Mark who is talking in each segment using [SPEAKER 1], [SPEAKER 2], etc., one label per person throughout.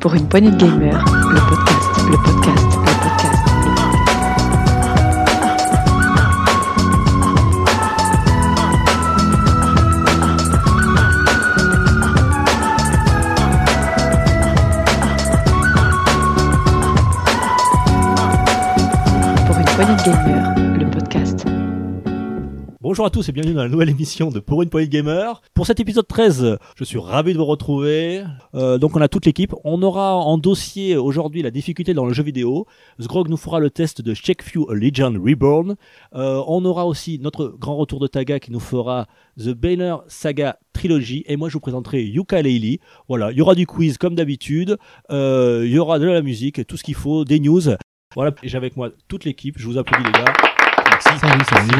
[SPEAKER 1] Pour une poignée de gamers, le podcast, le podcast, le podcast. Pour une poignée de gamers, le podcast.
[SPEAKER 2] Bonjour à tous et bienvenue dans la nouvelle émission de Pour une Poly Gamer. Pour cet épisode 13, je suis ravi de vous retrouver. Euh, donc on a toute l'équipe. On aura en dossier aujourd'hui la difficulté dans le jeu vidéo. Sgrog nous fera le test de Check Few Legion Reborn. Euh, on aura aussi notre grand retour de Taga qui nous fera The Banner Saga Trilogy. Et moi je vous présenterai Yuka Leili. Voilà, il y aura du quiz comme d'habitude. Euh, Il y aura de la musique, tout ce qu'il faut, des news. Voilà, et j'ai avec moi toute l'équipe. Je vous applaudis les gars.
[SPEAKER 3] Salut,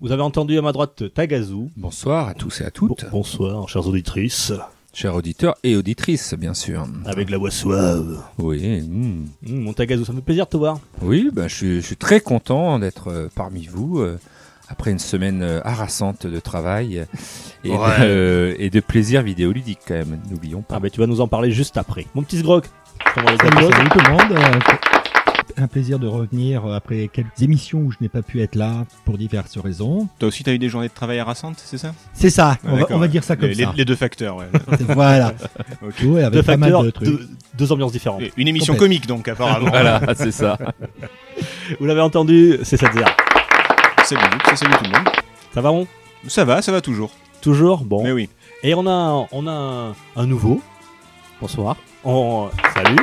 [SPEAKER 2] Vous avez entendu à ma droite Tagazu.
[SPEAKER 3] Bonsoir à tous et à
[SPEAKER 2] Bon-
[SPEAKER 3] toutes,
[SPEAKER 2] bonsoir, chères auditrices,
[SPEAKER 3] chers auditeurs et auditrices, bien sûr.
[SPEAKER 2] avec la voix suave.
[SPEAKER 3] Oui, hmm.
[SPEAKER 2] Hum, mon tagazou, ça me fait plaisir de te voir.
[SPEAKER 3] oui bah, je, suis, je suis très content d'être euh, parmi vous euh, après une semaine euh, harassante de travail et,
[SPEAKER 2] Ouais.
[SPEAKER 3] de, euh, et de plaisir vidéoludique, quand même, n'oublions pas.
[SPEAKER 2] Ah, ben tu vas nous en parler juste après. Mon petit Sgrok, je t'envoie les
[SPEAKER 4] Salut,
[SPEAKER 2] applauses.
[SPEAKER 4] salut tout le monde. Euh, Un plaisir de revenir après quelques émissions où je n'ai pas pu être là pour diverses raisons.
[SPEAKER 5] Toi aussi, t'as eu des journées de travail harassantes, c'est ça
[SPEAKER 4] C'est ça,
[SPEAKER 5] Ah,
[SPEAKER 4] on, va,
[SPEAKER 5] d'accord,
[SPEAKER 4] on va
[SPEAKER 5] ouais.
[SPEAKER 4] dire ça comme
[SPEAKER 5] les,
[SPEAKER 4] ça.
[SPEAKER 5] les- les deux facteurs, ouais.
[SPEAKER 4] Voilà.
[SPEAKER 5] Ok.
[SPEAKER 4] Ouais, avec
[SPEAKER 2] Deux
[SPEAKER 4] pas
[SPEAKER 2] facteurs,
[SPEAKER 4] mal de trucs.
[SPEAKER 2] deux, deux ambiances différentes.
[SPEAKER 5] Une émission
[SPEAKER 4] Complète.
[SPEAKER 5] comique, donc, apparemment.
[SPEAKER 3] Voilà, c'est ça.
[SPEAKER 2] Vous l'avez entendu, c'est cette zère.
[SPEAKER 5] Salut, Luc, salut tout le monde.
[SPEAKER 2] Ça va, bon
[SPEAKER 5] Ça va, ça va toujours.
[SPEAKER 2] Toujours Bon.
[SPEAKER 5] Mais oui.
[SPEAKER 2] Et on a, on a un, un nouveau. Bonsoir. On, salut.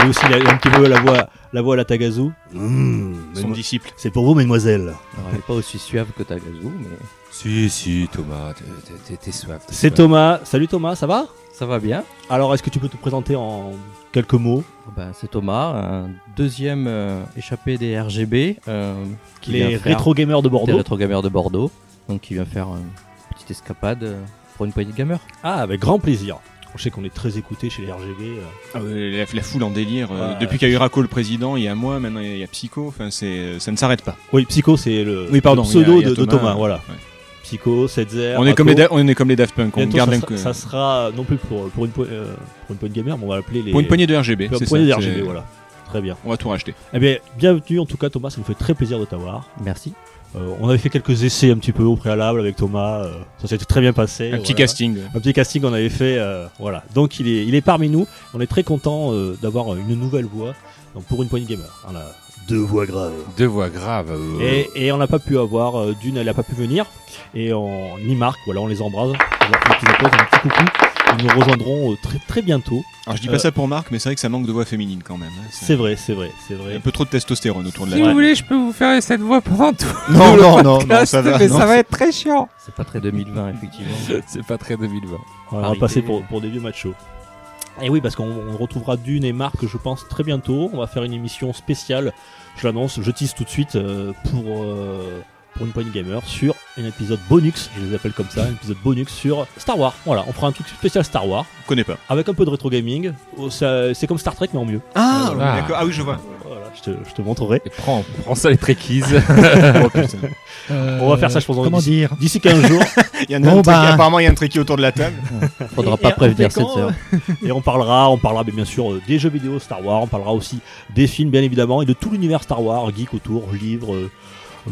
[SPEAKER 2] Lui aussi, il a un petit peu la voix, la voix à la Tagazu. Hum,
[SPEAKER 5] Son
[SPEAKER 2] mesdemo-
[SPEAKER 5] disciple.
[SPEAKER 2] c'est pour vous, mesdemoiselles.
[SPEAKER 6] Alors, elle n'est pas aussi suave que Tagazu, mais
[SPEAKER 3] si, si, Thomas, t'es- t'es- t'es- t'es soif. t'es
[SPEAKER 2] C'est
[SPEAKER 3] soif.
[SPEAKER 2] Thomas. Salut Thomas, ça va
[SPEAKER 6] ça va bien.
[SPEAKER 2] Alors, est-ce que tu peux te présenter en quelques mots
[SPEAKER 6] Ben, c'est Thomas, un deuxième euh, échappé des RGB, euh, qui
[SPEAKER 2] Les
[SPEAKER 6] vient faire
[SPEAKER 2] rétro gamers de
[SPEAKER 6] des
[SPEAKER 2] Bordeaux.
[SPEAKER 6] rétro gamers de Bordeaux, donc qui vient faire euh, une petite escapade euh, pour une poignée de gamers.
[SPEAKER 2] Ah, avec grand plaisir. Je sais qu'on est très écouté chez les RGB. euh.
[SPEAKER 5] Ah ouais, la, la foule en délire. euh,
[SPEAKER 2] Ouais.
[SPEAKER 5] depuis qu'il y a eu Racco le président, il y a moi, maintenant il y a Psycho. Enfin, c'est, ça ne s'arrête pas.
[SPEAKER 2] Oui, Psycho, c'est le,
[SPEAKER 5] Oui, pardon,
[SPEAKER 2] le pseudo
[SPEAKER 5] il y a- il y a
[SPEAKER 2] de, de Thomas.
[SPEAKER 5] Thomas, euh,
[SPEAKER 2] Voilà.
[SPEAKER 5] ouais.
[SPEAKER 2] Psycho, Setzer.
[SPEAKER 5] On est, comme les
[SPEAKER 2] Racco.
[SPEAKER 5] Da- on est comme les Daft Punk. On
[SPEAKER 2] Bientôt,
[SPEAKER 5] garde
[SPEAKER 2] ça,
[SPEAKER 5] un
[SPEAKER 2] sera-
[SPEAKER 5] que-
[SPEAKER 2] ça sera non plus pour, pour, une, po- euh, pour une poignée gamer, mais on va l'appeler les.
[SPEAKER 5] Pour une poignée de RGB.
[SPEAKER 2] pour une
[SPEAKER 5] c'est
[SPEAKER 2] poignée
[SPEAKER 5] ça,
[SPEAKER 2] de RGB,
[SPEAKER 5] c'est-
[SPEAKER 2] voilà. Très bien.
[SPEAKER 5] On va tout racheter.
[SPEAKER 2] Eh bien, bienvenue en tout cas, Thomas. Ça nous fait très plaisir de t'avoir.
[SPEAKER 6] Merci.
[SPEAKER 2] Euh, on avait fait quelques essais un petit peu au préalable avec Thomas. euh, ça s'était très bien passé.
[SPEAKER 5] un petit
[SPEAKER 2] voilà.
[SPEAKER 5] casting.
[SPEAKER 2] Un petit casting qu'on avait fait, euh, voilà. Donc il est, il est parmi nous. On est très content euh, d'avoir une nouvelle voix. Donc pour une poignée gamer, on a deux voix graves.
[SPEAKER 3] Deux voix graves. euh,
[SPEAKER 2] Et, et on n'a pas pu avoir, euh, d'une elle n'a pas pu venir, et on y marque, voilà, on les embrasse, on leur fait des petits applaudissements, un petit coucou, ils nous rejoindront euh, très, très bientôt.
[SPEAKER 5] Alors, je dis
[SPEAKER 2] Euh,
[SPEAKER 5] pas ça pour Marc, mais c'est vrai que ça manque de voix féminine quand même. hein, ça-
[SPEAKER 2] C'est vrai, c'est vrai, c'est
[SPEAKER 5] Il y a
[SPEAKER 2] vrai.
[SPEAKER 5] Un peu trop de testostérone autour de la
[SPEAKER 3] Si
[SPEAKER 2] Ouais.
[SPEAKER 3] vous voulez, je peux vous faire cette voix pendant tout.
[SPEAKER 5] Non,
[SPEAKER 3] le
[SPEAKER 5] non, non, non,
[SPEAKER 3] podcast,
[SPEAKER 5] ça va,
[SPEAKER 3] mais
[SPEAKER 5] non,
[SPEAKER 3] ça va être très chiant.
[SPEAKER 6] C'est pas très 2020, effectivement.
[SPEAKER 3] C'est pas très 2020.
[SPEAKER 2] Ouais, on va
[SPEAKER 6] Arrêtez.
[SPEAKER 2] passer pour, pour des vieux machos. Et Eh oui, parce qu'on on retrouvera Dune et Marc, je pense, très bientôt. On va faire une émission spéciale, je l'annonce, je tease tout de suite, euh, pour, euh, pour une poignée gamer, sur un épisode bonus, je les appelle comme ça, un épisode bonus sur Star Wars. Voilà, on fera un truc spécial Star Wars,
[SPEAKER 5] Je connais pas.
[SPEAKER 2] avec un peu de rétro gaming. Oh, ça- C'est comme Star Trek, mais en mieux.
[SPEAKER 5] Ah,
[SPEAKER 3] oui,
[SPEAKER 5] d'accord. Ah oui, je vois.
[SPEAKER 2] Voilà, je te, je te montrerai.
[SPEAKER 3] Et prends, prends ça les tréquises.
[SPEAKER 2] Ah,
[SPEAKER 5] Oh, putain.
[SPEAKER 4] Euh,
[SPEAKER 2] on va faire ça, je pense, dans
[SPEAKER 4] Comment
[SPEAKER 2] une-
[SPEAKER 4] dire
[SPEAKER 2] D'ici 15 jours,
[SPEAKER 5] Il y en a
[SPEAKER 4] Bon,
[SPEAKER 5] un truc-
[SPEAKER 4] bah.
[SPEAKER 5] apparemment, il y a un tricky autour de la table.
[SPEAKER 6] Faudra
[SPEAKER 2] Et-
[SPEAKER 6] pas
[SPEAKER 2] et
[SPEAKER 6] prévenir
[SPEAKER 2] après,
[SPEAKER 6] cette
[SPEAKER 2] quand, euh,
[SPEAKER 6] heure.
[SPEAKER 2] et on parlera, on parlera bien sûr euh, des jeux vidéo Star Wars, on parlera aussi des films bien évidemment et de tout l'univers Star Wars, geek autour, livres. euh,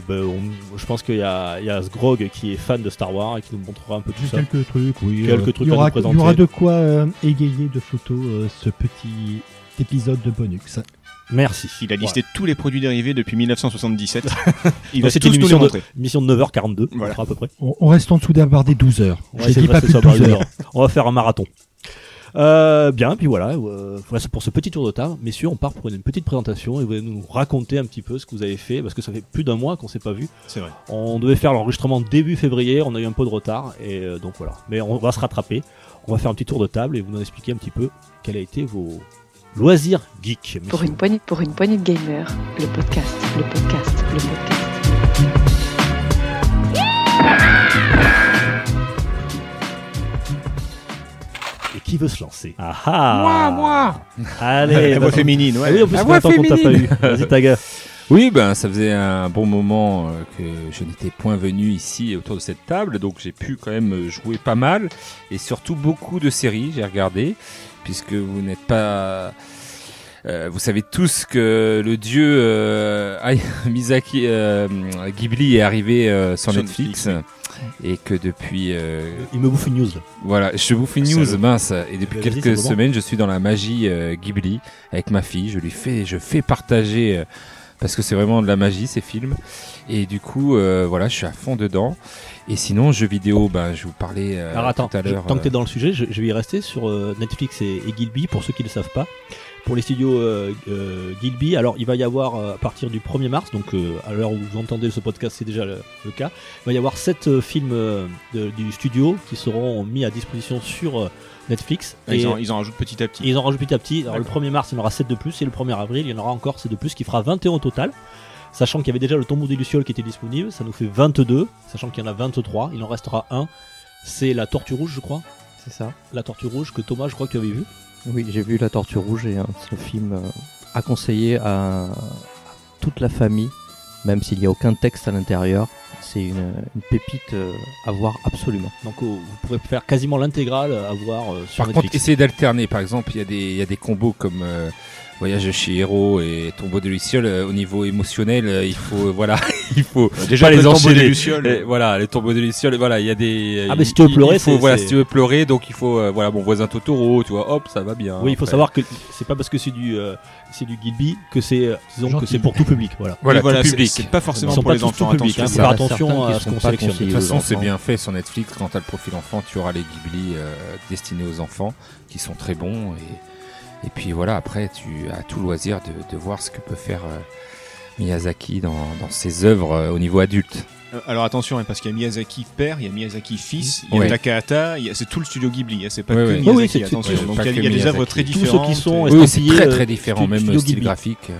[SPEAKER 2] ben, on- je pense qu'il y a, il y a Sgrog qui est fan de Star Wars et qui nous montrera un peu tout
[SPEAKER 4] Juste
[SPEAKER 2] ça.
[SPEAKER 4] quelques trucs, oui. euh,
[SPEAKER 2] Quelques trucs
[SPEAKER 4] il y
[SPEAKER 2] à
[SPEAKER 4] aura,
[SPEAKER 2] nous présenter.
[SPEAKER 4] Il y aura de quoi euh, égayer de photos euh, ce petit épisode de bonus.
[SPEAKER 2] Merci.
[SPEAKER 5] Il a listé tous les produits dérivés depuis 1977. Il
[SPEAKER 2] Donc,
[SPEAKER 5] va
[SPEAKER 2] c'est
[SPEAKER 5] tous
[SPEAKER 2] une
[SPEAKER 5] nous les
[SPEAKER 2] émission
[SPEAKER 5] montrer.
[SPEAKER 2] Mission de 9h42, on
[SPEAKER 5] Voilà.
[SPEAKER 2] fera à peu près.
[SPEAKER 4] On, on reste en dessous d'avoir des 12 heures.
[SPEAKER 2] On
[SPEAKER 4] Je
[SPEAKER 2] va
[SPEAKER 4] t'ai
[SPEAKER 2] essayer
[SPEAKER 4] dit
[SPEAKER 2] de
[SPEAKER 4] pas
[SPEAKER 2] passer
[SPEAKER 4] plus
[SPEAKER 2] ça
[SPEAKER 4] de
[SPEAKER 2] par
[SPEAKER 4] 12
[SPEAKER 2] une
[SPEAKER 4] heures.
[SPEAKER 2] heure. On va faire un marathon. Euh, bien, puis voilà, euh, voilà, c'est pour ce petit tour de table. Messieurs, on part pour une petite présentation et vous allez nous raconter un petit peu ce que vous avez fait, parce que ça fait plus d'un mois qu'on s'est pas vu.
[SPEAKER 5] C'est vrai.
[SPEAKER 2] On devait faire l'enregistrement début février, on a eu un peu de retard, et euh, donc voilà. Mais on va se rattraper, on va faire un petit tour de table et vous nous expliquer un petit peu quels a été vos loisirs geeks. messieurs.
[SPEAKER 1] Pour une poignée, pour une poignée de gamers, le podcast, le podcast, le podcast.
[SPEAKER 2] Et qui veut se lancer Ah ah
[SPEAKER 3] moi.
[SPEAKER 2] Allez
[SPEAKER 5] La voix
[SPEAKER 2] bah-
[SPEAKER 5] féminine,
[SPEAKER 2] Ah oui,
[SPEAKER 5] ouais.
[SPEAKER 2] en plus,
[SPEAKER 3] La
[SPEAKER 2] ça fait longtemps
[SPEAKER 3] voix
[SPEAKER 2] qu'on t'a pas eu.
[SPEAKER 3] féminine.
[SPEAKER 2] Vas-y, ta gueule.
[SPEAKER 3] Oui, ben ça faisait un bon moment euh, que je n'étais point venu ici autour de cette table, donc j'ai pu quand même jouer pas mal et surtout beaucoup de séries j'ai regardé, puisque vous n'êtes pas, euh, vous savez tous que le dieu euh, Ay- Miyazaki euh, Ghibli est arrivé euh, sur
[SPEAKER 5] Sur
[SPEAKER 3] Netflix,
[SPEAKER 5] Netflix,
[SPEAKER 3] et que depuis euh,
[SPEAKER 2] Il me bouffe une news là.
[SPEAKER 3] voilà, je vous fais une news
[SPEAKER 5] Salaud.
[SPEAKER 3] mince et depuis
[SPEAKER 2] Ah, Vas-y, c'est
[SPEAKER 3] quelques
[SPEAKER 2] bon.
[SPEAKER 3] semaines, je suis dans la magie euh, Ghibli avec ma fille, je lui fais je fais partager euh, parce que c'est vraiment de la magie ces films et du coup euh, voilà, je suis à fond dedans et sinon jeux vidéo ben je vous parlais euh,
[SPEAKER 2] Alors attends,
[SPEAKER 3] tout à
[SPEAKER 2] je-
[SPEAKER 3] l'heure
[SPEAKER 2] tant que t'es
[SPEAKER 3] euh,
[SPEAKER 2] dans le sujet, je, je vais y rester sur euh, Netflix et, et Gilby pour ceux qui ne le savent pas. Pour les studios euh, euh, Gilby, alors il va y avoir euh, à partir du 1er mars, donc euh, à l'heure où vous entendez ce podcast, c'est déjà le, le cas, il va y avoir sept euh, films euh, de- du studio qui seront mis à disposition sur euh, Netflix.
[SPEAKER 5] Ah, Ils
[SPEAKER 2] Et-
[SPEAKER 5] en, ils en rajoutent petit à petit.
[SPEAKER 2] et ils en rajoutent petit à petit. Alors, le 1er mars, il y en aura 7 de plus. Et le 1er avril, il y en aura encore 7 de plus, qui fera 21 au total. Sachant qu'il y avait déjà le tombeau des Lucioles qui était disponible, ça nous fait 22. Sachant qu'il y en a 23, il en restera un. C'est la Tortue Rouge, je crois.
[SPEAKER 6] C'est ça.
[SPEAKER 2] La Tortue Rouge que Thomas, je crois que tu avais vu.
[SPEAKER 6] Oui, j'ai vu La Tortue Rouge et hein, c'est un film euh, à conseiller à, à toute la famille, même s'il n'y a aucun texte à l'intérieur. C'est une, une pépite euh, à voir absolument.
[SPEAKER 2] Donc, oh, vous pourrez faire quasiment l'intégrale à voir euh, sur
[SPEAKER 3] Par contre,
[SPEAKER 2] Netflix.
[SPEAKER 3] essayez d'alterner. Par exemple, il y, a des- il y a des combos comme euh, Voyage chez Héros et Tombeau de Luciole. euh, au niveau émotionnel, euh, il faut euh, voilà, il faut
[SPEAKER 5] Déjà,
[SPEAKER 3] pas
[SPEAKER 5] le
[SPEAKER 3] les
[SPEAKER 5] tombeau
[SPEAKER 3] enchaîner.
[SPEAKER 5] des Lucioles.
[SPEAKER 3] Et voilà, les Tombeaux de Luciole. Voilà, il y a des.
[SPEAKER 2] Ah,
[SPEAKER 3] il-
[SPEAKER 2] mais si tu veux
[SPEAKER 3] il-
[SPEAKER 2] pleurer,
[SPEAKER 3] il faut-
[SPEAKER 2] c'est-
[SPEAKER 3] Voilà,
[SPEAKER 2] c'est-
[SPEAKER 3] si tu veux pleurer, donc il faut euh, voilà, mon voisin Totoro, tu vois, hop, ça va bien.
[SPEAKER 2] Oui, il faut
[SPEAKER 3] Après.
[SPEAKER 2] savoir que c'est pas parce que c'est du, euh, c'est du Gilby que c'est, euh, disons que
[SPEAKER 4] Gentil.
[SPEAKER 2] c'est pour tout public. Voilà.
[SPEAKER 3] Voilà,
[SPEAKER 5] Et voilà,
[SPEAKER 3] tout
[SPEAKER 5] c'est-
[SPEAKER 3] public.
[SPEAKER 5] C'est pas forcément
[SPEAKER 2] Ils sont
[SPEAKER 5] pour
[SPEAKER 2] pas
[SPEAKER 5] les
[SPEAKER 2] tous
[SPEAKER 5] enfants,
[SPEAKER 2] tout public, hein,
[SPEAKER 5] attention.
[SPEAKER 6] Il
[SPEAKER 2] Faire
[SPEAKER 6] y en a
[SPEAKER 2] attention
[SPEAKER 6] certains qui
[SPEAKER 2] à ce
[SPEAKER 6] sont
[SPEAKER 2] qu'on
[SPEAKER 6] pas
[SPEAKER 2] sélectionne.
[SPEAKER 3] De
[SPEAKER 6] conseillés
[SPEAKER 3] toute
[SPEAKER 6] aux
[SPEAKER 3] façon, c'est
[SPEAKER 6] enfants.
[SPEAKER 3] bien fait sur Netflix. Quand t'as le profil enfant, tu auras les Ghibli euh, destinés aux enfants, qui sont très bons. Et, et puis voilà, après, tu as tout loisir de, de voir ce que peut faire euh, Miyazaki dans, dans ses œuvres euh, au niveau adulte.
[SPEAKER 5] Euh, Alors attention, hein, parce qu'il y a Miyazaki père, il y a Miyazaki fils, il y a
[SPEAKER 3] Ouais.
[SPEAKER 5] Takahata, il y a- c'est tout le studio Ghibli, hein, c'est pas
[SPEAKER 3] Ouais,
[SPEAKER 5] que
[SPEAKER 3] ouais.
[SPEAKER 2] Oui, oui,
[SPEAKER 5] Miyazaki,
[SPEAKER 2] c'est- c'est-
[SPEAKER 5] attention.
[SPEAKER 3] ouais,
[SPEAKER 5] Donc
[SPEAKER 3] pas
[SPEAKER 5] il y a-
[SPEAKER 3] que
[SPEAKER 5] il y a des œuvres
[SPEAKER 3] Miyazaki.
[SPEAKER 5] très
[SPEAKER 2] Tous ceux qui
[SPEAKER 5] différentes.
[SPEAKER 2] sont-
[SPEAKER 5] et-
[SPEAKER 2] Oui,
[SPEAKER 3] Oui,
[SPEAKER 2] c'est
[SPEAKER 3] c'est
[SPEAKER 2] estampillé,
[SPEAKER 3] très
[SPEAKER 2] euh,
[SPEAKER 3] très différent,
[SPEAKER 2] stu-
[SPEAKER 3] même
[SPEAKER 2] studio
[SPEAKER 3] euh, style
[SPEAKER 2] Ghibli.
[SPEAKER 3] graphique.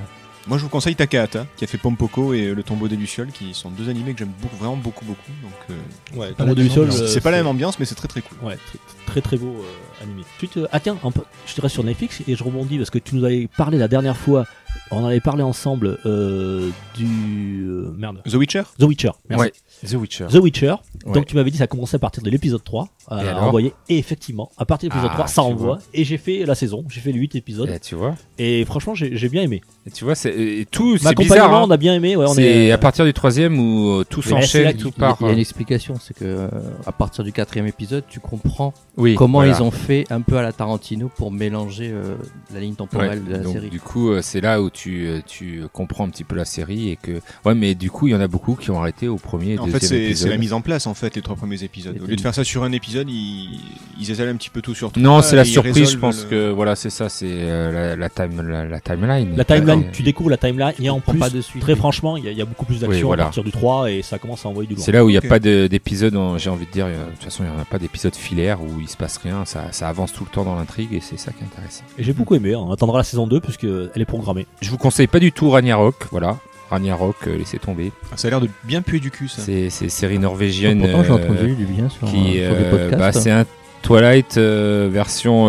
[SPEAKER 5] Moi je vous conseille Takahata, qui a fait Pompoko et Le tombeau des Lucioles, qui sont deux animés que j'aime beaucoup, vraiment beaucoup, beaucoup. Donc euh,
[SPEAKER 2] Ouais,
[SPEAKER 4] Tombeau de Luciole,
[SPEAKER 2] euh,
[SPEAKER 5] c'est pas la même ambiance, mais c'est très très cool.
[SPEAKER 2] Ouais, tr- très très beau euh, animé. Tu te- Ah tiens, un peu- je te reste sur Netflix et je rebondis parce que tu nous avais parlé la dernière fois, on en avait parlé ensemble euh, du... euh, merde.
[SPEAKER 5] The Witcher
[SPEAKER 2] The Witcher, merci.
[SPEAKER 3] Ouais, The Witcher.
[SPEAKER 2] The Witcher,
[SPEAKER 3] Ouais.
[SPEAKER 2] donc tu m'avais dit ça commençait à partir de l'épisode 3
[SPEAKER 3] Et
[SPEAKER 2] à
[SPEAKER 3] alors
[SPEAKER 2] envoyer et effectivement à partir de l'épisode
[SPEAKER 3] Ah,
[SPEAKER 2] 3 ça
[SPEAKER 3] tu
[SPEAKER 2] envoie
[SPEAKER 3] vois.
[SPEAKER 2] et j'ai fait la saison, j'ai fait les 8 épisodes
[SPEAKER 3] Eh, tu vois,
[SPEAKER 2] et franchement j'ai j'ai bien aimé.
[SPEAKER 3] Et tu vois, c'est et tout,
[SPEAKER 2] Ma
[SPEAKER 3] c'est
[SPEAKER 2] compagnie
[SPEAKER 3] bizarre. hein.
[SPEAKER 2] on a bien aimé, ouais, on
[SPEAKER 3] c'est
[SPEAKER 2] est,
[SPEAKER 3] à partir du troisième où euh, tout
[SPEAKER 2] Mais là, c'est là
[SPEAKER 3] s'enchaîne,
[SPEAKER 2] qu'il-
[SPEAKER 3] tout
[SPEAKER 6] Il y a-
[SPEAKER 3] part.
[SPEAKER 6] il y a une explication, c'est que euh, à partir du quatrième épisode, tu comprends
[SPEAKER 3] hein. Oui,
[SPEAKER 6] comment
[SPEAKER 3] voilà.
[SPEAKER 6] ils ont fait un peu à la Tarantino pour mélanger euh, la ligne temporelle
[SPEAKER 3] Ouais,
[SPEAKER 6] de la
[SPEAKER 3] donc,
[SPEAKER 6] série.
[SPEAKER 3] Du coup, euh, c'est là où tu, euh, tu comprends un petit peu la série et que ouais, mais du coup, il y en a beaucoup qui ont arrêté au premier et
[SPEAKER 5] En fait,
[SPEAKER 3] deuxième
[SPEAKER 5] c'est c'est
[SPEAKER 3] épisode.
[SPEAKER 5] la mise en place, en fait, les trois premiers épisodes. Au lieu de faire ça sur un épisode, ils, ils étalent un petit peu tout sur trois.
[SPEAKER 3] Non, c'est la
[SPEAKER 5] et Ah, ils
[SPEAKER 3] surprise. Je
[SPEAKER 5] résolvent
[SPEAKER 3] pense
[SPEAKER 5] le-
[SPEAKER 3] que voilà, c'est ça, c'est euh, la, la time, la, la timeline.
[SPEAKER 2] la timeline,
[SPEAKER 3] Euh,
[SPEAKER 2] tu découvres la timeline et en
[SPEAKER 6] Prends
[SPEAKER 2] plus
[SPEAKER 6] pas de suite.
[SPEAKER 2] très franchement, il y, a- il y a beaucoup plus d'action
[SPEAKER 3] voilà.
[SPEAKER 2] à partir du 3 et ça commence à envoyer du lourd.
[SPEAKER 3] C'est là où il n'y a
[SPEAKER 5] Ok.
[SPEAKER 3] pas de- d'épisode, en- j'ai envie de dire, euh, de toute façon, il n'y en a pas d'épisode filaire où il se passe rien, ça, ça avance tout le temps dans l'intrigue et c'est ça qui est intéressant.
[SPEAKER 2] Et j'ai beaucoup aimé, hein. on attendra la saison 2 puisque elle est programmée.
[SPEAKER 3] Je vous conseille pas du tout Ragnarok, voilà. Ragnarok, euh, laissez tomber.
[SPEAKER 5] Ça a l'air de bien puer du cul, ça.
[SPEAKER 3] C'est c'est série norvégienne
[SPEAKER 6] Pourtant, j'ai
[SPEAKER 3] euh,
[SPEAKER 6] entendu du bien sur,
[SPEAKER 3] qui,
[SPEAKER 6] euh, sur des
[SPEAKER 3] euh, bah,
[SPEAKER 6] podcasts.
[SPEAKER 3] c'est un Twilight euh, version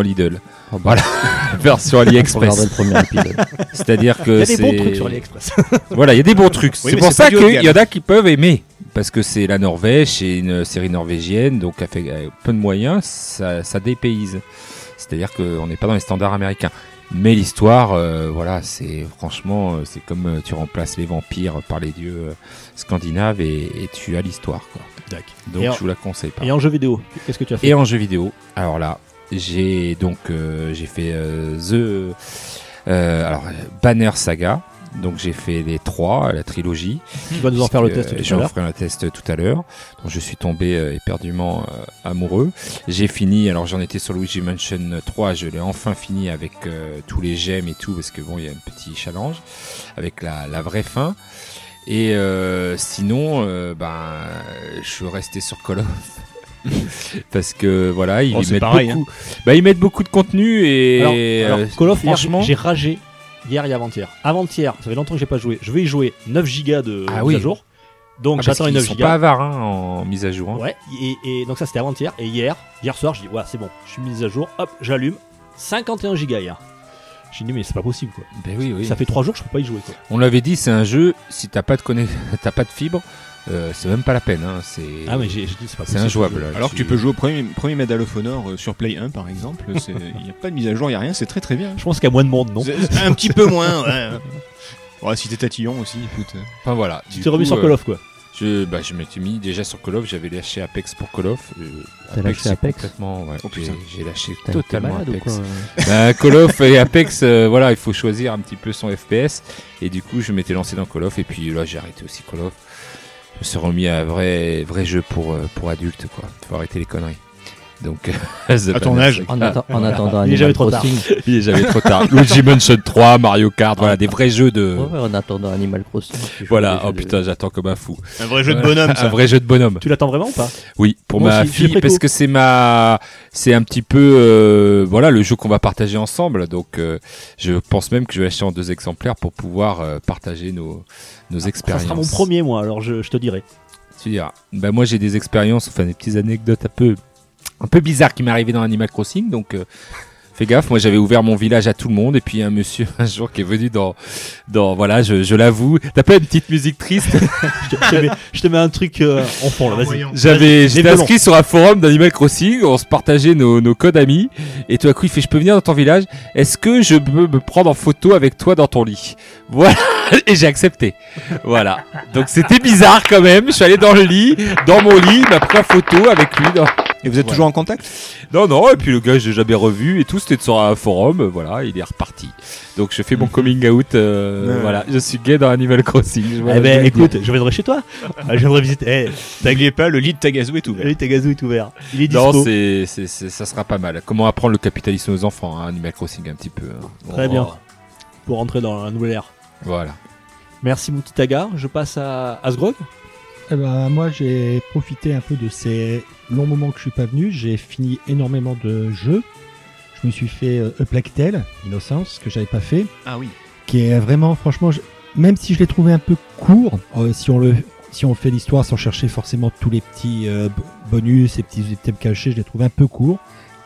[SPEAKER 3] Lidl,
[SPEAKER 6] Ah bah,
[SPEAKER 3] voilà. version
[SPEAKER 6] faut regarder
[SPEAKER 3] AliExpress.
[SPEAKER 6] le premier épisode.
[SPEAKER 3] C'est-à-dire
[SPEAKER 2] Il y
[SPEAKER 3] que
[SPEAKER 2] a des
[SPEAKER 3] Euh, c'est
[SPEAKER 2] bons trucs sur AliExpress.
[SPEAKER 3] Voilà, il y a des bons trucs.
[SPEAKER 5] Oui,
[SPEAKER 3] c'est
[SPEAKER 5] mais
[SPEAKER 3] pour
[SPEAKER 5] c'est
[SPEAKER 3] ça
[SPEAKER 5] pas du haut de
[SPEAKER 3] qu'il y en
[SPEAKER 5] gamme.
[SPEAKER 3] a qui peuvent aimer. Parce que c'est la Norvège, c'est une série norvégienne, donc avec euh, peu de moyens, ça, ça dépayse. C'est-à-dire qu'on n'est pas dans les standards américains. Mais l'histoire, euh, voilà, c'est franchement, euh, c'est comme euh, tu remplaces les vampires par les dieux euh, scandinaves et, et tu as l'histoire. quoi. Donc
[SPEAKER 2] Et en-
[SPEAKER 3] je vous la conseille pas.
[SPEAKER 2] Et en jeu vidéo, qu'est-ce que tu as fait
[SPEAKER 3] Et en jeu vidéo, alors là, j'ai donc euh, j'ai fait euh, The euh, alors euh, Banner Saga. Donc j'ai fait les trois, la trilogie.
[SPEAKER 2] Tu vas nous en faire le
[SPEAKER 3] Puisque,
[SPEAKER 2] test
[SPEAKER 3] euh,
[SPEAKER 2] tout à
[SPEAKER 3] Je vais en
[SPEAKER 2] l'heure.
[SPEAKER 3] faire un test tout à l'heure. Donc je suis tombé euh, éperdument euh, amoureux. J'ai fini, alors j'en étais sur Luigi Mansion 3, je l'ai enfin fini avec euh, tous les gemmes et tout, parce que bon, il y a un petit challenge avec la, la vraie fin. Et euh, sinon, euh, ben, je suis resté sur Call of. parce que voilà, ils
[SPEAKER 5] Oh, c'est
[SPEAKER 3] mettent
[SPEAKER 5] pareil,
[SPEAKER 3] beaucoup. bah, ils mettent beaucoup de contenu
[SPEAKER 2] hein.
[SPEAKER 3] et
[SPEAKER 2] Alors,
[SPEAKER 3] euh,
[SPEAKER 2] alors, Call of, hier,
[SPEAKER 3] franchement-
[SPEAKER 2] j'ai ragé hier et avant-hier. Avant-hier, ça fait longtemps que j'ai pas joué. Je vais y jouer 9 gigas de
[SPEAKER 3] Ah
[SPEAKER 2] mise
[SPEAKER 3] oui.
[SPEAKER 2] à jour. Donc
[SPEAKER 3] ah, parce
[SPEAKER 2] j'attends les
[SPEAKER 3] qu'ils
[SPEAKER 2] 9
[SPEAKER 3] sont pas
[SPEAKER 2] gigas.
[SPEAKER 3] avares hein, en mise à jour. hein.
[SPEAKER 2] Ouais, et, et donc ça c'était avant-hier. Et hier, hier soir, je dis, ouais, c'est bon, je suis mise à jour. Hop, j'allume. 51 gigas hier. J'ai dit mais c'est pas possible quoi.
[SPEAKER 3] Ben oui, oui.
[SPEAKER 2] Ça fait trois jours que je peux pas y jouer quoi.
[SPEAKER 3] On l'avait dit, c'est un jeu, si t'as pas de, conne- t'as pas de fibre, euh, c'est même pas la peine. hein, C'est
[SPEAKER 2] Ah mais j'ai j'ai dit c'est pas
[SPEAKER 3] c'est
[SPEAKER 2] possible.
[SPEAKER 3] injouable.
[SPEAKER 5] Alors que tu peux jouer au premier, premier Medal of Honor euh, sur Play 1 par exemple, c'est- il n'y a pas de mise à jour, il n'y a rien, c'est très très bien.
[SPEAKER 2] Je pense qu'il y a moins de monde non.
[SPEAKER 5] C'est- c'est Un petit peu moins, ouais. Ouais, si t'es tatillon aussi, écoute. euh,
[SPEAKER 3] Enfin voilà.
[SPEAKER 2] Tu
[SPEAKER 3] Du
[SPEAKER 2] t'es remis
[SPEAKER 3] coup,
[SPEAKER 2] sur
[SPEAKER 3] euh,
[SPEAKER 2] Call of quoi.
[SPEAKER 3] Je, bah, je m'étais mis déjà sur Call of, j'avais lâché Apex pour Call of. euh,
[SPEAKER 6] T'as lâché
[SPEAKER 3] c'est
[SPEAKER 6] Apex
[SPEAKER 3] complètement, ouais,
[SPEAKER 5] Oh,
[SPEAKER 3] j'ai-
[SPEAKER 5] putain.
[SPEAKER 3] J'ai lâché
[SPEAKER 6] T'es- t'es
[SPEAKER 3] totalement
[SPEAKER 6] malade ou
[SPEAKER 3] Apex.
[SPEAKER 6] quoi
[SPEAKER 3] Bah, Call of et Apex, euh, voilà, il faut choisir un petit peu son FPS. Et du coup, je m'étais lancé dans Call of et puis là, j'ai arrêté aussi Call of. Je me suis remis à un vrai, vrai jeu pour, euh, pour adultes, quoi. Faut arrêter les conneries. Donc,
[SPEAKER 5] À ton âge.
[SPEAKER 6] En, atten- en attendant
[SPEAKER 2] Il est jamais
[SPEAKER 6] Animal
[SPEAKER 2] trop tard.
[SPEAKER 6] Crossing.
[SPEAKER 3] Il est jamais trop tard. Luigi Mansion 3, Mario Kart, voilà, des vrais jeux de.
[SPEAKER 6] Ouais, ouais, en attendant Animal Crossing. tu joues
[SPEAKER 3] Voilà,
[SPEAKER 6] déjà
[SPEAKER 3] oh
[SPEAKER 6] de-
[SPEAKER 3] putain, j'attends comme un fou.
[SPEAKER 5] Un vrai jeu de
[SPEAKER 3] Voilà,
[SPEAKER 5] bonhomme,
[SPEAKER 3] Un
[SPEAKER 5] ça.
[SPEAKER 3] vrai jeu de bonhomme.
[SPEAKER 2] Tu l'attends vraiment ou pas
[SPEAKER 3] Oui, pour
[SPEAKER 2] Moi
[SPEAKER 3] ma
[SPEAKER 2] aussi, je l'ai
[SPEAKER 3] fille,
[SPEAKER 2] préco.
[SPEAKER 3] parce que c'est ma, c'est un petit peu, euh, voilà, le jeu qu'on va partager ensemble. Donc, euh, je pense même que je vais l'acheter en deux exemplaires pour pouvoir euh, partager nos, nos
[SPEAKER 2] Ah, Ça
[SPEAKER 3] expériences.
[SPEAKER 2] sera mon premier moi alors je, je te dirai.
[SPEAKER 3] Tu diras. Ben moi, j'ai des expériences, enfin des petites anecdotes un peu, un peu bizarres qui m'est arrivé dans Animal Crossing. Donc, euh, fais gaffe. Moi, j'avais ouvert mon village à tout le monde et puis un monsieur un jour qui est venu dans, dans, voilà, je, je l'avoue. T'as pas une petite musique triste
[SPEAKER 2] Je te, je te mets, je te mets un truc euh, en fond là vas-y.
[SPEAKER 3] J'avais, j'étais
[SPEAKER 2] violons.
[SPEAKER 3] inscrit sur un forum d'Animal Crossing, on se partageait nos, nos codes amis, et tout à coup il fait je peux venir dans ton village, est-ce que je peux me prendre en photo avec toi dans ton lit Voilà, et j'ai accepté. Voilà. Donc c'était bizarre quand même, je suis allé dans le lit, dans mon lit, il m'a pris en photo avec lui. dans-
[SPEAKER 5] Et vous êtes
[SPEAKER 3] Voilà.
[SPEAKER 5] toujours en contact
[SPEAKER 3] Non, non, et puis le gars je l'ai jamais revu, et tout, c'était sur un forum, euh, voilà, il est reparti. Donc je fais mon coming out, euh,
[SPEAKER 5] Ouais.
[SPEAKER 3] voilà, je suis gay dans Animal Crossing. voilà,
[SPEAKER 2] Eh ben
[SPEAKER 3] je dois le dire.
[SPEAKER 2] écoute je viendrai chez toi. Euh, Je viendrai visiter. Eh,
[SPEAKER 5] N'oubliez pas, le lead Tagazu est ouvert.
[SPEAKER 2] Allez, ta gazou est ouvert. Il est dispo.
[SPEAKER 3] Non, c'est, c'est, c'est- ça sera pas mal. Comment apprendre le capitalisme aux enfants, hein, Animal Crossing un petit peu. hein.
[SPEAKER 2] Très
[SPEAKER 3] Oh,
[SPEAKER 2] bien. pour rentrer dans la nouvelle ère.
[SPEAKER 3] Voilà.
[SPEAKER 2] Merci mon petit Agar, je passe à Asgrog.
[SPEAKER 4] Eh ben, moi, j'ai profité un peu de ces longs moments que je suis pas venu. J'ai fini énormément de jeux. Je me suis fait euh, A Plague Tale, Innocence, que j'avais pas fait,
[SPEAKER 5] Ah oui.
[SPEAKER 4] qui est vraiment, franchement, je- même si je l'ai trouvé un peu court, euh, si on le, si on fait l'histoire sans chercher forcément tous les petits euh, b- bonus et petits items cachés, je l'ai trouvé un peu court,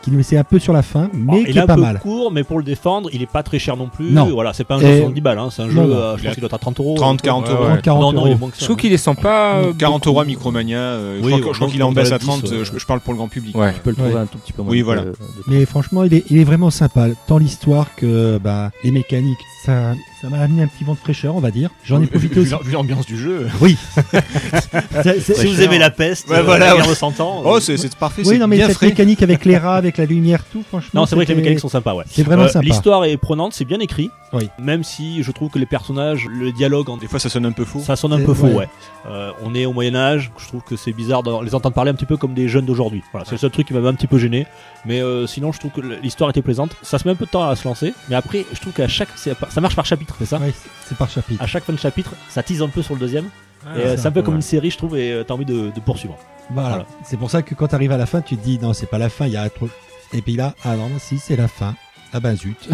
[SPEAKER 4] qui nous laissait un peu sur la fin, mais
[SPEAKER 2] Bon,
[SPEAKER 4] qui
[SPEAKER 2] il est
[SPEAKER 4] est
[SPEAKER 2] un
[SPEAKER 4] pas
[SPEAKER 2] peu
[SPEAKER 4] mal.
[SPEAKER 2] court, mais pour le défendre, il est pas très cher non plus.
[SPEAKER 4] Non.
[SPEAKER 2] Voilà, c'est pas un
[SPEAKER 4] Et-
[SPEAKER 2] jeu de 70 balles, hein, c'est un jeu,
[SPEAKER 4] Non, non.
[SPEAKER 2] euh, je pense qu'il doit être à 30 euros.
[SPEAKER 5] 30, 40
[SPEAKER 3] Ouais,
[SPEAKER 5] euros.
[SPEAKER 3] ouais.
[SPEAKER 4] 30, 40
[SPEAKER 2] Non, non, il est
[SPEAKER 4] euros.
[SPEAKER 2] moins que ça.
[SPEAKER 3] Je trouve qu'il descend pas. euh,
[SPEAKER 5] 40 euros à Micromania, euh, je
[SPEAKER 2] Oui,
[SPEAKER 5] crois que-
[SPEAKER 2] ouais,
[SPEAKER 5] je crois
[SPEAKER 2] je
[SPEAKER 5] qu'il est en
[SPEAKER 2] pense
[SPEAKER 5] baisse
[SPEAKER 2] qu'on doit
[SPEAKER 5] à
[SPEAKER 2] être
[SPEAKER 5] 30,
[SPEAKER 2] dix, ouais.
[SPEAKER 5] je, je parle pour le grand public.
[SPEAKER 3] Ouais.
[SPEAKER 6] Tu peux le trouver
[SPEAKER 4] Ouais.
[SPEAKER 6] un tout petit peu moins.
[SPEAKER 5] Oui,
[SPEAKER 6] que-
[SPEAKER 5] voilà.
[SPEAKER 6] de-
[SPEAKER 4] Mais franchement, il est, il est vraiment sympa. Tant l'histoire que bah, les mécaniques, ça ça m'a amené un petit vent de fraîcheur, on va dire. J'en ai profité aussi.
[SPEAKER 5] Vu l'ambiance du jeu.
[SPEAKER 4] C'est- c'est-
[SPEAKER 2] Si vous aimez la peste,
[SPEAKER 5] Ouais,
[SPEAKER 2] euh,
[SPEAKER 5] voilà,
[SPEAKER 2] la guerre
[SPEAKER 5] ouais.
[SPEAKER 2] de 100 ans. euh,
[SPEAKER 5] Oh, c'est c'est parfait,
[SPEAKER 4] Oui,
[SPEAKER 5] c'est
[SPEAKER 4] non, mais
[SPEAKER 5] bien
[SPEAKER 4] cette
[SPEAKER 5] frais.
[SPEAKER 4] mécanique avec les rats, avec la lumière, tout, franchement.
[SPEAKER 2] non, c'est vrai que les
[SPEAKER 4] c'était-
[SPEAKER 2] mécaniques sont sympas, ouais.
[SPEAKER 4] C'est vraiment
[SPEAKER 2] Euh,
[SPEAKER 4] sympa.
[SPEAKER 2] L'histoire est prenante, c'est bien écrit.
[SPEAKER 4] Oui.
[SPEAKER 2] Même si je trouve que les personnages, le dialogue, en...
[SPEAKER 5] Des fois, ça sonne un peu faux.
[SPEAKER 2] ça sonne un
[SPEAKER 4] C'est-
[SPEAKER 2] peu faux,
[SPEAKER 4] ouais.
[SPEAKER 2] ouais. Euh, on est au Moyen-Âge, je trouve que c'est bizarre de les entendre parler un petit peu comme des jeunes d'aujourd'hui. Voilà, c'est le seul truc qui m'a un petit peu gêné. Mais euh, sinon, je trouve que l'histoire était plaisante. Ça se met un peu de temps à se lancer, mais après, je trouve qu'à chaque. c'est- Ça marche par chapitre, c'est ça Ah,
[SPEAKER 4] Oui, c'est par chapitre.
[SPEAKER 2] à chaque fin de chapitre, ça tease un peu sur le deuxième. et
[SPEAKER 4] c'est
[SPEAKER 2] euh, c'est un
[SPEAKER 4] un
[SPEAKER 2] peu
[SPEAKER 4] peu
[SPEAKER 2] comme
[SPEAKER 4] mal.
[SPEAKER 2] une série, je trouve, et euh, t'as envie de, de poursuivre.
[SPEAKER 4] voilà.
[SPEAKER 2] voilà.
[SPEAKER 4] C'est pour ça que quand t'arrives à la fin, tu te dis non, c'est pas la fin, il y a trop. Et puis là, ah non, si, c'est la fin. Ah ben zut.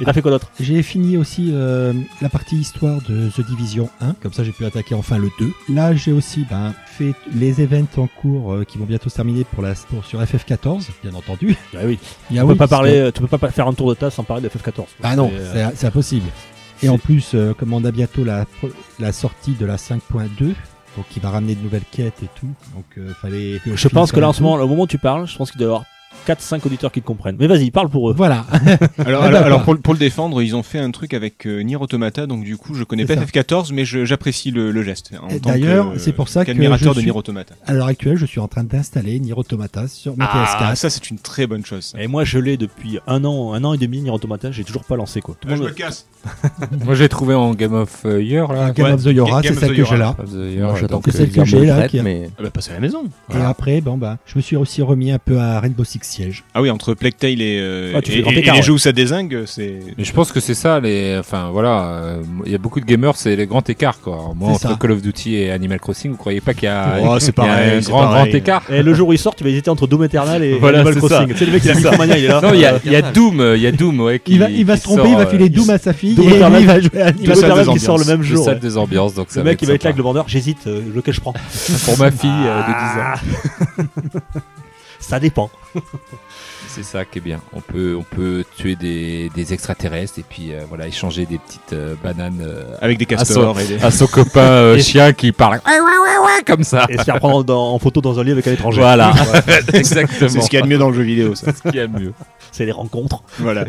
[SPEAKER 2] Et t'as fait quoi d'autre
[SPEAKER 4] J'ai fini aussi euh, la partie histoire de The Division 1, comme ça j'ai pu attaquer enfin le 2. Là j'ai aussi ben, fait les events en cours euh, qui vont bientôt se terminer pour la, pour, sur FF14, bien entendu.
[SPEAKER 2] Bah oui.
[SPEAKER 4] Il y
[SPEAKER 2] Tu peux pas parler, euh, tu peux pas pa- faire un tour de table sans parler de FF14.
[SPEAKER 4] Ah non,
[SPEAKER 2] C'est, euh,
[SPEAKER 4] c'est c'est impossible.
[SPEAKER 2] c'est-
[SPEAKER 4] Et en plus, euh, comme on a bientôt la, pro- la sortie de la 5.2, donc qui va ramener de nouvelles quêtes et tout, donc euh, fallait. que
[SPEAKER 2] Je pense
[SPEAKER 4] finisse
[SPEAKER 2] que là, en ce
[SPEAKER 4] un peu.
[SPEAKER 2] moment, au moment où tu parles, je pense qu'il doit y avoir 4-5 auditeurs qui te comprennent. Mais vas-y, parle pour eux.
[SPEAKER 4] Voilà.
[SPEAKER 5] Alors,
[SPEAKER 4] Ah,
[SPEAKER 5] alors,
[SPEAKER 4] bah,
[SPEAKER 5] alors
[SPEAKER 4] bah.
[SPEAKER 5] pour, le- pour le défendre, ils ont fait un truc avec euh, Nier Automata, donc du coup, je connais
[SPEAKER 4] C'est
[SPEAKER 5] pas
[SPEAKER 4] ça.
[SPEAKER 5] FF14, mais je- j'apprécie le, le geste. en
[SPEAKER 4] Et
[SPEAKER 5] tant
[SPEAKER 4] d'ailleurs,
[SPEAKER 5] que, euh,
[SPEAKER 4] c'est pour ça que
[SPEAKER 5] qu'admirateur
[SPEAKER 4] je
[SPEAKER 5] de
[SPEAKER 4] suis-
[SPEAKER 5] Nier Automata.
[SPEAKER 4] À l'heure actuelle, je suis en train d'installer Nier Automata sur ma
[SPEAKER 5] Ah,
[SPEAKER 4] PS4.
[SPEAKER 5] ça, c'est une très bonne chose. ça.
[SPEAKER 2] Et moi, je l'ai depuis un an, un an et demi, Nier Automata, j'ai toujours pas lancé quoi. Tout le
[SPEAKER 5] Ah, je
[SPEAKER 2] monde-
[SPEAKER 5] me casse.
[SPEAKER 3] Moi, je l'ai trouvé en Game of euh, Year, là.
[SPEAKER 4] Game
[SPEAKER 5] Ouais,
[SPEAKER 4] of the Yora, c'est
[SPEAKER 5] Game of
[SPEAKER 4] celle
[SPEAKER 5] the
[SPEAKER 4] que j'ai
[SPEAKER 5] Year.
[SPEAKER 4] là.
[SPEAKER 3] Of the Year,
[SPEAKER 6] Moi, j'attends
[SPEAKER 3] donc,
[SPEAKER 4] que
[SPEAKER 6] que
[SPEAKER 4] celle
[SPEAKER 6] Guillermo
[SPEAKER 4] que j'ai,
[SPEAKER 6] le
[SPEAKER 4] là,
[SPEAKER 6] traite,
[SPEAKER 4] qui est-
[SPEAKER 6] mais
[SPEAKER 5] Ah bah, passe à la maison.
[SPEAKER 4] Et après, bon bah, je me suis aussi remis un peu à Rainbow Six Siege.
[SPEAKER 5] Ah oui, entre Plague Tale et, euh,
[SPEAKER 2] Ah, tu
[SPEAKER 5] et-
[SPEAKER 2] fais grand
[SPEAKER 5] et- et
[SPEAKER 2] écart,
[SPEAKER 5] les
[SPEAKER 2] ouais.
[SPEAKER 5] jeux où ça dézingue, c'est.
[SPEAKER 3] Mais je pense que c'est ça, les. Enfin, voilà. euh, Il y a beaucoup de gamers, c'est les grands écarts, quoi. Moi,
[SPEAKER 4] C'est
[SPEAKER 3] entre
[SPEAKER 4] ça.
[SPEAKER 3] Call of Duty et Animal Crossing, vous croyez pas qu'il y a,
[SPEAKER 5] Oh,
[SPEAKER 3] il
[SPEAKER 5] c'est
[SPEAKER 3] y a
[SPEAKER 5] pareil,
[SPEAKER 3] un
[SPEAKER 5] c'est
[SPEAKER 3] grand,
[SPEAKER 5] pareil.
[SPEAKER 3] grand écart
[SPEAKER 2] Et Eh, le jour où il sort, tu vas hésiter entre Doom Eternal et
[SPEAKER 3] Voilà,
[SPEAKER 2] Animal
[SPEAKER 3] c'est ça.
[SPEAKER 2] Crossing. Tu sais, le mec, il a
[SPEAKER 3] C'est ça.
[SPEAKER 2] Micromania, il est là.
[SPEAKER 3] Non, il y a,
[SPEAKER 2] Euh,
[SPEAKER 3] il y a Doom, il y a Doom, ouais. Qui,
[SPEAKER 4] Il va, il va se
[SPEAKER 3] qui
[SPEAKER 4] tromper,
[SPEAKER 3] sort,
[SPEAKER 4] il va
[SPEAKER 3] euh,
[SPEAKER 4] filer Doom à sa fille
[SPEAKER 2] Doom
[SPEAKER 4] et lui,
[SPEAKER 2] Eternal.
[SPEAKER 4] il va jouer à
[SPEAKER 2] il
[SPEAKER 4] Animal
[SPEAKER 2] va
[SPEAKER 5] deux salles,
[SPEAKER 2] Eternal
[SPEAKER 5] deux
[SPEAKER 2] qui sort le
[SPEAKER 5] ambiances.
[SPEAKER 2] même
[SPEAKER 3] deux
[SPEAKER 2] jour.
[SPEAKER 3] salles,
[SPEAKER 2] ouais.
[SPEAKER 3] des ambiances, donc ça
[SPEAKER 2] Le
[SPEAKER 3] va
[SPEAKER 2] mec, il va être là
[SPEAKER 3] sympa. Ah,
[SPEAKER 2] avec le vendeur. J'hésite, euh, lequel je prends
[SPEAKER 3] Pour ma fille euh, de 10 ans.
[SPEAKER 2] Ah. Ça dépend.
[SPEAKER 3] C'est ça qui est bien. On peut, on peut tuer des, des extraterrestres et puis euh, voilà échanger des petites euh, bananes euh,
[SPEAKER 5] Avec des
[SPEAKER 3] castors
[SPEAKER 5] castors et des.
[SPEAKER 3] à son copain euh, chien qui parle Ouais, ouais, ouais, ouais comme ça.
[SPEAKER 2] Et se faire prendre dans- en photo dans un lit avec un étranger.
[SPEAKER 3] Voilà, exactement.
[SPEAKER 5] C'est ce qu'il y a de mieux dans le jeu vidéo, ça.
[SPEAKER 3] Ce qu'il y a de mieux.
[SPEAKER 2] C'est les rencontres.
[SPEAKER 5] voilà.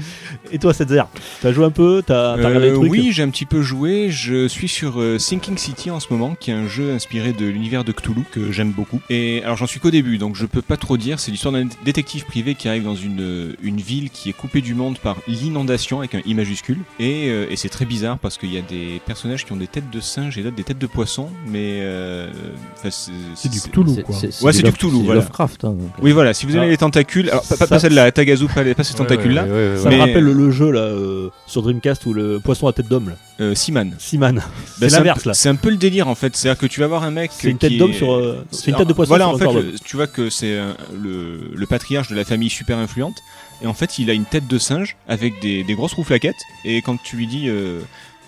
[SPEAKER 2] Et toi, Setzer, t'as joué un peu Ah, T'as t'as regardé
[SPEAKER 5] Euh,
[SPEAKER 2] des trucs
[SPEAKER 5] oui, j'ai un petit peu joué. Je suis sur euh, Sinking City en ce moment, qui est un jeu inspiré de l'univers de Cthulhu que j'aime beaucoup. Et alors, j'en suis qu'au début, donc je peux pas trop dire. C'est l'histoire d'un détective privé qui arrive dans une, euh, une ville qui est coupée du monde par l'inondation avec un i majuscule. Et, euh, et c'est très bizarre parce qu'il y a des personnages qui ont des têtes de singe et d'autres des têtes de poisson, mais euh, enfin, c'est-
[SPEAKER 4] C'est du
[SPEAKER 5] c'est-
[SPEAKER 4] Cthulhu, quoi.
[SPEAKER 5] Ouais, c'est du
[SPEAKER 6] Love-
[SPEAKER 5] Cthulhu,
[SPEAKER 6] c'est
[SPEAKER 5] voilà.
[SPEAKER 6] Lovecraft. hein, donc, euh,
[SPEAKER 5] Oui, voilà. Si vous avez
[SPEAKER 2] Ah.
[SPEAKER 5] les tentacules, alors pas, pas-
[SPEAKER 2] Ça-
[SPEAKER 5] pas celle-là, la Tagazu, pas, les- pas ces tentacule-là.
[SPEAKER 3] Ouais, ouais, ouais, ouais,
[SPEAKER 2] Ça
[SPEAKER 3] ouais.
[SPEAKER 2] me
[SPEAKER 5] mais-
[SPEAKER 2] rappelle le, le jeu là euh, sur Dreamcast où le poisson à tête d'homme, là.
[SPEAKER 5] Euh, Seaman.
[SPEAKER 2] Seaman.
[SPEAKER 5] Bah,
[SPEAKER 2] c'est
[SPEAKER 5] un
[SPEAKER 2] l'inverse
[SPEAKER 5] peu-
[SPEAKER 2] là.
[SPEAKER 5] C'est un peu le délire en fait. C'est-à-dire que tu vas voir un mec.
[SPEAKER 2] C'est une
[SPEAKER 5] qui
[SPEAKER 2] tête d'homme
[SPEAKER 5] est-
[SPEAKER 2] sur. euh, c'est une tête de poisson
[SPEAKER 5] Voilà,
[SPEAKER 2] sur
[SPEAKER 5] en
[SPEAKER 2] un
[SPEAKER 5] fait,
[SPEAKER 2] corps d'homme.
[SPEAKER 5] le- tu vois que c'est euh, le, le patriarche de la famille super influente. Et en fait, il a une tête de singe avec des, des grosses rouflaquettes. Et quand tu lui dis. euh,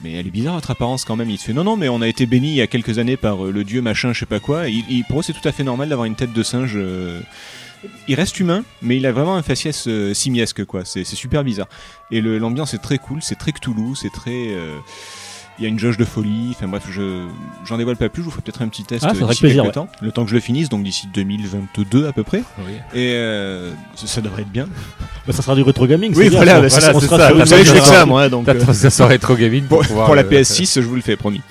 [SPEAKER 5] mais elle est bizarre votre apparence quand même. Il te fait non non mais on a été béni il y a quelques années par euh, le dieu machin je sais pas quoi. Il, il- pour eux c'est tout à fait normal d'avoir une tête de singe. euh, Il reste humain mais il a vraiment un faciès euh, simiesque quoi. C'est c'est super bizarre. Et le- l'ambiance est très cool, c'est très Cthulhu, c'est très. euh, Il y a une jauge de folie, enfin bref, je j'en dévoile pas plus, je vous ferai peut-être un petit test
[SPEAKER 2] Ah, ça
[SPEAKER 5] euh,
[SPEAKER 2] serait
[SPEAKER 5] d'ici
[SPEAKER 2] plaisir,
[SPEAKER 5] quelques
[SPEAKER 2] ouais.
[SPEAKER 5] temps, le temps que je le finisse, donc d'ici 2022 à peu près,
[SPEAKER 3] Oui.
[SPEAKER 5] et euh, ça, ça devrait être bien.
[SPEAKER 2] Bah, ça sera du rétro gaming.
[SPEAKER 5] Oui,
[SPEAKER 2] c'est-à-dire
[SPEAKER 5] voilà,
[SPEAKER 2] qu'on-
[SPEAKER 5] bah, c'est ça,
[SPEAKER 2] on
[SPEAKER 5] c'est
[SPEAKER 2] sera
[SPEAKER 5] ça.
[SPEAKER 2] sur
[SPEAKER 5] Vous
[SPEAKER 2] une hein.
[SPEAKER 5] savez, je
[SPEAKER 2] base
[SPEAKER 5] fais que
[SPEAKER 2] de-
[SPEAKER 5] ça, moi, donc.
[SPEAKER 3] T'as
[SPEAKER 5] euh,
[SPEAKER 3] ça sur Retro Gaming pour,
[SPEAKER 5] Pour,
[SPEAKER 3] pouvoir euh,
[SPEAKER 5] pour la
[SPEAKER 3] le-
[SPEAKER 5] PS6, je vous le fais, promis.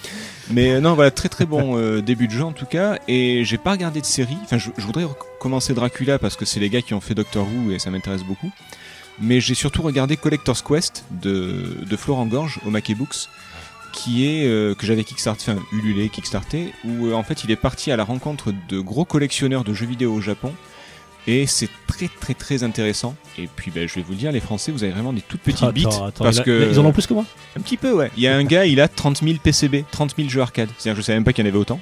[SPEAKER 5] Mais euh, non, voilà, très très bon euh, début de jeu en tout cas. Et j'ai pas regardé de série. Enfin, je, je voudrais commencer Dracula parce que c'est les gars qui ont fait Doctor Who et ça m'intéresse beaucoup. Mais j'ai surtout regardé Collector's Quest de, de Florent Gorge au Mackey Books, qui est euh, que j'avais Kickstarter, enfin ululé, Kickstarter, où euh, en fait il est parti à la rencontre de gros collectionneurs de jeux vidéo au Japon. Et c'est très très très intéressant. Et puis ben, je vais vous le dire, les Français, vous avez vraiment des toutes petites
[SPEAKER 2] Attends,
[SPEAKER 5] bites.
[SPEAKER 2] attends,
[SPEAKER 5] parce
[SPEAKER 2] il a-
[SPEAKER 5] que
[SPEAKER 2] Ils en ont plus que moi.
[SPEAKER 5] un petit peu, ouais. Il y a un gars, il a 30 000 PCB, 30 000 jeux arcade. C'est-à-dire, je savais même pas qu'il y en avait autant.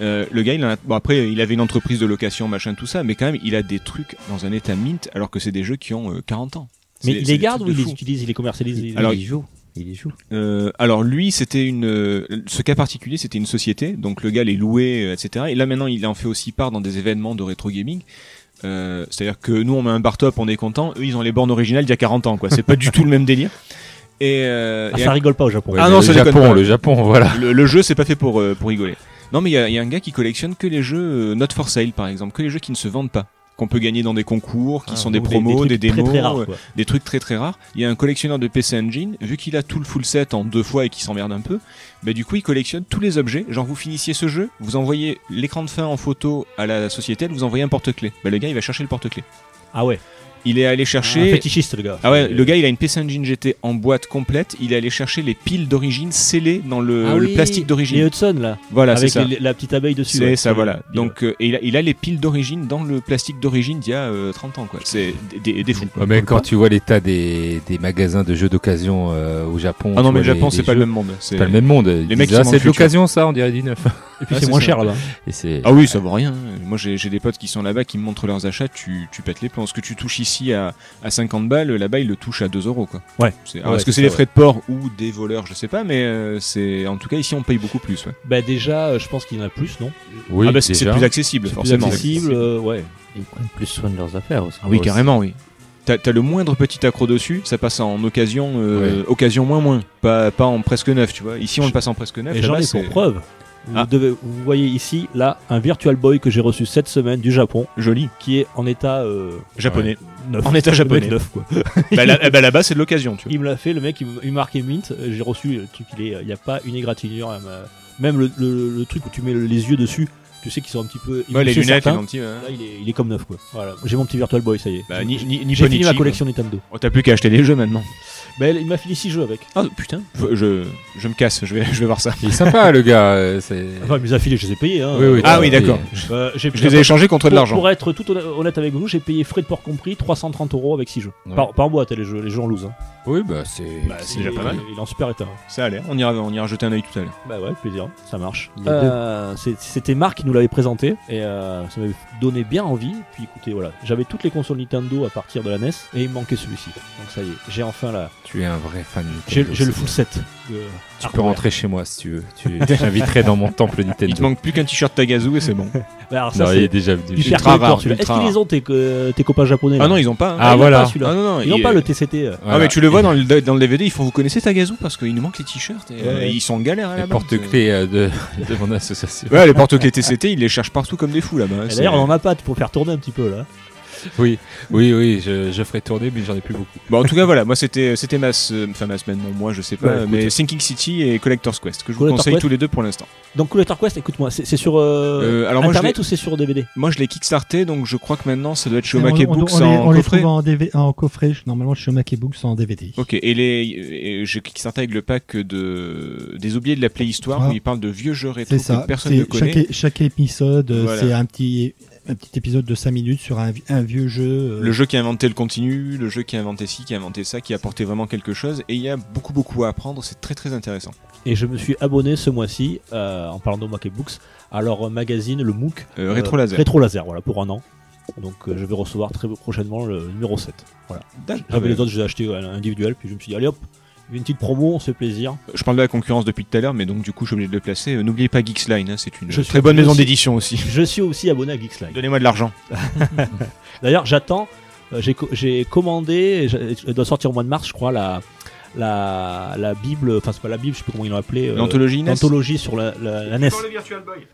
[SPEAKER 5] Euh, le gars, il en a... bon après, il avait une entreprise de location, machin, tout ça, mais quand même, il a des trucs dans un état mint, alors que c'est des jeux qui ont euh, 40 ans.
[SPEAKER 2] Mais
[SPEAKER 5] C'est-
[SPEAKER 2] il
[SPEAKER 5] c'est
[SPEAKER 2] les
[SPEAKER 5] des
[SPEAKER 2] garde ou il
[SPEAKER 5] trucs de
[SPEAKER 2] les
[SPEAKER 5] fou.
[SPEAKER 2] utilise, il les commercialise il-
[SPEAKER 5] Alors,
[SPEAKER 6] euh, il y joue. Il y joue.
[SPEAKER 5] Euh, alors lui, c'était une, euh, ce cas particulier, c'était une société, donc le gars les louait, euh, etc. Et là maintenant, il en fait aussi part dans des événements de rétro gaming. Euh, C'est-à-dire que nous, on met un bar top, on est content. Eux, ils ont les bornes originales d'il y a 40 ans, quoi. C'est pas du tout le même délire. Et, euh,
[SPEAKER 2] Ah,
[SPEAKER 5] et
[SPEAKER 2] ça rigole pas au Japon.
[SPEAKER 3] Ouais,
[SPEAKER 5] Ah
[SPEAKER 3] mais
[SPEAKER 5] non,
[SPEAKER 3] le
[SPEAKER 5] ça déconne
[SPEAKER 3] Japon,
[SPEAKER 5] pas.
[SPEAKER 3] le Japon, voilà.
[SPEAKER 5] le, le jeu, c'est pas fait pour, euh, pour rigoler. Non, mais il y a, il y a un gars qui collectionne que les jeux euh, not for sale, par exemple, que les jeux qui ne se vendent pas, qu'on peut gagner dans des concours, qui
[SPEAKER 2] Ah,
[SPEAKER 5] sont des
[SPEAKER 2] donc
[SPEAKER 5] promos, des,
[SPEAKER 2] trucs très,
[SPEAKER 5] démos,
[SPEAKER 2] très rares,
[SPEAKER 5] euh,
[SPEAKER 2] quoi.
[SPEAKER 5] des trucs très très rares. Il y a un collectionneur de PC Engine, vu qu'il a tout le full set en deux fois et qu'il s'emmerde un peu, bah du coup il collectionne tous les objets. Genre vous finissiez ce jeu, vous envoyez l'écran de fin en photo à la société, elle vous envoyez un porte-clé. Bah le gars il va chercher le porte-clé.
[SPEAKER 2] Ah ouais.
[SPEAKER 5] Il est allé
[SPEAKER 2] Un
[SPEAKER 5] chercher
[SPEAKER 2] fétichiste le gars.
[SPEAKER 5] ah ouais, le gars il a une PC Engine GT en boîte complète, il est allé chercher les piles d'origine scellées dans le,
[SPEAKER 2] Ah
[SPEAKER 5] le
[SPEAKER 2] oui,
[SPEAKER 5] plastique
[SPEAKER 2] Les
[SPEAKER 5] d'origine.
[SPEAKER 2] Hudson là,
[SPEAKER 5] Voilà, c'est
[SPEAKER 2] avec
[SPEAKER 5] ça.
[SPEAKER 2] les- la petite abeille dessus.
[SPEAKER 5] C'est
[SPEAKER 2] ouais.
[SPEAKER 5] ça, voilà.
[SPEAKER 2] Et,
[SPEAKER 5] Donc, euh, et il, a, il a les piles d'origine dans le plastique d'origine d'il y a euh, 30 ans, quoi. C'est des, des, des fous.
[SPEAKER 3] Ouais, mais quand tu vois l'état des, des magasins de jeux d'occasion euh, au Japon.
[SPEAKER 5] Ah non,
[SPEAKER 3] tu
[SPEAKER 5] mais le
[SPEAKER 3] vois
[SPEAKER 5] Japon,
[SPEAKER 3] les-
[SPEAKER 5] c'est
[SPEAKER 3] les
[SPEAKER 5] pas le
[SPEAKER 3] jeux,
[SPEAKER 5] même monde.
[SPEAKER 3] c'est pas le même monde. Ils disent,
[SPEAKER 5] mecs qui
[SPEAKER 3] ah,
[SPEAKER 5] sont dans
[SPEAKER 3] c'est de
[SPEAKER 5] le futur.
[SPEAKER 3] l'occasion, ça, on dirait du neuf.
[SPEAKER 2] et puis
[SPEAKER 5] Ah,
[SPEAKER 2] c'est
[SPEAKER 5] c'est
[SPEAKER 2] moins
[SPEAKER 5] ça.
[SPEAKER 2] cher là-bas.
[SPEAKER 3] Et c'est.
[SPEAKER 5] Ah oui, ça vaut rien. hein. Moi, j'ai j'ai des potes qui sont là-bas qui me montrent leurs achats, tu, tu pètes les plombs. Ce que tu touches ici à, à 50 balles, là-bas, ils le touchent à 2 euros, quoi.
[SPEAKER 2] Ouais.
[SPEAKER 5] C'est-
[SPEAKER 2] Ouais,
[SPEAKER 5] Alors, est-ce
[SPEAKER 2] c'est
[SPEAKER 5] que c'est
[SPEAKER 2] ça,
[SPEAKER 5] les frais de port ou des voleurs, je sais pas, mais euh, c'est en tout cas, ici, on paye beaucoup plus, ouais.
[SPEAKER 2] Bah déjà, euh, je pense qu'il y en a plus, non
[SPEAKER 3] Oui,
[SPEAKER 5] ah bah, c'est- c'est
[SPEAKER 3] déjà.
[SPEAKER 5] plus accessible,
[SPEAKER 2] C'est plus
[SPEAKER 5] forcément.
[SPEAKER 2] accessible, euh, ouais.
[SPEAKER 6] Ils prennent plus soin de leurs affaires aussi.
[SPEAKER 5] Ah oui, carrément, oui. T'as t'as le moindre petit accro dessus, ça passe en occasion, euh, occasion moins moins, pas, pas en presque neuf, tu vois. Ici on le passe en presque neuf.
[SPEAKER 2] Et j'en
[SPEAKER 5] là-bas,
[SPEAKER 2] ai
[SPEAKER 5] c'est-
[SPEAKER 2] pour preuve. Vous,
[SPEAKER 5] Ah.
[SPEAKER 2] devez- vous voyez ici, là, un Virtual Boy que j'ai reçu cette semaine du Japon,
[SPEAKER 5] Joli,
[SPEAKER 2] qui est en état euh,
[SPEAKER 5] japonais.
[SPEAKER 2] neuf.
[SPEAKER 5] En état
[SPEAKER 2] Le mec
[SPEAKER 5] japonais.
[SPEAKER 2] neuf, quoi.
[SPEAKER 5] Bah, là- eh ben, là-bas c'est de l'occasion, tu vois.
[SPEAKER 2] Il me l'a fait, le mec, il me- il marquait mint. euh, J'ai reçu le truc, il n'y a pas une égratignure. elle m'a- Même le, le- le truc où tu mets le- les yeux dessus, tu sais qu'ils sont un petit peu.
[SPEAKER 5] Ouais, les
[SPEAKER 2] époussés
[SPEAKER 5] lunettes, les
[SPEAKER 2] certains.
[SPEAKER 5] lentilles. hein.
[SPEAKER 2] Là, il est, il est comme neuf, quoi. Voilà. J'ai mon petit Virtual Boy, ça y est.
[SPEAKER 5] Bah,
[SPEAKER 2] J'ai-
[SPEAKER 5] ni, ni,
[SPEAKER 2] J'ai
[SPEAKER 5] Nipponichi,
[SPEAKER 2] fini ma collection Nintendo.
[SPEAKER 5] quoi. Oh, t'as plus qu'à acheter les jeux maintenant.
[SPEAKER 2] Bah, il m'a fini 6 jeux avec.
[SPEAKER 5] Ah putain. Faut- Je, je me casse, je vais, je vais voir ça.
[SPEAKER 3] Il est sympa, le gars. euh, c'est-
[SPEAKER 2] Enfin, mes affilés, je les ai payés. Hein.
[SPEAKER 3] Oui, oui,
[SPEAKER 5] Ah
[SPEAKER 3] t'as-
[SPEAKER 5] oui, d'accord.
[SPEAKER 2] Euh, j'ai
[SPEAKER 5] Je les ai échangés contre de
[SPEAKER 2] pour,
[SPEAKER 5] l'argent.
[SPEAKER 2] pour être tout honnête- honnête avec vous, j'ai payé frais de port compris 330 euros avec 6 jeux.
[SPEAKER 3] Ouais.
[SPEAKER 2] Par, par boîte, les jeux, les jeux en loose. hein.
[SPEAKER 3] Oui, bah, c'est.
[SPEAKER 5] Bah, c'est déjà
[SPEAKER 2] Et-
[SPEAKER 5] pas mal.
[SPEAKER 2] Il est en super état. hein.
[SPEAKER 5] Ça a l'air. On ira, on ira jeter un œil tout à l'heure.
[SPEAKER 2] Bah ouais, plaisir, ça marche.
[SPEAKER 4] y a
[SPEAKER 2] Euh, c'est- C'était Marc qui nous l'avait présenté et euh, ça m'avait donné bien envie. Puis écoutez, voilà, j'avais toutes les consoles Nintendo à partir de la NES et il me manquait celui-ci. Donc ça y est, j'ai enfin la.
[SPEAKER 3] Tu es un vrai fan. de
[SPEAKER 2] J'ai
[SPEAKER 3] Nintendo,
[SPEAKER 2] j'ai le
[SPEAKER 3] c'est
[SPEAKER 2] full set. de
[SPEAKER 3] Tu peux
[SPEAKER 2] hardware.
[SPEAKER 3] rentrer chez moi si tu veux. Tu je t'inviterai dans mon temple
[SPEAKER 5] Ah, Il te
[SPEAKER 3] Nintendo.
[SPEAKER 5] manque plus qu'un t-shirt Tagazu et c'est bon.
[SPEAKER 2] Bah, Alors ça,
[SPEAKER 3] Non, il est
[SPEAKER 2] c'est
[SPEAKER 3] déjà venu.
[SPEAKER 2] du cher
[SPEAKER 5] ultra
[SPEAKER 2] collector,
[SPEAKER 5] rare,
[SPEAKER 2] celui-là. Est-ce
[SPEAKER 5] ultra
[SPEAKER 2] qu'ils les ont tes, que- tes copains japonais
[SPEAKER 5] Ah
[SPEAKER 2] là
[SPEAKER 5] non, ils ont pas. hein.
[SPEAKER 3] Ah,
[SPEAKER 2] il y a
[SPEAKER 3] voilà.
[SPEAKER 2] pas celui-là.
[SPEAKER 5] Ah non, non,
[SPEAKER 2] Ils n'ont
[SPEAKER 5] il-
[SPEAKER 2] pas le TCT. euh.
[SPEAKER 5] Ah
[SPEAKER 3] Voilà.
[SPEAKER 5] mais tu le vois dans le, dans le DVD, ils font vous connaissez Tagazu parce qu'il nous manque les t-shirts et euh,
[SPEAKER 2] Ouais.
[SPEAKER 5] ils sont en galère. hein,
[SPEAKER 3] Les
[SPEAKER 5] là-bas.
[SPEAKER 3] porte-clés euh, de, de mon association.
[SPEAKER 5] Ouais, les porte-clés TCT, ils les cherchent partout comme des fous là-bas. hein,
[SPEAKER 2] Et
[SPEAKER 5] c'est-
[SPEAKER 2] D'ailleurs, on en a pas pour faire tourner un petit peu là.
[SPEAKER 3] Oui, oui, oui, je, je ferai tourner, mais j'en ai plus beaucoup.
[SPEAKER 5] Bon, en tout cas, voilà, moi c'était c'était ma, se- enfin, ma semaine, non, moi je sais pas,
[SPEAKER 2] Ouais, écoute.
[SPEAKER 5] mais Sinking City et Collector's Quest, que je vous
[SPEAKER 2] Collector's
[SPEAKER 5] conseille
[SPEAKER 2] Quest.
[SPEAKER 5] tous les deux pour l'instant.
[SPEAKER 2] Donc Collector Quest, écoute-moi, c'est c'est sur euh,
[SPEAKER 5] Euh, alors moi je, l'ai,
[SPEAKER 2] internet ou c'est sur DVD
[SPEAKER 5] moi je l'ai kickstarté, donc je crois que maintenant ça doit être chez
[SPEAKER 4] On-
[SPEAKER 5] Omake
[SPEAKER 4] on, on
[SPEAKER 5] Books hein,
[SPEAKER 4] les-
[SPEAKER 5] en
[SPEAKER 4] on les
[SPEAKER 5] coffret.
[SPEAKER 4] trouve en, DV en coffret, je- normalement chez Mac Books en DVD.
[SPEAKER 5] Ok, et, les, et j'ai kickstarté avec le pack de, des oubliés de la Play Histoire
[SPEAKER 4] Ah.
[SPEAKER 5] où ils parlent de vieux jeux rétro
[SPEAKER 4] C'est
[SPEAKER 5] que
[SPEAKER 4] ça.
[SPEAKER 5] personne ne
[SPEAKER 4] c'est-
[SPEAKER 5] connaît.
[SPEAKER 4] Chaque, chaque épisode, euh,
[SPEAKER 5] Voilà.
[SPEAKER 4] c'est un petit, un petit épisode de 5 minutes sur un, vi- un vieux jeu. euh,
[SPEAKER 5] Le jeu qui a inventé le continu, le jeu qui a inventé ci, qui a inventé ça, qui a apporté vraiment quelque chose, et il y a beaucoup beaucoup à apprendre, c'est très très intéressant.
[SPEAKER 2] Et je me suis abonné ce mois-ci, euh, en parlant de Mac et Books, à leur euh, magazine, le MOOC.
[SPEAKER 5] Euh, Rétro Laser.
[SPEAKER 2] Rétro Laser, voilà, pour un an. Donc euh, je vais recevoir très prochainement le numéro 7.
[SPEAKER 5] Ah
[SPEAKER 2] J'avais les autres, je les ai achetés ouais, individuels, puis je me suis dit, allez hop, une petite promo, on se fait plaisir.
[SPEAKER 5] Je parle de la concurrence depuis tout à l'heure, mais donc du coup je suis obligé de le placer. Euh, N'oubliez pas Geeksline, hein, c'est une
[SPEAKER 2] Je suis
[SPEAKER 5] très bonne maison
[SPEAKER 2] aussi-
[SPEAKER 5] d'édition aussi.
[SPEAKER 2] Je suis aussi abonné à Geeksline.
[SPEAKER 5] Donnez-moi de l'argent.
[SPEAKER 2] D'ailleurs, j'attends. euh, j'ai co- J'ai commandé. j'ai- Elle doit sortir au mois de mars, je crois, la la, la Bible. Enfin, c'est pas la Bible. Je sais plus comment ils l'ont appelé. euh,
[SPEAKER 5] L'anthologie Inès
[SPEAKER 2] l'anthologie sur la, la, la NES.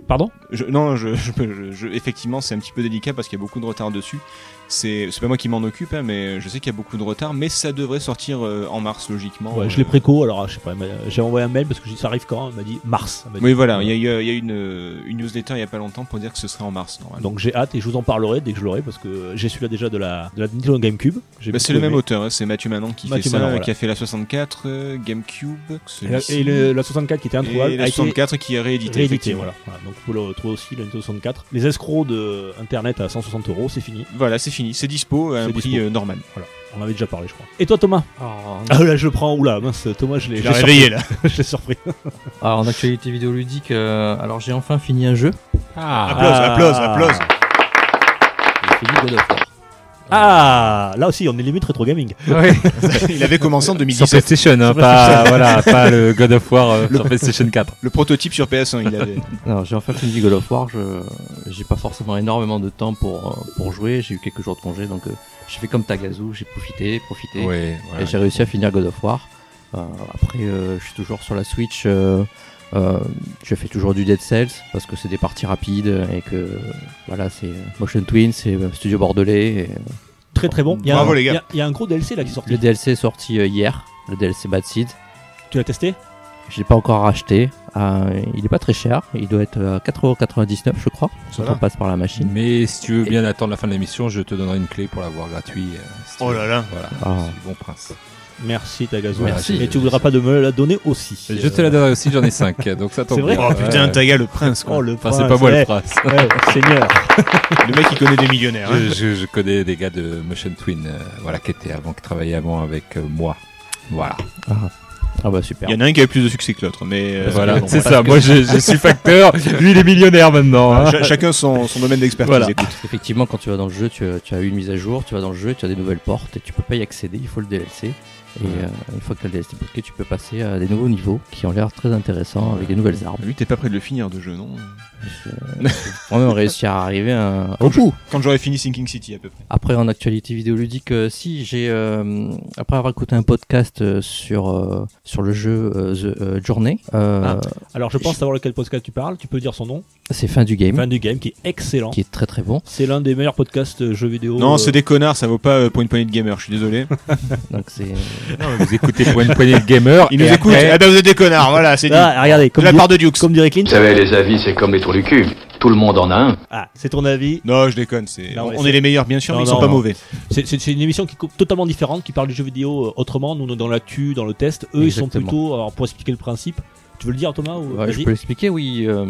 [SPEAKER 2] Pardon
[SPEAKER 5] Je- Non, je, je- je- je- effectivement c'est un petit peu délicat parce qu'il y a beaucoup de retard dessus. C'est c'est pas moi qui m'en occupe, hein, mais je sais qu'il y a beaucoup de retard, mais ça devrait sortir euh, en mars logiquement.
[SPEAKER 2] Ouais,
[SPEAKER 5] Euh,
[SPEAKER 2] Je l'ai préco. Alors, je sais pas. elle m'a- J'ai envoyé un mail parce que j'ai dit, ça arrive quand Elle m'a dit mars. Elle m'a dit-
[SPEAKER 5] Oui, voilà, il y a, eu, euh, il y a eu une, euh, une newsletter il y a pas longtemps pour dire que ce serait en mars normalement.
[SPEAKER 2] Donc j'ai hâte et je vous en parlerai dès que je l'aurai parce que j'ai celui-là déjà de la de la Nintendo GameCube. J'ai
[SPEAKER 5] Bah,
[SPEAKER 2] beaucoup
[SPEAKER 5] c'est le
[SPEAKER 2] aimé.
[SPEAKER 5] même auteur, hein, c'est Mathieu Manon qui
[SPEAKER 2] Mathieu
[SPEAKER 5] fait ça,
[SPEAKER 2] Manon, voilà.
[SPEAKER 5] qui a fait la 64, euh, GameCube,
[SPEAKER 2] Et la,
[SPEAKER 5] celui-ci,
[SPEAKER 2] et le- la 64 qui était introuvable.
[SPEAKER 5] et la
[SPEAKER 2] a été
[SPEAKER 5] 64 qui est réédité.
[SPEAKER 2] rééditée,
[SPEAKER 5] effectivement.
[SPEAKER 2] voilà. Voilà, Donc vous le retrouvez aussi la Nintendo 64. Les escrocs de Internet à 160 euros, c'est fini.
[SPEAKER 5] Voilà, c'est fini, c'est dispo à un
[SPEAKER 2] C'est
[SPEAKER 5] prix
[SPEAKER 2] dispo.
[SPEAKER 5] euh, normal.
[SPEAKER 2] On en avait déjà parlé, je crois. Et toi, Thomas
[SPEAKER 6] Alors, en-
[SPEAKER 2] Ah là je le prends, oula, mince, Thomas je l'ai
[SPEAKER 5] Tu l'as
[SPEAKER 2] j'ai
[SPEAKER 5] réveillé,
[SPEAKER 2] surpris. je l'ai surpris.
[SPEAKER 6] alors, ah, en actualité vidéoludique, euh, alors j'ai enfin fini un jeu.
[SPEAKER 3] Ah,
[SPEAKER 5] Applause, applause, applause.
[SPEAKER 6] J'ai fini God of War.
[SPEAKER 2] Ah, là aussi on est limite rétro gaming.
[SPEAKER 5] Il avait commencé en
[SPEAKER 3] Sur
[SPEAKER 5] 2017,
[SPEAKER 3] PlayStation, hein, pas, voilà, pas le God of War euh, sur PlayStation 4.
[SPEAKER 5] le prototype sur PS1, il avait.
[SPEAKER 6] Alors, j'ai enfin fini God of War. Je j'ai pas forcément énormément de temps pour euh, pour jouer. J'ai eu quelques jours de congé, donc euh, j'ai fait comme Tagazu. J'ai profité, profité.
[SPEAKER 3] Ouais,
[SPEAKER 6] et
[SPEAKER 3] voilà.
[SPEAKER 6] j'ai réussi à finir God of War. Euh, après, euh, je suis toujours sur la Switch. euh, euh, je fais toujours du Dead Cells parce que c'est des parties rapides et que voilà, c'est Motion Twin, c'est euh, Studio Bordelais. et, euh,
[SPEAKER 2] Très très bon. Il y a
[SPEAKER 5] Bravo,
[SPEAKER 2] un,
[SPEAKER 5] les gars.
[SPEAKER 2] il y a- Il y, a un gros DLC là qui est sorti.
[SPEAKER 6] le DLC est sorti euh, hier, le DLC Bad Seed.
[SPEAKER 2] Tu l'as testé
[SPEAKER 6] Je l'ai pas encore racheté. Euh, il est pas très cher. Il doit être euh, à 4,99€ je crois.
[SPEAKER 5] Ça
[SPEAKER 6] Quand
[SPEAKER 5] va.
[SPEAKER 6] on passe par la machine.
[SPEAKER 3] Mais si tu veux bien attendre la fin de l'émission, je te donnerai une clé pour l'avoir gratuit. euh, si tu veux.
[SPEAKER 5] Oh là.
[SPEAKER 3] Voilà,
[SPEAKER 6] Ah.
[SPEAKER 3] je suis bon prince.
[SPEAKER 2] Merci Tagazu.
[SPEAKER 3] Merci.
[SPEAKER 2] Et tu voudras pas de me la donner aussi.
[SPEAKER 3] Je te la donnerai aussi, j'en ai 5, donc ça tombe
[SPEAKER 2] C'est vrai
[SPEAKER 3] bien. Ouais.
[SPEAKER 5] Taga Oh, le prince,
[SPEAKER 2] Oh le
[SPEAKER 3] Enfin, c'est pas moi le
[SPEAKER 2] prince.
[SPEAKER 3] prince.
[SPEAKER 2] Eh, ouais, Seigneur.
[SPEAKER 5] Le mec, il connaît des millionnaires. hein.
[SPEAKER 3] Je, je- je connais des gars de Motion Twin, euh, voilà, qui étaient avant, qui travaillaient avant avec euh, moi. Voilà.
[SPEAKER 6] Ah bah super.
[SPEAKER 5] Il y en a un qui a eu plus de succès que l'autre, mais euh,
[SPEAKER 3] voilà,
[SPEAKER 5] bon,
[SPEAKER 3] c'est
[SPEAKER 5] voilà.
[SPEAKER 3] ça. Moi, je, je suis facteur. Lui, il est millionnaire maintenant. hein.
[SPEAKER 5] Cha- chacun son, son domaine d'expertise.
[SPEAKER 3] Voilà.
[SPEAKER 5] écoute.
[SPEAKER 6] Effectivement, quand tu vas dans le jeu, tu, tu as une mise à jour, tu vas dans le jeu, tu as des nouvelles portes et tu peux pas y accéder, il faut le DLC. Et euh, une fois que tu as le DLC bloqué, tu peux passer à des nouveaux niveaux qui ont l'air très intéressants avec des nouvelles armes.
[SPEAKER 5] Ah, Lui, t'es pas prêt de le finir de jeu, non
[SPEAKER 6] Je- euh, On même réussi à arriver à...
[SPEAKER 5] Quand je- Quand j'aurai fini Sinking City, à peu près.
[SPEAKER 6] Après, en actualité vidéoludique, euh, si j'ai... euh, après avoir écouté un podcast euh, sur, euh, sur le jeu euh, The euh, Journey, euh,
[SPEAKER 2] Alors je pense savoir lequel podcast tu parles, tu peux dire son nom.
[SPEAKER 6] c'est fin du
[SPEAKER 3] Hmm.
[SPEAKER 6] game,
[SPEAKER 2] Fin du game qui est excellent.
[SPEAKER 6] qui est très très bon.
[SPEAKER 2] C'est l'un des meilleurs podcasts euh, jeux vidéo.
[SPEAKER 5] Non,
[SPEAKER 2] euh,
[SPEAKER 5] c'est des connards, ça vaut pas euh, pour une poignée de gamers, je suis désolé.
[SPEAKER 6] Donc c'est...
[SPEAKER 3] Vous écoutez pour une poignée de gamers.
[SPEAKER 5] Ils nous
[SPEAKER 3] et
[SPEAKER 5] écoutent.
[SPEAKER 3] après-
[SPEAKER 5] Ah ben vous êtes des connards, voilà, c'est dit.
[SPEAKER 2] Ah, regardez,
[SPEAKER 5] De
[SPEAKER 2] comme,
[SPEAKER 5] la
[SPEAKER 2] dit-
[SPEAKER 5] part de Dukes.
[SPEAKER 2] comme dirait Clint.
[SPEAKER 7] Vous savez, les avis, c'est comme les trous du cul. Tout le monde en a un.
[SPEAKER 2] Ah, c'est ton avis.
[SPEAKER 5] Non, je déconne. C'est...
[SPEAKER 2] Non, mais
[SPEAKER 5] on
[SPEAKER 2] c'est-
[SPEAKER 5] est les meilleurs, bien sûr,
[SPEAKER 2] Non,
[SPEAKER 5] mais ils
[SPEAKER 2] non,
[SPEAKER 5] sont pas
[SPEAKER 2] non.
[SPEAKER 5] mauvais.
[SPEAKER 2] C'est- C'est c'est une émission qui est totalement différente, qui parle du jeu vidéo euh, autrement. Nous, on est dans l'actu, dans le test. Eux, ils sont
[SPEAKER 6] Exactement.
[SPEAKER 2] plutôt. Alors, pour expliquer le principe, tu veux le dire, Thomas ou...
[SPEAKER 6] Ouais, je
[SPEAKER 2] vas-y.
[SPEAKER 6] peux l'expliquer, oui. euh,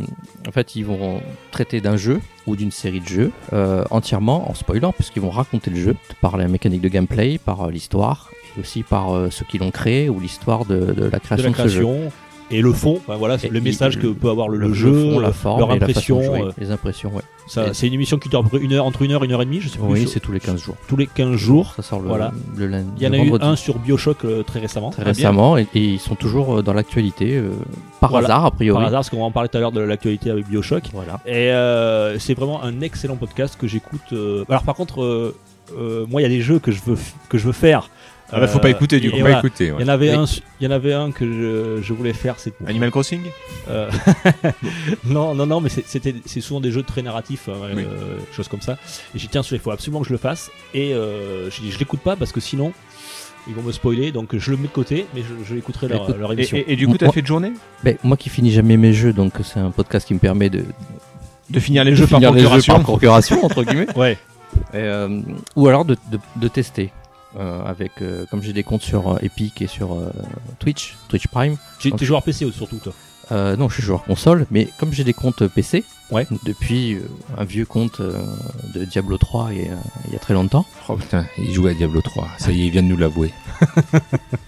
[SPEAKER 6] en fait, ils vont traiter d'un jeu ou d'une série de jeux euh, entièrement en spoilant, puisqu'ils vont raconter le jeu par la mécanique de gameplay, par euh, l'histoire, et aussi par euh, ceux qui l'ont créé ou l'histoire de, de
[SPEAKER 2] de
[SPEAKER 6] la
[SPEAKER 2] la
[SPEAKER 6] création de, ce jeu.
[SPEAKER 2] création. et le fond. Enfin, voilà, c'est
[SPEAKER 6] Et
[SPEAKER 2] le
[SPEAKER 6] il-
[SPEAKER 2] message que
[SPEAKER 6] le-
[SPEAKER 2] peut avoir le, le
[SPEAKER 6] le
[SPEAKER 2] jeu,
[SPEAKER 6] fond, la
[SPEAKER 2] euh,
[SPEAKER 6] forme,
[SPEAKER 2] leur
[SPEAKER 6] et la façon
[SPEAKER 2] impression.
[SPEAKER 6] de jouer,
[SPEAKER 2] euh,
[SPEAKER 6] les impressions, ouais.
[SPEAKER 2] ça-
[SPEAKER 6] Et-
[SPEAKER 2] c'est une émission qui dure à peu près une heure, entre une heure et une heure et demie, je sais plus.
[SPEAKER 6] Oui,
[SPEAKER 2] sur-
[SPEAKER 6] c'est tous les 15 jours.
[SPEAKER 2] tous les 15 jours.
[SPEAKER 6] Ça sort le,
[SPEAKER 2] Voilà.
[SPEAKER 6] le lundi.
[SPEAKER 2] Il y en
[SPEAKER 6] le
[SPEAKER 2] a eu
[SPEAKER 6] vendredi.
[SPEAKER 2] un sur Bioshock euh, très récemment.
[SPEAKER 6] Très récemment, et, et ils sont toujours euh, dans l'actualité, euh, par
[SPEAKER 2] Voilà.
[SPEAKER 6] hasard, a
[SPEAKER 2] Par
[SPEAKER 6] priori.
[SPEAKER 2] hasard, parce qu'on va en parler tout à l'heure de l'actualité avec Bioshock.
[SPEAKER 6] Voilà.
[SPEAKER 2] Et euh, c'est vraiment un excellent podcast que j'écoute. euh, Alors par contre, euh, euh, moi il y a des jeux que je veux f- que je veux faire. Euh,
[SPEAKER 5] Ah bah, faut pas écouter, du
[SPEAKER 2] et
[SPEAKER 5] coup.
[SPEAKER 3] On va
[SPEAKER 2] voilà.
[SPEAKER 3] écouter. ouais.
[SPEAKER 2] Il y en avait
[SPEAKER 6] Oui.
[SPEAKER 2] un, su- il y en avait un que je, je voulais faire, c'est
[SPEAKER 5] Animal Crossing
[SPEAKER 2] euh, non, non, non, mais c'est- c'était, c'est souvent des jeux très narratifs, hein,
[SPEAKER 5] Oui.
[SPEAKER 2] euh, choses comme ça. Et j'ai dit, tiens, celui-là, il faut absolument que je le fasse. Et euh, j'ai dit, je l'écoute pas parce que sinon, ils vont me spoiler. Donc je le mets de côté, mais je, je l'écouterai leur,
[SPEAKER 6] Écoute,
[SPEAKER 2] leur
[SPEAKER 5] et,
[SPEAKER 2] émission.
[SPEAKER 5] et- et du coup, t'as
[SPEAKER 6] Moi-
[SPEAKER 5] fait de journée
[SPEAKER 6] Ben, moi qui finis jamais mes jeux, donc c'est un podcast qui me permet de
[SPEAKER 5] De finir les jeux par
[SPEAKER 6] finir les jeux
[SPEAKER 5] procuration
[SPEAKER 6] par procuration, entre guillemets.
[SPEAKER 2] Ouais,
[SPEAKER 6] Et, euh, ou alors de, de- de tester. euh, avec, euh, comme j'ai des comptes sur euh, Epic et sur euh, Twitch, Twitch Prime.
[SPEAKER 2] j'ai,
[SPEAKER 6] Ok.
[SPEAKER 2] t'es joueur PC surtout, toi.
[SPEAKER 6] Euh, non, je suis joueur console, mais comme j'ai des comptes PC,
[SPEAKER 2] Ouais.
[SPEAKER 6] depuis euh, un vieux compte euh, de Diablo 3 et, euh, il y a très longtemps.
[SPEAKER 3] Oh putain, il joue à Diablo 3. Ça y est, il vient de nous l'avouer.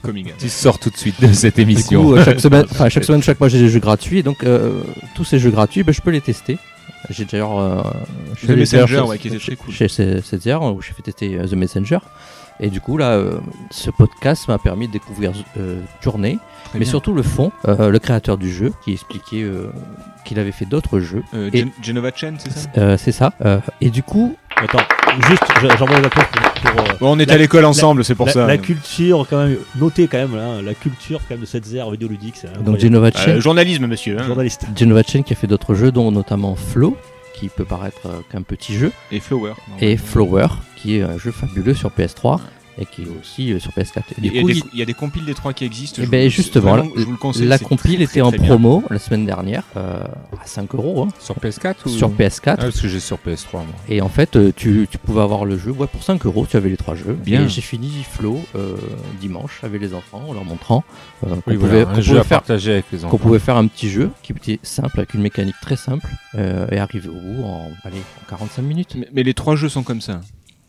[SPEAKER 5] Coming out.
[SPEAKER 3] Tu sors tout de suite de cette
[SPEAKER 6] Du
[SPEAKER 3] émission.
[SPEAKER 6] coup, euh, chaque semaine, enfin, chaque semaine, chaque mois, j'ai des jeux gratuits. Et donc, euh, tous ces jeux gratuits, ben, je peux les tester. J'ai d'ailleurs. euh, je
[SPEAKER 5] The
[SPEAKER 6] les ai
[SPEAKER 5] Messenger,
[SPEAKER 6] d'ailleurs
[SPEAKER 5] ouais, qui était très cool.
[SPEAKER 6] Chez CZR, où j'ai fait tester euh, The Messenger. Et du coup, là, euh, ce podcast m'a permis de découvrir euh, Journée, mais
[SPEAKER 5] bien.
[SPEAKER 6] surtout le fond, euh, le créateur du jeu, qui expliquait euh, qu'il avait fait d'autres jeux.
[SPEAKER 5] Euh,
[SPEAKER 6] Et-
[SPEAKER 5] Gen- Genova Chen, c'est ça
[SPEAKER 6] Euh, c'est ça. Euh, et du coup,
[SPEAKER 2] Attends, juste, je- j'envoie la cloche pour. pour, euh,
[SPEAKER 5] Bon, On est
[SPEAKER 2] La-
[SPEAKER 5] à l'école ensemble, c'est pour
[SPEAKER 2] la,
[SPEAKER 5] ça.
[SPEAKER 2] la culture, quand même, notez quand même, hein, la culture quand même de cette zère vidéoludique, c'est
[SPEAKER 6] donc
[SPEAKER 2] incroyable.
[SPEAKER 6] Genova
[SPEAKER 5] Euh,
[SPEAKER 6] Chen,
[SPEAKER 5] journalisme, monsieur. hein.
[SPEAKER 2] journaliste.
[SPEAKER 6] Genova Chen qui a fait d'autres jeux, dont notamment Flow, qui peut paraître euh, qu'un petit jeu.
[SPEAKER 5] Et Flower.
[SPEAKER 6] et Flower, qui est un jeu fabuleux sur PS3 et qui est aussi euh, sur PS4. Et
[SPEAKER 5] Il
[SPEAKER 6] du
[SPEAKER 5] y, a
[SPEAKER 6] coup,
[SPEAKER 5] des-
[SPEAKER 6] il-
[SPEAKER 5] il y a des compiles des trois qui existent.
[SPEAKER 6] Eh
[SPEAKER 5] je
[SPEAKER 6] ben,
[SPEAKER 5] vous-
[SPEAKER 6] justement,
[SPEAKER 5] vraiment,
[SPEAKER 6] la-
[SPEAKER 5] je vous le conseille.
[SPEAKER 6] la
[SPEAKER 5] c'est
[SPEAKER 6] compile
[SPEAKER 5] très,
[SPEAKER 6] était
[SPEAKER 5] très,
[SPEAKER 6] en
[SPEAKER 5] très bien.
[SPEAKER 6] promo la semaine dernière euh, à 5 euros hein,
[SPEAKER 3] euh, Sur PS4 ou
[SPEAKER 6] sur
[SPEAKER 3] Ah,
[SPEAKER 6] PS4.
[SPEAKER 3] parce que j'ai sur PS3 moi.
[SPEAKER 6] Et en fait, euh, tu, tu pouvais avoir le jeu ouais, pour 5 euros, tu avais les trois jeux.
[SPEAKER 3] Bien.
[SPEAKER 6] Et j'ai fini Flow euh, dimanche avec les enfants en leur montrant euh, qu'on
[SPEAKER 3] Oui,
[SPEAKER 6] pouvait,
[SPEAKER 3] voilà,
[SPEAKER 6] qu'on
[SPEAKER 3] un jeu
[SPEAKER 6] pouvait
[SPEAKER 3] à
[SPEAKER 6] faire,
[SPEAKER 3] partager avec les
[SPEAKER 6] qu'on
[SPEAKER 3] enfants.
[SPEAKER 6] pouvait faire un petit jeu qui était simple, avec une mécanique très simple, euh, et arriver au bout en, allez, en 45 minutes.
[SPEAKER 5] Mais, mais les trois jeux sont comme ça.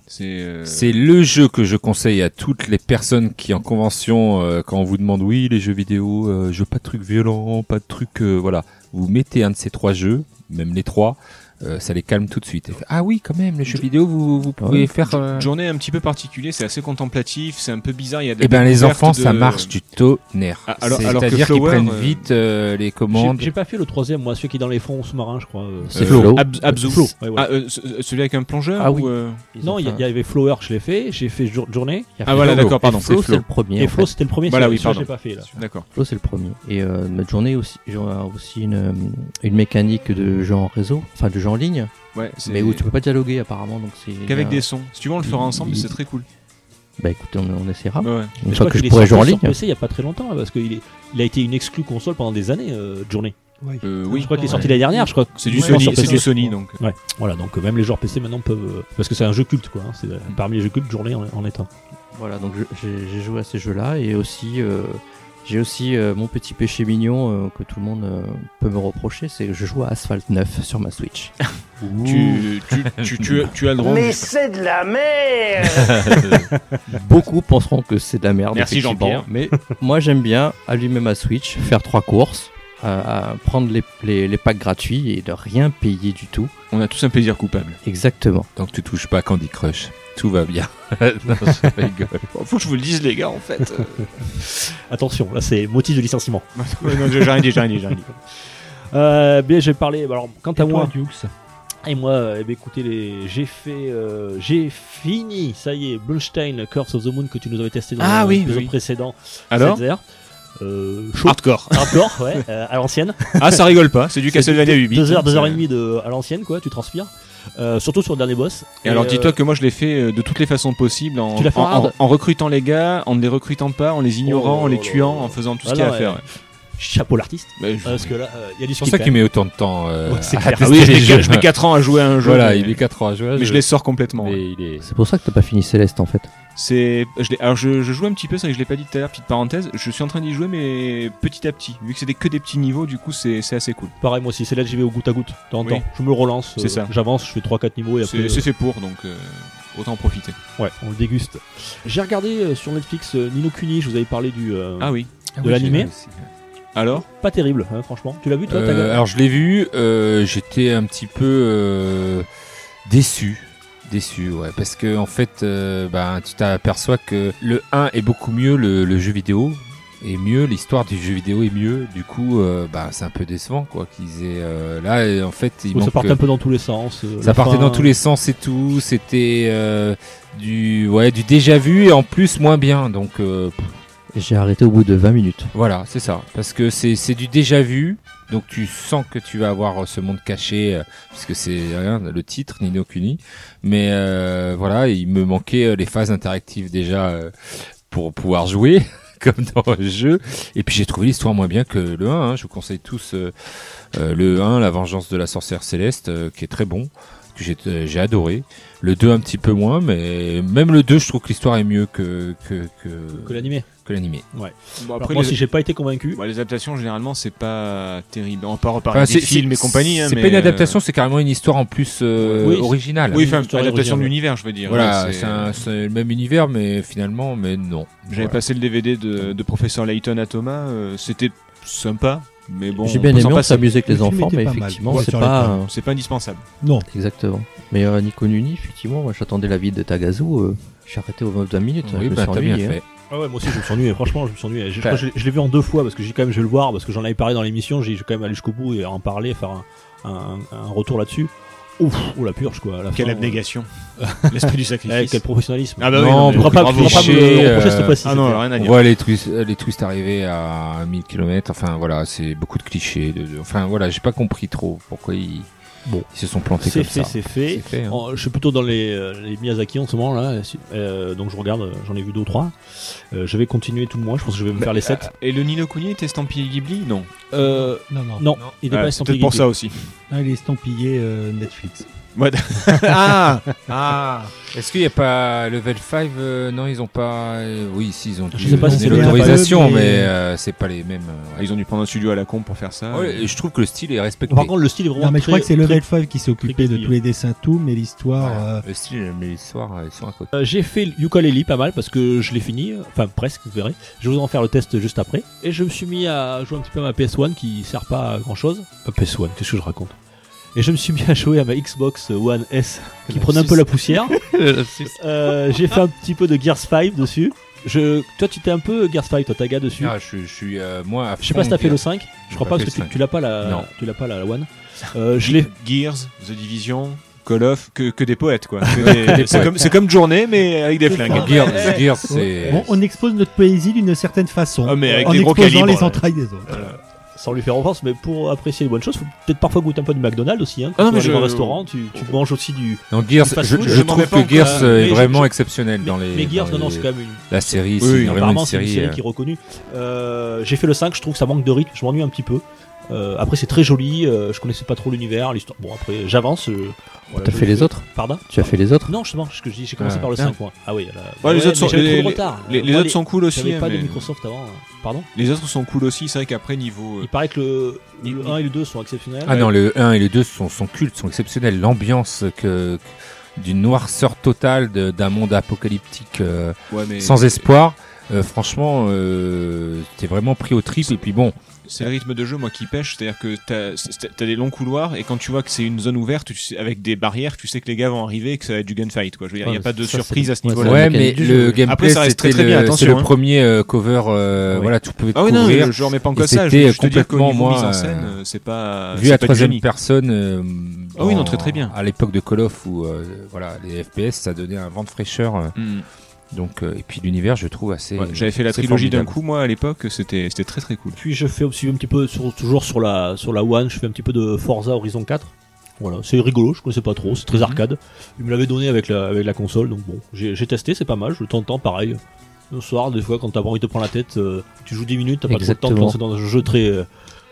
[SPEAKER 5] C'est. euh,
[SPEAKER 3] C'est le jeu que je conseille à toutes les personnes qui en convention, euh, quand on vous demande oui les jeux vidéo, euh, je veux pas de trucs violents, pas de trucs, euh, voilà. Vous mettez un de ces trois jeux, même les trois, euh, ça les calme tout de suite. Et fait, ah oui, quand même, les jeux vidéo, vous, vous pouvez
[SPEAKER 6] Ouais.
[SPEAKER 3] faire. euh,
[SPEAKER 5] Journée un petit peu particulière, c'est assez contemplatif, c'est un peu bizarre. Il y a de la
[SPEAKER 3] Eh ben les
[SPEAKER 5] découverte
[SPEAKER 3] enfants,
[SPEAKER 5] de- euh,
[SPEAKER 3] ça marche du tonnerre.
[SPEAKER 5] Ah, alors- alors que
[SPEAKER 3] C'est-à-dire qu'ils
[SPEAKER 5] Flower,
[SPEAKER 3] prennent
[SPEAKER 5] euh,
[SPEAKER 3] vite euh, les
[SPEAKER 2] J'ai,
[SPEAKER 3] commandes.
[SPEAKER 2] j'ai pas fait le troisième, moi, celui qui est dans les fonds sous-marins, je crois. euh.
[SPEAKER 6] C'est
[SPEAKER 3] Euh,
[SPEAKER 6] Flow.
[SPEAKER 5] Abs- Abzu.
[SPEAKER 2] Flow, ouais, ouais.
[SPEAKER 5] Ah, euh, ce- celui avec un plongeur
[SPEAKER 6] Ah
[SPEAKER 5] ou,
[SPEAKER 6] oui.
[SPEAKER 5] euh,
[SPEAKER 6] Ils ont
[SPEAKER 2] non, il y,
[SPEAKER 6] fait un-
[SPEAKER 2] il y avait Flower, je l'ai fait, j'ai fait jour- Journée.
[SPEAKER 6] il y a
[SPEAKER 5] Ah voilà,
[SPEAKER 6] Flow.
[SPEAKER 5] d'accord, pardon,
[SPEAKER 6] Et Flow,
[SPEAKER 5] c'est
[SPEAKER 6] c'est le
[SPEAKER 5] Flow.
[SPEAKER 6] premier.
[SPEAKER 2] Et
[SPEAKER 6] en
[SPEAKER 2] Flo,
[SPEAKER 6] fait.
[SPEAKER 2] c'était le premier.
[SPEAKER 5] Voilà,
[SPEAKER 2] ça,
[SPEAKER 5] oui,
[SPEAKER 2] ça, je l'ai
[SPEAKER 5] pardon.
[SPEAKER 2] pas fait. Là.
[SPEAKER 5] D'accord.
[SPEAKER 6] Flo, c'est le premier. Et euh, notre journée aussi, j'ai aussi une, euh, une mécanique de jeu en réseau, enfin de jeu en ligne,
[SPEAKER 5] Ouais, c'est-
[SPEAKER 6] mais où tu peux pas dialoguer apparemment. Donc c'est
[SPEAKER 5] Qu'avec
[SPEAKER 6] il y a-
[SPEAKER 5] des sons. Si tu veux, on le fera ensemble, c'est très cool.
[SPEAKER 6] Bah écoute, on, on essaiera.
[SPEAKER 5] Ouais.
[SPEAKER 6] Une
[SPEAKER 2] Mais crois
[SPEAKER 6] fois que
[SPEAKER 2] qu'il
[SPEAKER 6] je
[SPEAKER 2] est sorti
[SPEAKER 6] pourrai jouer en ligne.
[SPEAKER 2] Sur PC il y a pas très longtemps là, parce qu'il est- il a été une exclue console pendant des années, euh, Journée.
[SPEAKER 4] Ouais.
[SPEAKER 5] Euh, oui.
[SPEAKER 2] Je crois qu'il est
[SPEAKER 4] Ouais.
[SPEAKER 2] sorti l'année dernière. Je crois. que-
[SPEAKER 5] C'est du
[SPEAKER 2] Ouais,
[SPEAKER 5] Sony,
[SPEAKER 2] sur
[SPEAKER 5] c'est
[SPEAKER 2] PC.
[SPEAKER 5] du Sony donc.
[SPEAKER 2] Ouais. Voilà, donc euh, même les joueurs PC maintenant peuvent, euh, parce que c'est un jeu culte quoi. hein, c'est euh, parmi les jeux cultes, Journée en, en est un.
[SPEAKER 6] Voilà, donc je- j'ai j'ai joué à ces jeux-là et aussi euh, j'ai aussi euh, mon petit péché mignon euh, que tout le monde euh, peut me reprocher, c'est que je joue à Asphalt 9 sur ma Switch.
[SPEAKER 5] Tu, tu, tu, tu, tu as le droit.
[SPEAKER 8] Mais c'est de la merde
[SPEAKER 6] Beaucoup penseront que c'est de la merde.
[SPEAKER 5] Merci,
[SPEAKER 6] effectivement,
[SPEAKER 5] Jean-Pierre.
[SPEAKER 6] Mais moi j'aime bien allumer ma Switch, faire trois courses, euh, euh, prendre les, les, les packs gratuits et de rien payer du tout.
[SPEAKER 5] On a tous un plaisir coupable.
[SPEAKER 6] Exactement.
[SPEAKER 3] Tant que tu touches pas à Candy Crush, tout va bien. non, je rigole.
[SPEAKER 5] Bon, faut que je vous le dise, les gars, en fait.
[SPEAKER 2] Attention, là c'est motif de licenciement.
[SPEAKER 5] Ouais, non, j'ai rien dit, j'ai rien dit, j'ai rien dit.
[SPEAKER 2] Euh, bien, j'ai parlé. Alors, quant à
[SPEAKER 4] Et toi,
[SPEAKER 2] moi,
[SPEAKER 4] Dukes
[SPEAKER 2] et moi, euh, eh bien, écoutez, les, j'ai fait, euh, j'ai fini. Ça y est, Blunstein Curse of the Moon que tu nous avais testé dans
[SPEAKER 5] Ah
[SPEAKER 2] le
[SPEAKER 5] oui,
[SPEAKER 2] l'épisode
[SPEAKER 5] oui.
[SPEAKER 2] précédent.
[SPEAKER 5] Alors Ah.
[SPEAKER 2] 7 heures. euh, chaud,
[SPEAKER 5] Hardcore.
[SPEAKER 2] hardcore, ouais, euh, à l'ancienne.
[SPEAKER 5] Ah, ça rigole pas, c'est du Castlevania 8.
[SPEAKER 2] 2 heures, 2 heures et demie de, à l'ancienne, quoi, tu transpires. Euh, surtout sur le dernier boss.
[SPEAKER 5] Et alors,
[SPEAKER 2] euh,
[SPEAKER 5] dis-toi que moi, je l'ai fait euh, de toutes les façons possibles en,
[SPEAKER 2] Tu l'as fait
[SPEAKER 5] en-
[SPEAKER 2] en hard
[SPEAKER 5] en- en recrutant les gars, en ne les recrutant pas, en les ignorant,
[SPEAKER 2] Oh,
[SPEAKER 5] en les
[SPEAKER 2] oh,
[SPEAKER 5] tuant,
[SPEAKER 2] oh.
[SPEAKER 5] en faisant tout ce
[SPEAKER 2] Ah,
[SPEAKER 5] qu'il y a
[SPEAKER 2] non,
[SPEAKER 5] à faire.
[SPEAKER 2] Chapeau l'artiste.
[SPEAKER 5] Bah, je-
[SPEAKER 2] Parce que là, euh, il y a du
[SPEAKER 3] C'est pour ça
[SPEAKER 2] skill,
[SPEAKER 3] qu'il met autant de temps euh,
[SPEAKER 2] Ouais, c'est
[SPEAKER 3] à
[SPEAKER 2] clair.
[SPEAKER 5] Ah
[SPEAKER 3] tester
[SPEAKER 5] oui, je
[SPEAKER 3] les
[SPEAKER 5] mets
[SPEAKER 3] jeux.
[SPEAKER 5] quatre- je mets 4 ans à jouer à un jeu.
[SPEAKER 3] Voilà,
[SPEAKER 5] mais,
[SPEAKER 3] il met 4 ans à jouer. à
[SPEAKER 5] mais je Ah
[SPEAKER 3] jeu.
[SPEAKER 5] les sors complètement. ouais.
[SPEAKER 3] Mais il est-
[SPEAKER 6] C'est pour ça que t'as pas fini Céleste en fait.
[SPEAKER 5] C'est, je l'ai- alors je, je joue un petit peu, c'est vrai que je l'ai pas dit tout à l'heure, petite parenthèse. Je suis en train d'y jouer, mais petit à petit. Vu que c'était que des petits niveaux, du coup, c'est c'est assez cool.
[SPEAKER 2] hein. Pareil, moi aussi, c'est là que j'y vais au goutte à goutte. De temps en
[SPEAKER 5] Oui.
[SPEAKER 2] temps. Je me relance,
[SPEAKER 5] C'est
[SPEAKER 2] euh,
[SPEAKER 5] ça.
[SPEAKER 2] j'avance, je fais 3-4 niveaux et après.
[SPEAKER 5] C'est c'est
[SPEAKER 2] euh,
[SPEAKER 5] fait pour, donc euh, autant en profiter.
[SPEAKER 2] ouais, on le déguste. J'ai regardé euh, sur Netflix euh, Nino Kuni, je vous avais parlé du. euh,
[SPEAKER 5] Ah oui.
[SPEAKER 2] De l'animé.
[SPEAKER 5] Alors
[SPEAKER 2] Pas terrible, hein, franchement. Tu l'as vu toi ta
[SPEAKER 3] Euh,
[SPEAKER 5] ah
[SPEAKER 2] gueule
[SPEAKER 3] alors je l'ai vu, euh, j'étais un petit peu euh, déçu. Déçu, ouais, parce que en fait, euh, ben, tu t'aperçois que le 1 est beaucoup mieux, le, le jeu vidéo est mieux, l'histoire du jeu vidéo est mieux, du coup, euh, ben, c'est un peu décevant, quoi, qu'ils aient. euh, là, et en fait, il
[SPEAKER 2] Où ça
[SPEAKER 3] manque, euh,
[SPEAKER 2] partait un peu dans tous les sens. euh,
[SPEAKER 3] ça
[SPEAKER 2] la
[SPEAKER 3] partait
[SPEAKER 2] fin,
[SPEAKER 3] dans tous les sens et tout, c'était euh, du, ouais, du déjà vu et en plus moins bien, donc euh,
[SPEAKER 6] J'ai arrêté au bout de 20 minutes.
[SPEAKER 3] voilà, c'est ça. Parce que c'est c'est du déjà vu. Donc tu sens que tu vas avoir euh, ce monde caché, euh, puisque c'est rien, le titre, Nino Kuni. Mais euh, voilà, il me manquait euh, les phases interactives déjà euh, pour pouvoir jouer, comme dans le jeu. Et puis j'ai trouvé l'histoire moins bien que le 1. hein. Je vous conseille tous euh, euh, le 1, La vengeance de la sorcière céleste, euh, qui est très bon, que j'ai euh, j'ai adoré. Le 2 un petit peu moins, mais même le 2, je trouve que l'histoire est mieux que, que,
[SPEAKER 2] Que
[SPEAKER 3] que,
[SPEAKER 2] l'animé.
[SPEAKER 3] que l'animé.
[SPEAKER 5] Bon,
[SPEAKER 2] Alors,
[SPEAKER 5] après,
[SPEAKER 2] moi
[SPEAKER 5] les...
[SPEAKER 2] aussi, j'ai pas été convaincu.
[SPEAKER 5] bon, Bah, les adaptations, généralement, c'est pas terrible. On part
[SPEAKER 3] Enfin,
[SPEAKER 5] parler des films et compagnie. hein,
[SPEAKER 3] C'est
[SPEAKER 5] mais,
[SPEAKER 3] pas une
[SPEAKER 5] euh,
[SPEAKER 3] adaptation, c'est carrément une histoire en plus euh,
[SPEAKER 2] Oui, c'est-
[SPEAKER 3] originale.
[SPEAKER 5] Oui,
[SPEAKER 2] une
[SPEAKER 5] enfin,
[SPEAKER 2] histoire
[SPEAKER 5] adaptation
[SPEAKER 2] originale.
[SPEAKER 5] de l'univers, je veux dire.
[SPEAKER 3] Voilà,
[SPEAKER 5] Ouais,
[SPEAKER 3] c'est un- c'est le même univers, mais finalement, mais non.
[SPEAKER 5] J'avais
[SPEAKER 3] Voilà.
[SPEAKER 5] passé le DVD de, de Professeur Layton à Thomas. euh, C'était sympa, mais bon.
[SPEAKER 6] J'ai bien
[SPEAKER 5] on peut
[SPEAKER 6] aimé,
[SPEAKER 5] s'en
[SPEAKER 6] on
[SPEAKER 5] passer.
[SPEAKER 6] s'amusait avec
[SPEAKER 4] Le
[SPEAKER 6] les
[SPEAKER 4] film
[SPEAKER 6] enfants,
[SPEAKER 4] était
[SPEAKER 6] mais
[SPEAKER 4] pas mal.
[SPEAKER 6] effectivement,
[SPEAKER 4] Ouais,
[SPEAKER 6] c'est
[SPEAKER 4] sur les
[SPEAKER 6] pas.
[SPEAKER 4] pommes.
[SPEAKER 6] euh,
[SPEAKER 5] C'est pas indispensable.
[SPEAKER 4] Non.
[SPEAKER 6] Exactement. Mais euh, Nico Nuni, effectivement, moi j'attendais la vie de Tagazu. euh, j'ai arrêté au bout de 20 minutes. hein,
[SPEAKER 3] Oui,
[SPEAKER 6] je me
[SPEAKER 3] bah,
[SPEAKER 6] suis
[SPEAKER 3] t'as bien
[SPEAKER 6] ennuyé, hein.
[SPEAKER 3] fait.
[SPEAKER 2] Ah ouais, moi aussi je me suis ennuyé, franchement je me suis ennuyé. Je, je crois que je l'ai- je l'ai vu en deux fois parce que j'ai quand même je vais le voir parce que j'en avais parlé dans l'émission, j'ai j'ai quand même allé jusqu'au bout et en parler, faire un, un- un retour là-dessus. Ouf, oh la purge quoi. à La
[SPEAKER 5] Quelle
[SPEAKER 2] fin,
[SPEAKER 5] abnégation. L'esprit du
[SPEAKER 2] euh, eh,
[SPEAKER 5] sacrifice.
[SPEAKER 2] quel professionnalisme.
[SPEAKER 5] Ah bah oui,
[SPEAKER 3] Non,
[SPEAKER 5] non, mais
[SPEAKER 2] on pourra pas,
[SPEAKER 5] bravo.
[SPEAKER 2] on pourra pas me
[SPEAKER 3] Tricher,
[SPEAKER 2] le reprocher
[SPEAKER 3] euh,
[SPEAKER 2] cette fois-ci.
[SPEAKER 5] Ah non,
[SPEAKER 2] c'était-
[SPEAKER 5] rien à
[SPEAKER 3] On
[SPEAKER 5] dire.
[SPEAKER 3] voit les twists, les twists arriver à 1000 km. Enfin, voilà, c'est beaucoup de clichés. de- de- enfin, voilà, j'ai pas compris trop pourquoi ils,
[SPEAKER 2] Bon.
[SPEAKER 3] ils se sont plantés
[SPEAKER 2] C'est
[SPEAKER 3] comme
[SPEAKER 2] fait,
[SPEAKER 3] ça.
[SPEAKER 2] c'est fait.
[SPEAKER 3] fait, hein.
[SPEAKER 2] En- je suis plutôt dans les, euh, les Miyazaki en ce moment là, euh, donc je regarde, euh, j'en ai vu deux ou trois. Euh, je vais continuer tout le mois, je pense que je vais me faire les sept.
[SPEAKER 5] Et le Nino Kuni est estampillé Ghibli Non.
[SPEAKER 2] Euh,
[SPEAKER 4] Non, non.
[SPEAKER 2] non, il n'est
[SPEAKER 5] Ah,
[SPEAKER 2] pas
[SPEAKER 5] c'est
[SPEAKER 2] estampillé.
[SPEAKER 5] peut-être pour ça aussi.
[SPEAKER 4] Ah, il est estampillé euh, Netflix.
[SPEAKER 5] ah
[SPEAKER 3] Est-ce qu'il n'y a pas Level 5 euh, Non, ils ont pas. euh, oui, si, ils ont
[SPEAKER 2] Je
[SPEAKER 3] dû
[SPEAKER 2] sais pas si
[SPEAKER 3] donner
[SPEAKER 2] c'est le-
[SPEAKER 3] l'autorisation,
[SPEAKER 4] mais-
[SPEAKER 3] mais, euh, c'est pas les mêmes. euh, ouais.
[SPEAKER 5] Ah, Ils ont dû prendre un studio à la con pour faire ça.
[SPEAKER 3] Ouais, je trouve que le style est respecté.
[SPEAKER 2] Par contre, le style est vraiment
[SPEAKER 4] Non, mais je
[SPEAKER 2] très-
[SPEAKER 4] crois que c'est
[SPEAKER 2] très-
[SPEAKER 4] Level 5 qui s'est occupé de
[SPEAKER 2] compliqué.
[SPEAKER 4] tous les dessins, tout, mais l'histoire.
[SPEAKER 3] Voilà.
[SPEAKER 4] euh,
[SPEAKER 3] Le style, mais l'histoire, ils sont à côté.
[SPEAKER 2] Euh, j'ai fait le ukulele pas mal parce que je l'ai fini, euh, enfin presque, vous verrez. Je vais vous en faire le test juste après. Et je me suis mis à jouer un petit peu à ma PS1 qui sert pas à grand chose. Ah, PS1, qu'est-ce que je raconte Et je me suis mis à jouer à ma Xbox One S qui prenait un peu la poussière. Euh, j'ai fait un petit peu de Gears 5 dessus. Je, toi, tu t'es un peu Gears 5, toi, Taga dessus.
[SPEAKER 3] Ah, je, je suis euh, moi. à
[SPEAKER 2] je sais pas
[SPEAKER 3] fond
[SPEAKER 2] si t'as fait
[SPEAKER 3] Gears.
[SPEAKER 2] le 5. Je crois
[SPEAKER 3] pas
[SPEAKER 2] pas
[SPEAKER 3] fait
[SPEAKER 2] parce que
[SPEAKER 3] le
[SPEAKER 2] tu,
[SPEAKER 3] 5.
[SPEAKER 2] tu l'as pas la,
[SPEAKER 3] Non.
[SPEAKER 2] tu l'as pas la, la One. Euh, je l'ai.
[SPEAKER 5] Gears, The Division, Call of, que, que des poètes quoi. Que des- c'est,
[SPEAKER 3] poètes.
[SPEAKER 5] comme, c'est comme journée mais avec des flingues.
[SPEAKER 3] Gears, Gears, c'est.
[SPEAKER 4] Bon, on expose notre poésie d'une certaine façon.
[SPEAKER 5] Ah, mais avec
[SPEAKER 4] en
[SPEAKER 5] des gros
[SPEAKER 4] exposant
[SPEAKER 5] calibres,
[SPEAKER 4] les
[SPEAKER 5] ouais.
[SPEAKER 4] entrailles des autres.
[SPEAKER 2] sans lui faire offense, mais pour apprécier les bonnes choses, faut peut-être parfois goûter un peu du McDonald's aussi. Hein.
[SPEAKER 5] Ah
[SPEAKER 2] Quand
[SPEAKER 5] non,
[SPEAKER 2] tu vas
[SPEAKER 5] mais
[SPEAKER 2] dans
[SPEAKER 5] je-
[SPEAKER 2] un restaurant, tu, tu manges aussi du.
[SPEAKER 3] Non, Gears,
[SPEAKER 2] du fast
[SPEAKER 3] je,
[SPEAKER 2] food,
[SPEAKER 3] je
[SPEAKER 5] je m'en
[SPEAKER 3] trouve
[SPEAKER 5] mets pas
[SPEAKER 3] que Gears
[SPEAKER 5] encore.
[SPEAKER 3] euh,
[SPEAKER 2] Mais
[SPEAKER 3] est
[SPEAKER 2] je-
[SPEAKER 3] vraiment
[SPEAKER 2] je-
[SPEAKER 3] exceptionnel dans les.
[SPEAKER 2] mais, mais Gears,
[SPEAKER 3] dans
[SPEAKER 2] non, non,
[SPEAKER 3] les-
[SPEAKER 2] c'est quand même une.
[SPEAKER 3] La série,
[SPEAKER 5] Oui,
[SPEAKER 3] c'est
[SPEAKER 5] oui,
[SPEAKER 3] vraiment
[SPEAKER 2] hein. Apparemment,
[SPEAKER 3] une
[SPEAKER 2] c'est une
[SPEAKER 3] série.
[SPEAKER 2] série
[SPEAKER 3] euh,
[SPEAKER 2] qui est reconnue. Euh, J'ai fait le 5, je trouve que ça manque de rythme, je m'ennuie un petit peu. Euh, après, c'est très joli, euh, je connaissais pas trop l'univers, l'histoire. Bon, après, j'avance. euh, voilà,
[SPEAKER 6] T'as
[SPEAKER 2] je-
[SPEAKER 6] fait les autres
[SPEAKER 2] Pardon
[SPEAKER 6] Tu as fait les autres
[SPEAKER 2] Non, justement, ce que je dis, j'ai commencé
[SPEAKER 3] Ah,
[SPEAKER 2] par le
[SPEAKER 3] bien.
[SPEAKER 2] 5 moi. Ah oui, là-
[SPEAKER 5] Ouais, les
[SPEAKER 2] ouais,
[SPEAKER 5] autres
[SPEAKER 2] mais
[SPEAKER 5] sont-
[SPEAKER 2] j'avais trop
[SPEAKER 5] les-
[SPEAKER 2] de retard.
[SPEAKER 5] Les, les
[SPEAKER 2] Moi,
[SPEAKER 5] autres sont cool aussi.
[SPEAKER 2] J'avais
[SPEAKER 5] hein,
[SPEAKER 2] pas de
[SPEAKER 5] mais-
[SPEAKER 2] Microsoft avant. hein. Pardon
[SPEAKER 5] Les autres sont cool aussi. C'est vrai qu'après niveau.
[SPEAKER 2] Il
[SPEAKER 5] euh,
[SPEAKER 2] paraît que le,
[SPEAKER 5] Ni-
[SPEAKER 2] le
[SPEAKER 5] ni-
[SPEAKER 2] 1 et le 2 sont exceptionnels.
[SPEAKER 3] Ah non, le 1 et le 2 sont, sont cultes, sont exceptionnels. L'ambiance que d'une noirceur totale de- d'un monde apocalyptique euh,
[SPEAKER 5] ouais, mais
[SPEAKER 3] sans espoir. euh, franchement, euh, t'es vraiment pris au trip. Et puis bon,
[SPEAKER 5] C'est le rythme de jeu moi qui pêche. C'est-à-dire que t'as, c'est- t'as des longs couloirs et quand tu vois que c'est une zone ouverte tu sais- avec des barrières, tu sais que les gars vont arriver et que ça va être du gunfight quoi. Je veux dire, il
[SPEAKER 6] Ouais,
[SPEAKER 5] n'y a
[SPEAKER 6] mais
[SPEAKER 5] pas de
[SPEAKER 6] ça, c'est-
[SPEAKER 5] surprise à ce
[SPEAKER 6] ouais,
[SPEAKER 5] niveau-là.
[SPEAKER 6] la
[SPEAKER 3] ouais, mais
[SPEAKER 6] mécanique du
[SPEAKER 3] le
[SPEAKER 6] jeu.
[SPEAKER 3] gameplay,
[SPEAKER 5] Après, ça reste
[SPEAKER 3] c'était
[SPEAKER 5] très, très bien,
[SPEAKER 3] le, c'est le
[SPEAKER 5] attention, hein.
[SPEAKER 3] premier euh, cover. euh, Voilà, tu pouvais te
[SPEAKER 5] Ah oui, non,
[SPEAKER 3] couvrir.
[SPEAKER 5] je, je remets pas en
[SPEAKER 3] Et
[SPEAKER 5] cause ça. Je,
[SPEAKER 3] c'était
[SPEAKER 5] je te dis
[SPEAKER 3] complètement,
[SPEAKER 5] qu'au niveau
[SPEAKER 3] moi,
[SPEAKER 5] mise en scène,
[SPEAKER 3] euh,
[SPEAKER 5] euh, c'est pas.
[SPEAKER 3] vu
[SPEAKER 5] c'est
[SPEAKER 3] à
[SPEAKER 5] pas du
[SPEAKER 3] troisième
[SPEAKER 5] génie.
[SPEAKER 3] personne. euh,
[SPEAKER 5] Ah oui, non,
[SPEAKER 3] dans-
[SPEAKER 5] très, très bien.
[SPEAKER 3] À l'époque de Call of où euh, voilà les FPS, ça donnait un vent de fraîcheur. euh,
[SPEAKER 5] Hmm.
[SPEAKER 3] donc euh, et puis l'univers, je trouve assez.
[SPEAKER 5] Ouais, J'avais fait la
[SPEAKER 3] assez
[SPEAKER 5] trilogie d'un
[SPEAKER 3] formidable.
[SPEAKER 5] coup, moi, à l'époque, c'était c'était très très cool.
[SPEAKER 2] Puis je fais aussi un petit peu, sur- toujours sur la, sur la One, je fais un petit peu de Forza Horizon 4. Voilà, c'est rigolo, je connaissais pas trop, c'est
[SPEAKER 5] Mhm.
[SPEAKER 2] très arcade. Il me l'avait donné avec la, avec la console, donc bon, j'ai j'ai testé, c'est pas mal, je le tente tant, pareil. Le soir, des fois, quand t'as pas envie de te prendre la tête, euh, tu joues 10 minutes, t'as pas trop de temps de te
[SPEAKER 6] Exactement.
[SPEAKER 2] lancer dans un jeu très. euh,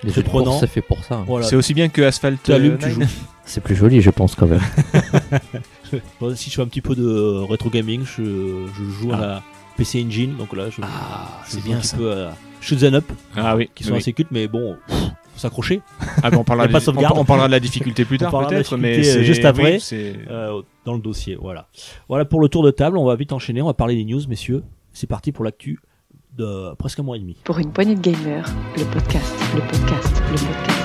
[SPEAKER 6] Les
[SPEAKER 2] C'est
[SPEAKER 6] jeux de
[SPEAKER 2] prenant.
[SPEAKER 6] course, c'est fait pour ça. hein.
[SPEAKER 2] voilà,
[SPEAKER 5] C'est aussi bien que Asphalt.
[SPEAKER 2] tu allumes,
[SPEAKER 5] euh,
[SPEAKER 2] tu
[SPEAKER 5] Nine.
[SPEAKER 2] joues.
[SPEAKER 6] C'est plus joli, je pense, quand même.
[SPEAKER 2] Bon, si je fais un petit peu de euh, rétro gaming, je, je joue
[SPEAKER 5] Ah.
[SPEAKER 2] à la PC Engine, donc là, je, je joue un petit peu à Shoot 'em Up,
[SPEAKER 5] Ah oui,
[SPEAKER 2] qui sont
[SPEAKER 5] oui.
[SPEAKER 2] assez cultes, mais bon, pff, faut s'accrocher.
[SPEAKER 5] Ah bah on parlera,
[SPEAKER 2] Y a pas
[SPEAKER 5] de,
[SPEAKER 2] de sauvegarde.
[SPEAKER 5] on- on parlera de la difficulté plus tard
[SPEAKER 2] parlera de la
[SPEAKER 5] peut-être, mais
[SPEAKER 2] difficulté, euh,
[SPEAKER 5] c'est-
[SPEAKER 2] juste après.
[SPEAKER 5] oui, c'est-
[SPEAKER 2] euh, dans le dossier. Voilà. Voilà pour le tour de table. On va vite enchaîner. On va parler des news, messieurs. C'est parti pour l'actu de presque un mois et demi.
[SPEAKER 1] Pour une poignée de gamers, le podcast, le podcast, le podcast.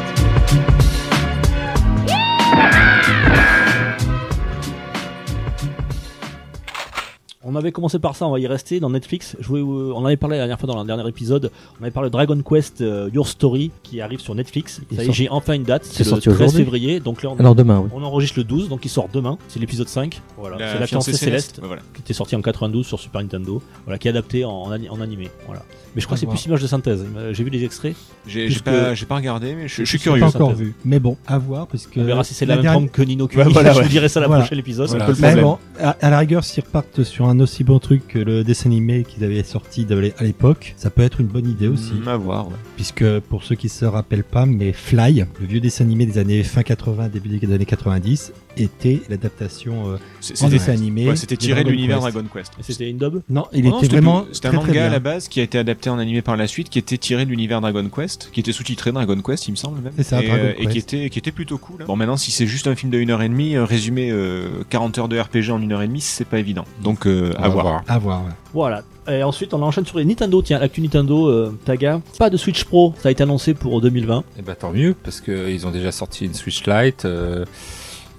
[SPEAKER 2] On avait commencé par ça, on va y rester dans Netflix. Je voulais vous- on en avait parlé la dernière fois dans le dernier épisode. On avait parlé de Dragon Quest euh, Your Story qui arrive sur Netflix.
[SPEAKER 6] Il
[SPEAKER 2] Ça y est,
[SPEAKER 6] sort-
[SPEAKER 2] j'ai enfin une date, c'est
[SPEAKER 6] C'est
[SPEAKER 2] le
[SPEAKER 6] sorti
[SPEAKER 2] 13
[SPEAKER 6] aujourd'hui Ah
[SPEAKER 2] février. Donc là, on,
[SPEAKER 6] Alors demain, oui.
[SPEAKER 2] on enregistre le 12, donc il sort demain. C'est l'épisode 5. Voilà, c'est la fiancée céleste
[SPEAKER 5] Ouais, voilà.
[SPEAKER 2] qui était sorti en 92 sur Super Nintendo. Voilà, qui est adapté en, en ani- en animé. Voilà. Mais je crois que c'est
[SPEAKER 6] Ah,
[SPEAKER 4] Voilà.
[SPEAKER 2] plus image de synthèse. Euh, J'ai vu des extraits.
[SPEAKER 5] J'ai j'ai
[SPEAKER 2] Puisque-
[SPEAKER 5] pas, j'ai pas regardé, mais je, je suis
[SPEAKER 4] Je l'ai
[SPEAKER 5] curieux.
[SPEAKER 4] Pas encore
[SPEAKER 2] synthèse.
[SPEAKER 4] vu. Mais bon, à voir parce que.
[SPEAKER 2] On verra si c'est la, même
[SPEAKER 4] dernière-
[SPEAKER 2] trempe que Nino Kuni.
[SPEAKER 4] Ouais, voilà,
[SPEAKER 2] je
[SPEAKER 4] ouais.
[SPEAKER 2] vous dirai ça la
[SPEAKER 4] Voilà.
[SPEAKER 2] prochain épisode.
[SPEAKER 5] Voilà.
[SPEAKER 2] C'est un peu le
[SPEAKER 4] Mais
[SPEAKER 2] problème.
[SPEAKER 4] bon, à, à la rigueur, s'ils repartent sur un aussi bon truc que le dessin animé qu'ils avaient sorti de- à l'époque, ça peut être une bonne idée aussi.
[SPEAKER 5] Mm, À voir. ouais.
[SPEAKER 4] Puisque pour ceux qui se rappellent pas, mais Fly, le vieux dessin animé des années fin 80, début des années 90, était l'adaptation euh,
[SPEAKER 5] C'est-
[SPEAKER 4] en
[SPEAKER 5] C'était
[SPEAKER 4] dessin animé.
[SPEAKER 5] ouais, c'était
[SPEAKER 4] des
[SPEAKER 5] tiré de
[SPEAKER 4] Dragon
[SPEAKER 5] l'univers
[SPEAKER 4] Quest.
[SPEAKER 5] Dragon Quest.
[SPEAKER 2] Et Oh C'était une dub
[SPEAKER 4] Non, il
[SPEAKER 5] Non, non,
[SPEAKER 4] était vraiment.
[SPEAKER 5] plus- C'était
[SPEAKER 4] C'était
[SPEAKER 5] un manga à la base qui a été adapté en animé par la suite, qui était tiré de l'univers Dragon Quest, qui était sous-titré Dragon Quest, il me semble même.
[SPEAKER 4] C'est ça,
[SPEAKER 5] et,
[SPEAKER 4] Dragon
[SPEAKER 5] euh, et qui
[SPEAKER 4] Quest.
[SPEAKER 5] était, qui était plutôt cool. hein. Bon, maintenant, si c'est juste un film de 1h30, euh, résumer euh, 40 heures de RPG en 1h30, c'est pas évident. Donc, euh,
[SPEAKER 3] On
[SPEAKER 5] à
[SPEAKER 3] va
[SPEAKER 5] voir.
[SPEAKER 4] À voir. ouais.
[SPEAKER 2] Voilà. Et ensuite, on enchaîne sur les Nintendo. Tiens, l'actu Nintendo, euh, Taga. Pas de Switch Pro, ça a été annoncé pour 2020.
[SPEAKER 3] Et bah tant mieux, parce qu'ils ont déjà sorti une Switch Lite, euh,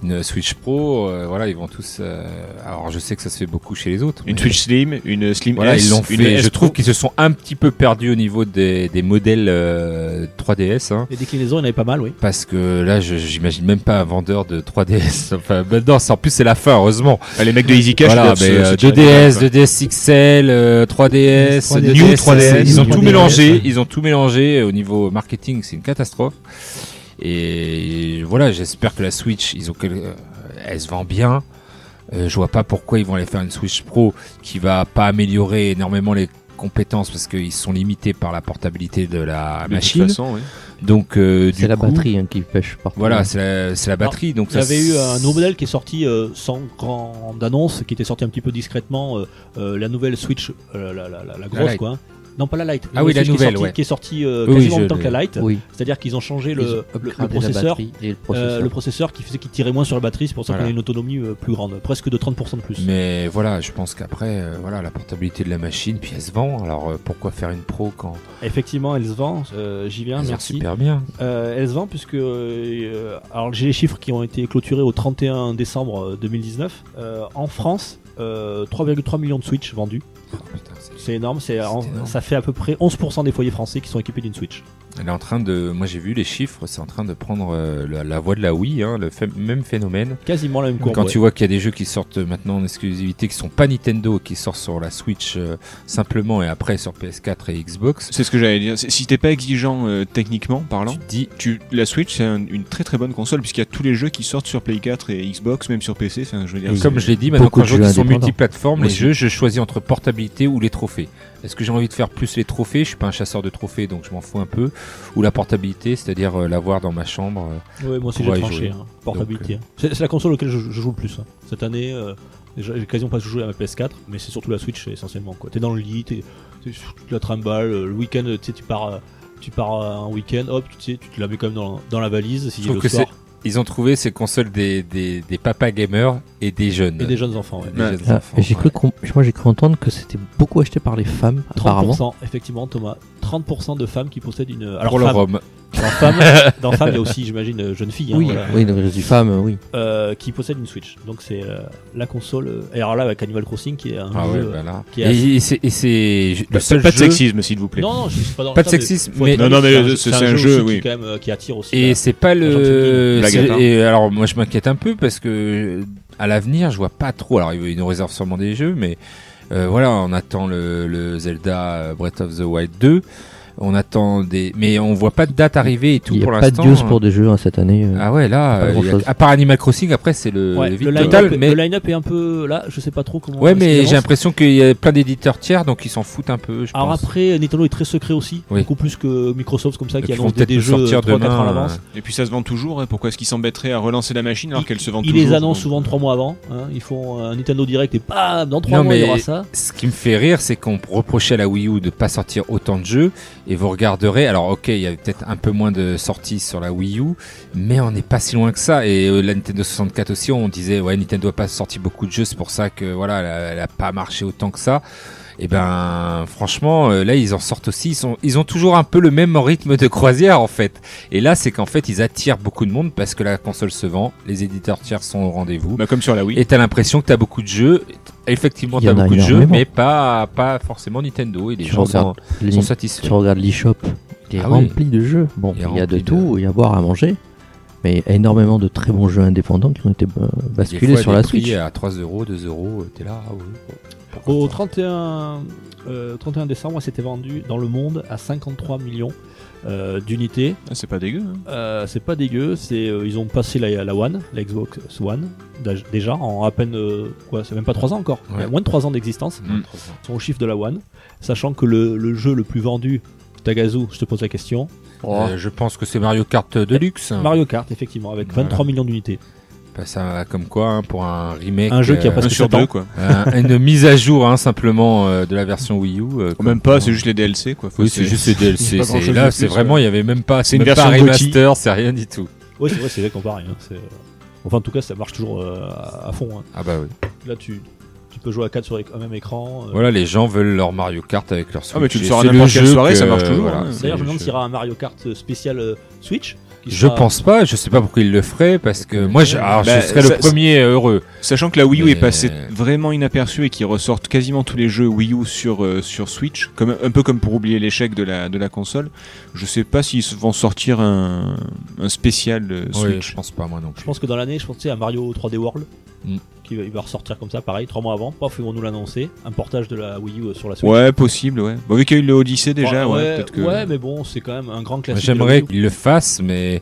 [SPEAKER 3] une Switch Pro, euh, voilà, ils vont tous... euh, alors je sais que ça se fait beaucoup chez les autres.
[SPEAKER 5] Une
[SPEAKER 3] mais-
[SPEAKER 5] Twitch Slim, une Slim
[SPEAKER 3] Voilà,
[SPEAKER 5] S,
[SPEAKER 3] ils l'ont
[SPEAKER 5] une
[SPEAKER 3] fait.
[SPEAKER 5] S
[SPEAKER 3] Je trouve
[SPEAKER 5] Pro.
[SPEAKER 3] qu'ils se sont un petit peu perdus au niveau des, des modèles euh, 3DS. hein.
[SPEAKER 2] Les déclinaisons, il y en avait pas mal, oui.
[SPEAKER 3] Parce que là, je- j'imagine même pas un vendeur de 3DS. Enfin, maintenant, c'est- en plus, c'est la fin, heureusement.
[SPEAKER 5] Ah, les mecs de Easy Cash,
[SPEAKER 3] Voilà,
[SPEAKER 5] doivent se-
[SPEAKER 3] mais euh,
[SPEAKER 5] se tirer des balles,
[SPEAKER 3] 2DS,
[SPEAKER 5] quoi.
[SPEAKER 3] 2DS XL, euh, 3DS,
[SPEAKER 4] 3DS,
[SPEAKER 3] New
[SPEAKER 4] 3DS,
[SPEAKER 3] Ils ont tout
[SPEAKER 4] 3DS.
[SPEAKER 3] mélangé. Ils ont tout mélangé. euh, Au niveau marketing, c'est une catastrophe. Et voilà, j'espère que la Switch, ils ont quel- euh, elle se vend bien. Euh, je vois pas pourquoi ils vont aller faire une Switch Pro qui va pas améliorer énormément les compétences parce qu'ils sont limités par la portabilité de la
[SPEAKER 5] Ah, De toute
[SPEAKER 3] machine.
[SPEAKER 5] façon, oui.
[SPEAKER 3] Donc euh, du
[SPEAKER 6] C'est la
[SPEAKER 3] coup,
[SPEAKER 6] batterie hein, qui pêche par
[SPEAKER 3] Voilà, c'est la, c'est la batterie. donc
[SPEAKER 2] Il y
[SPEAKER 3] ça,
[SPEAKER 2] avait eu
[SPEAKER 3] c'est-
[SPEAKER 2] un nouveau modèle qui est sorti euh, sans grande annonce, qui était sorti un petit peu discrètement. euh, euh, la nouvelle Switch, euh, la, la- la- la grosse,
[SPEAKER 3] Lite.
[SPEAKER 2] quoi. hein. Non, pas la Lite.
[SPEAKER 3] Ah oui, la
[SPEAKER 2] Switch qui est
[SPEAKER 3] nouvelle,
[SPEAKER 2] sortie-
[SPEAKER 3] ouais.
[SPEAKER 2] Qui est sortie euh,
[SPEAKER 3] Oui,
[SPEAKER 2] quasiment en
[SPEAKER 3] je
[SPEAKER 2] même temps que la Lite.
[SPEAKER 6] Oui.
[SPEAKER 2] C'est-à-dire qu'ils ont changé
[SPEAKER 6] Ils
[SPEAKER 2] le,
[SPEAKER 6] ont
[SPEAKER 2] le- le
[SPEAKER 6] upgradé la
[SPEAKER 2] processeur.
[SPEAKER 6] batterie et le
[SPEAKER 2] euh,
[SPEAKER 6] processeur.
[SPEAKER 2] le processeur qui faisait qu'il tirait moins sur la batterie, c'est pour ça qu'on
[SPEAKER 3] Voilà.
[SPEAKER 2] a une autonomie euh, plus grande, presque de 30% de plus.
[SPEAKER 3] Mais voilà, je pense qu'après, euh, voilà, la portabilité de la machine, puis elle se vend. Alors euh, pourquoi faire une pro quand
[SPEAKER 2] Effectivement, elle se vend, euh, j'y viens,
[SPEAKER 3] elle sort
[SPEAKER 2] merci.
[SPEAKER 3] super bien
[SPEAKER 2] Euh, elle se vend puisque euh, alors j'ai les chiffres qui ont été clôturés au 31 décembre euh, 2019. Euh, en France, euh, 3,3 millions de Switch vendus.
[SPEAKER 3] Oh, putain, c'est-
[SPEAKER 2] C'est énorme, c'est
[SPEAKER 3] C'est
[SPEAKER 2] en-
[SPEAKER 3] énorme.
[SPEAKER 2] ça fait à peu près 11% des foyers français qui sont équipés d'une Switch.
[SPEAKER 3] Elle est en train de, moi j'ai vu les chiffres, c'est en train de prendre euh, la, la voie de la Wii, hein, le phé- même phénomène.
[SPEAKER 2] Quasiment la même courbe.
[SPEAKER 3] Quand
[SPEAKER 2] ouais.
[SPEAKER 3] tu vois qu'il y a des jeux qui sortent maintenant en exclusivité, qui sont pas Nintendo, qui sortent sur la Switch euh, simplement et après sur PS4 et Xbox,
[SPEAKER 5] C'est ce que j'allais dire. C'est- Si t'es pas exigeant euh, techniquement parlant,
[SPEAKER 3] tu te dis
[SPEAKER 5] tu, la Switch c'est un- une très très bonne console puisqu'il y a tous les jeux qui sortent sur Play 4 et Xbox, même sur PC. Enfin, je veux dire,
[SPEAKER 3] Et comme
[SPEAKER 5] c'est-
[SPEAKER 3] je l'ai dit, maintenant
[SPEAKER 6] beaucoup
[SPEAKER 3] quand
[SPEAKER 6] de
[SPEAKER 3] je vois
[SPEAKER 6] jeux
[SPEAKER 3] qu'ils sont
[SPEAKER 6] indépendants.
[SPEAKER 3] multiplateformes, les
[SPEAKER 5] Aussi.
[SPEAKER 3] jeux, je choisis entre portabilité ou les trophées. Est-ce que j'ai envie de faire plus les trophées Je suis pas un chasseur de trophées, donc je m'en fous un peu. Ou la portabilité, c'est-à-dire euh, l'avoir dans ma chambre. euh.
[SPEAKER 2] Ouais, moi aussi
[SPEAKER 3] On
[SPEAKER 2] j'ai
[SPEAKER 3] va y
[SPEAKER 2] tranché.
[SPEAKER 3] jouer. euh,
[SPEAKER 2] hein. Portabilité. hein. C'est c'est la console auquel je, je joue le plus hein. cette année. euh, j'ai j'ai l'occasion pas de jouer à ma PS4, mais c'est surtout la Switch essentiellement. quoi. T'es dans le lit, t'es t'es- tu la trimballes. euh, Le week-end, tu sais, tu pars, euh, tu pars euh, un week-end, hop, tu, sais, tu te la mets quand même dans, dans la valise. Si
[SPEAKER 3] Je trouve
[SPEAKER 2] le
[SPEAKER 3] que
[SPEAKER 2] soir,
[SPEAKER 3] Ils ont trouvé ces consoles des, des, des papas gamers et des jeunes.
[SPEAKER 2] et des jeunes enfants. ouais. Ah,
[SPEAKER 3] Des jeunes
[SPEAKER 6] Ah,
[SPEAKER 3] enfants,
[SPEAKER 6] j'ai cru
[SPEAKER 3] ouais.
[SPEAKER 6] com- moi j'ai cru entendre que c'était beaucoup acheté par les femmes apparemment.
[SPEAKER 2] 30%, effectivement, Thomas. 30% de femmes qui possèdent une. Alors,
[SPEAKER 3] Pour leur
[SPEAKER 2] femmes,
[SPEAKER 3] homme.
[SPEAKER 2] dans femmes, dans femmes, il y a aussi, j'imagine, euh, jeunes filles. hein,
[SPEAKER 6] oui,
[SPEAKER 2] voilà,
[SPEAKER 6] oui, donc j'ai dit femmes, oui.
[SPEAKER 2] euh, qui possèdent une Switch. Donc, c'est euh, la console. euh, et alors là, avec Animal Crossing, qui est un
[SPEAKER 3] Ah ouais,
[SPEAKER 2] jeu. euh,
[SPEAKER 3] bah là.
[SPEAKER 2] qui est assez-
[SPEAKER 3] Et, et c'est- et c'est le
[SPEAKER 5] Bah,
[SPEAKER 3] seul
[SPEAKER 5] pas de
[SPEAKER 3] jeu.
[SPEAKER 5] sexisme s'il vous plaît.
[SPEAKER 2] Non, non, je suis pas dans le
[SPEAKER 3] Pas de
[SPEAKER 2] tas, mais-
[SPEAKER 3] sexisme,
[SPEAKER 2] faut
[SPEAKER 3] mais-
[SPEAKER 2] être
[SPEAKER 5] Non, non,
[SPEAKER 2] honnête,
[SPEAKER 5] mais
[SPEAKER 2] c'est un,
[SPEAKER 5] c'est
[SPEAKER 2] jeu,
[SPEAKER 5] un jeu,
[SPEAKER 2] aussi
[SPEAKER 5] oui.
[SPEAKER 2] qui, quand même, euh, qui attire aussi.
[SPEAKER 3] Et
[SPEAKER 2] la-
[SPEAKER 3] c'est pas le.
[SPEAKER 5] Blague à
[SPEAKER 3] c'est-
[SPEAKER 6] hein.
[SPEAKER 5] part.
[SPEAKER 3] Et alors moi je m'inquiète un peu parce que euh, à l'avenir je vois pas trop. Alors il nous réserve sûrement des jeux, mais euh, voilà, on attend le, le Zelda euh, Breath of the Wild 2. On attend des, mais on voit pas de date arriver et tout
[SPEAKER 6] Il n'y
[SPEAKER 3] pour
[SPEAKER 6] a pas de
[SPEAKER 3] l'instant.
[SPEAKER 6] dios pour des jeux hein, cette année. euh.
[SPEAKER 3] Ah ouais là,
[SPEAKER 6] Pas
[SPEAKER 3] euh, il y a-
[SPEAKER 6] grand-chose.
[SPEAKER 3] à part Animal Crossing, après c'est le,
[SPEAKER 2] Ouais,
[SPEAKER 3] le
[SPEAKER 2] le
[SPEAKER 3] vide
[SPEAKER 2] line-up
[SPEAKER 3] total.
[SPEAKER 2] est-
[SPEAKER 3] Mais
[SPEAKER 2] le line-up est un peu là, je sais pas trop comment.
[SPEAKER 3] ouais,
[SPEAKER 2] est-ce qu'il
[SPEAKER 3] mais j'ai
[SPEAKER 2] avance.
[SPEAKER 3] l'impression qu'il y a plein d'éditeurs tiers, donc ils s'en foutent un peu. Je
[SPEAKER 2] Alors
[SPEAKER 3] pense.
[SPEAKER 2] après, Nintendo est très secret aussi,
[SPEAKER 3] Oui.
[SPEAKER 2] beaucoup plus que Microsoft comme ça
[SPEAKER 3] Donc,
[SPEAKER 2] qui
[SPEAKER 3] ils vont
[SPEAKER 2] annonce des,
[SPEAKER 3] peut-être
[SPEAKER 2] des
[SPEAKER 3] nous
[SPEAKER 2] jeux
[SPEAKER 3] sortir
[SPEAKER 2] 3-4 ans à
[SPEAKER 3] demain,
[SPEAKER 2] l'avance.
[SPEAKER 3] euh,
[SPEAKER 5] Et puis ça se vend toujours. hein. Pourquoi est-ce qu'ils s'embêteraient à relancer la machine alors
[SPEAKER 2] Ils-
[SPEAKER 5] qu'elle se vend
[SPEAKER 2] Ils
[SPEAKER 5] toujours
[SPEAKER 2] les
[SPEAKER 3] euh,
[SPEAKER 2] annoncent
[SPEAKER 5] donc-
[SPEAKER 2] souvent 3 mois avant. hein. Ils font un Nintendo Direct et bam, dans 3
[SPEAKER 3] Non,
[SPEAKER 2] mois il y
[SPEAKER 3] mais-
[SPEAKER 2] aura ça.
[SPEAKER 3] Ce qui me fait rire, c'est qu'on reprochait à la Wii U de pas sortir autant de jeux, et vous regarderez, alors ok, il y avait peut-être un peu moins de sorties sur la Wii U, mais on n'est pas si loin que ça, et euh, la Nintendo 64 aussi, on disait, ouais, Nintendo a pas sorti beaucoup de jeux, c'est pour ça que, voilà, elle a, elle a pas marché autant que ça, Et ben, franchement, euh, là, ils en sortent aussi. Ils, sont, ils ont toujours un peu le même rythme de croisière, en fait. Et là, c'est qu'en fait, ils attirent beaucoup de monde parce que la console se vend, les éditeurs tiers sont au rendez-vous.
[SPEAKER 5] Bah, comme sur la Wii.
[SPEAKER 3] Et t'as l'impression que t'as beaucoup de jeux. Effectivement,
[SPEAKER 6] Il y
[SPEAKER 3] t'as
[SPEAKER 6] en a
[SPEAKER 3] beaucoup de jeux,
[SPEAKER 6] énormément.
[SPEAKER 3] mais pas, pas forcément Nintendo. Et les
[SPEAKER 6] Tu
[SPEAKER 3] gens sont,
[SPEAKER 6] regardes
[SPEAKER 3] sont
[SPEAKER 6] Les-
[SPEAKER 3] satisfaits.
[SPEAKER 6] Tu regardes l'eShop, il est
[SPEAKER 3] Ah oui.
[SPEAKER 6] rempli de jeux. Bon,
[SPEAKER 3] Il est
[SPEAKER 6] il y a de
[SPEAKER 3] rempli de-
[SPEAKER 6] tout, il y a à boire, à manger, mais énormément de très bons jeux indépendants qui ont été euh,
[SPEAKER 3] Des
[SPEAKER 6] basculés
[SPEAKER 3] fois,
[SPEAKER 6] sur
[SPEAKER 3] des
[SPEAKER 6] la
[SPEAKER 3] prix
[SPEAKER 6] Switch.
[SPEAKER 3] à 3 euros, 2 euros, euh, t'es là. ah oui.
[SPEAKER 2] Au 31, euh, 31 décembre, elle s'était vendue dans le monde à 53 millions euh, d'unités.
[SPEAKER 5] Ah, c'est pas dégueu. hein.
[SPEAKER 2] Euh, c'est pas dégueu, c'est euh, ils ont passé la, la One, la Xbox One, d'aj- déjà en à peine euh, quoi, c'est même pas 3 ans encore,
[SPEAKER 3] Ouais.
[SPEAKER 2] moins de 3 ans d'existence,
[SPEAKER 5] Hmm.
[SPEAKER 3] Mm.
[SPEAKER 2] ils sont au chiffre de la One, sachant que le, le jeu le plus vendu, Tagazu, je te pose la question,
[SPEAKER 3] Euh, je pense que c'est Mario Kart Deluxe.
[SPEAKER 2] Mario Kart effectivement avec 23
[SPEAKER 3] Voilà.
[SPEAKER 2] millions d'unités.
[SPEAKER 3] Bah, ça, comme quoi, hein, pour un remake. euh,
[SPEAKER 2] Un jeu qui a Parce
[SPEAKER 5] Un
[SPEAKER 2] que
[SPEAKER 5] sur
[SPEAKER 2] ça
[SPEAKER 5] deux,
[SPEAKER 2] tend.
[SPEAKER 5] quoi.
[SPEAKER 3] un- une mise à jour hein, simplement euh, de la version Wii U. euh,
[SPEAKER 5] Même pas, c'est
[SPEAKER 3] comme-
[SPEAKER 5] juste les DLC, quoi. Faut-
[SPEAKER 3] Oui, c'est juste le
[SPEAKER 5] il y
[SPEAKER 3] DLC.
[SPEAKER 5] a pas
[SPEAKER 3] c'est-
[SPEAKER 5] grand-chose
[SPEAKER 3] Là,
[SPEAKER 5] de
[SPEAKER 3] c'est
[SPEAKER 5] plus,
[SPEAKER 3] vraiment, il y avait même pas.
[SPEAKER 5] C'est une
[SPEAKER 3] même pas
[SPEAKER 5] version GOTY.
[SPEAKER 3] remaster, c'est rien du tout.
[SPEAKER 2] Oui c'est vrai, c'est vrai qu'on parle, hein, c'est, euh, enfin en tout cas ça marche toujours euh, à à fond. hein.
[SPEAKER 3] Ah bah oui.
[SPEAKER 2] Là tu, tu peux jouer à 4 sur un même écran. euh,
[SPEAKER 3] Voilà, les gens veulent leur Mario Kart avec leur Switch.
[SPEAKER 5] Ah, mais tu le
[SPEAKER 3] Et
[SPEAKER 5] sors à
[SPEAKER 3] c'est
[SPEAKER 5] n'importe quelle
[SPEAKER 3] jeu
[SPEAKER 5] soirée,
[SPEAKER 3] que-
[SPEAKER 5] ça marche toujours, hein.
[SPEAKER 3] c'est
[SPEAKER 2] D'ailleurs je me
[SPEAKER 3] le
[SPEAKER 2] demande
[SPEAKER 3] jeu.
[SPEAKER 2] s'il y aura un Mario Kart spécial euh, Switch. qui
[SPEAKER 3] Je
[SPEAKER 2] sera-
[SPEAKER 3] pense pas, je sais pas pourquoi ils le feraient, parce que moi, je, alors,
[SPEAKER 5] Bah,
[SPEAKER 3] je serais
[SPEAKER 5] ça-
[SPEAKER 3] le premier heureux.
[SPEAKER 5] Sachant que la Wii U est
[SPEAKER 3] Mais-
[SPEAKER 5] passée vraiment inaperçue et qu'ils ressortent quasiment tous les jeux Wii U sur, euh, sur Switch, comme, un peu comme pour oublier l'échec de la, de la console, je sais pas s'ils vont sortir un, un spécial euh,
[SPEAKER 3] Oui,
[SPEAKER 5] Switch.
[SPEAKER 3] je pense pas, moi non
[SPEAKER 2] Je
[SPEAKER 3] plus.
[SPEAKER 2] pense que dans l'année, je pensais à Mario 3D World,
[SPEAKER 3] Mm.
[SPEAKER 2] qui va, il va ressortir comme ça, pareil, trois mois avant. Paf, ils vont nous l'annoncer. Un portage de la Wii U euh, sur la Switch.
[SPEAKER 5] ouais, possible, ouais. Bah, vu qu'il y a eu le Odyssey déjà,
[SPEAKER 2] Ouais,
[SPEAKER 5] ouais,
[SPEAKER 2] ouais,
[SPEAKER 5] peut-être que.
[SPEAKER 2] ouais, mais bon, c'est quand même un grand
[SPEAKER 3] Moi,
[SPEAKER 2] classique. de la
[SPEAKER 3] J'aimerais
[SPEAKER 2] Wii U.
[SPEAKER 3] qu'ils le fassent, mais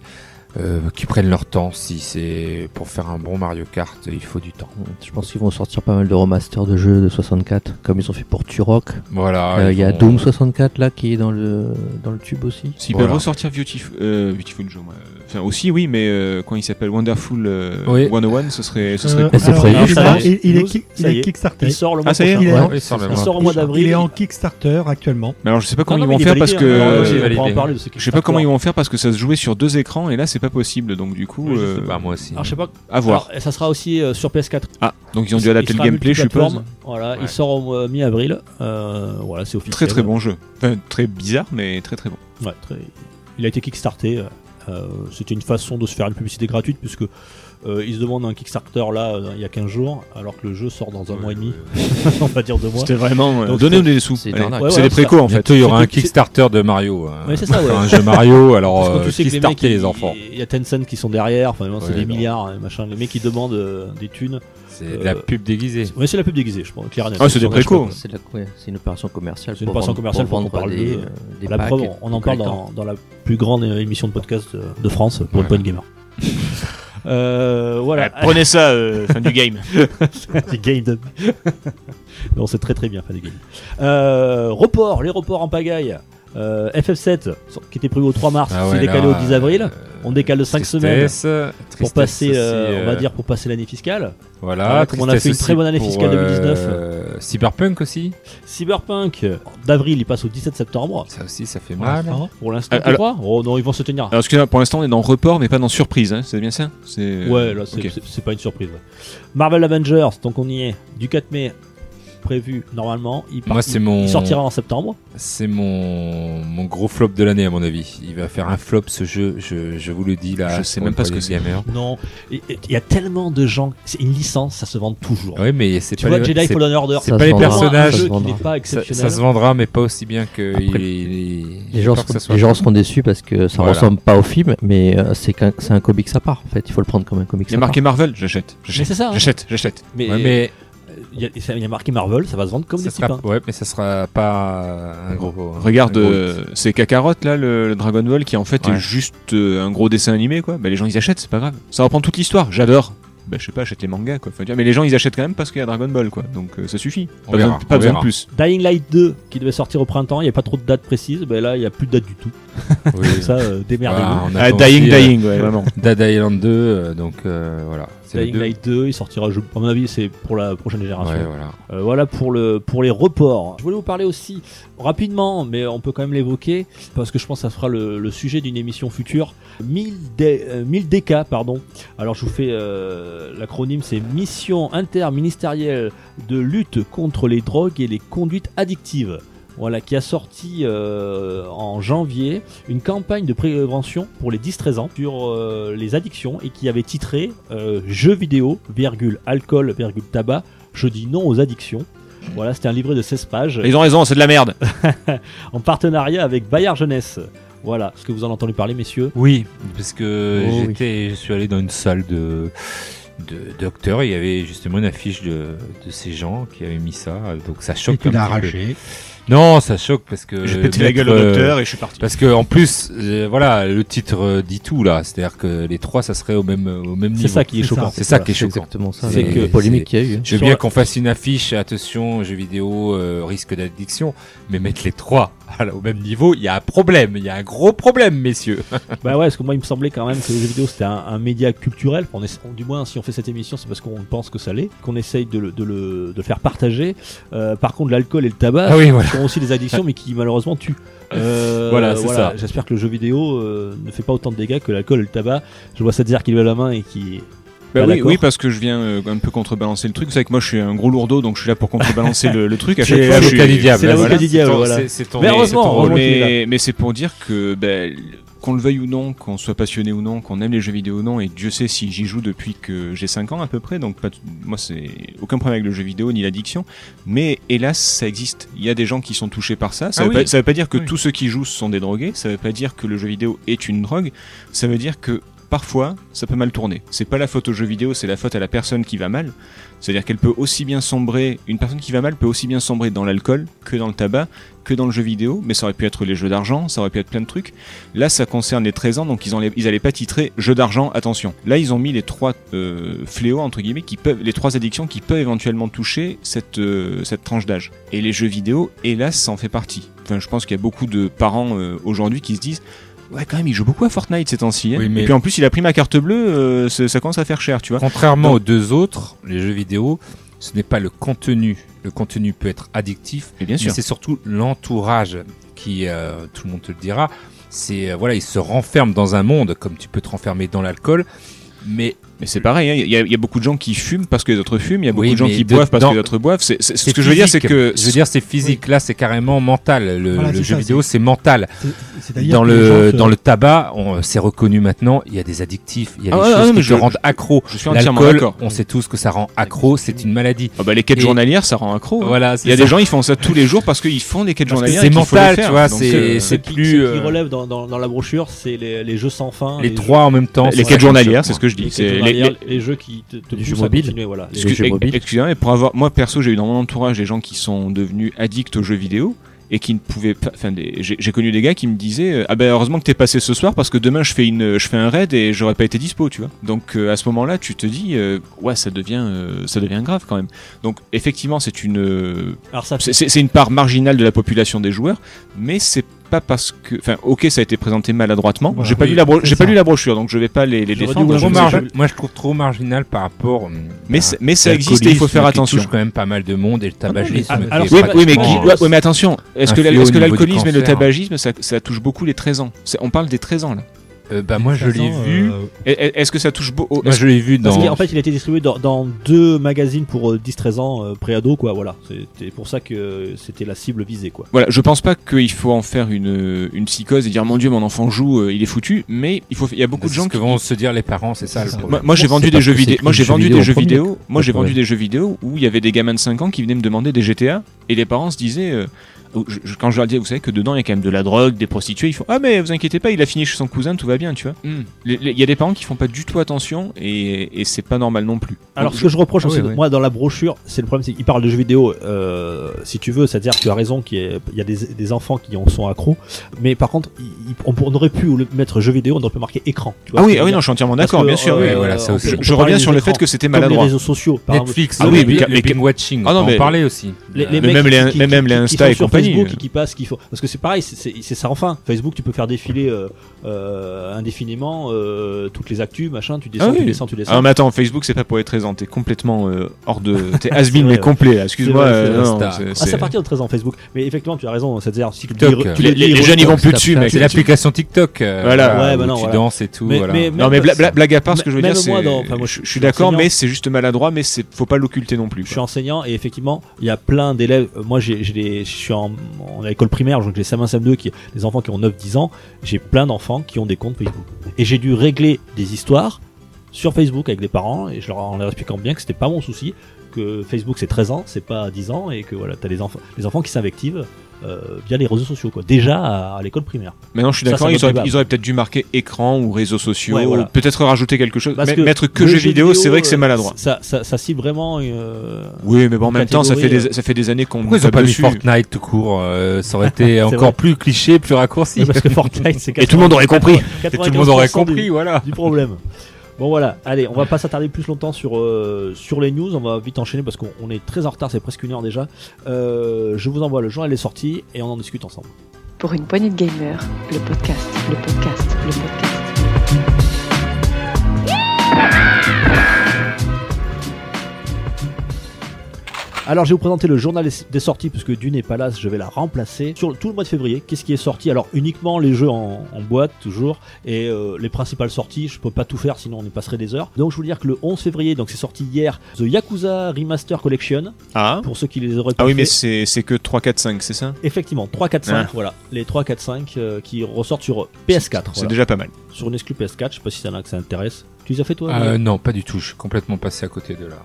[SPEAKER 3] euh, qu'ils prennent leur temps. Si c'est pour faire un bon Mario Kart, il faut du temps.
[SPEAKER 6] Je pense qu'ils vont sortir pas mal de remasters de jeux de 64, comme ils ont fait pour Turok.
[SPEAKER 3] Voilà.
[SPEAKER 6] Euh,
[SPEAKER 3] Ah, ils
[SPEAKER 6] Il y a
[SPEAKER 3] vont-
[SPEAKER 6] Doom 64 là qui est dans le, dans le tube aussi.
[SPEAKER 5] S'ils
[SPEAKER 3] Voilà.
[SPEAKER 5] peuvent ressortir Beautiful, euh, Beautiful Joe, moi. Enfin, aussi, oui, mais euh, quand il s'appelle Wonderful euh,
[SPEAKER 3] Oui.
[SPEAKER 5] 101, ce serait, ce serait
[SPEAKER 4] Euh,
[SPEAKER 5] cool.
[SPEAKER 6] c'est
[SPEAKER 4] alors,
[SPEAKER 6] prévu.
[SPEAKER 4] il est-
[SPEAKER 2] Ça y est,
[SPEAKER 4] Il il est
[SPEAKER 2] News,
[SPEAKER 4] kick-
[SPEAKER 2] ça
[SPEAKER 4] il
[SPEAKER 2] y est.
[SPEAKER 4] est Kickstarter.
[SPEAKER 2] Il sort le mois
[SPEAKER 5] Ah, ça y est,
[SPEAKER 2] prochain.
[SPEAKER 4] il est
[SPEAKER 3] Ouais,
[SPEAKER 4] en-
[SPEAKER 3] oui, sur le
[SPEAKER 2] Il
[SPEAKER 3] mois.
[SPEAKER 2] sort au mois d'avril.
[SPEAKER 4] Il est en Kickstarter actuellement.
[SPEAKER 5] Mais alors, je sais pas
[SPEAKER 2] Non,
[SPEAKER 5] comment
[SPEAKER 2] non,
[SPEAKER 5] ils vont
[SPEAKER 2] mais il est
[SPEAKER 5] faire
[SPEAKER 2] validé,
[SPEAKER 5] parce
[SPEAKER 2] hein.
[SPEAKER 5] que.
[SPEAKER 2] Non,
[SPEAKER 3] il est
[SPEAKER 2] non, on pourra en
[SPEAKER 3] validé.
[SPEAKER 2] parler de ce
[SPEAKER 5] Je sais pas comment ils
[SPEAKER 2] Kickstarter.
[SPEAKER 5] vont faire parce que ça se jouait sur deux écrans et là c'est pas possible donc du coup
[SPEAKER 3] Je sais
[SPEAKER 5] euh,
[SPEAKER 3] pas, bah, moi aussi.
[SPEAKER 2] Alors, je sais pas.
[SPEAKER 5] à voir.
[SPEAKER 2] Alors, ça sera aussi euh, sur PS4.
[SPEAKER 5] Ah donc ils ont
[SPEAKER 2] Il-
[SPEAKER 5] dû adapter
[SPEAKER 2] il
[SPEAKER 5] le
[SPEAKER 2] sera
[SPEAKER 5] gameplay je suppose.
[SPEAKER 2] multiplateforme. Voilà,
[SPEAKER 3] Ouais.
[SPEAKER 2] il sort au mois- mi-avril. Euh, voilà, c'est officiel.
[SPEAKER 5] Très très bon jeu. Enfin très bizarre mais très très bon.
[SPEAKER 2] Ouais, très- Il a été kickstarté. euh, euh, C'était une façon de se faire une publicité gratuite puisque euh, ils se demandent un Kickstarter là euh, il y a 15 jours alors que le jeu sort dans un mois et demi, on va dire deux mois.
[SPEAKER 5] C'était vraiment.
[SPEAKER 2] Donc,
[SPEAKER 5] Donnez-nous des sous.
[SPEAKER 6] c'est
[SPEAKER 5] Allez.
[SPEAKER 6] une arnaque.
[SPEAKER 2] Ouais,
[SPEAKER 5] C'est
[SPEAKER 2] ouais,
[SPEAKER 5] des
[SPEAKER 2] ça-
[SPEAKER 5] précaux en fait.
[SPEAKER 3] Bientôt, il y aura un
[SPEAKER 2] Surtout que-
[SPEAKER 3] Kickstarter de Mario. hein.
[SPEAKER 2] Ouais, c'est ça, ouais.
[SPEAKER 3] Un jeu Mario, alors
[SPEAKER 2] Parce que
[SPEAKER 3] euh,
[SPEAKER 2] tu sais que les mecs,
[SPEAKER 3] Kickstarter les
[SPEAKER 2] ils-
[SPEAKER 3] enfants.
[SPEAKER 2] il y a Tencent qui sont derrière, enfin, vraiment, c'est
[SPEAKER 3] Ouais,
[SPEAKER 2] des
[SPEAKER 3] non.
[SPEAKER 2] milliards, hein, machin. Les mecs qui demandent euh, des thunes.
[SPEAKER 3] C'est de la
[SPEAKER 2] euh,
[SPEAKER 3] pub déguisée.
[SPEAKER 2] Ouais, c'est la pub déguisée, je pense. Clair et net.
[SPEAKER 5] Ah, c'est des
[SPEAKER 2] Sur la-
[SPEAKER 5] précaux.
[SPEAKER 6] C'est de la- ouais, c'est une opération commerciale.
[SPEAKER 2] C'est une
[SPEAKER 6] pour
[SPEAKER 2] opération
[SPEAKER 6] vendre-
[SPEAKER 2] commerciale, faut
[SPEAKER 6] vendre
[SPEAKER 2] qu'on parle de-
[SPEAKER 6] des, euh, des
[SPEAKER 2] La
[SPEAKER 6] packs
[SPEAKER 2] preuve,
[SPEAKER 6] et-
[SPEAKER 2] on en
[SPEAKER 6] pour
[SPEAKER 2] parle
[SPEAKER 6] les temps.
[SPEAKER 2] dans, dans la plus grande euh, émission de podcast de, de France pour
[SPEAKER 3] Voilà.
[SPEAKER 2] le Point Gamer. Euh, voilà.
[SPEAKER 5] Prenez ça euh, fin du game.
[SPEAKER 2] C'est Game Dub. non, c'est très très bien, Fan Game. Euh, report, les reports en pagaille. Euh, FF7, sur- qui était prévu au 3 mars,
[SPEAKER 3] Ah
[SPEAKER 2] c'est
[SPEAKER 3] ouais,
[SPEAKER 2] décalé
[SPEAKER 3] là,
[SPEAKER 2] au 10 avril.
[SPEAKER 3] euh,
[SPEAKER 2] on décale de cinq
[SPEAKER 3] tristesse,
[SPEAKER 2] pour
[SPEAKER 3] tristesse
[SPEAKER 2] passer, euh,
[SPEAKER 3] aussi,
[SPEAKER 2] on va
[SPEAKER 3] euh,
[SPEAKER 2] dire, pour passer l'année fiscale.
[SPEAKER 3] Voilà,
[SPEAKER 2] Voilà, comme on a
[SPEAKER 3] tristesse
[SPEAKER 2] fait une
[SPEAKER 3] aussi
[SPEAKER 2] très bonne année
[SPEAKER 3] pour,
[SPEAKER 2] fiscale
[SPEAKER 3] euh, Cyberpunk aussi.
[SPEAKER 2] Cyberpunk, euh, d'avril, il passe au 17 septembre.
[SPEAKER 3] Ça aussi, ça fait
[SPEAKER 4] Pour
[SPEAKER 3] mal.
[SPEAKER 4] l'instant.
[SPEAKER 2] Pour l'instant,
[SPEAKER 3] Euh,
[SPEAKER 2] tu
[SPEAKER 5] Alors-
[SPEAKER 2] crois Oh non, ils vont se tenir.
[SPEAKER 3] Ah,
[SPEAKER 5] Alors excusez-moi pour l'instant on est dans report mais pas dans surprise hein. c'est bien ça. C'est
[SPEAKER 2] ouais, là, c'est
[SPEAKER 5] ok.
[SPEAKER 2] c'est- c'est pas une surprise. ouais. Marvel Avengers, donc on y est, du 4 mai, prévu normalement. Il, part-
[SPEAKER 3] Moi, c'est
[SPEAKER 2] il-
[SPEAKER 3] mon-
[SPEAKER 2] il sortira en septembre.
[SPEAKER 3] C'est mon, mon gros flop de l'année, à mon avis. Il va faire un flop ce jeu, je, je vous le dis là.
[SPEAKER 5] Je sais
[SPEAKER 3] pour
[SPEAKER 5] même pas ce que
[SPEAKER 3] les
[SPEAKER 5] c'est.
[SPEAKER 3] gamers.
[SPEAKER 2] Non, il il y a tellement de gens. C'est une licence, ça se vend toujours.
[SPEAKER 3] Oui, mais c'est
[SPEAKER 2] Tu
[SPEAKER 3] pas
[SPEAKER 2] vois,
[SPEAKER 3] les-
[SPEAKER 2] Jedi
[SPEAKER 3] c'est-
[SPEAKER 2] Fallen Order,
[SPEAKER 3] c'est
[SPEAKER 6] Ça
[SPEAKER 3] pas
[SPEAKER 6] se
[SPEAKER 3] les
[SPEAKER 6] vendra,
[SPEAKER 3] personnages.
[SPEAKER 2] un jeu
[SPEAKER 6] se
[SPEAKER 2] qui
[SPEAKER 6] vendra.
[SPEAKER 2] n'est pas
[SPEAKER 3] Ça,
[SPEAKER 2] exceptionnel.
[SPEAKER 3] ça se vendra, mais pas aussi bien que.
[SPEAKER 6] Après,
[SPEAKER 3] il- il-
[SPEAKER 6] Les
[SPEAKER 3] j'ai
[SPEAKER 6] gens,
[SPEAKER 3] peur que
[SPEAKER 6] seront,
[SPEAKER 3] ça soit-
[SPEAKER 6] les gens seront déçus parce que ça
[SPEAKER 3] Voilà.
[SPEAKER 6] ressemble pas au film, mais euh, c'est qu'un- c'est un comics à part. En fait, il faut le prendre comme un comics
[SPEAKER 5] Il y
[SPEAKER 6] à
[SPEAKER 5] a
[SPEAKER 6] part.
[SPEAKER 5] marqué Marvel j'achète
[SPEAKER 2] mais
[SPEAKER 5] j'achète
[SPEAKER 2] c'est ça. hein.
[SPEAKER 5] j'achète j'achète.
[SPEAKER 2] Mais,
[SPEAKER 3] Ouais, mais
[SPEAKER 2] euh, il y, a- ça- il y a marqué Marvel, ça va se vendre comme
[SPEAKER 3] ça
[SPEAKER 2] des petits
[SPEAKER 3] sera,
[SPEAKER 2] pains.
[SPEAKER 3] ouais, mais ça sera pas euh, un gros.
[SPEAKER 5] Regarde,
[SPEAKER 3] un gros
[SPEAKER 5] euh, c'est Kakarot là, le, le Dragon Ball, qui en fait
[SPEAKER 3] Ouais.
[SPEAKER 5] est juste euh, un gros dessin animé quoi. Bah, les gens ils achètent, c'est pas grave. Ça reprend toute l'histoire, j'adore. Bah, je sais pas, achète les mangas quoi. Faut dire. Mais les gens ils achètent quand même parce qu'il y a Dragon Ball quoi. Donc euh, ça suffit.
[SPEAKER 3] On
[SPEAKER 5] Pas,
[SPEAKER 3] verra,
[SPEAKER 5] besoin, pas
[SPEAKER 3] on
[SPEAKER 5] besoin de
[SPEAKER 3] verra.
[SPEAKER 5] plus.
[SPEAKER 2] hein. Dying Light 2 qui devait sortir au printemps, il n'y a pas trop de date précise. Ben là, il n'y a plus de date du tout.
[SPEAKER 3] hit. Oui.
[SPEAKER 2] Ça, euh, démerdez-vous.
[SPEAKER 3] Voilà, on
[SPEAKER 5] Ah,
[SPEAKER 3] attend
[SPEAKER 5] dying,
[SPEAKER 3] aussi, euh,
[SPEAKER 5] dying, ouais, vraiment.
[SPEAKER 3] Dead Island 2, euh, donc euh, voilà. C'est le
[SPEAKER 2] Dying
[SPEAKER 3] deux.
[SPEAKER 2] Light 2, il sortira, je, à mon avis, c'est pour la prochaine génération.
[SPEAKER 3] Ouais, voilà.
[SPEAKER 2] Euh, voilà pour, le, pour les reports. Je voulais vous parler aussi rapidement, mais on peut quand même l'évoquer, parce que je pense que ça fera le, le sujet d'une émission future. 1000 dé- euh, 1000 DK, pardon. Alors je vous fais euh, euh, l'acronyme c'est Mission interministérielle de lutte contre les drogues et les conduites addictives. Voilà, qui a sorti euh, en janvier une campagne de prévention pour les 10-13 ans sur euh, les addictions et qui avait titré euh, Jeux vidéo, virgule, alcool, virgule, tabac, je dis non aux addictions. Voilà, c'était un livret de 16 pages
[SPEAKER 5] Ils ont raison, c'est de la merde.
[SPEAKER 2] en partenariat avec Bayard Jeunesse. Voilà, est-ce que vous en entendez parler, messieurs
[SPEAKER 3] Oui, parce que
[SPEAKER 6] Oh, oui.
[SPEAKER 3] j'étais, je suis allé dans une salle de de docteur, il y avait justement une affiche de, de ces gens qui avaient mis ça, donc ça
[SPEAKER 4] Et
[SPEAKER 3] choque.
[SPEAKER 4] tu
[SPEAKER 3] un
[SPEAKER 4] l'as
[SPEAKER 3] petit peu.
[SPEAKER 4] arraché.
[SPEAKER 3] Non, ça choque parce que
[SPEAKER 5] J'ai pété la
[SPEAKER 3] mettre,
[SPEAKER 5] gueule au
[SPEAKER 3] euh,
[SPEAKER 5] docteur et je suis parti.
[SPEAKER 3] Parce que en plus, euh, voilà, le titre euh, dit tout là, c'est-à-dire que les trois, ça serait au même au même niveau.
[SPEAKER 2] C'est ça qui est
[SPEAKER 4] C'est
[SPEAKER 2] choquant.
[SPEAKER 4] ça.
[SPEAKER 3] C'est ça qui est
[SPEAKER 6] C'est
[SPEAKER 3] choquant.
[SPEAKER 6] exactement ça,
[SPEAKER 3] C'est
[SPEAKER 6] la
[SPEAKER 3] que-
[SPEAKER 6] polémique qu'il y a eu. hein.
[SPEAKER 3] Je veux
[SPEAKER 2] Sur
[SPEAKER 3] bien
[SPEAKER 2] la-
[SPEAKER 3] qu'on fasse une affiche, attention, jeux vidéo, euh, risque d'addiction, mais mettre les trois à la- au même niveau, il y a un problème, il y a un gros problème, messieurs.
[SPEAKER 2] Bah ouais, parce que moi, il me semblait quand même que les jeux vidéo, c'était un, un média culturel. On essa- du moins, si on fait cette émission, c'est parce qu'on pense que ça l'est, qu'on essaye de le, de le- de le faire partager. Euh, par contre, l'alcool et le tabac
[SPEAKER 3] Ah oui, voilà.
[SPEAKER 2] sont aussi des addictions, mais qui malheureusement tuent. Euh,
[SPEAKER 3] Voilà, c'est ça.
[SPEAKER 2] J'espère que le jeu vidéo euh, ne fait pas autant de dégâts que l'alcool et le tabac. Je vois ça dire qu'il lève la main et qui. Pas
[SPEAKER 5] Bah oui,
[SPEAKER 2] d'accord.
[SPEAKER 5] oui, parce que je viens euh, un peu contrebalancer le truc. Vous savez que moi je suis un gros lourdeau, donc je suis là pour contrebalancer le, le truc. À chaque
[SPEAKER 3] euh, C'est
[SPEAKER 5] fois, je suis-
[SPEAKER 3] l'avocat du diable,
[SPEAKER 2] c'est
[SPEAKER 3] là,
[SPEAKER 2] l'avocat
[SPEAKER 3] voilà.
[SPEAKER 2] du diable,
[SPEAKER 3] C'est ton-
[SPEAKER 2] voilà.
[SPEAKER 3] c'est- c'est ton-
[SPEAKER 2] Mais
[SPEAKER 3] c'est ton
[SPEAKER 2] heureusement,
[SPEAKER 3] rôle.
[SPEAKER 2] heureusement. qu'il est
[SPEAKER 5] mais, mais c'est pour dire que ben, qu'on le veuille ou non, qu'on soit passionné ou non, qu'on aime les jeux vidéo ou non, et Dieu sait si j'y joue depuis que j'ai 5 ans à peu près, donc pas t- moi c'est aucun problème avec le jeu vidéo ni l'addiction, mais hélas ça existe. Il y a des gens qui sont touchés par ça. Ça,
[SPEAKER 3] Ah
[SPEAKER 5] veut,
[SPEAKER 3] oui.
[SPEAKER 5] pas, ça veut pas dire que
[SPEAKER 3] Oui.
[SPEAKER 5] tous ceux qui jouent sont des drogués, ça veut pas dire que le jeu vidéo est une drogue, ça veut dire que parfois ça peut mal tourner. C'est pas la faute au jeu vidéo, c'est la faute à la personne qui va mal. C'est-à-dire qu'elle peut aussi bien sombrer, une personne qui va mal peut aussi bien sombrer dans l'alcool que dans le tabac, que dans le jeu vidéo, mais ça aurait pu être les jeux d'argent, ça aurait pu être plein de trucs. Là, ça concerne les 13 ans, donc ils n'allaient ils allaient pas titrer jeu d'argent, attention. Là, ils ont mis les trois euh, fléaux, entre guillemets, qui peuvent, les trois addictions qui peuvent éventuellement toucher cette, euh, cette tranche d'âge. Et les jeux vidéo, hélas, ça en fait partie. Enfin, je pense qu'il y a beaucoup de parents euh, aujourd'hui qui se disent. Ouais, quand même, il joue beaucoup à Fortnite ces temps-ci. hein.
[SPEAKER 3] Oui, mais-
[SPEAKER 5] Et puis en plus, il a pris ma carte bleue, euh, ça ça commence à faire cher, tu vois.
[SPEAKER 3] Contrairement aux deux autres, les jeux vidéo, ce n'est pas le contenu. Le contenu peut être addictif,
[SPEAKER 5] Et bien
[SPEAKER 3] mais
[SPEAKER 5] sûr.
[SPEAKER 3] c'est surtout l'entourage qui, euh, tout le monde te le dira, c'est euh, voilà, il se renferme dans un monde comme tu peux te renfermer dans l'alcool, mais
[SPEAKER 5] Mais c'est pareil, hein, il y, a- il y a beaucoup de gens qui fument parce que les autres fument, il y a beaucoup
[SPEAKER 3] Oui,
[SPEAKER 5] de gens
[SPEAKER 3] mais
[SPEAKER 5] qui
[SPEAKER 3] de-
[SPEAKER 5] boivent parce
[SPEAKER 3] dans-
[SPEAKER 5] que les autres boivent. C'est, c'est-
[SPEAKER 3] c'est
[SPEAKER 5] ce que je veux dire, c'est
[SPEAKER 3] physique.
[SPEAKER 5] que
[SPEAKER 3] je veux dire c'est physique. Là, c'est carrément mental. Le,
[SPEAKER 4] Voilà,
[SPEAKER 3] le
[SPEAKER 4] c'est
[SPEAKER 3] jeu
[SPEAKER 4] ça,
[SPEAKER 3] vidéo, c'est mental.
[SPEAKER 4] C'est- C'est-à-dire
[SPEAKER 3] Dans
[SPEAKER 4] que les gens
[SPEAKER 3] le
[SPEAKER 4] se-
[SPEAKER 3] dans le tabac, on- c'est reconnu maintenant. Il y a des addictifs, il y a
[SPEAKER 5] Ah
[SPEAKER 3] des
[SPEAKER 5] ouais, ouais,
[SPEAKER 3] choses qui
[SPEAKER 5] mais
[SPEAKER 3] te
[SPEAKER 5] je-
[SPEAKER 3] rendent accro.
[SPEAKER 5] je suis entièrement
[SPEAKER 3] L'alcool,
[SPEAKER 5] d'accord.
[SPEAKER 3] on sait tous que ça rend accro. C'est une maladie.
[SPEAKER 5] Ah bah, les quêtes
[SPEAKER 3] Et-
[SPEAKER 5] journalières, ça rend accro. hein.
[SPEAKER 3] Voilà.
[SPEAKER 5] Il y a
[SPEAKER 3] c'est
[SPEAKER 5] des
[SPEAKER 3] ça.
[SPEAKER 5] gens, ils font ça tous les jours parce qu'ils font des quêtes
[SPEAKER 3] Parce que
[SPEAKER 5] journalières.
[SPEAKER 3] c'est
[SPEAKER 5] et qu'il faut
[SPEAKER 3] mental,
[SPEAKER 5] les faire.
[SPEAKER 3] tu vois,
[SPEAKER 5] Donc,
[SPEAKER 3] c'est-
[SPEAKER 5] euh,
[SPEAKER 3] c'est
[SPEAKER 2] qui-
[SPEAKER 3] plus,
[SPEAKER 2] qui
[SPEAKER 3] euh,
[SPEAKER 2] relève dans, dans- dans la brochure, c'est les, les jeux sans fin.
[SPEAKER 3] les trois en même temps.
[SPEAKER 5] les
[SPEAKER 3] sont
[SPEAKER 5] quêtes
[SPEAKER 3] la même
[SPEAKER 5] journalières,
[SPEAKER 3] chose.
[SPEAKER 5] c'est ce que je dis.
[SPEAKER 2] Les,
[SPEAKER 5] C'est
[SPEAKER 2] quêtes
[SPEAKER 5] les-
[SPEAKER 2] journalières, les jeux qui te, te
[SPEAKER 6] Les jeux
[SPEAKER 2] poussent à
[SPEAKER 6] mobiles.
[SPEAKER 2] continuer, voilà. Les-
[SPEAKER 5] Excuse-
[SPEAKER 6] jeux
[SPEAKER 5] ex-
[SPEAKER 6] mobiles.
[SPEAKER 5] Excusez-moi, mais pour avoir, moi perso, j'ai eu dans mon entourage des gens qui sont devenus addicts aux jeux vidéo et qui ne pouvaient pas. Enfin, des- j'ai j'ai connu des gars qui me disaient euh, ah ben heureusement que t'es passé ce soir parce que demain je fais une, je fais un raid et j'aurais pas été dispo, tu vois. Donc euh, à ce moment-là, tu te dis euh, ouais ça devient, euh, ça devient grave quand même. Donc effectivement, c'est une, euh,
[SPEAKER 2] Alors ça,
[SPEAKER 5] c'est- c'est c'est une part marginale de la population des joueurs, mais c'est pas parce que, enfin, ok, ça a été présenté maladroitement.
[SPEAKER 4] Voilà.
[SPEAKER 5] j'ai pas
[SPEAKER 3] Oui,
[SPEAKER 5] lu la, bro-
[SPEAKER 4] c'est
[SPEAKER 5] j'ai pas
[SPEAKER 4] ça.
[SPEAKER 5] lu la brochure, donc je vais pas les,
[SPEAKER 2] J'aurais
[SPEAKER 5] les
[SPEAKER 2] dû
[SPEAKER 5] défendre.
[SPEAKER 2] vous
[SPEAKER 5] je
[SPEAKER 3] Trop
[SPEAKER 5] sais
[SPEAKER 2] marge-
[SPEAKER 5] pas.
[SPEAKER 3] margin- Moi, je trouve trop marginal par rapport. hum,
[SPEAKER 5] Mais,
[SPEAKER 3] à-
[SPEAKER 5] c'est- mais ça existe et il
[SPEAKER 3] l'alcoolisme
[SPEAKER 5] faut faire
[SPEAKER 3] qui
[SPEAKER 5] attention.
[SPEAKER 3] touche quand même pas mal de monde et le tabagisme.
[SPEAKER 2] Ah,
[SPEAKER 3] qui
[SPEAKER 2] alors,
[SPEAKER 3] est
[SPEAKER 5] Oui,
[SPEAKER 2] Pas-
[SPEAKER 5] oui, mais,
[SPEAKER 2] pas-
[SPEAKER 5] qui-
[SPEAKER 3] pratiquement, euh,
[SPEAKER 5] ouais, ouais, mais attention, est-ce
[SPEAKER 3] un
[SPEAKER 5] que, la-
[SPEAKER 3] fléau
[SPEAKER 5] est-ce
[SPEAKER 3] au
[SPEAKER 5] que
[SPEAKER 3] niveau du
[SPEAKER 5] l'alcoolisme et le
[SPEAKER 3] cancer.
[SPEAKER 5] tabagisme, ça, ça touche beaucoup les 13 ans C'est- On parle des 13 ans là.
[SPEAKER 3] euh, bah, moi, je l'ai
[SPEAKER 4] façon,
[SPEAKER 3] vu.
[SPEAKER 4] euh,
[SPEAKER 5] Et- et- Est-ce que ça touche beau oh,
[SPEAKER 3] Moi, je l'ai vu
[SPEAKER 2] Parce qu'en
[SPEAKER 3] dans.
[SPEAKER 2] fait, il a été distribué dans, dans deux magazines pour euh, 10-13 ans euh, pré-ado, quoi. Voilà, c'était pour ça que euh, c'était la cible visée, quoi.
[SPEAKER 5] Voilà, je pense pas qu'il faut en faire une, une psychose et dire mon dieu, mon enfant joue, euh, il est foutu, mais il, faut, il y a beaucoup de
[SPEAKER 3] C'est ce
[SPEAKER 5] gens
[SPEAKER 3] que
[SPEAKER 5] qui.
[SPEAKER 3] vont se dire les parents, c'est ça le
[SPEAKER 4] C'est ça.
[SPEAKER 5] Moi,
[SPEAKER 3] problème.
[SPEAKER 5] moi, j'ai
[SPEAKER 6] Bon,
[SPEAKER 5] vendu
[SPEAKER 6] c'est
[SPEAKER 5] des
[SPEAKER 6] pas
[SPEAKER 5] jeux
[SPEAKER 6] que c'est
[SPEAKER 5] vidéo.
[SPEAKER 6] que
[SPEAKER 5] Moi
[SPEAKER 6] le
[SPEAKER 5] j'ai
[SPEAKER 6] jeu
[SPEAKER 5] vendu
[SPEAKER 6] vidéo
[SPEAKER 5] des
[SPEAKER 6] en
[SPEAKER 5] jeux
[SPEAKER 6] premier,
[SPEAKER 5] vidéo. Moi
[SPEAKER 6] le
[SPEAKER 5] j'ai vendu
[SPEAKER 6] problème.
[SPEAKER 5] des jeux vidéo où il y avait des gamins de 5 ans qui venaient me demander des GTA et les parents se disaient euh, oh, je- je- quand je leur disais vous savez que dedans il y a quand même de la drogue, des prostituées, ils font ah mais vous inquiétez pas, il a fini chez son cousin, tout va bien, tu vois.
[SPEAKER 2] Hmm.
[SPEAKER 5] Les- les- Il y a des parents qui font pas du tout attention et, et c'est pas normal non plus.
[SPEAKER 2] Alors,
[SPEAKER 5] Donc,
[SPEAKER 2] ce que je reproche
[SPEAKER 3] Ah
[SPEAKER 2] aussi,
[SPEAKER 3] oui, oui.
[SPEAKER 2] moi, dans la brochure, c'est le problème, c'est qu'il parle de jeux vidéo, euh, si tu veux, c'est-à-dire, tu as raison, qu'il y a- il y a des, des enfants qui en sont accros, mais par contre, il- il- on, on aurait pu au lieu de mettre jeu vidéo, on aurait pu marquer écran. Tu vois
[SPEAKER 5] ah
[SPEAKER 2] ce
[SPEAKER 5] oui,
[SPEAKER 2] que je
[SPEAKER 5] ah
[SPEAKER 2] veux
[SPEAKER 5] oui,
[SPEAKER 2] dire
[SPEAKER 5] non, je suis entièrement
[SPEAKER 2] Parce
[SPEAKER 5] d'accord,
[SPEAKER 2] que,
[SPEAKER 5] bien sûr.
[SPEAKER 3] euh,
[SPEAKER 5] oui.
[SPEAKER 3] voilà, ça
[SPEAKER 2] on
[SPEAKER 3] aussi.
[SPEAKER 2] peut-
[SPEAKER 5] Je,
[SPEAKER 2] on
[SPEAKER 5] je
[SPEAKER 2] peut parler
[SPEAKER 5] reviens
[SPEAKER 2] des
[SPEAKER 5] sur le
[SPEAKER 2] écrans,
[SPEAKER 5] fait que c'était
[SPEAKER 2] comme les
[SPEAKER 5] maladroit.
[SPEAKER 2] réseaux sociaux. par exemple.
[SPEAKER 3] Netflix,
[SPEAKER 5] Ah
[SPEAKER 3] le
[SPEAKER 5] oui,
[SPEAKER 3] bi-
[SPEAKER 5] mais-
[SPEAKER 3] le binge watching,
[SPEAKER 5] Ah non,
[SPEAKER 3] on en
[SPEAKER 5] mais-
[SPEAKER 3] parlait aussi.
[SPEAKER 2] Les-
[SPEAKER 3] Euh,
[SPEAKER 2] les
[SPEAKER 5] mais
[SPEAKER 2] mecs
[SPEAKER 5] même
[SPEAKER 2] qui-
[SPEAKER 5] les-
[SPEAKER 2] qui-
[SPEAKER 5] mais même
[SPEAKER 2] qui-
[SPEAKER 5] les
[SPEAKER 2] qui
[SPEAKER 5] Insta
[SPEAKER 2] sont
[SPEAKER 5] et
[SPEAKER 2] sur
[SPEAKER 5] compagnie, euh. compagnie.
[SPEAKER 2] Facebook qui passe, qu'il faut. Parce que c'est pareil, c'est- c'est c'est ça enfin. Facebook, tu peux faire défiler euh, euh, indéfiniment euh, toutes les actus, machin. Tu descends,
[SPEAKER 5] Ah oui.
[SPEAKER 2] tu descends, tu descends.
[SPEAKER 5] Ah mais attends, Facebook c'est pas pour être présent, t'es complètement euh, hors de... T'es has
[SPEAKER 2] C'est vrai,
[SPEAKER 5] mais
[SPEAKER 2] ouais.
[SPEAKER 5] complet là, excuse-moi.
[SPEAKER 2] C'est vrai, c'est
[SPEAKER 5] euh,
[SPEAKER 2] vrai,
[SPEAKER 5] non,
[SPEAKER 3] Star.
[SPEAKER 5] c'est-
[SPEAKER 2] Ah, c'est
[SPEAKER 5] c'est-
[SPEAKER 2] à partir de 13 ans Facebook. Mais effectivement, tu as raison. C'est-à-dire, si tu
[SPEAKER 3] TikTok.
[SPEAKER 2] le dis- Ah, tu
[SPEAKER 5] les,
[SPEAKER 2] le dis-
[SPEAKER 5] les- les jeunes ils vont plus
[SPEAKER 6] Snapchat,
[SPEAKER 5] dessus mec.
[SPEAKER 3] C'est l'application TikTok. euh,
[SPEAKER 5] Voilà.
[SPEAKER 2] Ouais,
[SPEAKER 3] où
[SPEAKER 2] bah non,
[SPEAKER 3] tu
[SPEAKER 2] voilà.
[SPEAKER 3] danses et tout.
[SPEAKER 2] Mais-
[SPEAKER 3] voilà.
[SPEAKER 2] mais-
[SPEAKER 5] Non mais bla- bla- blague à part, ce que je veux
[SPEAKER 2] Même
[SPEAKER 5] dire c'est...
[SPEAKER 2] moi, non, enfin, moi, je-
[SPEAKER 5] je,
[SPEAKER 2] je suis
[SPEAKER 5] suis d'accord
[SPEAKER 2] enseignant.
[SPEAKER 5] mais c'est juste maladroit mais c'est faut pas l'occulter non plus.
[SPEAKER 2] Je
[SPEAKER 5] quoi.
[SPEAKER 2] suis enseignant et effectivement, il y a plein d'élèves. euh, Moi, j'ai, j'ai des- je suis en, en école primaire, donc j'ai CM1, CM2, qui, les enfants qui ont 9-10 ans. J'ai plein d'enfants qui ont des comptes Facebook. Et j'ai dû régler des histoires sur Facebook avec les parents et je leur, en leur expliquant bien que c'était pas mon souci, que Facebook c'est 13 ans, c'est pas 10 ans et que voilà, t'as les enfants, les enfants qui s'invectivent euh, via les réseaux sociaux, quoi. Déjà à, à l'école primaire.
[SPEAKER 5] Maintenant je suis
[SPEAKER 2] Ça,
[SPEAKER 5] d'accord,
[SPEAKER 2] c'est
[SPEAKER 5] ils,
[SPEAKER 2] notre
[SPEAKER 5] auraient-
[SPEAKER 2] débat.
[SPEAKER 5] ils auraient peut-être dû marquer écran ou réseaux sociaux,
[SPEAKER 2] Ouais, voilà.
[SPEAKER 5] ou peut-être rajouter quelque chose.
[SPEAKER 2] Parce
[SPEAKER 5] Mais-
[SPEAKER 2] que
[SPEAKER 5] mettre que
[SPEAKER 2] le
[SPEAKER 5] jeux
[SPEAKER 2] jeu
[SPEAKER 5] vidéo, c'est vrai que
[SPEAKER 2] euh,
[SPEAKER 5] c'est maladroit.
[SPEAKER 2] Ça, ça, ça cible vraiment. euh,
[SPEAKER 5] Oui mais bon en même temps ça fait
[SPEAKER 2] catégorie, euh,
[SPEAKER 5] des, ça fait des années qu'on
[SPEAKER 3] Pourquoi ils ont
[SPEAKER 5] tape
[SPEAKER 3] pas mis
[SPEAKER 5] dessus.
[SPEAKER 3] Fortnite tout court euh, Ça aurait été
[SPEAKER 2] C'est
[SPEAKER 3] encore
[SPEAKER 2] vrai.
[SPEAKER 3] plus cliché, plus raccourci.
[SPEAKER 2] Parce que Fortnite c'est
[SPEAKER 5] Et tout le monde aurait compris.
[SPEAKER 3] Et tout le monde aurait
[SPEAKER 2] 95% du-
[SPEAKER 3] compris, voilà.
[SPEAKER 2] du problème. Bon voilà, allez, on va pas s'attarder plus longtemps sur, euh, sur les news, on va vite enchaîner parce qu'on on est très en retard, c'est presque une heure déjà. Euh, je vous envoie le journal des sorties et on en discute ensemble.
[SPEAKER 1] Pour une poignée de gamers, le podcast, le podcast, le podcast.
[SPEAKER 2] Alors je vais vous présenter le journal des- des sorties puisque Dune n'est pas là, je vais la remplacer. Sur tout le mois de février, qu'est-ce qui est sorti Alors uniquement les jeux en, en boîte toujours et euh, les principales sorties, je peux pas tout faire sinon on y passerait des heures. Donc je vous dire que le 11 février, donc c'est sorti hier, The Yakuza Remaster Collection,
[SPEAKER 5] Ah
[SPEAKER 2] pour ceux qui les auraient pas
[SPEAKER 5] ah oui mais
[SPEAKER 2] fait.
[SPEAKER 5] c'est c'est que 3, 4, 5 c'est ça
[SPEAKER 2] Effectivement, 3, 4, 5, voilà. Les 3, 4, 5 euh, qui ressortent sur PS4.
[SPEAKER 5] C'est
[SPEAKER 2] voilà.
[SPEAKER 5] déjà pas mal.
[SPEAKER 2] Sur une exclu PS4, je sais pas si ça en a que ça intéresse. Tu les as fait toi
[SPEAKER 3] Euh,
[SPEAKER 2] Mario
[SPEAKER 3] non, pas du tout. Je suis complètement passé à côté de la,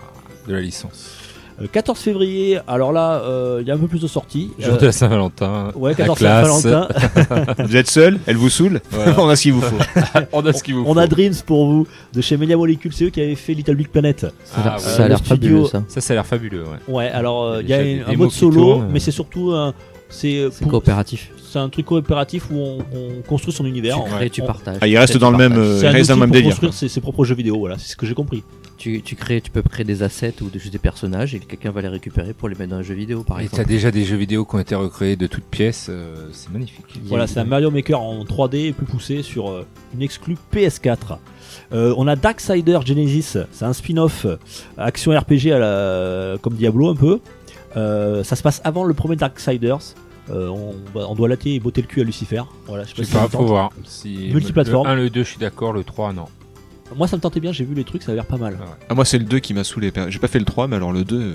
[SPEAKER 3] de la licence.
[SPEAKER 2] Euh, 14 février, alors là, euh, il y a un peu plus de sorties.
[SPEAKER 3] Jour
[SPEAKER 2] Euh,
[SPEAKER 3] de la Saint-Valentin.
[SPEAKER 2] Ouais,
[SPEAKER 3] la
[SPEAKER 2] 14
[SPEAKER 3] classe.
[SPEAKER 2] Saint-Valentin.
[SPEAKER 5] Vous êtes seul, elle vous saoule,
[SPEAKER 3] Voilà.
[SPEAKER 5] on a ce qu'il vous faut.
[SPEAKER 3] On a ce qu'il vous
[SPEAKER 2] On
[SPEAKER 3] faut.
[SPEAKER 2] a Dreams pour vous, de chez Media Molecule, c'est eux qui avaient fait Little Big Planet.
[SPEAKER 6] Ça a l'air-
[SPEAKER 3] Ah,
[SPEAKER 6] ça
[SPEAKER 3] ouais.
[SPEAKER 6] a l'air
[SPEAKER 2] Le studio-
[SPEAKER 6] fabuleux ça.
[SPEAKER 3] Ça, ça a l'air fabuleux. Ouais.
[SPEAKER 2] Ouais, alors euh, il y
[SPEAKER 3] Il y
[SPEAKER 2] a
[SPEAKER 3] a déjà
[SPEAKER 2] un-
[SPEAKER 3] des
[SPEAKER 2] un
[SPEAKER 3] démos
[SPEAKER 2] mode
[SPEAKER 3] qui
[SPEAKER 2] solo,
[SPEAKER 3] tournent.
[SPEAKER 2] mais c'est surtout un. C'est euh,
[SPEAKER 6] C'est
[SPEAKER 2] pour-
[SPEAKER 6] coopératif.
[SPEAKER 2] c'est un truc coopératif où on, on construit son
[SPEAKER 3] Oh,
[SPEAKER 2] univers.
[SPEAKER 6] tu
[SPEAKER 2] On-
[SPEAKER 6] crées, tu
[SPEAKER 2] on-
[SPEAKER 6] partages.
[SPEAKER 5] Ah, il
[SPEAKER 6] tu
[SPEAKER 5] reste
[SPEAKER 6] crées,
[SPEAKER 5] dans le
[SPEAKER 6] tu
[SPEAKER 5] même,
[SPEAKER 6] partages.
[SPEAKER 5] euh,
[SPEAKER 2] C'est un
[SPEAKER 5] reste dans
[SPEAKER 2] outil
[SPEAKER 5] le même
[SPEAKER 2] pour
[SPEAKER 5] délire,
[SPEAKER 3] hein.
[SPEAKER 2] construire ses, ses propres jeux vidéo, voilà, c'est ce que j'ai compris.
[SPEAKER 5] euh,
[SPEAKER 6] Tu, tu crées, tu peux créer des assets ou des, des personnages et quelqu'un va les récupérer pour les mettre dans un jeu vidéo par
[SPEAKER 3] Et t'as
[SPEAKER 6] exemple.
[SPEAKER 3] déjà des jeux vidéo qui ont été recréés de toutes pièces. euh, c'est magnifique.
[SPEAKER 6] Il y a
[SPEAKER 2] Voilà,
[SPEAKER 6] une-
[SPEAKER 2] c'est un Mario Maker en 3D plus poussé sur euh, une exclue PS4. Euh, on a Darksider Genesis, c'est un spin-off euh, action RPG à la- comme Diablo un peu. Euh, ça se passe avant le premier Darksiders. Euh, on, va- on doit latter et botter le cul à Lucifer. Voilà, je sais
[SPEAKER 3] Je
[SPEAKER 2] pas si
[SPEAKER 3] sais pas,
[SPEAKER 2] ça vous
[SPEAKER 3] faut
[SPEAKER 2] tente.
[SPEAKER 3] voir. Si
[SPEAKER 2] Multiplateforme.
[SPEAKER 3] Le 1, le 2, je suis d'accord. Le 3, non.
[SPEAKER 2] Moi ça me tentait bien, j'ai vu les trucs, ça a l'air pas mal.
[SPEAKER 5] Ah, moi, c'est le 2 qui m'a saoulé. J'ai pas fait le 3, mais alors le 2. euh,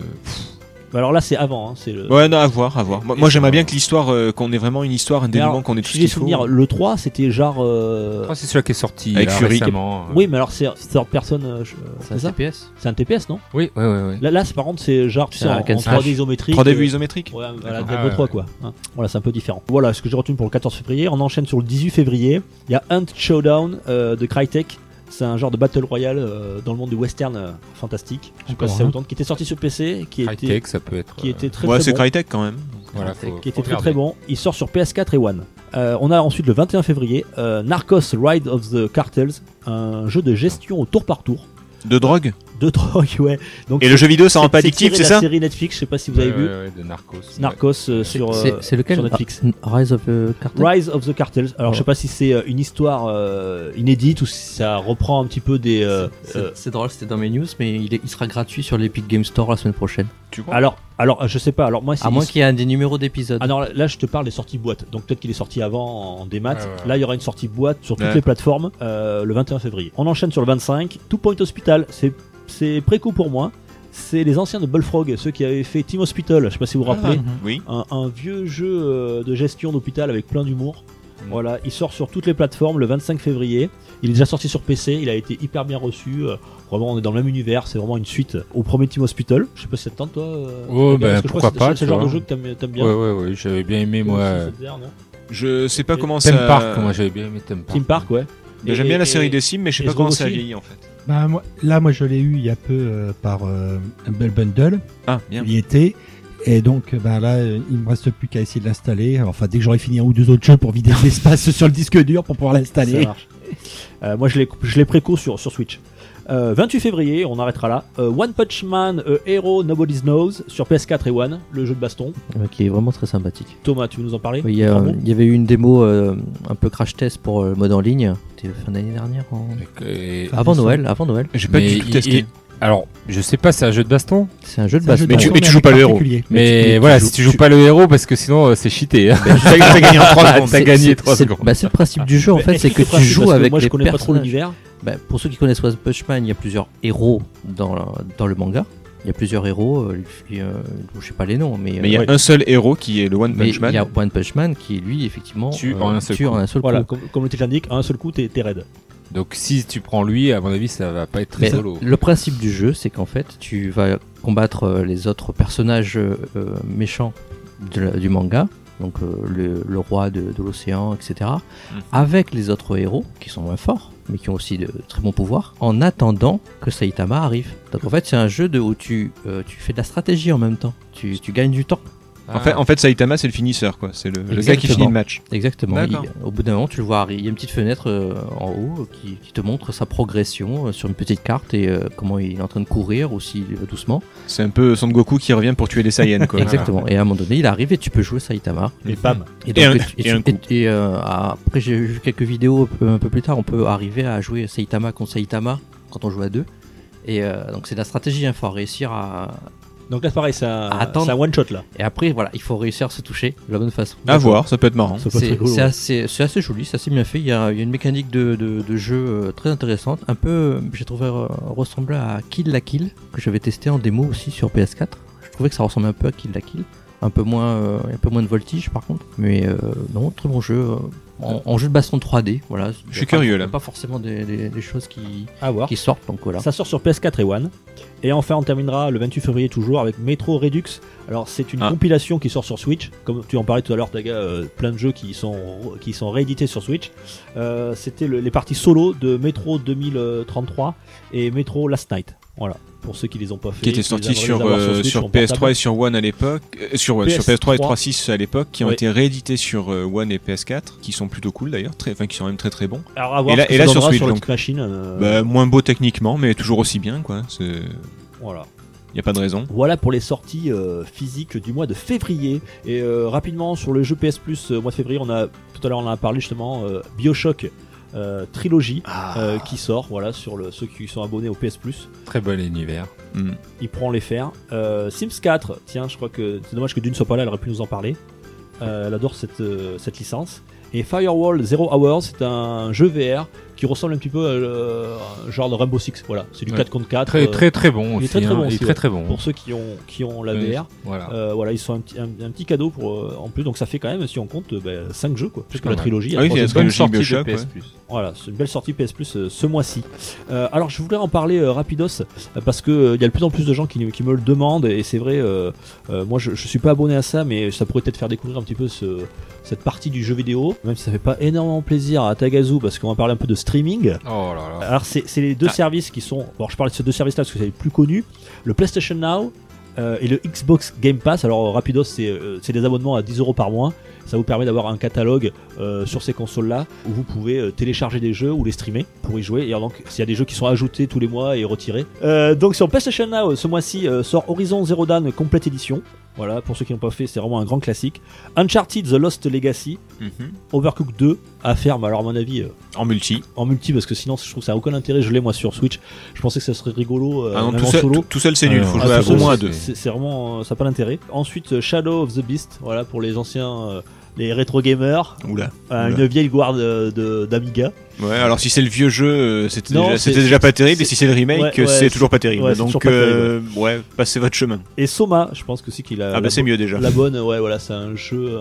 [SPEAKER 2] Bah alors là c'est avant, hein, c'est le.
[SPEAKER 5] Ouais, non, à voir, à voir. Moi,
[SPEAKER 3] Et
[SPEAKER 5] moi,
[SPEAKER 3] ça
[SPEAKER 5] j'aimerais
[SPEAKER 3] va.
[SPEAKER 5] bien que l'histoire, euh, qu'on ait vraiment une histoire, un
[SPEAKER 2] Mais alors,
[SPEAKER 5] dénouement, qu'on ait tout
[SPEAKER 2] si
[SPEAKER 5] ce
[SPEAKER 2] j'ai
[SPEAKER 5] qu'il faut.
[SPEAKER 2] souvenir, le 3 c'était genre. euh,
[SPEAKER 3] Le 3, Ah, c'est celui qui est sorti
[SPEAKER 5] Avec
[SPEAKER 3] là,
[SPEAKER 5] Fury.
[SPEAKER 3] récemment. euh.
[SPEAKER 2] Oui, mais alors c'est c'est third personne. euh, je- euh,
[SPEAKER 6] C'est
[SPEAKER 2] c'est
[SPEAKER 6] un
[SPEAKER 2] ça
[SPEAKER 6] TPS.
[SPEAKER 2] C'est un TPS non
[SPEAKER 3] Oui, oui, oui. oui.
[SPEAKER 2] Là, là c'est- par contre c'est genre tu
[SPEAKER 6] C'est
[SPEAKER 2] sais,
[SPEAKER 6] un
[SPEAKER 2] en, en
[SPEAKER 6] hack and
[SPEAKER 2] 3D
[SPEAKER 6] slash.
[SPEAKER 2] isométrique.
[SPEAKER 5] 3D
[SPEAKER 2] euh,
[SPEAKER 5] vue isométrique
[SPEAKER 2] Ouais, voilà,
[SPEAKER 3] D'accord.
[SPEAKER 2] Diablo
[SPEAKER 3] Ah ouais,
[SPEAKER 2] 3
[SPEAKER 3] ouais.
[SPEAKER 2] quoi. Hein. Voilà, c'est un peu différent. Voilà ce que j'ai retenu pour le 14 février. On enchaîne sur le 18 février. Il y a Hunt Showdown euh, de Crytek. C'est un genre de battle royale euh, dans le monde du western euh, fantastique. Je sais pas
[SPEAKER 4] Encore
[SPEAKER 2] si
[SPEAKER 3] hein.
[SPEAKER 2] ça vous
[SPEAKER 4] un.
[SPEAKER 2] tente. Qui était sorti sur PC, qui
[SPEAKER 3] High
[SPEAKER 2] était,
[SPEAKER 3] tech, ça peut être.
[SPEAKER 2] qui
[SPEAKER 3] euh,
[SPEAKER 2] était très
[SPEAKER 5] Ouais,
[SPEAKER 2] très
[SPEAKER 5] c'est
[SPEAKER 2] bon,
[SPEAKER 5] Crytek quand même.
[SPEAKER 3] Voilà,
[SPEAKER 6] High tech,
[SPEAKER 3] faut-
[SPEAKER 2] qui
[SPEAKER 3] faut
[SPEAKER 2] était très très
[SPEAKER 3] regarder.
[SPEAKER 2] bon. Il sort sur PS4 et One. Euh, on a ensuite le 21 février euh, Narcos Ride of the Cartels, un jeu de gestion au tour par tour
[SPEAKER 5] De drogue
[SPEAKER 2] de drogue, ouais. Donc
[SPEAKER 5] Et le jeu vidéo, ça rend pas
[SPEAKER 2] c'est
[SPEAKER 5] addictif,
[SPEAKER 2] tiré
[SPEAKER 5] c'est
[SPEAKER 2] de
[SPEAKER 5] ça
[SPEAKER 2] La série Netflix, je sais pas si vous avez
[SPEAKER 3] Ouais,
[SPEAKER 2] vu
[SPEAKER 3] ouais, ouais, de Narcos.
[SPEAKER 2] Narcos euh, sur euh,
[SPEAKER 6] C'est- C'est lequel
[SPEAKER 2] sur Netflix.
[SPEAKER 6] Ah, Rise of the Cartel
[SPEAKER 2] Rise of the Cartels. Alors, je sais pas si c'est euh, une histoire euh, inédite ou si ça reprend un petit peu des. euh,
[SPEAKER 6] C'est-
[SPEAKER 2] euh,
[SPEAKER 6] C'est drôle, c'était dans mes news, mais il, est- il sera gratuit sur l'Epic Game Store la semaine prochaine.
[SPEAKER 5] Tu crois
[SPEAKER 2] alors, alors, je sais pas. Alors moi, c'est.
[SPEAKER 6] À moins qu'il y ait un des numéros d'épisode.
[SPEAKER 2] Ah non, là je te parle des sorties boîtes. Donc peut-être qu'il est sorti avant en démat.
[SPEAKER 3] Ouais, ouais, ouais.
[SPEAKER 2] Là, il y aura une sortie boîte sur toutes
[SPEAKER 5] Ouais.
[SPEAKER 2] les plateformes euh, le 21 février. On enchaîne sur le 25. Two Point Hospital, c'est c'est préco pour moi. C'est les anciens de Bullfrog, ceux qui avaient fait Team Hospital. Je sais pas si vous vous rappelez.
[SPEAKER 5] Oui.
[SPEAKER 2] un, un vieux jeu euh, de gestion d'hôpital avec plein d'humour.
[SPEAKER 3] Mm.
[SPEAKER 2] Voilà, il sort sur toutes les plateformes le 25 février. Il est déjà sorti sur PC, il a été hyper bien reçu. euh, vraiment, on est dans le même univers, c'est vraiment une suite au premier Team Hospital. Je sais pas si ça te tente, toi. euh,
[SPEAKER 3] Oh,
[SPEAKER 2] Fabien, parce que
[SPEAKER 3] ben,
[SPEAKER 2] je crois
[SPEAKER 3] pourquoi
[SPEAKER 2] que
[SPEAKER 3] pas,
[SPEAKER 2] c'est- C'est
[SPEAKER 3] tu
[SPEAKER 2] le genre de
[SPEAKER 3] vois.
[SPEAKER 2] jeu que t'aimes t'aimes bien.
[SPEAKER 3] Ouais, ouais, ouais. J'avais bien aimé, moi.
[SPEAKER 2] Aussi,
[SPEAKER 3] euh,
[SPEAKER 2] cette dernière, non
[SPEAKER 5] Je sais pas comment ça.
[SPEAKER 3] Theme Park, moi, j'avais bien aimé Theme Park.
[SPEAKER 2] Team Park, ouais.
[SPEAKER 5] Mais J'aime
[SPEAKER 2] Et-
[SPEAKER 5] bien la série
[SPEAKER 2] et-
[SPEAKER 5] des Sims, mais je sais
[SPEAKER 2] et
[SPEAKER 5] pas
[SPEAKER 2] ce
[SPEAKER 5] comment
[SPEAKER 2] gros
[SPEAKER 5] ça
[SPEAKER 2] aussi.
[SPEAKER 5] vieillit en fait.
[SPEAKER 4] Bah, moi- là, moi, je l'ai eu il y a peu euh, par euh, un bel bundle.
[SPEAKER 5] Ah, bien.
[SPEAKER 4] Il y était. Et donc, euh, ben là, euh, il me reste plus qu'à essayer de l'installer. Enfin, dès que j'aurai fini un ou deux autres jeux pour vider de l'espace sur le disque dur pour pouvoir
[SPEAKER 2] Ça
[SPEAKER 4] l'installer.
[SPEAKER 2] marche. Euh, moi, je l'ai- je l'ai préco sur, sur Switch. Euh, 28 février, on arrêtera là. Euh, One Punch Man, a Hero Nobody Knows sur PS4 et One, le jeu de baston.
[SPEAKER 6] euh, qui est vraiment très sympathique.
[SPEAKER 2] Thomas, tu veux nous en parler
[SPEAKER 6] Il y, a-
[SPEAKER 2] Trois mots
[SPEAKER 6] il y avait eu une démo euh, un peu crash test pour euh, le mode en ligne. C'était fin d'année dernière. en-
[SPEAKER 3] euh, Et-
[SPEAKER 6] Avant Noël, avant Noël.
[SPEAKER 5] J'ai pas
[SPEAKER 3] Mais
[SPEAKER 5] du tout
[SPEAKER 3] il-
[SPEAKER 5] testé.
[SPEAKER 3] il- Alors, je sais pas, c'est un jeu de baston.
[SPEAKER 6] C'est un jeu de
[SPEAKER 4] C'est un jeu
[SPEAKER 6] baston.
[SPEAKER 4] de
[SPEAKER 5] Mais tu-
[SPEAKER 4] baston,
[SPEAKER 5] et tu joues
[SPEAKER 4] avec
[SPEAKER 5] pas le héros.
[SPEAKER 4] particulier.
[SPEAKER 3] Mais,
[SPEAKER 6] tu-
[SPEAKER 3] voilà,
[SPEAKER 6] tu
[SPEAKER 3] si tu
[SPEAKER 6] joues-
[SPEAKER 3] joues
[SPEAKER 6] tu-
[SPEAKER 3] pas le héros, parce que sinon euh, c'est cheaté. hein.
[SPEAKER 5] T'as t'as gagné en 3
[SPEAKER 3] Ah,
[SPEAKER 5] secondes.
[SPEAKER 3] T'as gagné
[SPEAKER 6] C'est-
[SPEAKER 3] 3
[SPEAKER 6] c'est-
[SPEAKER 3] secondes.
[SPEAKER 6] bah, c'est le principe du jeu en
[SPEAKER 2] Mais
[SPEAKER 6] fait, c'est
[SPEAKER 2] explique
[SPEAKER 6] que
[SPEAKER 2] le
[SPEAKER 6] tu
[SPEAKER 2] principe,
[SPEAKER 6] joues
[SPEAKER 2] parce que
[SPEAKER 6] avec
[SPEAKER 2] Moi, je
[SPEAKER 6] les
[SPEAKER 2] connais pas trop
[SPEAKER 6] personnages.
[SPEAKER 2] l'univers.
[SPEAKER 6] Bah, pour ceux qui connaissent One Punch Man, il y a plusieurs héros dans le, dans le manga. Il y a plusieurs héros, euh, lui, euh, je sais pas les noms, mais, euh,
[SPEAKER 5] Mais il y a
[SPEAKER 2] Ouais.
[SPEAKER 5] un seul héros qui est le One
[SPEAKER 6] mais
[SPEAKER 5] Punch
[SPEAKER 6] il y
[SPEAKER 5] Man.
[SPEAKER 6] a One Punch Man qui lui effectivement euh,
[SPEAKER 3] Tue en un seul
[SPEAKER 6] tue
[SPEAKER 3] coup.
[SPEAKER 6] en un seul
[SPEAKER 2] Voilà,
[SPEAKER 6] coup.
[SPEAKER 2] comme, comme le titre l'indique, à un seul coup, t'es t'es raid.
[SPEAKER 3] Donc si tu prends lui, à mon avis, ça va pas être très
[SPEAKER 6] Mais
[SPEAKER 3] solo.
[SPEAKER 6] le principe du jeu, c'est qu'en fait, tu vas combattre euh, les autres personnages euh, euh, méchants de la- du manga, donc euh, le, le roi de, de l'océan, etc.,
[SPEAKER 3] Mhm.
[SPEAKER 6] avec les autres héros qui sont moins forts, mais qui ont aussi de très bons pouvoirs, en attendant que Saitama arrive. Donc en fait, c'est un jeu de, où tu, euh, tu fais de la stratégie en même temps, tu, tu gagnes du temps.
[SPEAKER 3] Ah.
[SPEAKER 5] En fait, en fait, Saitama, c'est le finisseur, quoi. C'est le, le gars qui
[SPEAKER 6] Exactement.
[SPEAKER 5] finit le match.
[SPEAKER 6] Exactement.
[SPEAKER 5] D'accord.
[SPEAKER 6] Il- au bout d'un moment, tu le vois arriver. Il y a une petite fenêtre euh, en haut euh, qui, qui te montre sa progression euh, sur une petite carte et euh, comment il est en train de courir ou s'il va doucement.
[SPEAKER 5] C'est un peu Son Goku qui revient pour tuer les Saiyans, quoi.
[SPEAKER 6] Exactement. Et à un moment donné, il arrive et tu peux jouer Saitama.
[SPEAKER 2] Et bam.
[SPEAKER 6] Et,
[SPEAKER 5] un-
[SPEAKER 6] tu-
[SPEAKER 5] et un
[SPEAKER 6] tu-
[SPEAKER 5] coup.
[SPEAKER 6] et, euh, après, j'ai vu quelques vidéos un peu, un peu plus tard. On peut arriver à jouer Saitama contre Saitama quand on joue à deux. Et euh, donc, c'est de la stratégie. Il faut réussir à.
[SPEAKER 2] Donc là, pareil, c'est un,
[SPEAKER 6] Attends. Hein,
[SPEAKER 2] c'est un one shot là.
[SPEAKER 6] Et après, voilà, il faut réussir à se toucher de la bonne façon.
[SPEAKER 5] À voir, ça peut être marrant.
[SPEAKER 2] C'est pas très hein.
[SPEAKER 6] C'est
[SPEAKER 2] cool.
[SPEAKER 6] c'est assez, c'est assez joli, c'est assez bien fait. Il y a, il y a une mécanique de, de- de jeu euh, très intéressante. Un peu, euh, j'ai trouvé euh, ressembler à Kill la Kill, que j'avais testé en démo aussi sur PS4. Je trouvais que ça ressemblait un peu à Kill la Kill. Un peu moins, euh, un peu moins de voltige par contre. Mais euh, non, très bon jeu. euh, en, en jeu de baston 3D, voilà.
[SPEAKER 5] Je suis curieux, là.
[SPEAKER 6] Pas forcément des, des- des choses qui,
[SPEAKER 2] À voir.
[SPEAKER 6] qui sortent, donc voilà.
[SPEAKER 2] Ça sort sur PS4 et One. Et enfin, on terminera le 28 février toujours avec Metro Redux. Alors, c'est une
[SPEAKER 5] Ah.
[SPEAKER 2] compilation qui sort sur Switch. Comme tu en parlais tout à l'heure, Daga, euh, plein de jeux qui sont, qui sont réédités sur Switch. Euh, C'était le- les parties solo de Metro 2033 et Metro Last Night. Voilà, pour ceux qui les ont pas fait.
[SPEAKER 5] Qui était
[SPEAKER 2] les
[SPEAKER 5] sorti
[SPEAKER 2] aimeraient
[SPEAKER 5] sur,
[SPEAKER 2] les avoir
[SPEAKER 5] euh,
[SPEAKER 2] Switch,
[SPEAKER 5] sur
[SPEAKER 2] en
[SPEAKER 5] PS3
[SPEAKER 2] portable.
[SPEAKER 5] et sur One à l'époque, euh, sur, One- sur PS3 et 3.6 à l'époque, qui ont
[SPEAKER 2] Oui.
[SPEAKER 5] été réédités sur euh, One et PS4, qui sont plutôt cool d'ailleurs, très, enfin qui sont même très très bons.
[SPEAKER 2] Alors, à voir
[SPEAKER 5] Et là-
[SPEAKER 2] ce que
[SPEAKER 5] et
[SPEAKER 2] ça
[SPEAKER 5] là, sur
[SPEAKER 2] donnera
[SPEAKER 5] Switch,
[SPEAKER 2] sur la
[SPEAKER 5] donc.
[SPEAKER 2] petite machine. euh,
[SPEAKER 5] Bah, moins beau techniquement, mais toujours aussi bien, quoi. C'est-
[SPEAKER 2] Voilà.
[SPEAKER 5] Y a pas de raison.
[SPEAKER 2] Voilà pour les sorties euh, physiques du mois de février. Et euh, rapidement sur le jeu PS Plus euh, au mois de février, on a tout à l'heure on en a parlé justement euh, Bioshock euh, trilogie
[SPEAKER 5] Ah.
[SPEAKER 2] euh, qui sort. Voilà sur le, ceux qui sont abonnés au PS Plus,
[SPEAKER 3] Très bon univers.
[SPEAKER 5] Hmm.
[SPEAKER 2] ils pourront les faire. Euh, Sims 4, tiens, je crois que c'est dommage que Dune soit pas là, elle aurait pu nous en parler. Euh, elle adore cette, euh, cette licence. Et Firewall Zero Hour, c'est un jeu VR qui ressemble un petit peu à euh, un genre de Rainbow Six. Voilà, c'est du
[SPEAKER 3] Ouais.
[SPEAKER 2] 4 contre 4.
[SPEAKER 3] Très
[SPEAKER 2] euh,
[SPEAKER 3] très très bon
[SPEAKER 2] il est
[SPEAKER 3] aussi.
[SPEAKER 2] très, très
[SPEAKER 3] hein.
[SPEAKER 2] bon
[SPEAKER 3] Il est
[SPEAKER 2] aussi,
[SPEAKER 3] très
[SPEAKER 2] ouais.
[SPEAKER 3] très bon.
[SPEAKER 2] pour ceux qui ont, qui ont la
[SPEAKER 3] Ouais.
[SPEAKER 2] VR.
[SPEAKER 3] Voilà.
[SPEAKER 2] Euh, voilà, ils sont un petit, un, un petit cadeau pour euh, en plus, donc ça fait quand même, si on compte, 5 jeux quoi. Puisque
[SPEAKER 3] pas
[SPEAKER 2] la
[SPEAKER 3] mal.
[SPEAKER 2] trilogie,
[SPEAKER 5] Ah oui,
[SPEAKER 2] elle
[SPEAKER 5] c'est
[SPEAKER 2] porte-
[SPEAKER 5] la trilogie Bioshock, ouais.
[SPEAKER 2] voilà, c'est une belle sortie PS Plus euh, ce mois-ci. Euh, alors je voulais en parler euh, rapidos euh, parce que euh, il y a de plus en plus de gens qui, qui me le demandent et c'est vrai, euh, euh, moi je, je suis pas abonné à ça, mais ça pourrait peut-être faire découvrir un petit peu ce, cette partie du jeu vidéo, même si ça fait pas énormément plaisir à Tagazu parce qu'on va parler un peu de streaming.
[SPEAKER 3] Oh là là.
[SPEAKER 2] Alors c'est c'est les deux
[SPEAKER 5] Ah.
[SPEAKER 2] services qui sont. Bon, je parle de ces deux services-là parce que c'est les plus connus. Le PlayStation Now euh, et le Xbox Game Pass. Alors euh, Rapidos, c'est euh, c'est des abonnements à 10 euros par mois. Ça vous permet d'avoir un catalogue euh, sur ces consoles-là où vous pouvez euh, télécharger des jeux ou les streamer pour y jouer. Et alors, donc s'il y a des jeux qui sont ajoutés tous les mois et retirés. Euh, donc sur PlayStation Now, ce mois-ci euh, sort Horizon Zero Dawn Complete Edition. Voilà, pour ceux qui n'ont pas fait, c'est vraiment un grand classique. Uncharted The Lost Legacy,
[SPEAKER 5] Mhm.
[SPEAKER 2] Overcooked 2 à faire, mais alors à mon avis, euh,
[SPEAKER 5] En multi.
[SPEAKER 2] en multi parce que sinon je trouve que ça a aucun intérêt je l'ai moi sur Switch je pensais que ça serait rigolo euh,
[SPEAKER 5] Ah non,
[SPEAKER 2] même
[SPEAKER 5] tout
[SPEAKER 2] en
[SPEAKER 5] seul,
[SPEAKER 2] solo
[SPEAKER 5] tout- tout seul, c'est nul.
[SPEAKER 3] Ah
[SPEAKER 5] Faut
[SPEAKER 3] non,
[SPEAKER 5] jouer
[SPEAKER 2] Ah,
[SPEAKER 5] à
[SPEAKER 2] tout seul,
[SPEAKER 5] au moins à
[SPEAKER 2] c'est-
[SPEAKER 5] deux.
[SPEAKER 2] c'est c'est vraiment euh, ça n'a pas d'intérêt ensuite euh, Shadow of the Beast voilà pour les anciens euh, les rétro gamers
[SPEAKER 5] Oula.
[SPEAKER 2] euh,
[SPEAKER 5] Oula.
[SPEAKER 2] une vieille guarde euh, de- d'Amiga
[SPEAKER 5] Ouais, alors si c'est le vieux jeu, euh, c'était
[SPEAKER 2] Non,
[SPEAKER 5] déjà,
[SPEAKER 2] c'est-
[SPEAKER 5] c'était déjà pas terrible, et
[SPEAKER 2] c'est-
[SPEAKER 5] si c'est le remake, euh,
[SPEAKER 2] ouais, ouais,
[SPEAKER 5] c'est
[SPEAKER 2] c'est-
[SPEAKER 5] toujours pas terrible.
[SPEAKER 2] ouais, c'est toujours
[SPEAKER 5] Donc,
[SPEAKER 2] pas
[SPEAKER 5] euh, ouais, passez votre chemin.
[SPEAKER 2] et Soma je pense que c'est qu'il a
[SPEAKER 5] Ah
[SPEAKER 2] la,
[SPEAKER 5] bah c'est mieux déjà.
[SPEAKER 2] Euh, la bonne ouais voilà c'est un jeu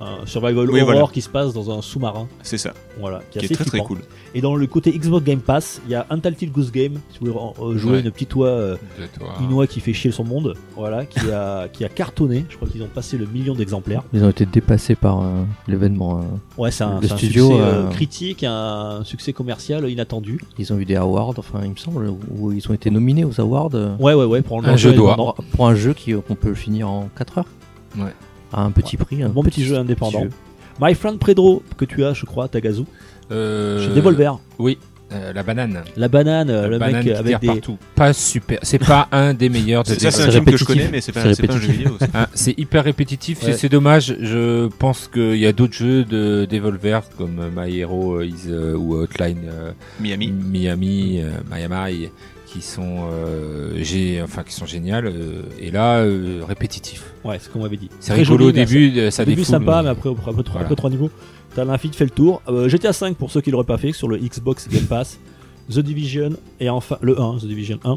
[SPEAKER 2] un, un survival
[SPEAKER 5] Oui,
[SPEAKER 2] horror
[SPEAKER 5] voilà.
[SPEAKER 2] qui se passe dans un sous-marin
[SPEAKER 5] C'est ça,
[SPEAKER 2] voilà qui,
[SPEAKER 5] qui est
[SPEAKER 2] assez
[SPEAKER 5] très très
[SPEAKER 2] flippant.
[SPEAKER 5] cool.
[SPEAKER 2] et dans le côté Xbox Game Pass il y a Untitled Goose Game si vous voulez euh, jouer
[SPEAKER 3] Ouais.
[SPEAKER 2] une petite oie euh,
[SPEAKER 3] De toi.
[SPEAKER 2] Inoue qui fait chier son monde, voilà, qui a, qui a cartonné. Je crois qu'ils ont passé le million d'exemplaires.
[SPEAKER 6] Ils ont été dépassés par euh, l'événement. hein.
[SPEAKER 2] Ouais, c'est un,
[SPEAKER 6] Le
[SPEAKER 2] c'est un
[SPEAKER 6] studio,
[SPEAKER 2] succès euh,
[SPEAKER 6] euh,
[SPEAKER 2] critique, un succès commercial inattendu.
[SPEAKER 6] Ils ont eu des awards, enfin, il me semble, où ils ont été nominés aux awards. euh,
[SPEAKER 2] Ouais, ouais, ouais, pour enlever
[SPEAKER 3] Un jeu
[SPEAKER 2] indépendant.
[SPEAKER 6] pour, pour un jeu qui, euh, qu'on peut finir en 4 heures.
[SPEAKER 3] Ouais.
[SPEAKER 6] À un petit prix. Un
[SPEAKER 2] Un bon petit jeu indépendant.
[SPEAKER 6] jeu.
[SPEAKER 2] My Friend Predro, que tu as, je crois, Tagazu,
[SPEAKER 3] Euh,
[SPEAKER 2] chez Devolver.
[SPEAKER 3] Oui. euh, la banane.
[SPEAKER 2] La banane, euh,
[SPEAKER 3] La
[SPEAKER 2] le
[SPEAKER 3] banane
[SPEAKER 2] mec
[SPEAKER 3] qui
[SPEAKER 2] euh, avec
[SPEAKER 3] tire
[SPEAKER 2] des.
[SPEAKER 3] partout. Pas super. C'est pas un des meilleurs de
[SPEAKER 5] C'est- Ça, c'est
[SPEAKER 3] Dead
[SPEAKER 5] un
[SPEAKER 6] c'est
[SPEAKER 5] film que je
[SPEAKER 6] répétitif.
[SPEAKER 5] connais, mais c'est pas,
[SPEAKER 6] C'est
[SPEAKER 5] c'est pas un jeu
[SPEAKER 6] répétitif.
[SPEAKER 5] vidéo. ça.
[SPEAKER 3] Hein, c'est hyper répétitif,
[SPEAKER 6] Ouais.
[SPEAKER 3] c'est- c'est dommage. Je pense qu'il y a d'autres jeux de Devolver comme euh, My Hero Is euh, ou Outline euh,
[SPEAKER 5] Miami.
[SPEAKER 3] Miami, euh, Miami qui sont euh, gé- enfin qui sont géniales euh, et là euh, répétitif.
[SPEAKER 2] Ouais, c'est ce qu'on m'avait dit.
[SPEAKER 3] C'est
[SPEAKER 2] Très
[SPEAKER 3] rigolo au
[SPEAKER 2] joli, mais
[SPEAKER 3] début, euh,
[SPEAKER 2] Au
[SPEAKER 3] ça
[SPEAKER 2] début
[SPEAKER 3] défoule,
[SPEAKER 2] sympa,
[SPEAKER 3] mais-
[SPEAKER 2] mais après, après, après,
[SPEAKER 3] Voilà.
[SPEAKER 2] après trois niveaux, t'as l'infini fait le tour. Euh, GTA 5 pour ceux qui l'auraient pas fait sur le Xbox Game Pass, The Division et enfin le 1, The Division 1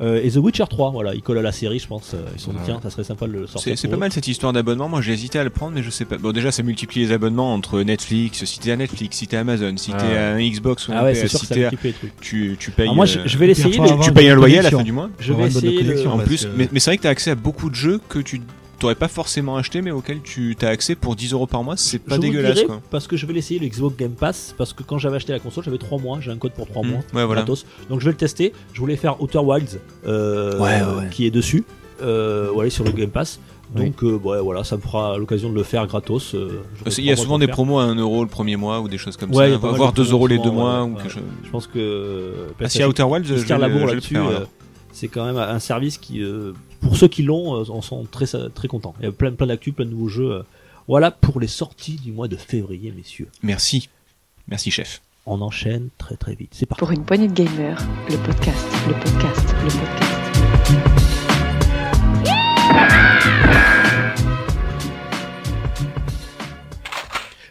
[SPEAKER 2] euh, et The Witcher 3. Voilà, ils collent à la série, je pense. euh, Ils se sont dit
[SPEAKER 3] Ouais.
[SPEAKER 2] tiens, ça serait sympa de le sortir.
[SPEAKER 5] C'est c'est
[SPEAKER 2] pour
[SPEAKER 5] pas
[SPEAKER 2] eux.
[SPEAKER 5] mal cette histoire d'abonnement. Moi, j'ai hésité à le prendre, mais je sais pas. Bon, déjà, ça multiplie les abonnements entre Netflix, si t'es à Netflix, si t'es à Amazon, si
[SPEAKER 3] Ah
[SPEAKER 5] t'es à un Xbox ou un
[SPEAKER 2] Ah ouais,
[SPEAKER 5] PS,
[SPEAKER 2] c'est sûr que
[SPEAKER 5] si
[SPEAKER 2] ça
[SPEAKER 5] t'es
[SPEAKER 2] a
[SPEAKER 5] à-
[SPEAKER 2] équipé les trucs.
[SPEAKER 5] tu, tu payes.
[SPEAKER 2] Alors moi, je,
[SPEAKER 5] euh,
[SPEAKER 2] je vais l'essayer.
[SPEAKER 4] Puis après,
[SPEAKER 2] le-
[SPEAKER 4] avoir
[SPEAKER 5] Tu
[SPEAKER 4] une
[SPEAKER 5] payes un
[SPEAKER 4] bonne
[SPEAKER 5] loyer à la
[SPEAKER 4] connexion.
[SPEAKER 5] fin du mois.
[SPEAKER 2] Je
[SPEAKER 4] avoir
[SPEAKER 2] vais
[SPEAKER 4] une bonne
[SPEAKER 2] essayer. le-
[SPEAKER 4] connexion,
[SPEAKER 5] En
[SPEAKER 4] parce
[SPEAKER 5] plus,
[SPEAKER 4] que-
[SPEAKER 5] mais, mais c'est vrai que t'as accès à beaucoup de jeux que tu t'aurais pas forcément acheté, mais auxquels tu t'as accès pour 10 euros par mois. C'est pas
[SPEAKER 2] je vous le
[SPEAKER 5] dégueulasse,
[SPEAKER 2] dirai
[SPEAKER 5] quoi.
[SPEAKER 2] Parce que je vais l'essayer le Xbox Game Pass. Parce que quand j'avais acheté la console, j'avais 3 mois. J'ai un code pour 3 mois.
[SPEAKER 5] Hmm. Ouais, Mmh. Ah, voilà.
[SPEAKER 2] gratos. Donc je vais le tester. Je voulais faire Outer Wilds euh,
[SPEAKER 6] Ouais, ouais, ouais.
[SPEAKER 2] qui est dessus. Euh, ouais, sur le Game Pass.
[SPEAKER 6] Oui.
[SPEAKER 2] Donc euh, ouais, voilà, ça me fera l'occasion de le faire gratos. euh, j'aurai
[SPEAKER 5] Parce
[SPEAKER 2] trois
[SPEAKER 5] qu'il y a
[SPEAKER 2] mois
[SPEAKER 5] souvent
[SPEAKER 2] pour
[SPEAKER 5] des
[SPEAKER 2] le faire.
[SPEAKER 5] promos à 1 euro le premier mois ou des choses comme
[SPEAKER 2] Ouais, il y
[SPEAKER 5] ça,
[SPEAKER 2] a pas mal de
[SPEAKER 5] voire 2
[SPEAKER 2] promos
[SPEAKER 5] euros les
[SPEAKER 2] souvent,
[SPEAKER 5] deux mois
[SPEAKER 2] ouais,
[SPEAKER 5] ou
[SPEAKER 2] ouais.
[SPEAKER 5] quelque chose.
[SPEAKER 2] Je pense que.
[SPEAKER 5] Ah, s'il y a Outer Wilds, je
[SPEAKER 2] Ils se tirent
[SPEAKER 5] vais
[SPEAKER 2] la
[SPEAKER 5] le- je
[SPEAKER 2] bourre
[SPEAKER 5] vais le
[SPEAKER 2] là-dessus.
[SPEAKER 5] faire,
[SPEAKER 2] euh,
[SPEAKER 5] alors.
[SPEAKER 2] C'est quand même un service qui, euh, pour ceux qui l'ont, euh, en sont très très contents. Il y a plein plein d'actu, plein de nouveaux jeux. euh. Voilà pour les sorties du mois de février, messieurs.
[SPEAKER 5] Merci. Merci, chef.
[SPEAKER 2] On enchaîne très très vite. C'est parti.
[SPEAKER 1] Pour une poignée de gamers, le podcast, le podcast, le podcast.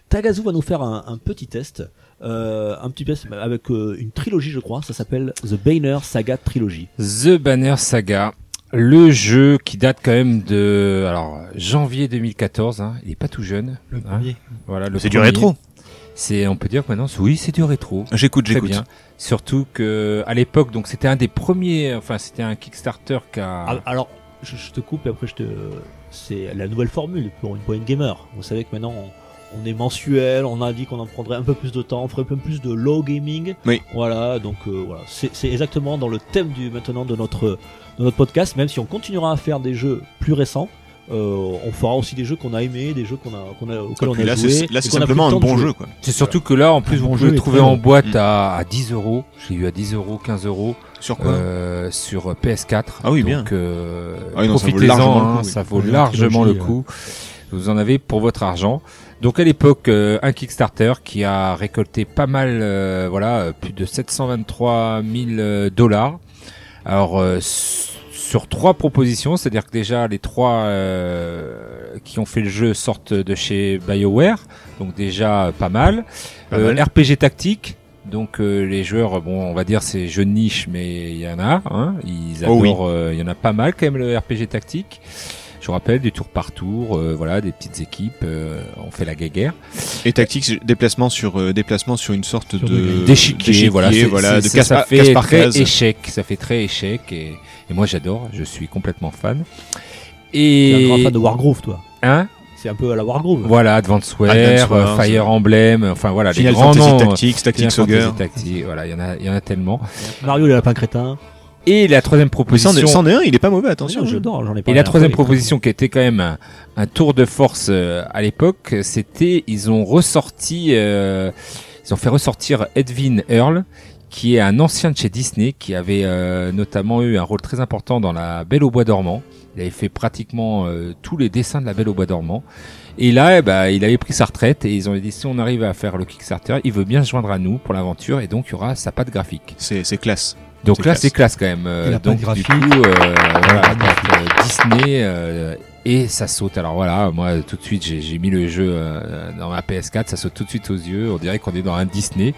[SPEAKER 2] Tagazu va nous faire un, un petit test, euh, un petit test avec euh, une trilogie, je crois. Ça s'appelle The Banner Saga Trilogy.
[SPEAKER 3] The Banner Saga, le jeu qui date quand même de alors janvier 2014. hein, il est pas tout jeune.
[SPEAKER 4] Le
[SPEAKER 3] hein.
[SPEAKER 4] premier.
[SPEAKER 3] Voilà, le premier. C'est on peut dire que maintenant c'est- oui c'est du rétro.
[SPEAKER 5] J'écoute,
[SPEAKER 3] Très
[SPEAKER 5] j'écoute.
[SPEAKER 3] bien. Surtout que à l'époque donc c'était un des premiers. Enfin c'était un Kickstarter qui a.
[SPEAKER 2] Ah, Alors, je, je te coupe et après je te. C'est la nouvelle formule pour une point gamer. Vous savez que maintenant on, on est mensuel, on a dit qu'on en prendrait un peu plus de temps, on ferait un peu plus de low gaming.
[SPEAKER 5] Oui.
[SPEAKER 2] Voilà, donc euh, voilà, c'est c'est exactement dans le thème du maintenant de notre de notre podcast. Même si on continuera à faire des jeux plus récents. euh, on fera aussi des jeux qu'on a aimés, des jeux qu'on a, qu'on a, auxquels
[SPEAKER 5] Quoi,
[SPEAKER 2] on
[SPEAKER 5] puis
[SPEAKER 2] a
[SPEAKER 5] Là,
[SPEAKER 2] joué.
[SPEAKER 5] c'est là,
[SPEAKER 2] et
[SPEAKER 5] c'est
[SPEAKER 2] qu'on a pris
[SPEAKER 5] simplement
[SPEAKER 2] le temps
[SPEAKER 5] un
[SPEAKER 2] de
[SPEAKER 5] bon
[SPEAKER 2] jouer.
[SPEAKER 5] jeu, quoi.
[SPEAKER 3] C'est surtout que là en plus
[SPEAKER 4] Un
[SPEAKER 3] vous
[SPEAKER 4] bon
[SPEAKER 3] pouvez
[SPEAKER 4] jeu
[SPEAKER 3] le
[SPEAKER 4] est
[SPEAKER 3] trouver
[SPEAKER 4] très
[SPEAKER 3] en
[SPEAKER 4] bon.
[SPEAKER 3] boîte à, à 10 euros. J'ai eu à 10 euros, 15 euros.
[SPEAKER 5] Sur quoi
[SPEAKER 3] Euh, sur PS4.
[SPEAKER 5] Ah oui,
[SPEAKER 3] Donc,
[SPEAKER 5] bien.
[SPEAKER 3] euh,
[SPEAKER 5] Ah oui, non, ça vaut
[SPEAKER 3] profitez-en,
[SPEAKER 5] largement le
[SPEAKER 3] hein,
[SPEAKER 5] coup, oui.
[SPEAKER 3] ça vaut
[SPEAKER 4] Oui,
[SPEAKER 3] largement le
[SPEAKER 5] euh.
[SPEAKER 4] l'archéologie,
[SPEAKER 3] coup. Vous en avez pour votre argent. Donc à l'époque, euh, un Kickstarter qui a récolté pas mal, euh, voilà, euh, plus de 723 000 dollars. Alors euh, s- sur trois propositions, c'est-à-dire que déjà les trois euh, qui ont fait le jeu sortent de chez BioWare, donc déjà euh, pas mal.
[SPEAKER 5] Pas
[SPEAKER 3] Euh,
[SPEAKER 5] mal.
[SPEAKER 3] RPG tactique. Donc euh, les joueurs, bon, on va dire c'est jeu de niche, mais il y en a. Hein, ils
[SPEAKER 5] Oh
[SPEAKER 3] adorent.
[SPEAKER 5] oui.
[SPEAKER 3] euh, il y en a pas mal quand même le RPG tactique. Je vous rappelle du tour par tour, euh, voilà, des petites équipes. euh, on fait la guéguerre.
[SPEAKER 5] Et tactique, c'est déplacement sur euh, déplacement sur une sorte
[SPEAKER 4] Sur
[SPEAKER 5] de
[SPEAKER 4] des-
[SPEAKER 3] D'échiquier, voilà, c'est-
[SPEAKER 5] Euh, voilà,
[SPEAKER 3] c'est-
[SPEAKER 5] de
[SPEAKER 3] ça-
[SPEAKER 5] casse
[SPEAKER 3] ça
[SPEAKER 5] par-
[SPEAKER 3] fait
[SPEAKER 5] casse par
[SPEAKER 3] très
[SPEAKER 5] case.
[SPEAKER 3] échec. Ça fait très échec et, et moi j'adore. Je suis complètement fan.
[SPEAKER 2] T'es un
[SPEAKER 3] Et
[SPEAKER 2] grand fan de Wargrove, toi.
[SPEAKER 3] Hein
[SPEAKER 2] C'est un peu à la Wargrove.
[SPEAKER 3] voilà, Advanceware,
[SPEAKER 5] Advanceware,
[SPEAKER 3] euh, Fire Emblem, enfin voilà,
[SPEAKER 5] Final
[SPEAKER 3] les grands
[SPEAKER 5] Fantasy
[SPEAKER 3] noms. euh,
[SPEAKER 5] Tactics,
[SPEAKER 3] Final
[SPEAKER 5] Tactics
[SPEAKER 3] Fantasy
[SPEAKER 5] Ogre.
[SPEAKER 3] Tactics, voilà, il y en a, il y en a tellement.
[SPEAKER 2] Mario, les lapins crétins.
[SPEAKER 3] Et la troisième proposition.
[SPEAKER 5] 101, il est pas mauvais, attention.
[SPEAKER 2] Attention, j'adore, j'en ai pas
[SPEAKER 3] Et la troisième proposition qui était quand même un, un tour de force euh, à l'époque, c'était ils ont ressorti, euh, ils ont fait ressortir Edwin Earl, qui est un ancien de chez Disney, qui avait euh, notamment eu un rôle très important dans La Belle au Bois Dormant. Il avait fait pratiquement euh, tous les dessins de La Belle au Bois Dormant. Et là, eh ben, il avait pris sa retraite et ils ont dit si on arrive à faire le Kickstarter, il veut bien se joindre à nous pour l'aventure et donc il y aura sa patte graphique.
[SPEAKER 5] C'est c'est classe.
[SPEAKER 3] Donc
[SPEAKER 5] C'est
[SPEAKER 3] là,
[SPEAKER 5] classe.
[SPEAKER 3] c'est classe quand même. Euh,
[SPEAKER 4] Et la
[SPEAKER 3] donc
[SPEAKER 4] patte
[SPEAKER 3] du
[SPEAKER 4] graphique.
[SPEAKER 3] coup, euh, voilà,
[SPEAKER 4] patte
[SPEAKER 3] donc, euh, Disney euh, et ça saute. Alors voilà, moi tout de suite, j'ai j'ai mis le jeu euh, dans ma PS4, ça saute tout de suite aux yeux. On dirait qu'on est dans un Disney,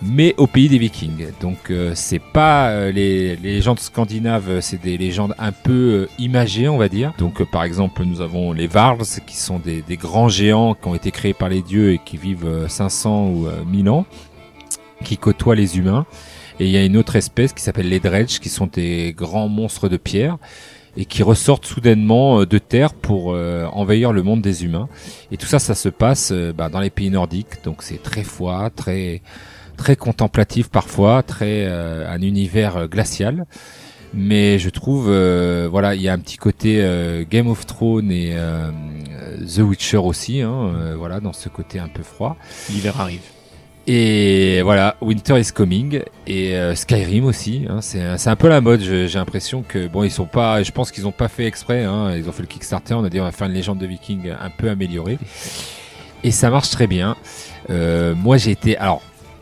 [SPEAKER 3] mais au pays des Vikings. Donc euh, c'est pas euh, les, les légendes scandinaves, euh, c'est des légendes un peu euh, imagées, on va dire. Donc euh, par exemple, nous avons les Varls, qui sont des, des grands géants qui ont été créés par les dieux et qui vivent euh, 500 ou euh, 1000 ans, qui côtoient les humains. Et il y a une autre espèce qui s'appelle les Dredge, qui sont des grands monstres de pierre et qui ressortent soudainement euh, de terre pour euh, envahir le monde des humains. Et tout ça, ça se passe euh, bah, dans les pays nordiques, donc c'est très froid, très très contemplatif parfois, très euh, un univers euh, glacial. Mais je trouve, euh, voilà, il y a un petit côté euh, Game of Thrones et euh, The Witcher aussi, hein, euh, voilà, dans ce côté un peu froid.
[SPEAKER 5] L'hiver arrive.
[SPEAKER 3] Et voilà, Winter is Coming et euh, Skyrim aussi. hein, c'est un- c'est un peu la mode. je- J'ai l'impression que bon, ils sont pas. Je pense qu'ils ont pas fait exprès. hein, ils ont fait le Kickstarter. On a dit on va faire une légende de Viking un peu améliorée. Et ça marche très bien. Euh, moi, j'ai été. Alors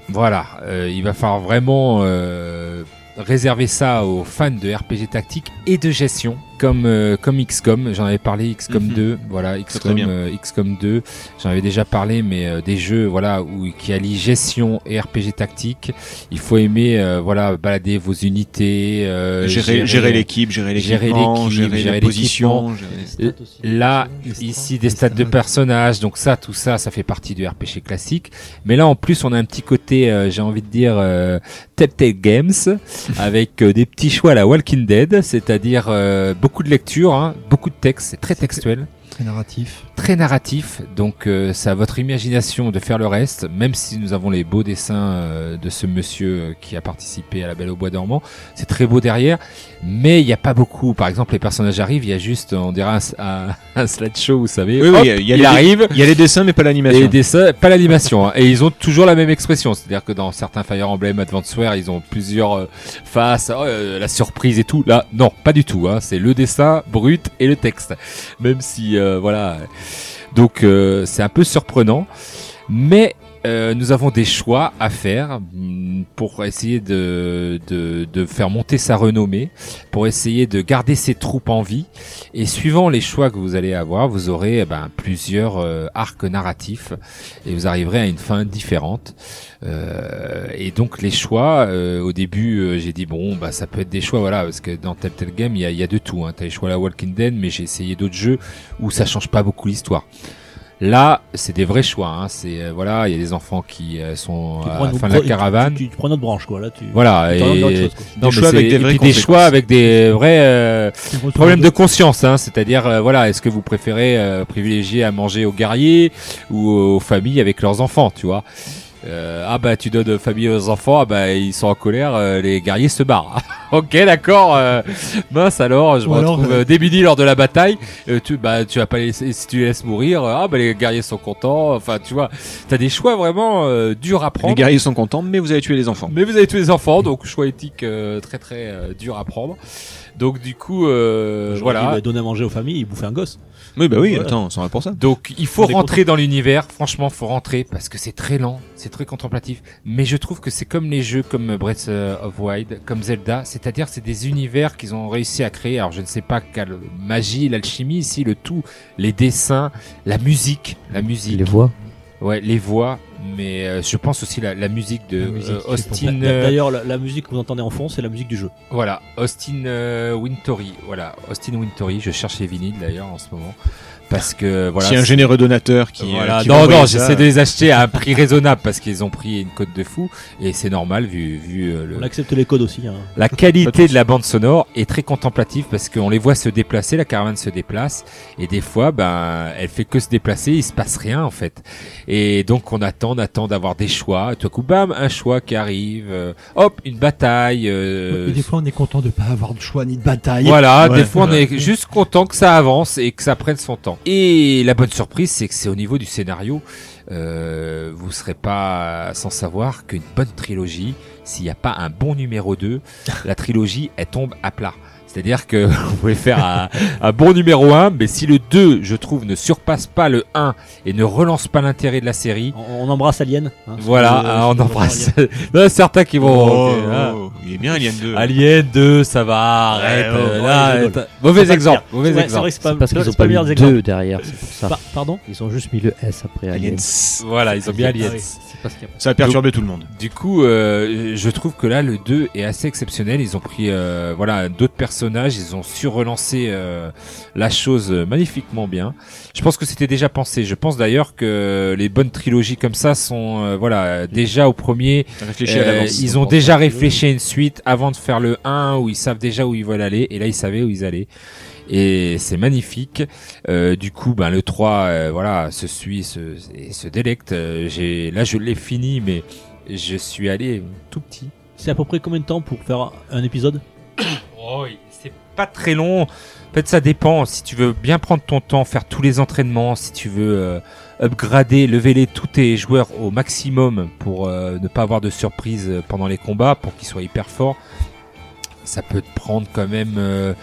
[SPEAKER 3] voilà, euh, il va falloir vraiment euh, réserver ça aux fans de RPG tactique et de gestion, comme euh, comme XCOM. J'en avais parlé XCOM
[SPEAKER 5] Mhm.
[SPEAKER 3] 2. Voilà,
[SPEAKER 5] Très, très
[SPEAKER 3] XCOM,
[SPEAKER 5] bien.
[SPEAKER 3] euh, XCOM 2. J'en avais déjà parlé, mais euh, des jeux voilà où qui allient gestion et RPG tactique. Il faut aimer euh, voilà balader vos unités, euh,
[SPEAKER 5] Gérer, gérer l'équipe, gérer
[SPEAKER 3] gérer
[SPEAKER 5] l'équipement,
[SPEAKER 3] l'équipe,
[SPEAKER 5] gérer,
[SPEAKER 3] gérer
[SPEAKER 5] les positions. gérer-
[SPEAKER 3] Là, ici des stats de personnages, donc ça, tout ça, ça fait partie du RPG classique. Mais là, en plus, on a un petit côté, euh, j'ai envie de dire, euh, Telltale Games, avec euh, des petits choix à la Walking Dead, c'est-à-dire euh, beaucoup de lecture, hein, beaucoup de texte, c'est très textuel,
[SPEAKER 4] Très narratif.
[SPEAKER 3] très narratif. Donc, euh, c'est à votre imagination de faire le reste, même si nous avons les beaux dessins euh, de ce monsieur euh, qui a participé à La Belle au Bois Dormant. C'est très beau derrière, mais il n'y a pas beaucoup. Par exemple, les personnages arrivent, il y a juste, on dirait un, un, un slideshow, vous savez.
[SPEAKER 5] Oui, oui,
[SPEAKER 3] Hop,
[SPEAKER 5] il y a- il y a
[SPEAKER 3] il
[SPEAKER 5] les-
[SPEAKER 3] arrive.
[SPEAKER 5] Il y a les dessins, mais pas l'animation.
[SPEAKER 3] Et des dessins, pas l'animation. hein. Et ils ont toujours la même expression. C'est-à-dire que dans certains Fire Emblem Advanceware, ils ont plusieurs euh, faces, oh, euh, la surprise et tout. Là, non, pas du tout. Hein. C'est le dessin brut et le texte. Même si, euh, voilà. Donc, euh, c'est un peu surprenant. Mais euh, nous avons des choix à faire mm, pour essayer de, de, de faire monter sa renommée, pour essayer de garder ses troupes en vie. Et suivant les choix que vous allez avoir, vous aurez eh ben, plusieurs euh, arcs narratifs et vous arriverez à une fin différente. Euh, et donc les choix, euh, au début euh, j'ai dit bon bah ça peut être des choix voilà parce que dans Telltale Game il y a, il y a de tout. Hein. T'as les choix à la Walking Dead mais j'ai essayé d'autres jeux où ça change pas beaucoup l'histoire. Là, c'est des vrais choix. Hein. C'est euh, voilà, il y a des enfants qui euh, sont
[SPEAKER 2] Tu
[SPEAKER 3] à
[SPEAKER 2] prends
[SPEAKER 3] la
[SPEAKER 2] une
[SPEAKER 3] fin de
[SPEAKER 2] bro-
[SPEAKER 3] la caravane.
[SPEAKER 2] Tu, tu- tu prends notre branche, quoi. Là, tu.
[SPEAKER 3] Voilà.
[SPEAKER 2] tu t'orientes vers autre
[SPEAKER 3] Et,
[SPEAKER 2] chose, quoi.
[SPEAKER 3] non, mais
[SPEAKER 5] choix
[SPEAKER 3] c'est-
[SPEAKER 5] avec des
[SPEAKER 3] et
[SPEAKER 5] vraies
[SPEAKER 3] puis des
[SPEAKER 5] conséquences.
[SPEAKER 3] choix avec des vrais. euh, Problème de
[SPEAKER 4] de
[SPEAKER 3] conscience, hein, c'est-à-dire euh, voilà, est-ce que vous préférez euh, privilégier à manger aux guerriers ou aux familles avec leurs enfants, tu vois Euh, Ah bah tu donnes famille aux enfants, ah bah ils sont en colère, euh, les guerriers se barrent. ok, d'accord. euh, mince alors, je
[SPEAKER 4] Ou
[SPEAKER 3] me
[SPEAKER 4] alors,
[SPEAKER 3] retrouve
[SPEAKER 4] euh,
[SPEAKER 3] euh, démuni lors de la bataille. euh, tu bah tu vas pas les laisser- si tu les laisses mourir, euh, ah bah les guerriers sont contents. Enfin tu vois, t'as des choix vraiment euh, durs à
[SPEAKER 5] Les
[SPEAKER 3] prendre.
[SPEAKER 5] guerriers sont contents, mais vous avez tué les enfants.
[SPEAKER 3] Mais vous avez tous les enfants, donc choix éthique euh, très très euh, dur à prendre. Donc du coup, euh,
[SPEAKER 2] J'aurais dit,
[SPEAKER 3] voilà.
[SPEAKER 2] bah, donner à manger aux familles, ils bouffaient un gosse.
[SPEAKER 5] Oui, bah oui,
[SPEAKER 2] Voilà.
[SPEAKER 5] attends, on s'en va pour ça.
[SPEAKER 3] Donc il faut
[SPEAKER 2] On est
[SPEAKER 3] rentrer dans l'univers, franchement faut rentrer parce que c'est très lent, c'est très contemplatif, mais je trouve que c'est comme les jeux comme Breath euh, of Wild, comme Zelda, c'est-à-dire c'est des univers qu'ils ont réussi à créer, alors je ne sais pas quelle magie, l'alchimie, si le tout, les dessins, la musique, la musique,
[SPEAKER 6] les voix.
[SPEAKER 3] ouais, les voix, mais euh, je pense aussi la, la musique de
[SPEAKER 4] La musique,
[SPEAKER 3] euh,
[SPEAKER 4] c'est pour-
[SPEAKER 2] D'a-
[SPEAKER 3] Austin, euh,
[SPEAKER 2] D'ailleurs, la, la musique que vous entendez en fond, c'est la musique du jeu.
[SPEAKER 3] voilà, Austin euh, Wintory, voilà, Austin Wintory, je cherche les vinyles d'ailleurs en ce moment, parce que voilà,
[SPEAKER 5] S'il y a un généreux donateur qui.
[SPEAKER 3] Voilà.
[SPEAKER 5] euh, qui
[SPEAKER 3] non,
[SPEAKER 5] m'envoie
[SPEAKER 3] non,
[SPEAKER 5] ça,
[SPEAKER 3] j'essaie de les acheter à un prix raisonnable parce qu'ils ont pris une cote de fou et c'est normal vu, vu euh, le-
[SPEAKER 2] On accepte les codes aussi. Hein.
[SPEAKER 3] la qualité de la bande sonore est très contemplative parce qu'on les voit se déplacer, la caravane se déplace et des fois, ben, elle fait que se déplacer, il se passe rien en fait. Et donc on attend, on attend d'avoir des choix. Tout à coup, bam, un choix qui arrive. euh, hop, une bataille. euh,
[SPEAKER 4] Et des fois, on est content de pas avoir de choix ni de
[SPEAKER 5] Ah,
[SPEAKER 4] bataille.
[SPEAKER 3] voilà,
[SPEAKER 5] Ouais.
[SPEAKER 3] des fois on est juste content que ça avance et que ça prenne son temps. Et la bonne surprise, c'est que c'est au niveau du scénario. Euh, vous serez pas sans savoir qu'une bonne trilogie, s'il n'y a pas un bon numéro 2, la trilogie, elle tombe à plat. C'est-à-dire que vous pouvez faire un, un bon numéro 1, mais si le 2, je trouve, ne surpasse pas le 1 et ne relance pas l'intérêt de la série,
[SPEAKER 2] On, on embrasse Alien. hein.
[SPEAKER 3] voilà,
[SPEAKER 2] Euh,
[SPEAKER 3] hein, on
[SPEAKER 2] c'est-
[SPEAKER 3] embrasse. Il y en a certains qui
[SPEAKER 5] Oh,
[SPEAKER 3] vont... ok, hein.
[SPEAKER 5] oh, il est bien Alien 2.
[SPEAKER 3] Alien 2, ça va, arrête.
[SPEAKER 2] Ouais, ouais,
[SPEAKER 3] euh,
[SPEAKER 2] ouais,
[SPEAKER 3] là,
[SPEAKER 2] je rigole.
[SPEAKER 3] euh, mauvais
[SPEAKER 2] C'est pas
[SPEAKER 3] exemple,
[SPEAKER 2] le pire.
[SPEAKER 3] mauvais
[SPEAKER 2] Ouais, C'est
[SPEAKER 3] exemple.
[SPEAKER 2] vrai que c'est pas,
[SPEAKER 6] C'est parce
[SPEAKER 2] c'est
[SPEAKER 6] qu'ils
[SPEAKER 2] vrai
[SPEAKER 6] ont
[SPEAKER 2] que c'est pas
[SPEAKER 6] pas
[SPEAKER 2] le
[SPEAKER 6] mis
[SPEAKER 2] meilleur
[SPEAKER 6] deux
[SPEAKER 2] exemple.
[SPEAKER 6] derrière, c'est pour ça.
[SPEAKER 2] Pa- pardon
[SPEAKER 6] Ils ont juste mis le S après.
[SPEAKER 5] Aliens.
[SPEAKER 6] Aliens.
[SPEAKER 3] Voilà, ils ont bien Aliens.
[SPEAKER 2] Ah oui.
[SPEAKER 5] Ça a perturbé tout le monde.
[SPEAKER 3] Du coup, euh, je trouve que là, le 2 est assez exceptionnel. Ils ont pris euh, voilà d'autres personnages, ils ont su relancer euh, la chose magnifiquement bien. Je pense que c'était déjà pensé. Je pense d'ailleurs que les bonnes trilogies comme ça sont euh, voilà déjà au premier
[SPEAKER 5] Réfléchis à
[SPEAKER 3] Euh,
[SPEAKER 5] l'avance.
[SPEAKER 3] ils ont
[SPEAKER 6] pense
[SPEAKER 3] déjà
[SPEAKER 6] pas que-
[SPEAKER 3] réfléchi à une suite avant de faire le 1 où ils savent déjà où ils veulent aller et là ils savaient où ils allaient et c'est magnifique Euh, du coup ben le 3 euh, voilà se suit se, et se délecte Euh, j'ai là je l'ai fini mais je suis allé tout petit
[SPEAKER 2] C'est à peu près combien de temps pour faire un épisode
[SPEAKER 3] Oh, c'est pas très long. En fait, ça dépend. Si tu veux bien prendre ton temps, faire tous les entraînements, si tu veux euh, upgrader, lever les, tous tes joueurs au maximum pour euh, ne pas avoir de surprise euh, pendant les combats, pour qu'ils soient hyper forts, ça peut te prendre quand même euh,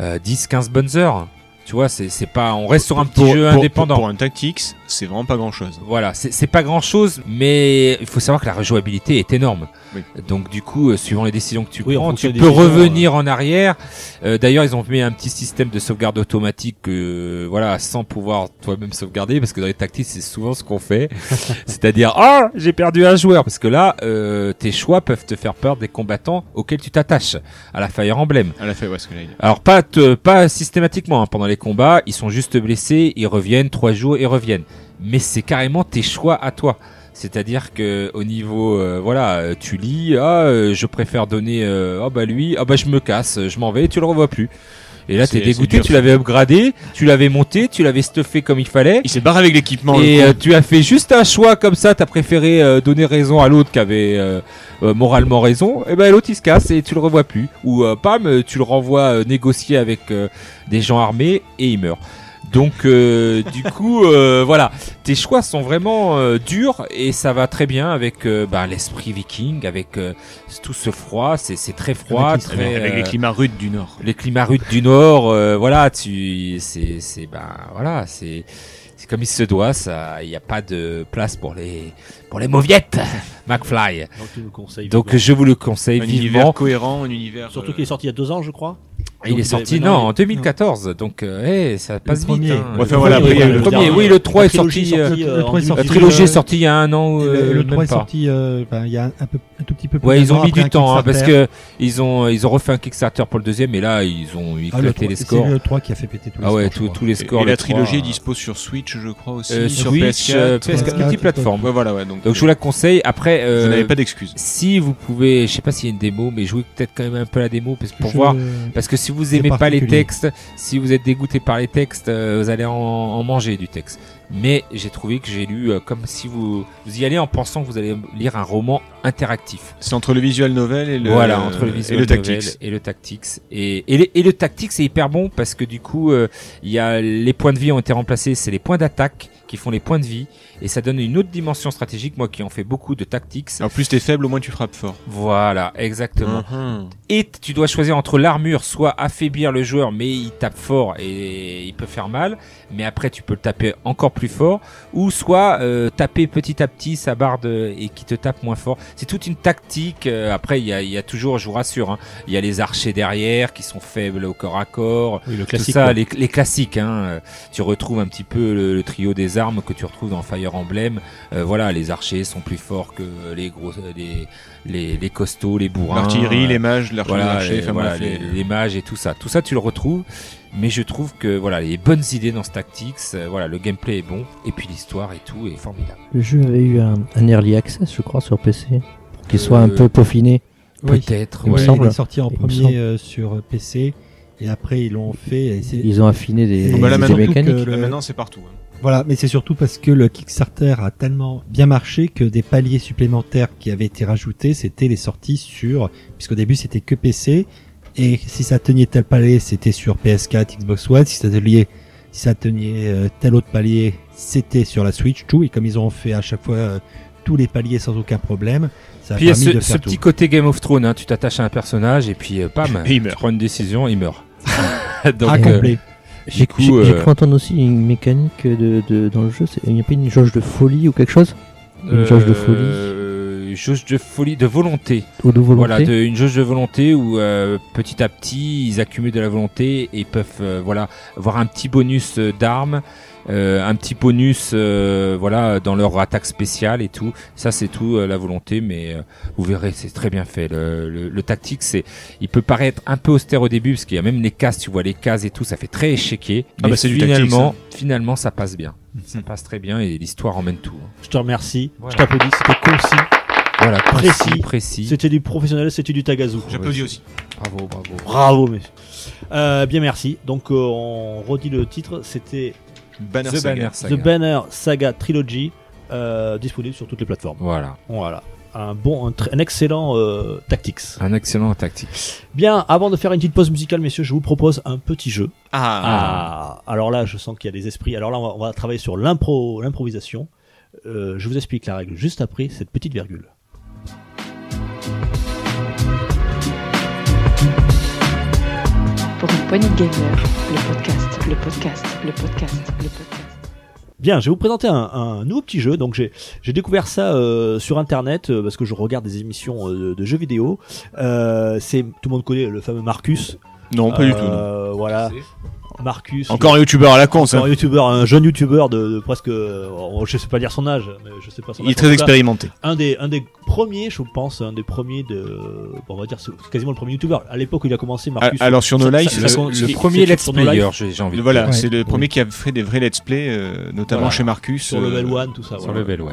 [SPEAKER 3] euh, 10-15 bonnes heures. Tu vois, c'est c'est pas, on reste sur un petit
[SPEAKER 5] Pour-
[SPEAKER 3] jeu
[SPEAKER 5] pour-
[SPEAKER 3] indépendant.
[SPEAKER 5] Pour, pour un Tactics, c'est vraiment pas grand chose.
[SPEAKER 3] Voilà, c'est c'est pas grand chose, mais il faut savoir que la rejouabilité est énorme.
[SPEAKER 5] Oui.
[SPEAKER 3] Donc du coup, euh, suivant les décisions que tu
[SPEAKER 2] Oui, en
[SPEAKER 3] prends,
[SPEAKER 2] fonction
[SPEAKER 3] tu
[SPEAKER 2] des
[SPEAKER 3] peux
[SPEAKER 2] décisions,
[SPEAKER 3] revenir en arrière. Euh, D'ailleurs, ils ont mis un petit système de sauvegarde automatique, euh, voilà, sans pouvoir toi-même sauvegarder, parce que dans les tactiques, c'est souvent ce qu'on fait, c'est-à-dire ah j'ai perdu un joueur, parce que là, euh, tes choix peuvent te faire peur des combattants auxquels tu t'attaches à la Fire Emblem.
[SPEAKER 5] À la fin, ouais, ce que j'allais dire.
[SPEAKER 3] Alors pas te- pas systématiquement hein. pendant les combats, ils sont juste blessés, ils reviennent trois jours et reviennent. Mais c'est carrément tes choix à toi. C'est-à-dire que au niveau euh, voilà, euh, tu lis ah euh, je préfère donner euh, ah bah lui, ah bah je me casse, euh, je m'en vais, tu le revois plus. Et là
[SPEAKER 5] C'est-
[SPEAKER 3] t'es
[SPEAKER 5] c'est
[SPEAKER 3] dégoûté,
[SPEAKER 5] dur,
[SPEAKER 3] tu
[SPEAKER 5] ça.
[SPEAKER 3] l'avais upgradé, tu l'avais monté, tu l'avais stuffé comme il fallait.
[SPEAKER 5] Il s'est barré avec l'équipement. le
[SPEAKER 3] Et
[SPEAKER 5] con.
[SPEAKER 3] euh, tu as fait juste un choix comme ça, t'as préféré euh, donner raison à l'autre qui avait euh, euh, moralement raison, et ben l'autre il se casse et tu le revois plus. Ou euh, pam, euh, tu le renvoies euh, négocier avec euh, des gens armés et il meurt. Donc euh, du coup euh, voilà, tes choix sont vraiment euh, durs et ça va très bien avec euh, bah, l'esprit viking, avec euh, tout ce froid, c'est c'est très froid,
[SPEAKER 4] Avec les-
[SPEAKER 3] très,
[SPEAKER 5] avec les
[SPEAKER 3] euh,
[SPEAKER 5] climats rudes du Nord.
[SPEAKER 3] les climats rudes du Nord, euh, voilà, tu, c'est, c'est, ben, voilà, c'est, c'est comme il se doit, ça, il n'y a pas de place pour les, pour les mauviettes, McFly.
[SPEAKER 2] Donc, tu nous conseilles
[SPEAKER 3] Donc,
[SPEAKER 2] vivement.
[SPEAKER 3] je vous le conseille
[SPEAKER 5] Un univers
[SPEAKER 3] vivement.
[SPEAKER 5] cohérent, un univers.
[SPEAKER 2] surtout
[SPEAKER 5] euh,
[SPEAKER 2] qu'il est sorti il y a deux ans, je crois.
[SPEAKER 3] Ah, Il est
[SPEAKER 2] Donc,
[SPEAKER 3] sorti,
[SPEAKER 2] maintenant,
[SPEAKER 3] non,
[SPEAKER 2] il-
[SPEAKER 3] en 2014, donc, euh, eh, ça passe vite.
[SPEAKER 4] premier.
[SPEAKER 3] hein.
[SPEAKER 5] Ouais, enfin,
[SPEAKER 3] Le
[SPEAKER 5] voilà,
[SPEAKER 3] premier,
[SPEAKER 5] après, il y a
[SPEAKER 3] le
[SPEAKER 5] le
[SPEAKER 3] premier,
[SPEAKER 5] dernier.
[SPEAKER 3] oui, le 3
[SPEAKER 2] La
[SPEAKER 3] est sorti,
[SPEAKER 2] trilogie
[SPEAKER 3] euh,
[SPEAKER 2] sortie,
[SPEAKER 4] le
[SPEAKER 2] euh, en
[SPEAKER 4] trois est
[SPEAKER 2] 2000.
[SPEAKER 4] sorti.
[SPEAKER 3] la trilogie est sortie il y a un an,
[SPEAKER 4] Et
[SPEAKER 3] ou
[SPEAKER 4] le-
[SPEAKER 3] euh,
[SPEAKER 4] le,
[SPEAKER 3] même
[SPEAKER 4] 3 est
[SPEAKER 3] pas.
[SPEAKER 4] sorti euh, ben, il y a un, un peu, un tout petit peu plus
[SPEAKER 3] Ouais,
[SPEAKER 4] d'un
[SPEAKER 3] ils
[SPEAKER 4] an
[SPEAKER 3] ont mis
[SPEAKER 4] après
[SPEAKER 3] du
[SPEAKER 4] un
[SPEAKER 3] temps, hein, parce
[SPEAKER 4] Kickstarter.
[SPEAKER 3] que ils ont, ils ont refait un Kickstarter pour le deuxième, et là, ils
[SPEAKER 4] Ah,
[SPEAKER 3] ont
[SPEAKER 4] le
[SPEAKER 3] éclaté
[SPEAKER 4] 3,
[SPEAKER 3] les
[SPEAKER 4] c'est
[SPEAKER 3] scores.
[SPEAKER 4] le 3 qui a fait péter tous les
[SPEAKER 3] Ah ouais,
[SPEAKER 4] scores,
[SPEAKER 3] tout-
[SPEAKER 4] je
[SPEAKER 3] tous les
[SPEAKER 5] et-
[SPEAKER 3] scores.
[SPEAKER 5] et la
[SPEAKER 3] le trois,
[SPEAKER 5] trilogie est
[SPEAKER 3] euh,
[SPEAKER 5] dispo sur Switch, je crois aussi.
[SPEAKER 3] Euh,
[SPEAKER 5] sur
[SPEAKER 3] Switch,
[SPEAKER 5] PS4.
[SPEAKER 3] euh,
[SPEAKER 4] PS4,
[SPEAKER 3] multiplateforme.
[SPEAKER 5] Ouais, bah, voilà, ouais. Donc, euh,
[SPEAKER 3] Donc je vous la conseille. Après,
[SPEAKER 5] vous
[SPEAKER 3] euh,
[SPEAKER 5] n'avez pas d'excuses.
[SPEAKER 3] si vous pouvez, je sais pas s'il y a une démo, mais jouez peut-être quand même un peu la démo parce que
[SPEAKER 4] crois.
[SPEAKER 3] pour
[SPEAKER 4] Je-
[SPEAKER 3] voir. Parce que si vous
[SPEAKER 4] C'est
[SPEAKER 3] aimez pas les
[SPEAKER 4] particulier.
[SPEAKER 3] textes, si vous êtes dégoûté par les textes, euh, vous allez en, en manger du texte. Mais j'ai trouvé que j'ai lu euh, comme si vous vous y allez en pensant que vous allez lire un roman interactif.
[SPEAKER 5] C'est entre le visual novel et le.
[SPEAKER 3] voilà, entre le
[SPEAKER 5] et
[SPEAKER 3] visual
[SPEAKER 5] le
[SPEAKER 3] novel
[SPEAKER 5] tactics.
[SPEAKER 3] et le tactics et et, le- et le tactics c'est hyper bon parce que du coup euh, il y a les points de vie ont été remplacés, c'est les points d'attaque qui font les points de vie et ça donne une autre dimension stratégique. Moi qui en fais beaucoup de tactics,
[SPEAKER 5] En plus, t'es faible, au moins tu frappes fort.
[SPEAKER 3] Voilà, exactement.
[SPEAKER 5] Mhm.
[SPEAKER 3] Et t- tu dois choisir entre l'armure, soit affaiblir le joueur, mais il tape fort et il peut faire mal, mais après tu peux le taper encore plus fort, ou soit euh, taper petit à petit sa barre de- et qui te tape moins fort. C'est toute une tactique. euh, après, il y a, il y a toujours, je vous rassure, hein, il y a les archers derrière qui sont faibles au corps à corps,
[SPEAKER 2] Oui, le
[SPEAKER 3] tout
[SPEAKER 2] classique.
[SPEAKER 3] ça,
[SPEAKER 2] quoi.
[SPEAKER 3] les, les classiques. Hein. Euh, Tu retrouves un petit peu le, le trio des armes que tu retrouves dans Fire Emblem. Euh, voilà, les archers sont plus forts que les gros, les, les, les costauds, les bourrins.
[SPEAKER 5] L'artillerie,
[SPEAKER 3] Euh,
[SPEAKER 5] les mages, l'archer,
[SPEAKER 3] voilà,
[SPEAKER 5] l'archer,
[SPEAKER 3] les,
[SPEAKER 5] enfin
[SPEAKER 3] voilà,
[SPEAKER 5] bref,
[SPEAKER 3] les-
[SPEAKER 5] les-
[SPEAKER 3] les mages et tout ça. Tout ça, tu le retrouves. Mais je trouve que voilà, les bonnes idées dans ce tactics. euh, voilà, le gameplay est bon et puis l'histoire et tout est formidable.
[SPEAKER 6] Le jeu avait eu un, un early access, je crois, sur PC, pour qu'il
[SPEAKER 3] Euh,
[SPEAKER 6] soit un peu peaufiné.
[SPEAKER 4] Oui.
[SPEAKER 3] Peut-être.
[SPEAKER 6] Il me
[SPEAKER 4] Ouais,
[SPEAKER 3] ouais.
[SPEAKER 6] semble.
[SPEAKER 4] Il est sorti en
[SPEAKER 6] Il me semble.
[SPEAKER 4] premier euh, sur PC et après ils l'ont fait. et c'est-
[SPEAKER 6] Ils ont affiné des,
[SPEAKER 4] Et
[SPEAKER 5] Bah, là,
[SPEAKER 6] des
[SPEAKER 5] maintenant,
[SPEAKER 6] mécaniques.
[SPEAKER 4] que-
[SPEAKER 5] Là,
[SPEAKER 4] le-
[SPEAKER 5] maintenant, c'est partout. hein.
[SPEAKER 4] Voilà, mais c'est surtout parce que le Kickstarter a tellement bien marché que des paliers supplémentaires qui avaient été rajoutés, c'était les sorties sur, puisqu'au début c'était que PC, et si ça tenait tel palier, c'était sur PS4, Xbox One, si ça tenait, si ça tenait euh, tel autre palier, c'était sur la Switch, tout, et comme ils ont fait à chaque fois euh, tous les paliers sans aucun problème, ça a
[SPEAKER 3] Puis il y a
[SPEAKER 4] permis
[SPEAKER 3] ce,
[SPEAKER 4] de
[SPEAKER 3] ce
[SPEAKER 4] faire
[SPEAKER 3] petit
[SPEAKER 4] tout.
[SPEAKER 3] côté Game of Thrones. hein, tu t'attaches à un personnage et puis euh, pam,
[SPEAKER 5] Et il
[SPEAKER 3] tu
[SPEAKER 5] meurt.
[SPEAKER 3] prends une décision, il meurt. Donc,
[SPEAKER 4] Ah,
[SPEAKER 3] euh,
[SPEAKER 4] complet.
[SPEAKER 3] du coup,
[SPEAKER 6] J'ai j'ai
[SPEAKER 3] euh,
[SPEAKER 6] cru entendre aussi une mécanique de, de- dans le jeu. c'est- Il n'y a pas une jauge de folie ou quelque chose Une
[SPEAKER 3] Euh,
[SPEAKER 6] jauge de folie
[SPEAKER 3] Une euh, jauge de folie, de volonté.
[SPEAKER 6] ou de volonté
[SPEAKER 3] Voilà, de, une jauge de volonté où euh, petit à petit ils accumulent de la volonté et peuvent euh, voilà avoir un petit bonus euh, d'armes, euh, un petit bonus euh, voilà dans leur attaque spéciale et tout. Ça c'est tout euh, la volonté, mais euh, vous verrez c'est très bien fait. Le, le, le tactique c'est, il peut paraître un peu austère au début parce qu'il y a même les cases, tu vois les cases et tout, ça fait très échiquier.
[SPEAKER 5] Ah
[SPEAKER 3] mais
[SPEAKER 5] bah, c'est du tactique, Mhm.
[SPEAKER 3] finalement, finalement ça passe bien, ça passe très bien et l'histoire emmène tout. hein.
[SPEAKER 2] Je te remercie.
[SPEAKER 3] Voilà.
[SPEAKER 2] Je t'applaudis. C'était concis.
[SPEAKER 3] Voilà, précis,
[SPEAKER 2] Précis.
[SPEAKER 3] précis.
[SPEAKER 2] C'était du professionnel. C'était du tagazu.
[SPEAKER 5] J'applaudis aussi.
[SPEAKER 3] Bravo, bravo.
[SPEAKER 2] Bravo, messieurs. Euh, bien, merci. Donc, euh, on redit le titre. C'était
[SPEAKER 5] Banner
[SPEAKER 3] The
[SPEAKER 5] Saga.
[SPEAKER 3] Banner
[SPEAKER 2] The
[SPEAKER 3] Saga.
[SPEAKER 2] Banner Saga Trilogy, euh, disponible sur toutes les plateformes.
[SPEAKER 3] Voilà.
[SPEAKER 2] Voilà. un bon, un, tr- un excellent euh, Tactics.
[SPEAKER 3] Un excellent tactique.
[SPEAKER 2] Bien, avant de faire une petite pause musicale, messieurs, je vous propose un petit jeu.
[SPEAKER 5] Ah,
[SPEAKER 2] Ah, alors là, je sens qu'il y a des esprits. Alors là, on va, on va travailler sur l'impro, l'improvisation. Euh, je vous explique la règle juste après cette petite virgule.
[SPEAKER 1] Pour une poignée de gamers, le podcast, le podcast, le podcast, le podcast.
[SPEAKER 2] Bien, je vais vous présenter un, un nouveau petit jeu. Donc j'ai j'ai découvert ça euh, sur internet euh, parce que je regarde des émissions euh, de, de jeux vidéo. Euh, c'est tout le monde connaît le fameux Marcus.
[SPEAKER 5] Non, pas du tout. non.
[SPEAKER 2] Euh, Voilà, Marcus.
[SPEAKER 5] Encore un youtubeur à la con,
[SPEAKER 2] C'est
[SPEAKER 5] ça.
[SPEAKER 2] un youtubeur, un jeune youtubeur de, de presque, euh, oh, je sais pas dire son âge, mais je sais pas son
[SPEAKER 5] Il est
[SPEAKER 2] âge,
[SPEAKER 5] très
[SPEAKER 2] en tout cas.
[SPEAKER 5] expérimenté.
[SPEAKER 2] Un des, un des premiers, je pense, un des premiers de, bon, on va dire, c'est quasiment le premier youtubeur. À l'époque où il a commencé, Marcus.
[SPEAKER 5] Ah, alors sur
[SPEAKER 2] ça-
[SPEAKER 5] nos lives,
[SPEAKER 2] ça-
[SPEAKER 5] c'est
[SPEAKER 2] ça-
[SPEAKER 5] le-
[SPEAKER 2] c'est-
[SPEAKER 3] Le premier
[SPEAKER 2] c'est
[SPEAKER 3] let's
[SPEAKER 2] sur nos lives,
[SPEAKER 3] player, j'ai j'ai envie de
[SPEAKER 5] Voilà,
[SPEAKER 4] Ouais.
[SPEAKER 5] c'est le
[SPEAKER 4] Ouais.
[SPEAKER 5] premier qui a fait des vrais let's play, euh, notamment
[SPEAKER 2] Voilà.
[SPEAKER 5] chez Marcus.
[SPEAKER 2] Sur Level
[SPEAKER 5] euh,
[SPEAKER 2] 1, tout ça.
[SPEAKER 3] dire. Sur
[SPEAKER 2] voilà.
[SPEAKER 3] le level, ouais.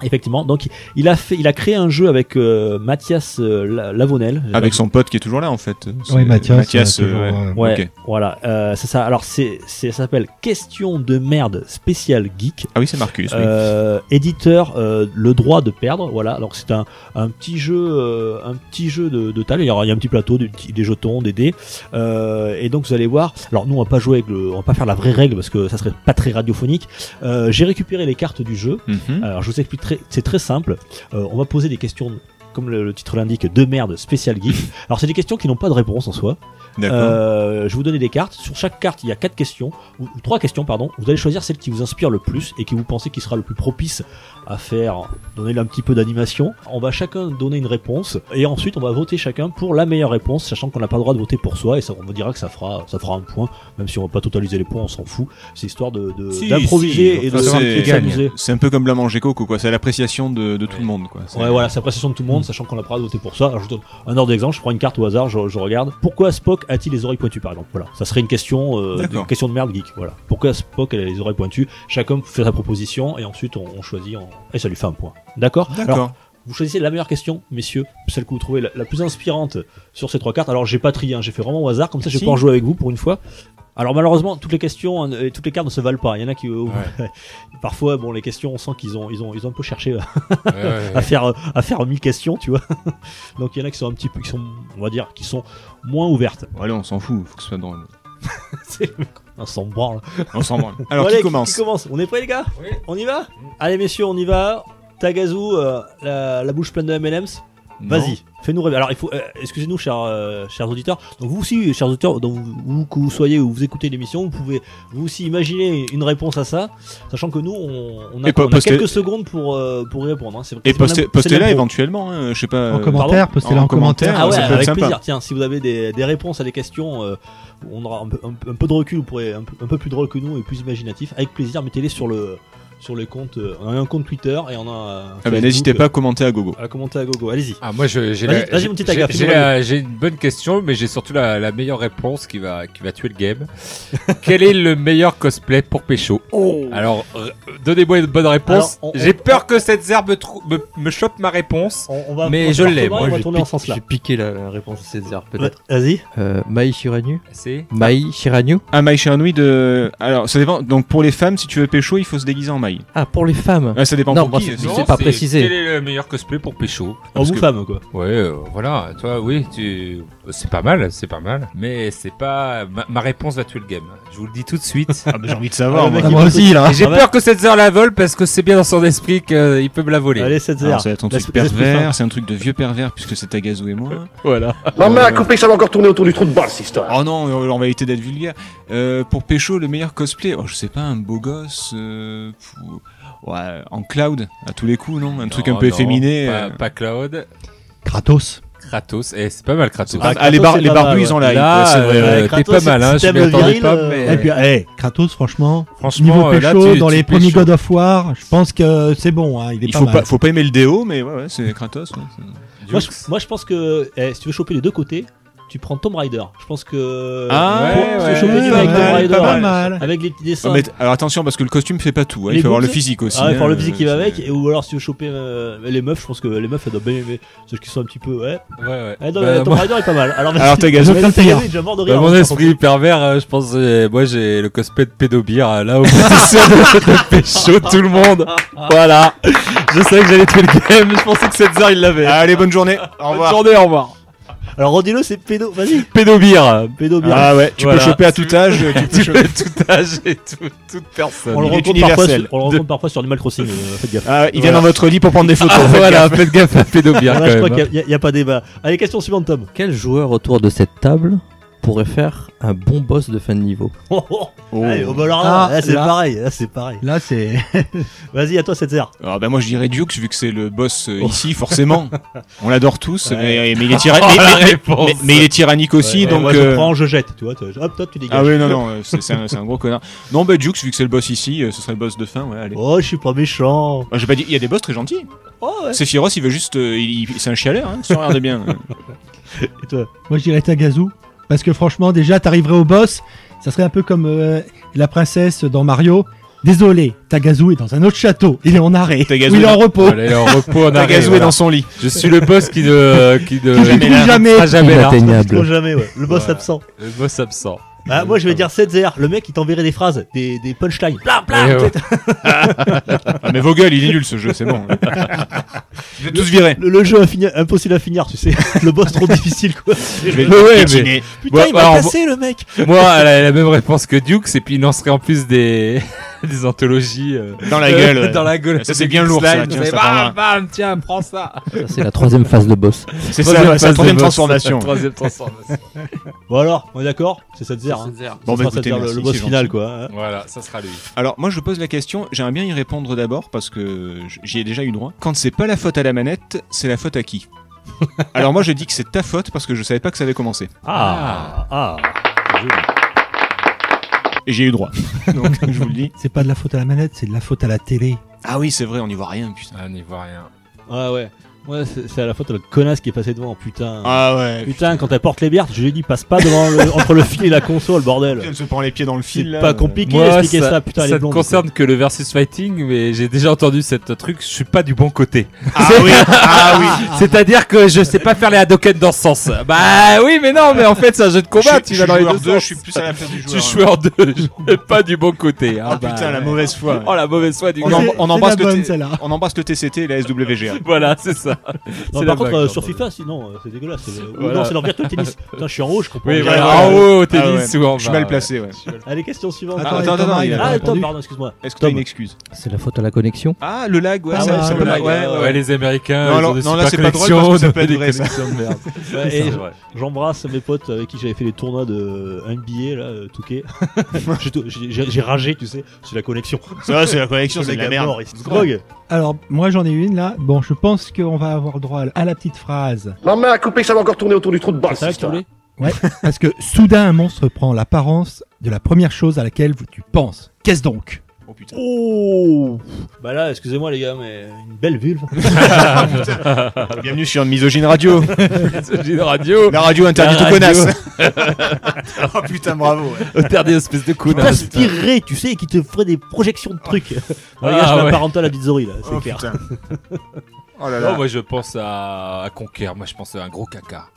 [SPEAKER 2] Effectivement. Donc, il a fait, il a créé un jeu avec euh, Mathias euh, La- Lavonel.
[SPEAKER 5] Avec son pote qui est toujours là, en fait.
[SPEAKER 4] Oui,
[SPEAKER 5] C'est
[SPEAKER 4] Mathias.
[SPEAKER 5] Mathias,
[SPEAKER 4] euh,
[SPEAKER 5] euh, ouais.
[SPEAKER 4] toujours, euh,
[SPEAKER 2] Ouais,
[SPEAKER 5] Ok.
[SPEAKER 2] voilà, euh, c'est ça. Alors, c'est, c'est, ça s'appelle Question de merde spécial geek.
[SPEAKER 5] Ah oui, c'est Marcus. oui.
[SPEAKER 2] Euh, éditeur euh, le droit de perdre voilà donc c'est un, un petit jeu euh, un petit jeu de, de table il y aura il y a un petit plateau des, petits- des jetons des dés Euh, et donc vous allez voir alors nous on va pas jouer avec le, on va pas faire la vraie règle parce que ça serait pas très radiophonique Euh, j'ai récupéré les cartes du jeu
[SPEAKER 5] Mhm.
[SPEAKER 2] alors je vous explique très- c'est très simple Euh, on va poser des questions comme le, le titre l'indique, de merde spécial geek. Alors c'est des questions qui n'ont pas de réponse en soi.
[SPEAKER 5] D'accord.
[SPEAKER 2] Euh, je vais vous donner des cartes. Sur chaque carte, il y a quatre questions, ou ou trois questions, pardon. Vous allez choisir celle qui vous inspire le plus et qui vous pensez qui sera le plus propice à faire. Donnez-le un petit peu d'animation. On va chacun donner une réponse et ensuite on va voter chacun pour la meilleure réponse, sachant qu'on n'a pas le droit de voter pour soi et ça, on vous dira que ça fera, ça fera un point, même si on va pas totaliser les points, on s'en fout. C'est histoire de, de-
[SPEAKER 3] Si,
[SPEAKER 2] d'improviser
[SPEAKER 3] si,
[SPEAKER 2] et de,
[SPEAKER 5] faut savoir
[SPEAKER 2] et de
[SPEAKER 5] qui
[SPEAKER 3] gagne.
[SPEAKER 2] s'amuser.
[SPEAKER 5] C'est un peu comme la manger coco, quoi. C'est à l'appréciation de, de tout le monde, quoi. C'est-
[SPEAKER 2] Ouais, voilà, c'est la prestation de tout le monde, sachant qu'on n'a pas le droit de voter pour ça. Alors, je vous donne un ordre d'exemple, je prends une carte au hasard, je, je regarde. Pourquoi Spock a-t-il les oreilles pointues, par exemple Voilà, ça serait une question, euh,
[SPEAKER 5] D'accord.
[SPEAKER 2] une question de merde geek. Voilà. Pourquoi Spock a les oreilles pointues Chacun fait sa proposition et ensuite on, on choisit en- et ça lui fait un point. D'accord Alors,
[SPEAKER 5] D'accord.
[SPEAKER 2] vous choisissez la meilleure question, messieurs, celle que vous trouvez la, la plus inspirante sur ces trois cartes. Alors j'ai pas trié, hein, j'ai fait vraiment au hasard, comme ça je vais
[SPEAKER 5] Si.
[SPEAKER 2] pouvoir jouer avec vous pour une fois. Alors malheureusement, toutes les questions hein, et toutes les cartes ne se valent pas. Il y en a qui, euh, parfois, bon, les questions, on sent qu'ils ont, ils ont, ils ont un peu cherché
[SPEAKER 3] Ouais, ouais,
[SPEAKER 2] à
[SPEAKER 3] ouais.
[SPEAKER 2] faire euh, à faire 1000 questions, tu vois. Donc il y en a qui sont un petit peu qui sont on va dire qui sont moins ouvertes.
[SPEAKER 5] Bon, allez, on s'en fout, faut que ce soit drôle.
[SPEAKER 2] C'est- on s'en branle.
[SPEAKER 5] On s'en branle. Alors,
[SPEAKER 2] Bon,
[SPEAKER 5] qui
[SPEAKER 2] allez,
[SPEAKER 5] commence
[SPEAKER 2] On est prêts les gars On y va Allez messieurs, on y va. Tagazu, euh, la, la bouche pleine de M&M's. Vas-y, fais-nous rêver. Alors, il faut, euh, excusez-nous, chers, euh, chers auditeurs. Donc, vous aussi, chers auditeurs, donc, vous, vous- que vous soyez ou vous écoutez l'émission, vous pouvez vous aussi imaginer une réponse à ça, sachant que nous, on, on a,
[SPEAKER 5] Et po-
[SPEAKER 2] on a
[SPEAKER 5] postez-
[SPEAKER 2] quelques secondes pour, euh, pour y répondre. hein. C'est- c'est
[SPEAKER 5] Et
[SPEAKER 2] pas
[SPEAKER 5] postez-
[SPEAKER 2] n'importe- c'est de
[SPEAKER 5] postez-la
[SPEAKER 2] l'impro.
[SPEAKER 5] éventuellement, hein, je sais pas.
[SPEAKER 4] En
[SPEAKER 5] euh,
[SPEAKER 4] commentaire, postez-la
[SPEAKER 5] en
[SPEAKER 4] en commentaire.
[SPEAKER 5] commentaire,
[SPEAKER 2] Ah ouais,
[SPEAKER 5] ça peut être
[SPEAKER 2] avec
[SPEAKER 5] sympa.
[SPEAKER 2] plaisir. Tiens, si vous avez des, des réponses à des questions, euh, on aura un peu, un- un peu de recul, vous pourrez un, peu- un peu plus drôle que nous et plus imaginatif. Avec plaisir, mettez-les sur le sur les comptes. euh, on a un compte Twitter et on a. un
[SPEAKER 5] Ah bah,
[SPEAKER 2] Facebook,
[SPEAKER 5] n'hésitez pas
[SPEAKER 2] euh,
[SPEAKER 5] à commenter à gogo.
[SPEAKER 2] à commenter à gogo. Allez-y.
[SPEAKER 3] Ah, moi, je- j'ai
[SPEAKER 2] Vas-y-
[SPEAKER 3] la-
[SPEAKER 2] vas-y, mon petit Aga,
[SPEAKER 3] j'ai- j'ai
[SPEAKER 2] fais-nous
[SPEAKER 3] la- j'ai une bonne question, mais j'ai surtout la, la meilleure réponse qui va, qui va tuer le game. Quel est le meilleur cosplay pour Pécho Alors, r- donnez-moi une bonne réponse.
[SPEAKER 2] Oh. Alors, on-
[SPEAKER 3] J'ai
[SPEAKER 2] on-
[SPEAKER 3] peur que cette herbe trou- me, me chope ma réponse.
[SPEAKER 2] On, on va.
[SPEAKER 3] Mais
[SPEAKER 2] on va
[SPEAKER 3] je
[SPEAKER 2] faire
[SPEAKER 3] l'ai,
[SPEAKER 2] comment,
[SPEAKER 3] moi,
[SPEAKER 2] On va
[SPEAKER 6] j'ai
[SPEAKER 2] tourner en
[SPEAKER 6] piqué-
[SPEAKER 2] ce sens-là.
[SPEAKER 6] J'ai piqué la, la réponse de César,
[SPEAKER 2] Ouais,
[SPEAKER 6] peut-être.
[SPEAKER 2] Vas-y.
[SPEAKER 6] Euh, Maï Shiranu
[SPEAKER 3] C'est
[SPEAKER 6] Maï Shiranu
[SPEAKER 5] Ah, Maï Chernouille de. Alors, ça dépend. Donc, pour les femmes, si tu veux pécho, il faut se déguiser en Maï.
[SPEAKER 6] Ah, pour les femmes
[SPEAKER 5] Ah, ça dépend
[SPEAKER 6] Non,
[SPEAKER 5] pour
[SPEAKER 6] moi,
[SPEAKER 5] qui.
[SPEAKER 6] c'est-
[SPEAKER 5] euh,
[SPEAKER 6] c'est
[SPEAKER 5] c'est-
[SPEAKER 6] pas précisé.
[SPEAKER 3] Quel est le meilleur cosplay pour Pécho
[SPEAKER 2] En
[SPEAKER 3] Parce
[SPEAKER 2] vous
[SPEAKER 3] que-
[SPEAKER 2] femme quoi.
[SPEAKER 3] Ouais, euh, voilà, toi, oui, tu... c'est pas mal, c'est pas mal. Mais c'est pas. Ma, ma réponse va tuer le game. Je vous le dis tout de suite.
[SPEAKER 5] Ah, bah, j'ai envie de savoir.
[SPEAKER 2] Ah, le
[SPEAKER 5] moi.
[SPEAKER 2] mec,
[SPEAKER 4] Ah, moi aussi, là.
[SPEAKER 3] Et J'ai
[SPEAKER 2] Ah ouais.
[SPEAKER 3] peur que cette heure la vole parce que c'est bien dans son esprit qu'il peut me la voler.
[SPEAKER 2] Allez 7
[SPEAKER 5] Alors,
[SPEAKER 2] 0
[SPEAKER 5] ça va être un truc
[SPEAKER 2] Laisse- laisse plus
[SPEAKER 5] pervers, c'est un truc de vieux pervers puisque c'est Tagazu et moi.
[SPEAKER 2] Voilà.
[SPEAKER 8] Non mais à couper, ça va encore tourner autour du trou de balle, cette histoire.
[SPEAKER 5] Oh non, on va éviter d'être vulgaire. Euh, pour Pécho, le meilleur cosplay, oh, je sais pas, un beau gosse, euh, fou- ouais, en cloud, à tous les coups, non Un truc un
[SPEAKER 3] Non,
[SPEAKER 5] peu
[SPEAKER 3] non,
[SPEAKER 5] efféminé.
[SPEAKER 3] Pas,
[SPEAKER 5] euh,
[SPEAKER 3] pas Cloud,
[SPEAKER 4] Kratos.
[SPEAKER 3] Kratos. Eh, c'est pas mal Kratos.
[SPEAKER 5] Ah,
[SPEAKER 2] Kratos,
[SPEAKER 5] ah, les, bar-
[SPEAKER 2] c'est
[SPEAKER 5] les
[SPEAKER 2] pas mal,
[SPEAKER 5] barbus, ils en
[SPEAKER 2] ouais.
[SPEAKER 5] live.
[SPEAKER 3] Là,
[SPEAKER 5] ouais, c'est vrai.
[SPEAKER 3] euh,
[SPEAKER 2] Ouais,
[SPEAKER 3] t'es
[SPEAKER 2] Kratos,
[SPEAKER 3] pas mal, hein,
[SPEAKER 2] si
[SPEAKER 3] je
[SPEAKER 2] t'aimes le
[SPEAKER 3] m'y attendais
[SPEAKER 2] viril,
[SPEAKER 3] pas,
[SPEAKER 2] euh,
[SPEAKER 3] mais-
[SPEAKER 4] Et puis, eh, Kratos, franchement,
[SPEAKER 3] Franchement,
[SPEAKER 4] niveau
[SPEAKER 3] euh, là,
[SPEAKER 4] pécho,
[SPEAKER 3] tu-
[SPEAKER 4] dans
[SPEAKER 3] tu
[SPEAKER 4] les
[SPEAKER 3] pécho.
[SPEAKER 4] premiers God of War, je pense que c'est bon, hein, il est
[SPEAKER 5] Il
[SPEAKER 4] pas
[SPEAKER 5] faut
[SPEAKER 4] mal.
[SPEAKER 5] pas, faut pas aimer le déo, mais ouais, ouais c'est Kratos. ouais, c'est-
[SPEAKER 2] Moi je, moi, je pense que eh, si tu veux choper les deux côtés, tu prends Tomb Raider. Je pense que
[SPEAKER 5] Ah,
[SPEAKER 2] pour
[SPEAKER 5] ouais,
[SPEAKER 2] se
[SPEAKER 5] ouais.
[SPEAKER 2] choper
[SPEAKER 5] Ouais,
[SPEAKER 2] une
[SPEAKER 4] pas
[SPEAKER 2] avec Tomb
[SPEAKER 4] mal,
[SPEAKER 2] Raider,
[SPEAKER 4] pas
[SPEAKER 5] ouais.
[SPEAKER 4] mal.
[SPEAKER 2] avec les petits dessins.
[SPEAKER 5] Ah, mais t- alors attention parce que le costume fait pas tout. hein.
[SPEAKER 2] Les
[SPEAKER 5] Il faut avoir le
[SPEAKER 2] boots
[SPEAKER 5] physique aussi.
[SPEAKER 2] Ah ouais,
[SPEAKER 5] hein,
[SPEAKER 2] pour le physique qui va
[SPEAKER 5] c'est-
[SPEAKER 2] avec, et ou alors si tu veux choper euh, les meufs, je pense que les meufs elles doivent bien aimer ceux qui sont un petit peu. Ouais,
[SPEAKER 3] Ouais, ouais.
[SPEAKER 2] Eh, non,
[SPEAKER 3] Bah,
[SPEAKER 2] mais Tomb
[SPEAKER 3] moi-
[SPEAKER 2] Raider est pas mal. Alors,
[SPEAKER 5] Alors, t'es gazé.
[SPEAKER 2] Mais
[SPEAKER 4] Jean-Claude
[SPEAKER 2] t'es
[SPEAKER 4] Taillard.
[SPEAKER 2] gazé, déjà mort
[SPEAKER 5] Bah,
[SPEAKER 2] de rire.
[SPEAKER 3] Dans mon
[SPEAKER 2] hein,
[SPEAKER 3] esprit pervers, euh, je pense, euh, moi j'ai le cosplay de pédobire euh, là où c'est sûr de, de pécho tout le monde. Voilà. Je savais que j'allais tuer le game, je pensais que cette heure il l'avait.
[SPEAKER 5] Allez, bonne journée. Au
[SPEAKER 3] Bonne
[SPEAKER 5] revoir.
[SPEAKER 3] journée, au revoir.
[SPEAKER 2] Alors, redis-le, c'est pédo. Vas-y,
[SPEAKER 3] Pédobire.
[SPEAKER 2] pédo bien.
[SPEAKER 5] Ah ouais, tu
[SPEAKER 3] Voilà.
[SPEAKER 5] peux choper à tout âge. tu peux
[SPEAKER 3] Tu
[SPEAKER 5] choper-
[SPEAKER 3] peux tout âge et tout- toute personne.
[SPEAKER 2] on le
[SPEAKER 5] il est
[SPEAKER 2] rencontre parfois,
[SPEAKER 5] universel.
[SPEAKER 2] sur- on le rencontre parfois sur Animal Crossing, euh, faites gaffe.
[SPEAKER 5] Ah, ils
[SPEAKER 2] Voilà.
[SPEAKER 5] viennent dans votre lit pour prendre des photos.
[SPEAKER 3] Ah,
[SPEAKER 5] en fait.
[SPEAKER 3] voilà, faites gaffe à pédobire
[SPEAKER 5] Ah,
[SPEAKER 2] Voilà,
[SPEAKER 3] quand
[SPEAKER 2] je crois
[SPEAKER 3] même.
[SPEAKER 2] qu'il
[SPEAKER 5] hein.
[SPEAKER 2] n'y a, pas débat. Allez, question suivante, Tom.
[SPEAKER 6] Quel joueur autour de cette table pourrait faire un bon boss de fin de niveau
[SPEAKER 2] Oh, oh.
[SPEAKER 5] Oh.
[SPEAKER 2] Allez, oh, bah alors là,
[SPEAKER 4] Ah,
[SPEAKER 2] là, c'est
[SPEAKER 4] là.
[SPEAKER 2] pareil. Là, c'est pareil.
[SPEAKER 4] Là, c'est.
[SPEAKER 2] Vas-y, à toi, cette heure.
[SPEAKER 5] Ah bah moi je dirais Duke vu que c'est le boss euh,
[SPEAKER 2] Oh.
[SPEAKER 5] ici forcément. On l'adore tous
[SPEAKER 2] Ouais. Oh,
[SPEAKER 5] mais, mais il est tyra- mais-
[SPEAKER 3] la
[SPEAKER 5] mais-
[SPEAKER 3] réponse.
[SPEAKER 5] mais- mais il est tyrannique aussi donc
[SPEAKER 2] moi, je
[SPEAKER 5] euh,
[SPEAKER 2] prends, je jette. Tu vois, tu- hop, toi, tu dégages.
[SPEAKER 5] Ah oui non non euh, c'est c'est un, c'est un gros connard. Non bah Duke vu que c'est le boss ici euh, ce serait le boss de fin ouais allez.
[SPEAKER 2] Oh, je suis pas méchant.
[SPEAKER 5] Moi, J'ai pas dit il y a des boss très gentils.
[SPEAKER 2] Oh, ouais.
[SPEAKER 5] Sephiroth il veut juste euh, il- il- c'est un chialeur hein, si on regarde bien.
[SPEAKER 2] Et toi
[SPEAKER 4] Moi, je dirais Tagazu. Parce que franchement, déjà, t'arriverais au boss. Ça serait un peu comme euh, la princesse dans Mario. Désolé, Tagazu est dans un autre château. Il est en arrêt.
[SPEAKER 5] Tagazu
[SPEAKER 4] Ou il est en repos.
[SPEAKER 3] Voilà, il est en repos, on arrive,
[SPEAKER 5] Tagazu est
[SPEAKER 3] voilà.
[SPEAKER 5] dans son lit.
[SPEAKER 3] Je suis le boss qui ne. Qui ne
[SPEAKER 4] Qui
[SPEAKER 3] qui
[SPEAKER 4] n'est jamais.
[SPEAKER 3] sera
[SPEAKER 6] Ah,
[SPEAKER 3] jamais là.
[SPEAKER 2] Trop
[SPEAKER 6] Inatteignable.
[SPEAKER 2] jamais, ouais. Le boss
[SPEAKER 3] Voilà.
[SPEAKER 2] absent.
[SPEAKER 3] Le boss absent.
[SPEAKER 2] Ah, moi, je vais dire 7 0 Le mec, il t'enverrait des phrases, des, des punchlines. Plam, plam,
[SPEAKER 3] Et,
[SPEAKER 2] tu
[SPEAKER 3] euh,
[SPEAKER 2] sais,
[SPEAKER 5] Ah, mais Vogel il est nul ce jeu c'est bon. Je vais tous virer.
[SPEAKER 2] Le, le jeu infini- impossible à finir, tu sais. Le boss trop difficile, quoi.
[SPEAKER 5] Je vais
[SPEAKER 3] Mais ouais, mais-
[SPEAKER 5] piétiner.
[SPEAKER 2] Putain,
[SPEAKER 3] Ouais,
[SPEAKER 2] il m'a
[SPEAKER 3] alors,
[SPEAKER 2] cassé le mec.
[SPEAKER 3] Moi, elle a la même réponse que Dukes, et puis il lancerait en plus des, des anthologies. euh,
[SPEAKER 5] dans la
[SPEAKER 3] euh,
[SPEAKER 5] gueule. ouais.
[SPEAKER 3] Dans la gueule.
[SPEAKER 5] Ça, c'est
[SPEAKER 3] Des
[SPEAKER 5] bien lourd, ça,
[SPEAKER 3] slimes,
[SPEAKER 5] tiens,
[SPEAKER 3] c'est
[SPEAKER 5] ça
[SPEAKER 3] bam,
[SPEAKER 5] prendra.
[SPEAKER 3] bam, tiens, prends ça.
[SPEAKER 6] Ça, c'est la troisième phase de boss.
[SPEAKER 5] C'est ça c'est la
[SPEAKER 3] phase de
[SPEAKER 5] troisième
[SPEAKER 3] boss.
[SPEAKER 5] transformation.
[SPEAKER 3] Troisième transformation.
[SPEAKER 2] Bon alors, on est d'accord C'est 7 0 hein.
[SPEAKER 5] Bon,
[SPEAKER 2] Ça
[SPEAKER 5] bah,
[SPEAKER 2] sera 7-0,
[SPEAKER 5] écoutez,
[SPEAKER 2] le,
[SPEAKER 5] merci,
[SPEAKER 2] le boss
[SPEAKER 5] c'est
[SPEAKER 2] final,
[SPEAKER 5] gentil.
[SPEAKER 2] quoi. hein.
[SPEAKER 3] Voilà, ça sera lui.
[SPEAKER 5] Alors moi je pose la question, j'aimerais bien y répondre d'abord parce que j- j'y ai déjà eu droit. Quand c'est pas la faute à la manette, c'est la faute à qui Alors moi je dis que c'est ta faute parce que je savais pas que ça avait commencé.
[SPEAKER 2] Ah, ah.
[SPEAKER 5] Et j'ai eu droit. Donc je vous le dis.
[SPEAKER 4] C'est pas de la faute à la manette, c'est de la faute à la télé.
[SPEAKER 5] Ah oui c'est vrai, on n'y voit rien putain.
[SPEAKER 3] Ah, on n'y voit rien.
[SPEAKER 2] Ouais, Ah, ouais. Ouais, c'est c'est à la faute de la connasse qui est passée devant, putain.
[SPEAKER 5] Ah ouais.
[SPEAKER 2] Putain, quand elle porte les bières, je lui ai dit, passe pas devant le- entre le fil et la console, bordel.
[SPEAKER 5] Elle se prend les pieds dans le fil.
[SPEAKER 2] C'est
[SPEAKER 5] là.
[SPEAKER 2] pas compliqué d'expliquer ça, putain, elle est
[SPEAKER 3] ça ne
[SPEAKER 2] blonde.
[SPEAKER 3] concerne que le versus fighting, mais j'ai déjà entendu cette truc, je suis pas du bon côté.
[SPEAKER 5] Ah oui, ah oui.
[SPEAKER 3] C'est-à-dire que je sais pas faire les hadoken dans ce sens. Bah oui, mais non, mais en fait, c'est un jeu de combat,
[SPEAKER 5] Je-
[SPEAKER 3] tu
[SPEAKER 5] je
[SPEAKER 3] vas dans les deux,
[SPEAKER 5] joueur deux,
[SPEAKER 3] sens.
[SPEAKER 5] Je suis plus à la place du joueur.
[SPEAKER 3] Tu
[SPEAKER 5] hein.
[SPEAKER 3] joues en deux, je vais pas du bon côté. hein,
[SPEAKER 5] Ah putain la mauvaise foi.
[SPEAKER 3] Oh la mauvaise foi du
[SPEAKER 5] On,
[SPEAKER 3] gars.
[SPEAKER 5] en-
[SPEAKER 4] C'est-
[SPEAKER 5] on
[SPEAKER 4] Ah, c'est
[SPEAKER 5] embrasse
[SPEAKER 4] la
[SPEAKER 5] le
[SPEAKER 4] bonne,
[SPEAKER 5] T-
[SPEAKER 4] celle-là.
[SPEAKER 5] on embrasse le TCT et la SWGA.
[SPEAKER 3] Voilà, c'est ça.
[SPEAKER 2] Non,
[SPEAKER 3] C'est
[SPEAKER 2] par
[SPEAKER 3] la
[SPEAKER 2] contre,
[SPEAKER 3] blague,
[SPEAKER 2] euh,
[SPEAKER 3] j'entends.
[SPEAKER 2] sur FIFA, sinon, euh, c'est dégueulasse. c'est le- ou
[SPEAKER 3] Voilà.
[SPEAKER 2] Non, c'est leur virtual tennis. Putain, je suis en rouge, je comprends.
[SPEAKER 3] Oui,
[SPEAKER 2] rien.
[SPEAKER 5] voilà.
[SPEAKER 3] voilà. En haut, au tennis
[SPEAKER 5] ouais.
[SPEAKER 3] ou en bas.
[SPEAKER 5] Je suis mal placé ouais.
[SPEAKER 2] Allez, question suivante.
[SPEAKER 5] Attends,
[SPEAKER 2] Ah,
[SPEAKER 5] attends, attends, il a
[SPEAKER 2] Ah,
[SPEAKER 5] pas
[SPEAKER 2] Tom, pardon, excuse-moi.
[SPEAKER 5] Est-ce que t'as
[SPEAKER 2] Tom.
[SPEAKER 5] une excuse
[SPEAKER 6] C'est la faute à la connexion.
[SPEAKER 5] Ah le lag ouais.
[SPEAKER 4] Ah,
[SPEAKER 5] ça-
[SPEAKER 4] ouais,
[SPEAKER 5] ça
[SPEAKER 4] le
[SPEAKER 5] peut pas-
[SPEAKER 4] lag,
[SPEAKER 5] ouais, ouais, ouais.
[SPEAKER 3] les Américains,
[SPEAKER 5] Non,
[SPEAKER 3] ils
[SPEAKER 5] non,
[SPEAKER 3] ont des
[SPEAKER 5] non,
[SPEAKER 3] super
[SPEAKER 5] là, c'est pas drôle,
[SPEAKER 3] connexions,
[SPEAKER 5] parce que ça peut
[SPEAKER 3] des
[SPEAKER 5] être vrai, ça.
[SPEAKER 3] connexions de merde.
[SPEAKER 2] Ouais,
[SPEAKER 3] C'est
[SPEAKER 2] et
[SPEAKER 3] vrai.
[SPEAKER 2] J'embrasse mes potes avec qui j'avais fait les tournois de NBA, là, euh, Touquet. J'ai tout- j'ai j'ai- j'ai ragé, tu sais, sur la connexion.
[SPEAKER 5] Ça c'est la connexion, c'est de la
[SPEAKER 2] gars
[SPEAKER 5] merde.
[SPEAKER 2] morts, ils se droguent.
[SPEAKER 4] Alors, moi, j'en ai une là. Bon, je pense qu'on va avoir droit à la petite phrase.
[SPEAKER 8] Ma main a coupé, ça va encore tourner autour du trou de balle,
[SPEAKER 2] C'est ça
[SPEAKER 8] cette
[SPEAKER 2] que tu voulais
[SPEAKER 4] Parce que soudain, un monstre prend l'apparence de la première chose à laquelle tu penses. Qu'est-ce donc
[SPEAKER 5] Oh putain.
[SPEAKER 2] Oh Bah là, excusez-moi les gars, mais une belle vulve.
[SPEAKER 5] Bienvenue sur Misogyne Radio,
[SPEAKER 3] C'est une radio.
[SPEAKER 5] la radio interdite
[SPEAKER 3] La
[SPEAKER 5] aux
[SPEAKER 3] radio.
[SPEAKER 5] connasses. oh putain, bravo. ouais.
[SPEAKER 3] Interdit espèce de connasse.
[SPEAKER 2] T'aspirerais, tu sais, et qui te ferait des projections de trucs.
[SPEAKER 3] Ah,
[SPEAKER 2] les gars, je
[SPEAKER 3] ouais.
[SPEAKER 2] m'apparente à la Bizzori, là, c'est
[SPEAKER 5] Oh
[SPEAKER 2] clair.
[SPEAKER 5] putain. Oh là
[SPEAKER 3] Non,
[SPEAKER 5] là.
[SPEAKER 3] moi je pense à, à Conquer. Moi je pense à un gros caca.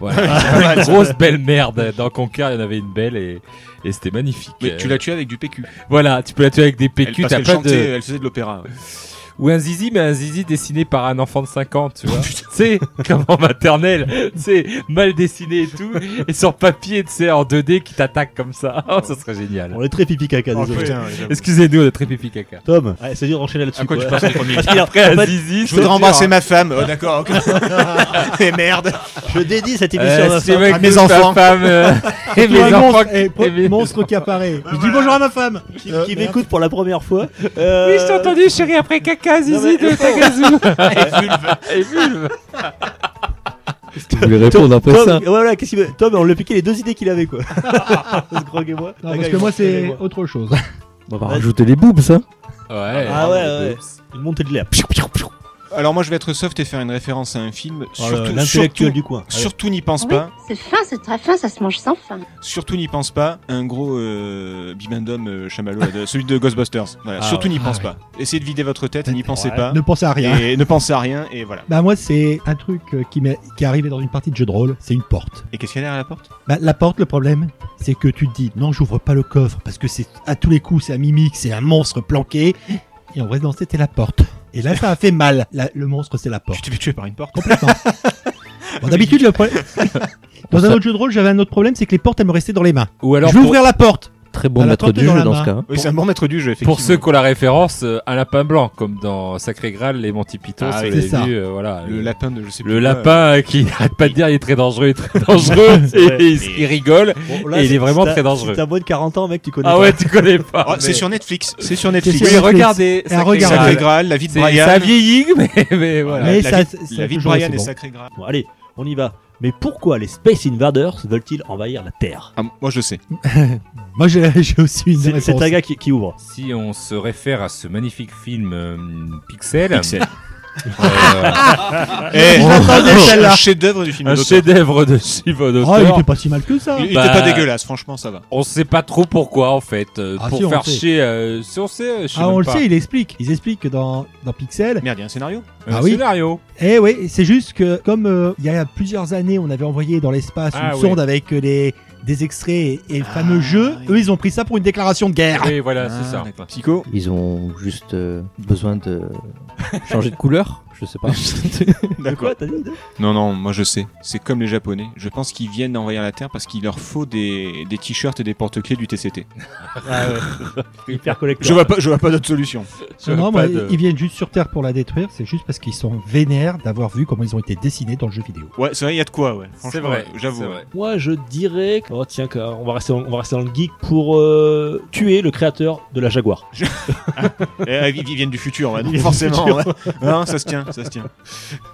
[SPEAKER 3] Voilà. une grosse belle merde. Dans Conquer, il y en avait une belle et, et c'était magnifique.
[SPEAKER 5] Mais tu l'as tué avec du PQ.
[SPEAKER 3] Voilà, tu peux la tuer avec des
[SPEAKER 5] Elle,
[SPEAKER 3] PQ,
[SPEAKER 5] parce
[SPEAKER 3] t'as
[SPEAKER 5] qu'elle
[SPEAKER 3] pas
[SPEAKER 5] chantait, euh,
[SPEAKER 3] de.
[SPEAKER 5] elle faisait de l'opéra. ouais.
[SPEAKER 3] Ou un zizi, mais un zizi dessiné par un enfant de 5 ans, tu vois. tu sais, comme en maternelle, tu sais, mal dessiné et tout, et sur papier, tu sais, en 2D qui t'attaque comme ça. Oh, ça serait génial.
[SPEAKER 2] On est très pipi caca,
[SPEAKER 5] Oh
[SPEAKER 2] désolé.
[SPEAKER 5] putain. ouais, j'avoue.
[SPEAKER 3] Excusez-nous, on est très pipi caca.
[SPEAKER 2] Tom, allez, c'est dur d'enchaîner là-dessus.
[SPEAKER 5] À quoi
[SPEAKER 2] quoi.
[SPEAKER 5] tu passes en premier
[SPEAKER 2] Parce qu'il a-
[SPEAKER 3] Après,
[SPEAKER 2] en
[SPEAKER 3] un
[SPEAKER 2] fait,
[SPEAKER 3] zizi,
[SPEAKER 5] Je voudrais embrasser ma femme. Oh d'accord. ok. Et merde.
[SPEAKER 2] je dédie cette émission à ma
[SPEAKER 3] Euh, c'est
[SPEAKER 2] femme.
[SPEAKER 3] vrai
[SPEAKER 5] à
[SPEAKER 3] que
[SPEAKER 5] mes
[SPEAKER 3] ma
[SPEAKER 5] enfants.
[SPEAKER 3] femme, euh, et mes
[SPEAKER 4] Un
[SPEAKER 3] enfants.
[SPEAKER 4] monstre, eh, pro-
[SPEAKER 3] et mes-
[SPEAKER 4] monstre qui apparaît.
[SPEAKER 2] Je dis bonjour à ma femme qui,
[SPEAKER 5] Euh,
[SPEAKER 2] qui m'écoute pour la première fois. Euh,
[SPEAKER 3] Oui, je t'ai entendu, chérie, après caca, zizi de Tagazu. Et vulve.
[SPEAKER 6] Tu voulais répondre après
[SPEAKER 2] Tom,
[SPEAKER 6] ça.
[SPEAKER 2] ouais, voilà, qu'est-ce qu'il veut Tom, on lui a piqué les deux idées qu'il avait quoi. Ce grog et moi.
[SPEAKER 4] Non,
[SPEAKER 2] Ah,
[SPEAKER 4] parce
[SPEAKER 2] gars,
[SPEAKER 4] que
[SPEAKER 2] il
[SPEAKER 4] moi,
[SPEAKER 2] faut enchaîner,
[SPEAKER 4] c'est
[SPEAKER 2] moi.
[SPEAKER 4] autre chose.
[SPEAKER 6] On va rajouter les boobs, hein.
[SPEAKER 3] Ouais.
[SPEAKER 2] Ah ouais, ouais. Une montée de l'air.
[SPEAKER 5] Alors moi je vais être soft et faire une référence à un film.
[SPEAKER 2] Voilà,
[SPEAKER 5] surtout,
[SPEAKER 2] L'intellectuel
[SPEAKER 5] surtout,
[SPEAKER 2] du coin. Allez.
[SPEAKER 5] surtout n'y pense
[SPEAKER 9] Oui,
[SPEAKER 5] pas.
[SPEAKER 9] Ah c'est fin, c'est très fin, ça se mange sans fin.
[SPEAKER 5] Surtout n'y pense pas. Un gros euh, bibendum euh, chamallow, de- celui de Ghostbusters. Voilà,
[SPEAKER 2] Ah,
[SPEAKER 5] surtout n'y
[SPEAKER 4] ah,
[SPEAKER 5] pense
[SPEAKER 4] ouais.
[SPEAKER 5] pas. Essayez de vider votre tête, n'y pensez
[SPEAKER 2] Ouais,
[SPEAKER 5] pas.
[SPEAKER 4] Ne pensez à rien.
[SPEAKER 5] Hein Et ne pensez à rien et voilà.
[SPEAKER 4] Bah moi c'est un truc euh, qui m'est qui est arrivé dans une partie de jeu de rôle, c'est une porte.
[SPEAKER 5] Et qu'est-ce qu'il y a derrière la porte
[SPEAKER 4] Bah la porte le problème, c'est que tu te dis non j'ouvre pas le coffre parce que c'est à tous les coups c'est un mimique, c'est un monstre planqué. Et en vrai non c'était la porte. Et là ça a fait mal. La- le monstre c'est la
[SPEAKER 5] Tu
[SPEAKER 4] porte.
[SPEAKER 5] t'es fait tuer par une porte.
[SPEAKER 4] Complètement. Bon, D'habitude le problème. Dans un autre jeu de rôle j'avais un autre problème, c'est que les portes elles me restaient dans les mains.
[SPEAKER 3] Ou alors,
[SPEAKER 4] je vais
[SPEAKER 3] pour,
[SPEAKER 4] ouvrir la porte.
[SPEAKER 6] Très bon
[SPEAKER 4] À la
[SPEAKER 6] maître
[SPEAKER 4] porte
[SPEAKER 6] du
[SPEAKER 4] et dans
[SPEAKER 6] jeu
[SPEAKER 4] la
[SPEAKER 6] dans
[SPEAKER 4] main.
[SPEAKER 6] ce cas. hein.
[SPEAKER 5] Oui, c'est un bon maître du jeu, effectivement.
[SPEAKER 3] pour ceux qui ont la référence, euh, un lapin blanc, comme dans Sacré Graal, les Monty Python,
[SPEAKER 5] Ah
[SPEAKER 3] si
[SPEAKER 5] oui,
[SPEAKER 3] vous avez
[SPEAKER 4] c'est ça.
[SPEAKER 3] vu, euh, voilà.
[SPEAKER 5] Le lapin de je sais
[SPEAKER 3] Le
[SPEAKER 5] plus quoi,
[SPEAKER 3] lapin euh, qui n'arrête pas de dire il est très dangereux, il est très dangereux,
[SPEAKER 2] Ouais.
[SPEAKER 3] et il, il rigole.
[SPEAKER 2] Bon,
[SPEAKER 3] Et il
[SPEAKER 2] si-
[SPEAKER 3] est vraiment
[SPEAKER 2] si t'as-
[SPEAKER 3] très dangereux.
[SPEAKER 2] Si t'as moins de 40 ans, mec, tu connais
[SPEAKER 3] Ah
[SPEAKER 2] pas.
[SPEAKER 3] ouais, tu connais pas.
[SPEAKER 5] euh. Oh,
[SPEAKER 3] mais-
[SPEAKER 5] C'est sur Netflix. C'est sur
[SPEAKER 4] Netflix.
[SPEAKER 5] Netflix.
[SPEAKER 3] Oui,
[SPEAKER 4] Netflix.
[SPEAKER 3] regardez.
[SPEAKER 4] Ah,
[SPEAKER 3] Sacré
[SPEAKER 4] regardez.
[SPEAKER 5] Sacré
[SPEAKER 3] Graal.
[SPEAKER 5] Graal, la vie de
[SPEAKER 3] C'est-
[SPEAKER 5] Brian.
[SPEAKER 3] Ça vieillit, mais, mais voilà.
[SPEAKER 4] Mais
[SPEAKER 5] la
[SPEAKER 4] ça,
[SPEAKER 5] vie-
[SPEAKER 4] ça- ça
[SPEAKER 5] La
[SPEAKER 4] joue
[SPEAKER 5] vie de
[SPEAKER 4] toujours,
[SPEAKER 5] Brian
[SPEAKER 4] c'est
[SPEAKER 5] est
[SPEAKER 4] bon.
[SPEAKER 5] Sacré Graal.
[SPEAKER 2] Bon, allez, on y va. Mais pourquoi les Space Invaders veulent-ils envahir la Terre
[SPEAKER 5] Ah, moi je sais.
[SPEAKER 4] Moi j'ai j'ai aussi une
[SPEAKER 2] C'est c'est
[SPEAKER 4] réponse. Ah,
[SPEAKER 2] Taga qui, qui ouvre.
[SPEAKER 3] Si on se réfère à ce magnifique film euh, Pixel,
[SPEAKER 5] Pixel.
[SPEAKER 3] euh,
[SPEAKER 4] Ah,
[SPEAKER 5] Eh,
[SPEAKER 4] m'attendais, celle-là.
[SPEAKER 5] un chef-d'œuvre du film.
[SPEAKER 3] un
[SPEAKER 5] d'auteur.
[SPEAKER 3] chef-d'œuvre de Steven
[SPEAKER 4] Oh il
[SPEAKER 3] Auteur.
[SPEAKER 4] était pas si mal que ça.
[SPEAKER 5] Il il était
[SPEAKER 3] Bah,
[SPEAKER 5] pas dégueulasse, franchement, ça va.
[SPEAKER 3] Ah, on sait pas trop pourquoi en fait, euh,
[SPEAKER 4] Ah,
[SPEAKER 3] pour
[SPEAKER 4] si, on
[SPEAKER 3] faire
[SPEAKER 4] le sait.
[SPEAKER 3] chier. euh, si on sait, euh, je sais
[SPEAKER 4] Ah
[SPEAKER 3] même
[SPEAKER 4] on le
[SPEAKER 3] pas.
[SPEAKER 4] sait, il explique. Ils expliquent que dans dans Pixel
[SPEAKER 5] Merde, il y a un scénario
[SPEAKER 3] Un
[SPEAKER 4] Ah oui.
[SPEAKER 3] scénario.
[SPEAKER 4] Eh oui, c'est juste que comme euh, il y a plusieurs années, on avait envoyé dans l'espace
[SPEAKER 3] Ah
[SPEAKER 4] une
[SPEAKER 3] oui.
[SPEAKER 4] sonde avec euh, les, des extraits et, et le
[SPEAKER 5] Ah,
[SPEAKER 4] fameux jeu,
[SPEAKER 5] oui.
[SPEAKER 4] eux ils ont pris ça pour une déclaration de guerre.
[SPEAKER 3] Oui,
[SPEAKER 5] Ah,
[SPEAKER 3] voilà, c'est ça.
[SPEAKER 5] Psycho
[SPEAKER 6] Ils ont juste euh, besoin de changer de couleur, je
[SPEAKER 5] Ah.
[SPEAKER 6] sais pas.
[SPEAKER 2] De
[SPEAKER 5] D'accord.
[SPEAKER 2] quoi t'as dit
[SPEAKER 5] Non, non, moi je sais. C'est comme les Japonais. Je pense qu'ils viennent envahir la Terre parce qu'il leur faut des, des t-shirts et des porte-clés du TCT.
[SPEAKER 2] Ah ouais. Hyper collecteur.
[SPEAKER 5] Je vois pas, je vois pas d'autre solution.
[SPEAKER 3] Je
[SPEAKER 4] non,
[SPEAKER 3] veux
[SPEAKER 4] moi,
[SPEAKER 3] pas de-
[SPEAKER 4] ils viennent juste sur Terre pour la détruire, c'est juste parce qu'ils sont vénères d'avoir vu comment ils ont été dessinés dans le jeu vidéo.
[SPEAKER 5] Ouais, c'est vrai, il y a de quoi, ouais.
[SPEAKER 3] C'est
[SPEAKER 5] Franchement,
[SPEAKER 3] vrai,
[SPEAKER 5] ouais, j'avoue. hein.
[SPEAKER 3] c'est
[SPEAKER 5] ouais.
[SPEAKER 3] vrai.
[SPEAKER 2] Moi, je dirais. que- Oh, tiens, que- on va rester, dans- on va rester dans le geek pour euh, tuer le créateur de la Jaguar.
[SPEAKER 5] Eh, ils ils viennent du futur, ouais,
[SPEAKER 2] Ils
[SPEAKER 5] donc
[SPEAKER 2] viennent du
[SPEAKER 5] forcément.
[SPEAKER 2] futur.
[SPEAKER 5] ouais. Non, ça se tient, ça se tient.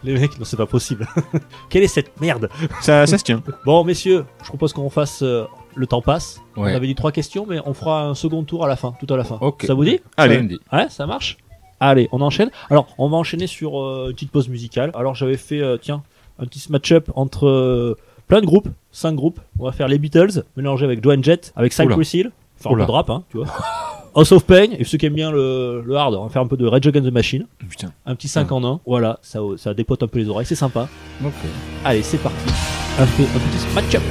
[SPEAKER 2] Les mecs, non, c'est pas possible. Quelle est cette merde
[SPEAKER 5] Ça, ça se tient.
[SPEAKER 2] Bon, messieurs, je propose qu'on fasse. euh, le temps passe.
[SPEAKER 3] Ouais.
[SPEAKER 2] On avait dit trois questions, mais on fera un second tour à la fin, tout à la fin.
[SPEAKER 3] Ok.
[SPEAKER 2] Ça vous dit
[SPEAKER 5] Allez.
[SPEAKER 3] Samedi.
[SPEAKER 2] Ouais, ça marche. Allez, on enchaîne. Alors, on va enchaîner sur euh, une petite pause musicale. Alors, j'avais fait, euh, tiens, un petit match-up entre euh, plein de groupes, cinq groupes. On va faire les Beatles, mélangés avec Joan Jett, avec Cypress Hill, faire un peu
[SPEAKER 3] Oula.
[SPEAKER 2] de rap, hein, tu vois. House of Pain, et ceux qui aiment bien le, le hard, on va faire un peu de Red Against the Machine.
[SPEAKER 5] Putain.
[SPEAKER 2] Un petit 5 en 1, voilà, ça, ça dépote un peu les oreilles, c'est sympa.
[SPEAKER 3] Ah. Ok.
[SPEAKER 2] Allez, c'est parti. Un, peu- un petit match-up.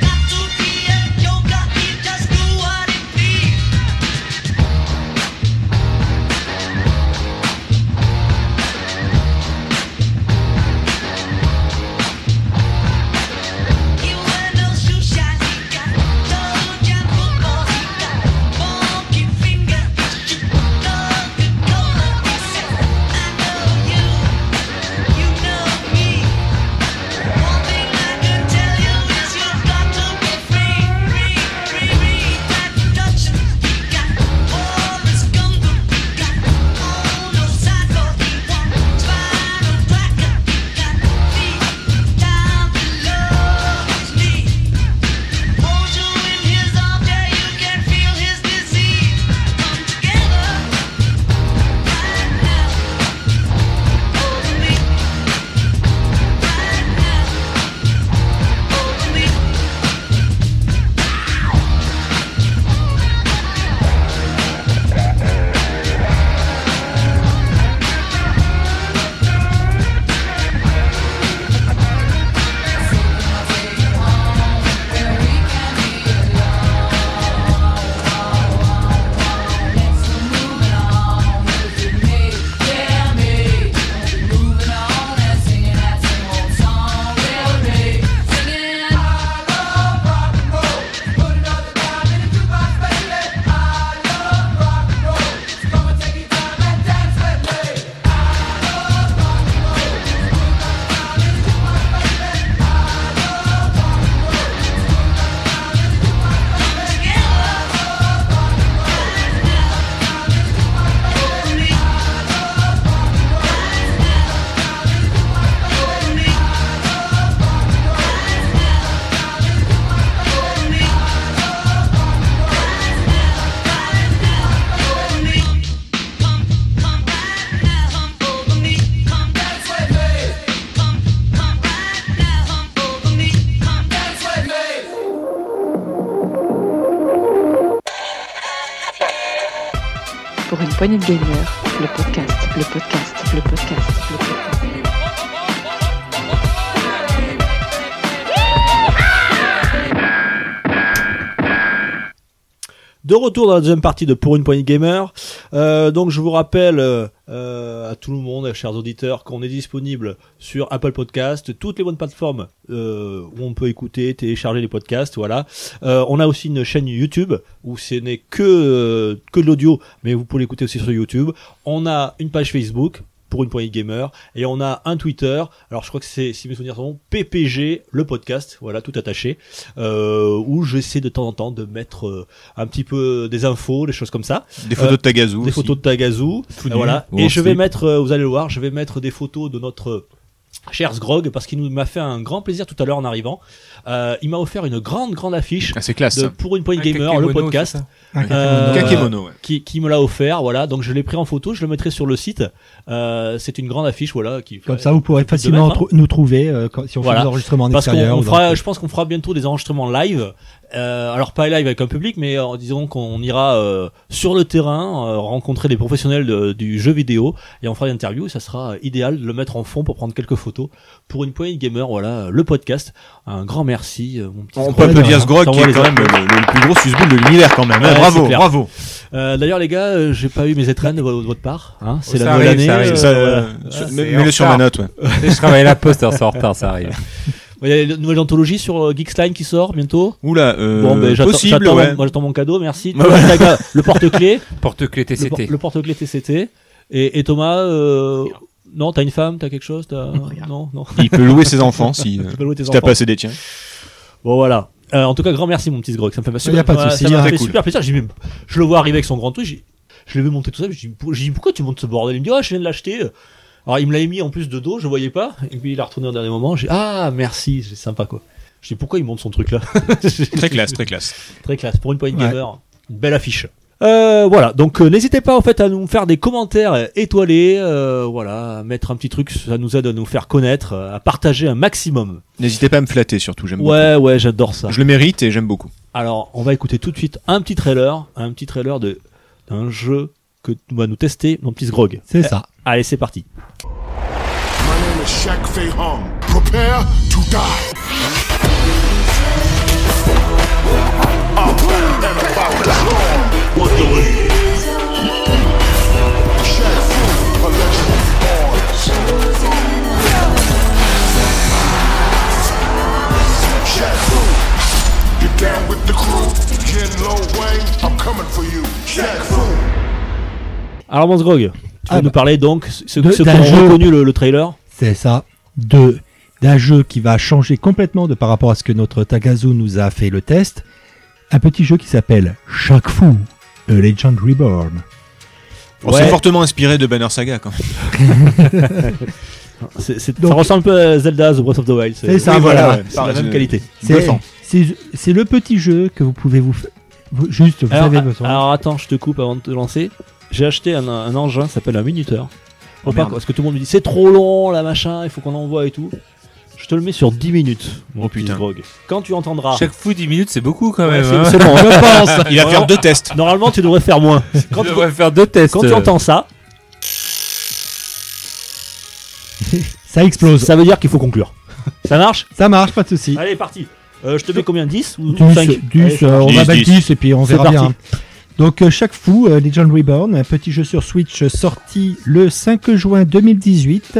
[SPEAKER 10] Got to be a yoga
[SPEAKER 1] poignée de gamer, le podcast, le podcast, le podcast, le podcast.
[SPEAKER 2] De retour dans la deuxième partie de Pour une poignée gamer. Euh, donc je vous rappelle euh, euh, à tout le monde, chers auditeurs, qu'on est disponible sur Apple Podcast, toutes les bonnes plateformes euh, où on peut écouter, télécharger les podcasts. Voilà. Euh, on a aussi une chaîne YouTube où ce n'est que euh, que de l'audio, mais vous pouvez l'écouter aussi sur YouTube. On a une page Facebook pour une poignée gamer et on a un Twitter. Alors je crois que c'est si mes souvenirs sont bons, PPG le podcast. Voilà, tout attaché. Euh, où j'essaie de temps en temps de mettre euh, un petit peu des infos, des choses comme ça
[SPEAKER 5] Des photos
[SPEAKER 2] Euh,
[SPEAKER 5] de Tagazu.
[SPEAKER 2] des
[SPEAKER 5] aussi.
[SPEAKER 2] photos de Tagazu.
[SPEAKER 5] Tout
[SPEAKER 2] Euh,
[SPEAKER 5] nu,
[SPEAKER 2] voilà.
[SPEAKER 5] ou en
[SPEAKER 2] Et je vais
[SPEAKER 5] slip.
[SPEAKER 2] mettre, euh, vous allez le voir, je vais mettre des photos de notre euh, cher Sgrog parce qu'il nous m'a fait un grand plaisir tout à l'heure en arrivant. Euh, il m'a offert une grande, grande affiche
[SPEAKER 5] Ah, c'est classe.
[SPEAKER 2] de
[SPEAKER 5] ça.
[SPEAKER 2] Pour une poignée gamer, le podcast. Euh,
[SPEAKER 5] Kakemono, ouais.
[SPEAKER 2] Qui, qui me l'a offert, voilà. Donc je l'ai pris en photo, je le mettrai sur le site. Euh, c'est une grande affiche, voilà. Qui,
[SPEAKER 4] Comme ça, vous pourrez
[SPEAKER 2] peut-être
[SPEAKER 4] facilement
[SPEAKER 2] mettre, hein.
[SPEAKER 4] trou- nous trouver euh, quand- si on
[SPEAKER 2] Voilà.
[SPEAKER 4] fait des enregistrements en
[SPEAKER 2] Parce qu'on
[SPEAKER 4] extérieur.
[SPEAKER 2] on
[SPEAKER 4] ou dans-
[SPEAKER 2] fera, je pense qu'on fera bientôt des enregistrements live. Euh, alors pas live avec un public, mais euh, disons qu'on ira euh, sur le terrain euh, rencontrer des professionnels de- du jeu vidéo et on fera des interviews. Et ça sera euh, idéal de le mettre en fond pour prendre quelques photos pour une poignée de gamer. Voilà euh, le podcast. Un grand merci. euh, mon petit
[SPEAKER 5] On
[SPEAKER 2] Sgrog.
[SPEAKER 5] peut applaudir ce grog qui
[SPEAKER 2] T'envoies
[SPEAKER 5] est
[SPEAKER 2] les
[SPEAKER 5] quand même euh, le, le- le plus gros susboule de l'univers quand même. hein.
[SPEAKER 2] Ouais, c'est
[SPEAKER 5] bravo,
[SPEAKER 2] clair.
[SPEAKER 5] bravo.
[SPEAKER 2] Euh, D'ailleurs les gars, euh, j'ai pas eu mes étrennes de, vo- de votre part. Hein. C'est la
[SPEAKER 3] Oh, ça
[SPEAKER 2] nouvelle
[SPEAKER 3] arrive,
[SPEAKER 2] année.
[SPEAKER 3] ça arrive.
[SPEAKER 2] euh,
[SPEAKER 5] Ça,
[SPEAKER 2] voilà.
[SPEAKER 5] euh,
[SPEAKER 2] Ah,
[SPEAKER 5] sur-
[SPEAKER 2] c'est-
[SPEAKER 5] Mets-le
[SPEAKER 3] en
[SPEAKER 5] sur ma
[SPEAKER 3] retard.
[SPEAKER 5] note. ouais.
[SPEAKER 3] je travaille à la poste, alors c'est en retard, ça arrive.
[SPEAKER 2] Il y a une nouvelle anthologie sur euh, Geeksline qui sort bientôt.
[SPEAKER 5] Oula, euh,
[SPEAKER 2] bon, ben, j'attends
[SPEAKER 5] possible,
[SPEAKER 2] j'attends
[SPEAKER 5] ouais.
[SPEAKER 2] mon- moi, j'attends mon cadeau. Merci.
[SPEAKER 5] Bah, ouais.
[SPEAKER 2] Toi, Taga, le porte-clés.
[SPEAKER 3] Porte-clés
[SPEAKER 2] le, por-
[SPEAKER 3] TCT.
[SPEAKER 2] le porte-clés TCT. Et, et Thomas, euh, non, t'as une femme, t'as quelque chose, t'as- non,
[SPEAKER 4] Euh,
[SPEAKER 2] non.
[SPEAKER 5] Il peut louer ses enfants si, euh,
[SPEAKER 2] Tu peux louer tes
[SPEAKER 5] si t'as
[SPEAKER 2] enfants.
[SPEAKER 5] pas assez des tiens.
[SPEAKER 2] Bon voilà. Euh, en tout cas, grand merci mon petit Grog, ça me fait super,
[SPEAKER 4] y a pas
[SPEAKER 2] ça
[SPEAKER 4] de souci,
[SPEAKER 2] m'a
[SPEAKER 4] hein.
[SPEAKER 2] fait
[SPEAKER 5] Très cool.
[SPEAKER 2] super plaisir. J'ai dit, mais- je le vois arriver avec son grand truc, j'ai- je l'ai vu monter tout ça, j'ai dit, pour- j'ai dit pourquoi tu montes ce bordel Il me dit ah je viens de l'acheter. Alors il me l'avait mis en plus de dos, je voyais pas, et puis il l'a retourné au dernier moment. J'ai dit, ah merci, c'est sympa quoi. Je dis pourquoi il monte son truc là
[SPEAKER 5] Très classe, très classe.
[SPEAKER 2] Très classe pour une poignée de
[SPEAKER 4] Ouais.
[SPEAKER 2] gamer. Une belle affiche. Euh, voilà, donc euh, n'hésitez pas en fait à nous faire des commentaires euh, étoilés, euh, voilà, à mettre un petit truc, ça nous aide à nous faire connaître, euh, à partager un maximum.
[SPEAKER 5] N'hésitez pas à me flatter surtout, j'aime
[SPEAKER 2] Ouais, ouais, j'adore ça.
[SPEAKER 5] beaucoup. Je le mérite et j'aime beaucoup.
[SPEAKER 2] Alors, on va écouter tout de suite un petit trailer, un petit trailer de d'un jeu que t- va nous tester mon petit Grog.
[SPEAKER 4] C'est ça.
[SPEAKER 2] Allez, c'est parti.
[SPEAKER 10] My name is Shaq Fei Hung. Prepare to die. Up and about the floor. What the lead? Shaq Fu, a legend born. Shaq Fu, get down with the crew. Ken Lo Wang, I'm coming for you. Shaq Fu.
[SPEAKER 2] Alors mon Grog, tu
[SPEAKER 4] Ah
[SPEAKER 2] vas
[SPEAKER 4] bah.
[SPEAKER 2] nous parler donc ce ceux
[SPEAKER 4] De-
[SPEAKER 2] ceux qui
[SPEAKER 4] d'un
[SPEAKER 2] ont
[SPEAKER 4] jeu.
[SPEAKER 2] reconnu le, le trailer.
[SPEAKER 4] C'est ça. De d'un jeu qui va changer complètement de par rapport à ce que notre Tagazu nous a fait le test. Un petit jeu qui s'appelle Chaque Fou, A Legend Reborn.
[SPEAKER 5] On s'est fortement inspiré de Banner Saga quand même.
[SPEAKER 2] C'est- c'est- ça
[SPEAKER 4] Donc-
[SPEAKER 2] ressemble un peu à Zelda The Breath of the Wild.
[SPEAKER 4] C'est ça,
[SPEAKER 2] oui,
[SPEAKER 4] voilà,
[SPEAKER 5] ouais.
[SPEAKER 2] C'est la même
[SPEAKER 5] Euh,
[SPEAKER 2] qualité.
[SPEAKER 4] C'est
[SPEAKER 5] Bluffant.
[SPEAKER 4] c'est- c'est le petit jeu que vous pouvez vous, fa- vous- juste vous
[SPEAKER 2] Alors, ah,
[SPEAKER 4] avez besoin.
[SPEAKER 2] alors, attends, je te coupe avant de te lancer. J'ai acheté un, un engin qui s'appelle un minuteur.
[SPEAKER 4] Oh,
[SPEAKER 2] Faut pas-
[SPEAKER 5] merde.
[SPEAKER 2] parce que tout le monde me dit c'est trop long la machin, il faut qu'on envoie et tout. Je te le mets sur 10 minutes. Mon
[SPEAKER 5] Oh,
[SPEAKER 2] petit
[SPEAKER 5] putain.
[SPEAKER 2] Grog. Quand tu entendras.
[SPEAKER 3] Chaque fou 10 minutes, Ah. c'est beaucoup quand
[SPEAKER 2] Ouais,
[SPEAKER 3] même.
[SPEAKER 2] c'est-
[SPEAKER 3] hein.
[SPEAKER 2] c'est bon, je pense.
[SPEAKER 5] Il va faire deux tests.
[SPEAKER 2] Normalement, tu devrais faire moins. Quand,
[SPEAKER 3] Je
[SPEAKER 2] tu-
[SPEAKER 3] devrais faire deux tests.
[SPEAKER 2] quand tu
[SPEAKER 3] euh,
[SPEAKER 2] entends ça,
[SPEAKER 4] Ça explose. Ça,
[SPEAKER 2] ça veut dire qu'il faut conclure. Ça marche
[SPEAKER 4] marche, pas de souci.
[SPEAKER 2] Allez, parti. Euh, je te mets combien 10 ou
[SPEAKER 4] 10,
[SPEAKER 2] 5
[SPEAKER 4] 10, euh, on
[SPEAKER 5] Dix,
[SPEAKER 4] va mettre
[SPEAKER 5] dix.
[SPEAKER 4] 10 et puis on
[SPEAKER 2] C'est
[SPEAKER 4] verra
[SPEAKER 2] parti.
[SPEAKER 4] bien. Donc euh, chaque fou, euh, Legend Reborn, un petit jeu sur Switch euh, sorti le 5 juin 2018,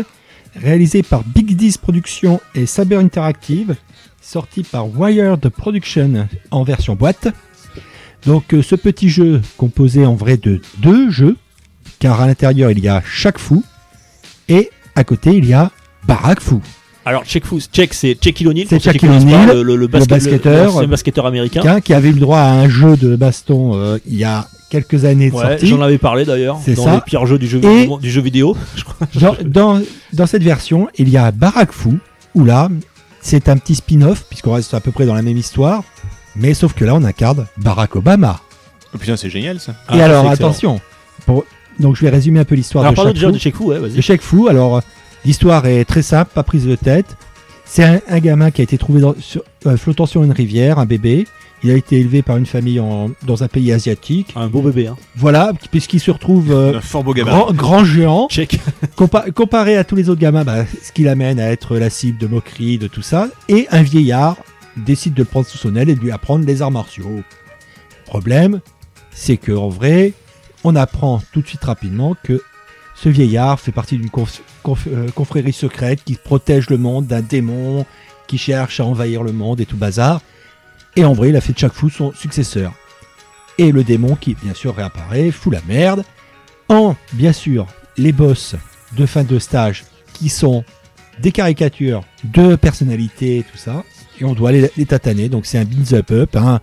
[SPEAKER 4] réalisé par Big 10 Productions et Saber Interactive, sorti par Wired Production en version boîte. Donc euh, ce petit jeu composé en vrai de deux jeux, car à l'intérieur il y a chaque fou et à côté il y a Barack Fou.
[SPEAKER 2] Alors, check fou, check, c'est Check O'Neal.
[SPEAKER 4] C'est
[SPEAKER 2] pour ceux qui
[SPEAKER 4] Shaquille
[SPEAKER 2] connaissent pas,
[SPEAKER 4] O'Neal,
[SPEAKER 2] le, le, le
[SPEAKER 4] le
[SPEAKER 2] basket- le-
[SPEAKER 4] basketteur.
[SPEAKER 2] l'ancien basketteur américain.
[SPEAKER 4] Quelqu'un qui avait eu le droit à un jeu de baston euh, il y a quelques années de
[SPEAKER 2] Ouais,
[SPEAKER 4] sortie.
[SPEAKER 2] j'en avais parlé d'ailleurs
[SPEAKER 4] C'est
[SPEAKER 2] dans
[SPEAKER 4] ça.
[SPEAKER 2] les pires jeux du jeu,
[SPEAKER 4] Et-
[SPEAKER 2] du, jeu vidéo. Je crois.
[SPEAKER 4] Dans, dans, dans cette version, il y a Barack Fou, où là, c'est un petit spin-off, puisqu'on reste à peu près dans la même histoire, mais sauf que là, on incarne Barack Obama.
[SPEAKER 5] Oh putain, c'est génial ça.
[SPEAKER 2] Ah,
[SPEAKER 4] Et alors,
[SPEAKER 2] c'est excellent.
[SPEAKER 4] attention, pour- donc je vais résumer un peu l'histoire
[SPEAKER 2] Alors
[SPEAKER 4] de
[SPEAKER 2] parlons
[SPEAKER 4] chaque
[SPEAKER 2] déjà
[SPEAKER 4] fou.
[SPEAKER 2] de Check Fou, ouais, vas-y.
[SPEAKER 4] De chaque fou, alors, l'histoire est très simple, pas prise de tête. C'est un, un gamin qui a été trouvé dans- sur- euh, flottant sur une rivière, un bébé. Il a été élevé par une famille en- dans un pays asiatique.
[SPEAKER 2] Un beau bébé, hein.
[SPEAKER 4] Voilà, puisqu'il se retrouve euh,
[SPEAKER 5] Un fort beau gamin.
[SPEAKER 4] grand, grand géant.
[SPEAKER 2] Check.
[SPEAKER 4] Compa- comparé à tous les autres gamins, bah, ce qui l'amène à être la cible de moqueries, de tout ça. Et un vieillard décide de le prendre sous son aile et de lui apprendre les arts martiaux. Problème, c'est que en vrai, on apprend tout de suite rapidement que ce vieillard fait partie d'une conf- conf- euh, confrérie secrète qui protège le monde d'un démon qui cherche à envahir le monde et tout bazar. Et en vrai, il a fait de chaque fou son successeur. Et le démon qui, bien sûr, réapparaît, fout la merde. En, bien sûr, les boss de fin de stage qui sont des caricatures de personnalités, tout ça. Et on doit les, les tataner. Donc c'est un beans up up, hein.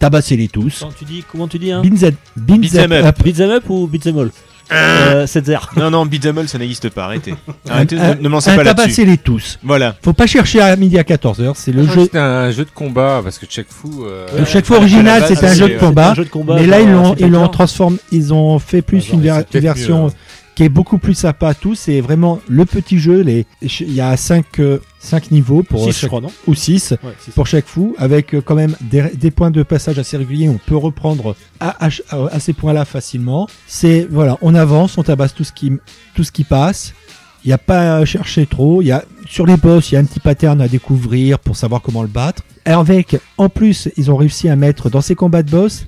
[SPEAKER 4] tabassez-les tous.
[SPEAKER 2] Quand tu dis, comment tu dis, hein
[SPEAKER 4] Beans, up- beans
[SPEAKER 5] Beats 'em
[SPEAKER 4] up
[SPEAKER 5] up.
[SPEAKER 4] up.
[SPEAKER 2] Beats 'em up ou beats 'em all euh, 7-0.
[SPEAKER 5] Non, non, beat'em all, ça n'existe pas, arrêtez. Arrêtez,
[SPEAKER 4] Un-
[SPEAKER 5] ne, ne m'en
[SPEAKER 4] un
[SPEAKER 5] pas là-dessus.
[SPEAKER 4] tabassez-les tous.
[SPEAKER 5] Voilà.
[SPEAKER 4] Faut pas chercher à midi à 14h, c'est le
[SPEAKER 3] Ah, Je crois que
[SPEAKER 4] jeu.
[SPEAKER 3] C'était un jeu de combat parce que Check Fu. euh,
[SPEAKER 4] Le chaque fois
[SPEAKER 5] à la
[SPEAKER 4] original,
[SPEAKER 5] base,
[SPEAKER 4] c'était un
[SPEAKER 5] c'est-
[SPEAKER 4] jeu de
[SPEAKER 5] c'est
[SPEAKER 4] combat.
[SPEAKER 2] un jeu de combat,
[SPEAKER 4] Mais là,
[SPEAKER 2] genre,
[SPEAKER 4] ils l'ont,
[SPEAKER 2] c'est
[SPEAKER 4] ils l'ont
[SPEAKER 2] clair.
[SPEAKER 4] transformé, ils ont fait plus
[SPEAKER 3] genre,
[SPEAKER 4] une, ver-
[SPEAKER 3] Ah, bah, c'est peut-être
[SPEAKER 4] version
[SPEAKER 3] mieux, hein.
[SPEAKER 4] qui est beaucoup plus sympa à tous. C'est vraiment le petit jeu. Les, il y a 5 cinq, euh, cinq niveaux pour
[SPEAKER 2] Six, je
[SPEAKER 4] chaque-
[SPEAKER 2] crois, non
[SPEAKER 4] ou 6
[SPEAKER 2] Ouais, six.
[SPEAKER 4] pour chaque fou, avec euh, quand même des, des points de passage assez réguliers. On peut reprendre à, à ch- euh, à- à ces points-là facilement. C'est voilà, on avance, on tabasse tout ce qui tout ce qui passe. Il n'y a pas à chercher trop. Il y a sur les boss, il y a un petit pattern à découvrir pour savoir comment le battre. Et avec, en plus, ils ont réussi à mettre dans ces combats de boss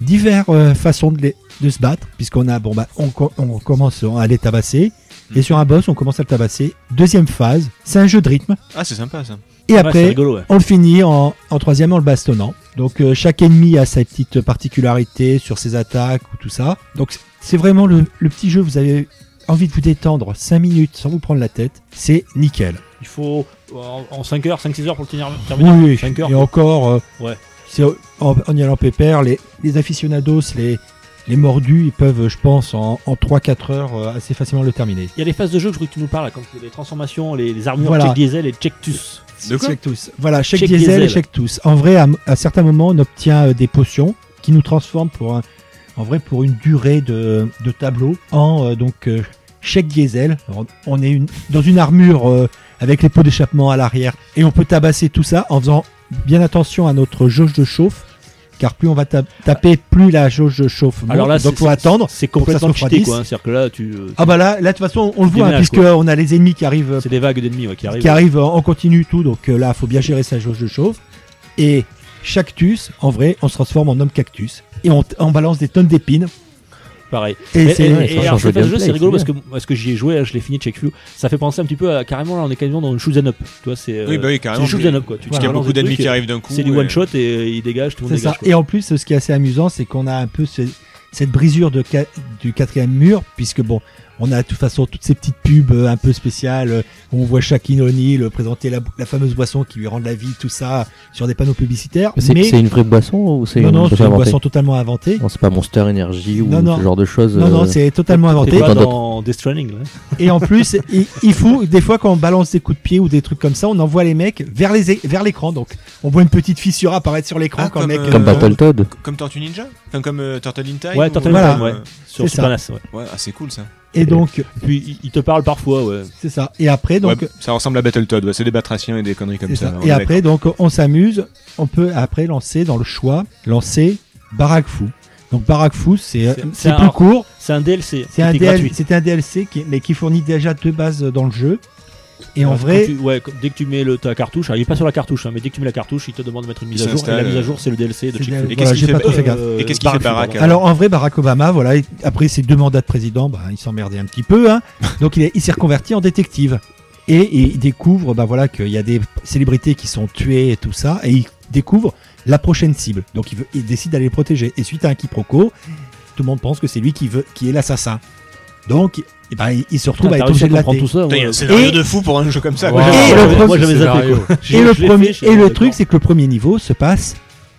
[SPEAKER 4] diverses euh, façons de, les- de se battre, puisqu'on a bon bah on, co- on commence à les tabasser.
[SPEAKER 2] Mm.
[SPEAKER 4] Et sur un boss, on commence à le tabasser. Deuxième phase, c'est un jeu de rythme.
[SPEAKER 5] Ah, c'est sympa ça.
[SPEAKER 4] Et
[SPEAKER 2] Ouais, c'est
[SPEAKER 4] après,
[SPEAKER 2] rigolo, ouais.
[SPEAKER 4] on le finit en, en troisième en le bastonnant. Donc euh, chaque ennemi a sa petite particularité sur ses attaques ou tout ça. Donc c- c'est vraiment le, le petit jeu, vous avez envie de vous détendre 5 minutes sans vous prendre la tête, c'est nickel.
[SPEAKER 2] Il faut euh, en en 5 heures, 5-6 heures pour le tenir- terminer.
[SPEAKER 4] Oui, oui.
[SPEAKER 2] Vainqueur.
[SPEAKER 4] et encore, euh,
[SPEAKER 2] Ouais.
[SPEAKER 4] c'est en, en y allant pépère, les, les aficionados, les, les mordus, ils peuvent, euh, je pense, en, en 3-4 heures euh, assez facilement le terminer.
[SPEAKER 2] Il y a les phases de jeu que je voulais que tu nous parles, là, comme les transformations, les, les armures
[SPEAKER 4] Voilà.
[SPEAKER 2] Check Diesel et Check Tus.
[SPEAKER 5] De quoi
[SPEAKER 4] Check tous. Voilà, check,
[SPEAKER 2] Check
[SPEAKER 4] diesel,
[SPEAKER 2] diesel.
[SPEAKER 4] et check tous. En vrai, à, m- à certains moments, on obtient euh, des potions qui nous transforment pour un- en vrai pour une durée de, de tableau en euh, donc euh, check diesel. Alors, on est une- dans une armure euh, avec les pots d'échappement à l'arrière et on peut tabasser tout ça en faisant bien attention à notre jauge de chauffe. Car plus on va ta- taper, plus la jauge de chauffe monte. donc
[SPEAKER 2] c'est-
[SPEAKER 4] faut attendre.
[SPEAKER 2] C'est
[SPEAKER 4] pour que ça
[SPEAKER 2] complètement
[SPEAKER 4] se refroidisse.
[SPEAKER 2] cheaté, quoi. hein. C'est-à-dire que là, tu, euh,
[SPEAKER 4] Ah bah là, là de toute façon, on le voit, hein,
[SPEAKER 2] déménages,
[SPEAKER 4] puisque on a les ennemis qui arrivent euh,
[SPEAKER 2] c'est des vagues d'ennemis ouais, qui arrivent.
[SPEAKER 4] qui arrive en en continu tout. Donc euh, là, faut bien gérer sa jauge de chauffe. Et cactus, en vrai, on se transforme en homme cactus et on, t- on balance des tonnes d'épines.
[SPEAKER 2] Pareil.
[SPEAKER 4] Et
[SPEAKER 2] Et,
[SPEAKER 4] c'est
[SPEAKER 2] et-
[SPEAKER 6] ouais,
[SPEAKER 2] et
[SPEAKER 6] ça
[SPEAKER 2] alors,
[SPEAKER 6] change
[SPEAKER 2] cette phase de
[SPEAKER 6] le
[SPEAKER 2] jeu,
[SPEAKER 6] gameplay,
[SPEAKER 2] c'est rigolo parce
[SPEAKER 6] c'est
[SPEAKER 2] que, parce que j'y ai joué, hein, je l'ai fini Check Few. Ça fait penser un petit peu à carrément là, on est quasiment dans une shoot'em up. Tu vois, c'est. euh,
[SPEAKER 5] Oui, bah oui, carrément.
[SPEAKER 2] C'est une shoot'em up, quoi. Tu
[SPEAKER 5] Parce
[SPEAKER 2] te
[SPEAKER 5] qu'il y a
[SPEAKER 2] balances
[SPEAKER 5] beaucoup
[SPEAKER 2] des
[SPEAKER 5] d'ennemis
[SPEAKER 2] trucs,
[SPEAKER 5] qui arrivent d'un coup. euh,
[SPEAKER 2] C'est du
[SPEAKER 5] et-
[SPEAKER 2] one shot et euh, il dégage, tout le monde
[SPEAKER 4] c'est ça.
[SPEAKER 2] dégage. quoi.
[SPEAKER 4] Et en plus, ce qui est assez amusant, c'est qu'on a un peu ce- cette brisure de, ca- du quatrième mur, puisque bon, on a de toute façon toutes ces petites pubs euh, un peu spéciales euh, où on voit Shaquille O'Neal euh, présenter la, la fameuse boisson qui lui rend de la vie, tout ça, sur des panneaux publicitaires.
[SPEAKER 6] C'est
[SPEAKER 4] Mais
[SPEAKER 6] c'est une vraie boisson ou c'est
[SPEAKER 4] non, non,
[SPEAKER 6] chose
[SPEAKER 4] c'est une
[SPEAKER 6] inventée
[SPEAKER 4] boisson totalement inventée.
[SPEAKER 6] Non, c'est pas Monster Energy ou
[SPEAKER 4] Non, non.
[SPEAKER 6] ce genre de choses.
[SPEAKER 4] Non, non,
[SPEAKER 6] euh,
[SPEAKER 4] c'est totalement
[SPEAKER 2] T'es
[SPEAKER 4] inventé.
[SPEAKER 2] pas
[SPEAKER 6] Dans
[SPEAKER 2] dans Death Stranding, là.
[SPEAKER 4] Et en plus, il, il faut, des fois, quand on balance des coups de pied ou des trucs comme ça, on envoie les mecs vers les é- vers l'écran. Donc, on voit une petite fissure apparaître sur l'écran
[SPEAKER 5] Ah,
[SPEAKER 4] quand
[SPEAKER 5] comme,
[SPEAKER 4] le mec.
[SPEAKER 5] euh,
[SPEAKER 6] Comme
[SPEAKER 4] euh,
[SPEAKER 6] Battletoad.
[SPEAKER 5] Comme Tortue Ninja Enfin, comme euh, Turtle in Time
[SPEAKER 2] Ouais,
[SPEAKER 5] ou-
[SPEAKER 2] Turtle in
[SPEAKER 4] Voilà.
[SPEAKER 2] Time, ouais. Sur
[SPEAKER 4] C'est ça.
[SPEAKER 2] Super NAS, ouais.
[SPEAKER 5] Ouais, ah, c'est cool ça.
[SPEAKER 4] Et donc,
[SPEAKER 2] Puis il- il te parle parfois, ouais.
[SPEAKER 4] c'est ça. Et après, donc,
[SPEAKER 5] Ouais, ça ressemble à Battletoad, ouais, c'est des batraciens et des conneries comme
[SPEAKER 4] c'est
[SPEAKER 5] ça.
[SPEAKER 4] ça.
[SPEAKER 5] on est
[SPEAKER 4] Et après, donc, on s'amuse. On peut après lancer dans le choix, lancer Barack Fou. Donc, Barack Fou, c'est
[SPEAKER 2] C'est- c'est
[SPEAKER 4] c'est
[SPEAKER 2] un-
[SPEAKER 4] plus court.
[SPEAKER 2] C'est un DLC.
[SPEAKER 4] C'est un,
[SPEAKER 2] qui était
[SPEAKER 4] DL
[SPEAKER 2] gratuit.
[SPEAKER 4] c'est un DLC, qui, mais qui fournit déjà deux bases dans le jeu. Et en
[SPEAKER 2] Quand
[SPEAKER 4] vrai,
[SPEAKER 2] tu- ouais, quand- dès que tu mets le, ta cartouche, alors il est pas sur la cartouche, hein, mais dès que tu mets la cartouche, il te demande de mettre une mise à jour. Et la
[SPEAKER 5] s'installe,
[SPEAKER 2] mise à jour, c'est le DLC de
[SPEAKER 4] c'est
[SPEAKER 2] Chick
[SPEAKER 4] bien-
[SPEAKER 5] Et
[SPEAKER 4] voilà,
[SPEAKER 5] qu'est-ce qu'il
[SPEAKER 4] j'ai
[SPEAKER 5] fait
[SPEAKER 4] pas trop
[SPEAKER 5] euh,
[SPEAKER 4] fait gaffe.
[SPEAKER 5] Et qu'est-ce qu'il fait, Barack
[SPEAKER 2] Barack
[SPEAKER 4] Alors en vrai, Barack Obama, voilà, et après ses deux mandats de président, bah, il s'emmerdait un petit peu, hein. donc il, est- il s'est reconverti en détective. Et, et il découvre bah, voilà, qu'il y a des célébrités qui sont tuées et tout ça, et il découvre la prochaine cible. Donc il, veut, il décide d'aller les protéger. Et suite à un quiproquo, tout le monde pense que c'est lui qui, veut, qui est l'assassin. Donc eh ben, il, il se retrouve à être obligé de la
[SPEAKER 2] tout ça.
[SPEAKER 5] Putain, il y a
[SPEAKER 2] ouais.
[SPEAKER 5] un scénario
[SPEAKER 4] Et-
[SPEAKER 5] de fou pour un jeu comme ça.
[SPEAKER 2] Moi,
[SPEAKER 5] quoi.
[SPEAKER 4] Et
[SPEAKER 2] j'avais-
[SPEAKER 4] le
[SPEAKER 2] moi,
[SPEAKER 4] premier-
[SPEAKER 2] j'avais zappé,
[SPEAKER 3] scénario.
[SPEAKER 2] quoi.
[SPEAKER 4] Et le,
[SPEAKER 2] Je l'ai
[SPEAKER 4] premier-
[SPEAKER 2] fait, je
[SPEAKER 4] et
[SPEAKER 2] l'ai
[SPEAKER 4] le
[SPEAKER 2] fait,
[SPEAKER 4] truc, c'est que le premier niveau se passe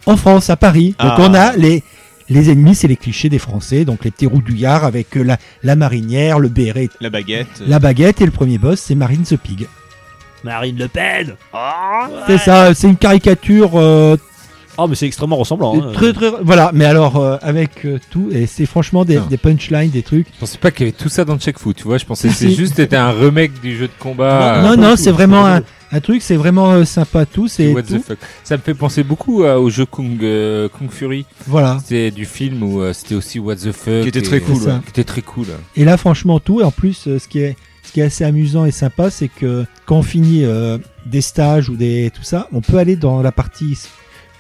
[SPEAKER 4] en France, à Paris. Donc
[SPEAKER 5] Ah.
[SPEAKER 4] on a les, les ennemis, c'est les clichés des Français, donc les petits roudouillards avec euh, la, la marinière, le béret,
[SPEAKER 5] La baguette.
[SPEAKER 4] la baguette, et le premier boss, c'est Marine the Pig.
[SPEAKER 2] Marine Le Pen
[SPEAKER 4] C'est ça, c'est une caricature euh,
[SPEAKER 2] Oh, mais c'est extrêmement ressemblant. hein.
[SPEAKER 4] très très... Voilà, mais alors euh, avec euh, tout, et c'est franchement des,
[SPEAKER 3] Ah.
[SPEAKER 4] des punchlines, des trucs.
[SPEAKER 3] Je pensais pas qu'il y avait tout ça dans Check Fu, tu vois. Je pensais que
[SPEAKER 4] Si, si.
[SPEAKER 3] c'est juste c'était un remake du jeu de combat.
[SPEAKER 4] non,
[SPEAKER 3] euh,
[SPEAKER 4] non, c'est vraiment un, un truc, c'est vraiment euh, sympa tout, c'est
[SPEAKER 3] What the
[SPEAKER 4] tout.
[SPEAKER 3] fuck. Ça me fait penser beaucoup euh, au jeu Kung, euh, Kung Fury.
[SPEAKER 4] Voilà.
[SPEAKER 3] C'était du film où euh, c'était aussi What the fuck.
[SPEAKER 5] Qui était
[SPEAKER 3] et- euh,
[SPEAKER 5] très cool,
[SPEAKER 4] C'est ça. ouais.
[SPEAKER 3] Qui était très cool.
[SPEAKER 4] Et là, franchement, tout. Et en plus, euh, ce qui est, ce qui est assez amusant et sympa, c'est que quand on finit euh, des stages ou des tout ça, on peut aller dans la partie,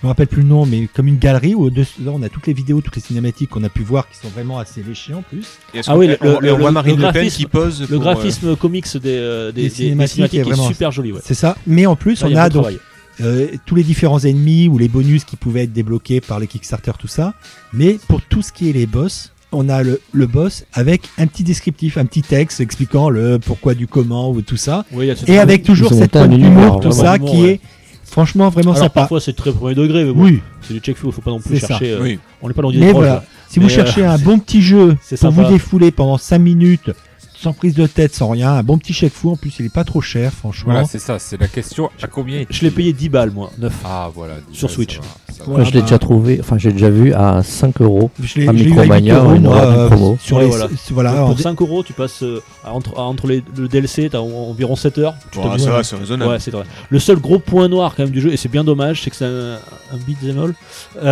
[SPEAKER 4] je me rappelle plus le nom, mais comme une galerie où au-dessus- là, on a toutes les vidéos, toutes les cinématiques qu'on a pu voir, qui sont vraiment assez léchées en plus.
[SPEAKER 5] Et est-ce
[SPEAKER 2] Ah
[SPEAKER 5] qu'on-
[SPEAKER 2] oui, le-
[SPEAKER 5] on-
[SPEAKER 2] le-
[SPEAKER 5] on voit
[SPEAKER 2] le-
[SPEAKER 5] Marine
[SPEAKER 2] le
[SPEAKER 5] Le Pen
[SPEAKER 2] graphisme-
[SPEAKER 5] qui pose.
[SPEAKER 2] Le
[SPEAKER 5] pour, euh,
[SPEAKER 2] graphisme comics des, euh, des, des-
[SPEAKER 4] des
[SPEAKER 2] des
[SPEAKER 4] cinématiques
[SPEAKER 2] cinématiques
[SPEAKER 4] est
[SPEAKER 2] est,
[SPEAKER 4] vraiment-
[SPEAKER 2] super joli. Ouais.
[SPEAKER 4] C'est ça. Mais en plus,
[SPEAKER 2] Ça, y
[SPEAKER 4] on
[SPEAKER 2] a
[SPEAKER 4] a
[SPEAKER 2] beaucoup de
[SPEAKER 4] donc
[SPEAKER 2] travail.
[SPEAKER 4] euh, tous les différents ennemis ou les bonus qui pouvaient être débloqués par les Kickstarter, tout ça. Mais pour tout ce qui est les boss, on a le, le boss avec un petit descriptif, un petit texte expliquant le pourquoi du comment ou tout ça.
[SPEAKER 2] Oui, il y a ce-
[SPEAKER 4] Et avec toujours
[SPEAKER 6] ont
[SPEAKER 4] cette
[SPEAKER 6] atteint
[SPEAKER 4] pointe
[SPEAKER 6] un
[SPEAKER 4] d'humour,
[SPEAKER 6] univers,
[SPEAKER 4] tout
[SPEAKER 2] vraiment.
[SPEAKER 4] ça,
[SPEAKER 2] Humour,
[SPEAKER 4] qui
[SPEAKER 2] ouais.
[SPEAKER 4] est franchement vraiment
[SPEAKER 2] Alors
[SPEAKER 4] sympa.
[SPEAKER 2] parfois c'est très premier degré, mais bon,
[SPEAKER 4] Oui,
[SPEAKER 2] c'est du check il faut pas non plus
[SPEAKER 4] C'est ça.
[SPEAKER 2] chercher. euh,
[SPEAKER 5] Oui.
[SPEAKER 2] On n'est pas dans du
[SPEAKER 4] mais
[SPEAKER 2] proche,
[SPEAKER 4] voilà.
[SPEAKER 2] là.
[SPEAKER 4] Si
[SPEAKER 2] Mais,
[SPEAKER 4] vous cherchez
[SPEAKER 2] euh,
[SPEAKER 4] un bon petit jeu
[SPEAKER 2] c'est
[SPEAKER 4] pour
[SPEAKER 2] sympa.
[SPEAKER 4] vous défouler pendant 5 minutes, sans prise de tête, sans rien, un bon petit chèque fou, en plus il est pas trop cher, franchement.
[SPEAKER 3] Voilà, c'est ça. C'est la question. À combien
[SPEAKER 2] Je l'ai payé 10 balles, moi, 9.
[SPEAKER 3] Ah, voilà.
[SPEAKER 2] Sur
[SPEAKER 3] ça
[SPEAKER 2] Switch.
[SPEAKER 3] va, ça va.
[SPEAKER 4] Ouais,
[SPEAKER 6] Moi, je l'ai
[SPEAKER 4] bah,
[SPEAKER 6] déjà trouvé, enfin, j'ai déjà vu à 5 euros.
[SPEAKER 4] Je l'ai
[SPEAKER 6] À
[SPEAKER 4] je l'ai eu à
[SPEAKER 6] Micromania,
[SPEAKER 4] 8 euros,
[SPEAKER 6] on est dans
[SPEAKER 4] moi,
[SPEAKER 6] la
[SPEAKER 4] euh,
[SPEAKER 6] promo.
[SPEAKER 4] sur
[SPEAKER 2] Ouais,
[SPEAKER 4] les-
[SPEAKER 2] voilà.
[SPEAKER 4] sur- voilà,
[SPEAKER 2] Donc,
[SPEAKER 4] en-
[SPEAKER 2] pour 5 euros, tu passes euh, à entre, à entre les- le DLC, t'as en- environ 7 heures. Tu
[SPEAKER 5] bon,
[SPEAKER 2] te-
[SPEAKER 5] ah, ça va, c'est raisonnable.
[SPEAKER 2] Ouais, c'est vrai. Le seul gros point noir quand même du jeu, et c'est bien dommage, c'est que c'est un, un beat'em all.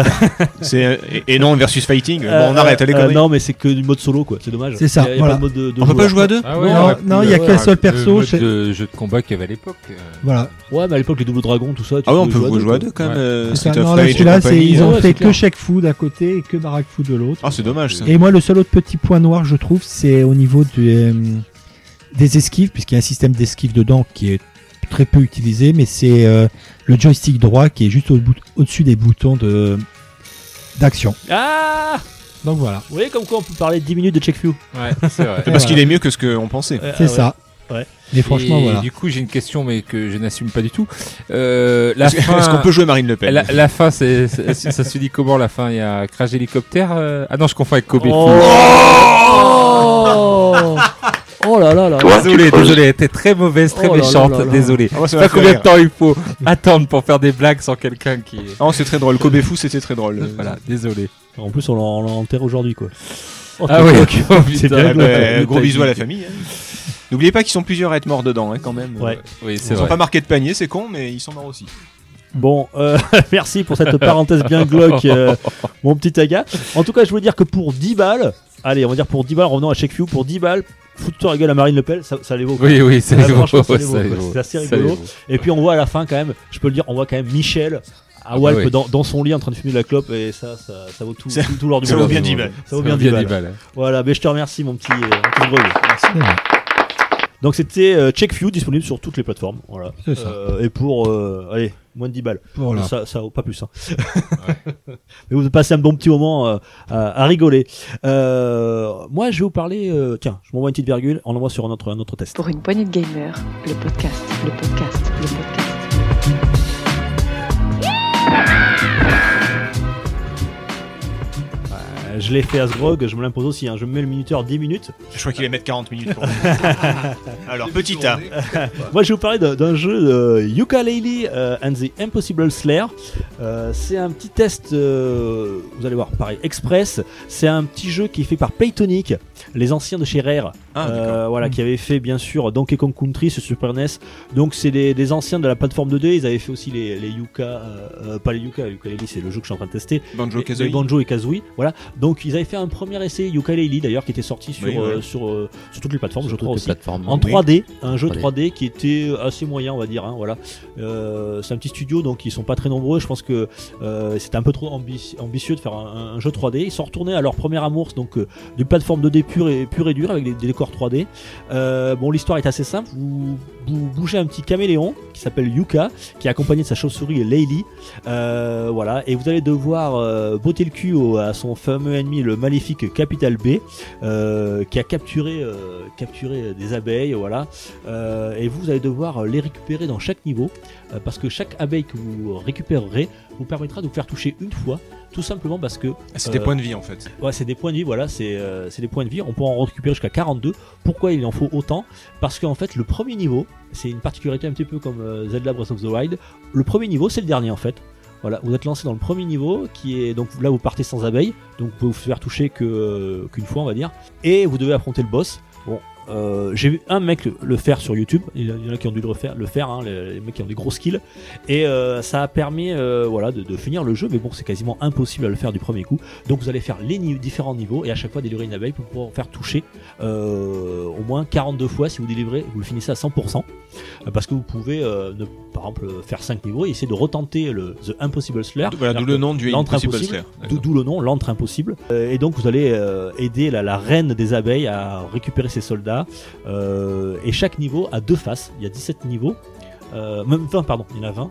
[SPEAKER 5] C'est euh, et- et non versus fighting.
[SPEAKER 2] Euh,
[SPEAKER 5] Bon, on arrête,
[SPEAKER 2] euh,
[SPEAKER 5] allez,
[SPEAKER 2] euh,
[SPEAKER 5] conneries.
[SPEAKER 2] Non, mais c'est que du mode solo, quoi. C'est dommage.
[SPEAKER 4] C'est ça,
[SPEAKER 2] Y a- y a
[SPEAKER 4] voilà.
[SPEAKER 2] pas de mode de- de
[SPEAKER 5] On peut pas jouer à deux
[SPEAKER 3] Ah ouais,
[SPEAKER 4] Non,
[SPEAKER 3] on aurait pu,
[SPEAKER 4] non, il y a
[SPEAKER 3] euh,
[SPEAKER 4] qu'un seul
[SPEAKER 3] le
[SPEAKER 4] perso,
[SPEAKER 3] mode
[SPEAKER 4] c'est-
[SPEAKER 3] de jeu de combat qu'il y avait à l'époque. euh,
[SPEAKER 4] Voilà.
[SPEAKER 2] Ouais, mais à l'époque, les doubles dragons, tout ça. tu
[SPEAKER 5] Ah ouais, on
[SPEAKER 2] pouvais
[SPEAKER 5] peut jouer
[SPEAKER 2] quoi.
[SPEAKER 5] à deux quand même.
[SPEAKER 3] Ouais.
[SPEAKER 5] euh,
[SPEAKER 4] C'est ça.
[SPEAKER 5] Street of
[SPEAKER 4] Non, là,
[SPEAKER 5] Rage et
[SPEAKER 4] celui-là, c'est-
[SPEAKER 5] compagnie. hein.
[SPEAKER 4] ils ont
[SPEAKER 2] Ouais, c'est
[SPEAKER 4] fait que
[SPEAKER 2] clair.
[SPEAKER 4] chèque fou d'un côté et que baraque fou de l'autre.
[SPEAKER 5] Ah, c'est dommage
[SPEAKER 2] Mm.
[SPEAKER 5] ça.
[SPEAKER 4] Et moi, le seul autre petit point noir, je trouve, c'est au niveau du, euh, des esquives, puisqu'il y a un système d'esquive dedans qui est très peu utilisé, mais c'est euh, le joystick droit qui est juste au bout- au-dessus des boutons de d'action.
[SPEAKER 2] Ah
[SPEAKER 4] Donc voilà,
[SPEAKER 2] Vous voyez comme quoi on peut parler 10 minutes de check few.
[SPEAKER 3] Ouais, c'est vrai.
[SPEAKER 4] Et
[SPEAKER 5] Parce
[SPEAKER 4] voilà.
[SPEAKER 5] qu'il est mieux que ce qu'on pensait.
[SPEAKER 2] Ouais,
[SPEAKER 4] c'est
[SPEAKER 2] ah ouais.
[SPEAKER 4] ça.
[SPEAKER 2] Ouais.
[SPEAKER 4] Mais franchement,
[SPEAKER 3] Et
[SPEAKER 4] voilà.
[SPEAKER 3] Du coup, j'ai une question, mais que je n'assume pas du tout. Euh, la
[SPEAKER 5] Est-ce que-
[SPEAKER 3] fin.
[SPEAKER 5] est-ce qu'on peut jouer Marine Le Pen
[SPEAKER 3] La, la fin, c'est, c'est- ça se dit comment la fin Il y a un crash d'hélicoptère euh Ah non, je confonds avec Kobe.
[SPEAKER 2] Oh Oh là là là.
[SPEAKER 7] Toi,
[SPEAKER 3] Désolé,
[SPEAKER 7] tu creuses.
[SPEAKER 3] désolé, elle était très mauvaise, très
[SPEAKER 2] Oh là là
[SPEAKER 3] méchante,
[SPEAKER 2] là là.
[SPEAKER 3] désolé.
[SPEAKER 5] Ah, moi, ça
[SPEAKER 3] Je sais
[SPEAKER 5] m'a
[SPEAKER 3] pas
[SPEAKER 5] fait
[SPEAKER 3] combien de
[SPEAKER 5] rire.
[SPEAKER 3] temps il faut attendre pour faire des blagues sans quelqu'un qui est...
[SPEAKER 5] Ah, c'est très drôle. Kobe Fou, c'était très drôle.
[SPEAKER 3] Voilà, désolé.
[SPEAKER 2] ah En plus, on l'en- on l'enterre aujourd'hui, quoi. Oh,
[SPEAKER 3] Ah oui, ok. Oh,
[SPEAKER 2] C'est
[SPEAKER 3] putain.
[SPEAKER 2] bien
[SPEAKER 5] Eh
[SPEAKER 2] glauque.
[SPEAKER 5] ben,
[SPEAKER 3] Le
[SPEAKER 5] gros bisous à la
[SPEAKER 3] timing.
[SPEAKER 5] famille. hein. N'oubliez pas qu'ils sont plusieurs à être morts dedans, hein, quand même.
[SPEAKER 2] Ouais.
[SPEAKER 3] Oui, c'est
[SPEAKER 5] Ils ont
[SPEAKER 3] vrai.
[SPEAKER 5] pas marqué de panier, c'est con, mais ils sont morts aussi.
[SPEAKER 2] Bon, euh, merci pour cette parenthèse bien glauque, euh, mon petit taga. En tout cas, je voulais dire que pour 10 balles, allez, on va dire pour 10 balles, revenant à check few, pour 10 balles, foutre-toi la gueule à Marine Le Pen, ça, ça les vaut. quoi.
[SPEAKER 3] Oui, oui, c'est
[SPEAKER 2] Ah,
[SPEAKER 3] rigolo.
[SPEAKER 2] franchement, c'est
[SPEAKER 3] ça
[SPEAKER 2] rigolo,
[SPEAKER 3] les
[SPEAKER 2] quoi.
[SPEAKER 3] vaut.
[SPEAKER 2] C'est assez
[SPEAKER 3] Ça les
[SPEAKER 2] rigolo.
[SPEAKER 3] vaut.
[SPEAKER 2] Et puis on voit à la fin quand même, je peux le dire, on voit quand même Michel à
[SPEAKER 3] bah
[SPEAKER 2] Walp
[SPEAKER 3] oui.
[SPEAKER 2] dans, dans son lit en train de fumer de la clope et ça, ça, ça vaut tout,
[SPEAKER 5] Ça-
[SPEAKER 2] tout, tout l'or du
[SPEAKER 5] ça vaut
[SPEAKER 2] monde.
[SPEAKER 5] bien 10 balles.
[SPEAKER 2] Ça vaut bien 10 balles.
[SPEAKER 3] balles.
[SPEAKER 2] Voilà, mais je te remercie mon petit, euh, mon petit Greg.
[SPEAKER 4] C'est vrai.
[SPEAKER 2] Donc c'était euh, Check Few disponible sur toutes les plateformes. Voilà.
[SPEAKER 4] C'est ça.
[SPEAKER 2] Euh, et pour, euh, allez, moins de 10 balles.
[SPEAKER 4] Voilà.
[SPEAKER 2] Ça, ça vaut pas plus. Hein. Mais vous passez un bon petit moment euh, à, à rigoler. Euh, moi, je vais vous parler. euh, tiens, je m'envoie une petite virgule. On l'envoie sur un autre, un autre test.
[SPEAKER 1] Pour une poignée de gamers, le podcast, le podcast, le podcast.
[SPEAKER 2] Euh, je l'ai fait à ce grog, je me l'impose aussi. hein. Je me mets le minuteur 10 minutes.
[SPEAKER 5] Je crois qu'il allait mettre 40 minutes pour Alors, petit A.
[SPEAKER 2] Moi, je vais vous parler d'un- d'un jeu de Yooka-Laylee euh, and the Impossible Slayer. Euh, c'est un petit test, euh, vous allez voir, pareil, express. C'est un petit jeu qui est fait par Playtonic, les anciens de chez Rare,
[SPEAKER 5] Ah,
[SPEAKER 2] euh,
[SPEAKER 5] d'accord.
[SPEAKER 2] voilà,
[SPEAKER 4] Mm.
[SPEAKER 2] qui avaient fait bien sûr Donkey Kong Country sur Super NES. Donc, c'est des, des anciens de la plateforme 2D. Ils avaient fait aussi les, les Yuka, euh, euh, pas les Yuka, Yooka-Laylee, c'est le jeu que je suis en train de tester.
[SPEAKER 5] Banjo
[SPEAKER 2] Les-
[SPEAKER 5] Kazooie.
[SPEAKER 2] les Banjo et Kazooie. Voilà. Donc ils avaient fait un premier essai Yooka-Laylee d'ailleurs qui était sorti sur
[SPEAKER 5] Oui, oui.
[SPEAKER 2] euh, sur euh, sur toutes les plateformes, je
[SPEAKER 6] Sur
[SPEAKER 2] crois
[SPEAKER 6] toutes les
[SPEAKER 2] aussi.
[SPEAKER 6] plateformes.
[SPEAKER 2] En
[SPEAKER 6] Oui.
[SPEAKER 2] 3D, un jeu
[SPEAKER 6] 3D.
[SPEAKER 2] 3D qui était assez moyen, on va dire. hein, voilà. Euh, c'est un petit studio, donc ils sont pas très nombreux. Je pense que euh, c'était un peu trop ambi- ambitieux de faire un, un jeu 3D. Ils sont retournés à leur premier amour, donc euh, du plateforme 2D pure et, pure et dure avec des, des décors 3D. Euh, bon, l'histoire est assez simple. Vous, vous bougez un petit caméléon qui s'appelle Yuka, qui est accompagné de sa chauve-souris Laylee. Euh, voilà, et vous allez devoir euh, botter le cul au- à son fameux ennemi, le maléfique Capital B, euh, qui a capturé, euh, capturé des abeilles. Voilà, euh, et vous allez devoir les récupérer dans chaque niveau euh, parce que chaque abeille que vous récupérerez vous permettra de vous faire toucher une fois tout simplement parce que
[SPEAKER 5] Ah, C'était
[SPEAKER 2] Euh,
[SPEAKER 5] point de vie en fait.
[SPEAKER 2] ouais, c'est des points de vie voilà c'est euh, c'est des points de vie on peut en récupérer jusqu'à 42 pourquoi il en faut autant parce qu'en fait le premier niveau c'est une particularité un petit peu comme euh, Zelda Breath of the Wild le premier niveau c'est le dernier en fait voilà, vous êtes lancé dans le premier niveau qui est donc là vous partez sans abeille, donc vous pouvez vous faire toucher que euh, qu'une fois on va dire, et vous devez affronter le boss. Bon, Euh, J'ai vu un mec le, le faire sur YouTube. Il y en a qui ont dû le refaire, le faire, hein, les, les mecs qui ont des gros skills. Et euh, ça a permis, euh, voilà, de, de finir le jeu. Mais bon, c'est quasiment impossible à le faire du premier coup. Donc vous allez faire les ni- différents niveaux et à chaque fois délivrer une abeille pour pouvoir faire toucher euh, au moins 42 fois si vous délivrez, vous le finissez à 100%. euh, parce que vous pouvez, euh, ne- par exemple, faire 5 niveaux et essayer de retenter le The Impossible Slayer.
[SPEAKER 5] Voilà, d'où
[SPEAKER 2] Alors
[SPEAKER 5] le
[SPEAKER 2] que-
[SPEAKER 5] nom du
[SPEAKER 2] l'antre
[SPEAKER 5] Impossible
[SPEAKER 2] impossible,
[SPEAKER 5] Slayer.
[SPEAKER 2] D'où
[SPEAKER 5] D'accord.
[SPEAKER 2] d'où le nom, l'antre impossible. Euh, et donc vous allez euh, aider la, la reine des abeilles à récupérer ses soldats. Euh, et chaque niveau a deux faces. Il y a 17 niveaux. Euh, même 20, pardon, il y en a 20.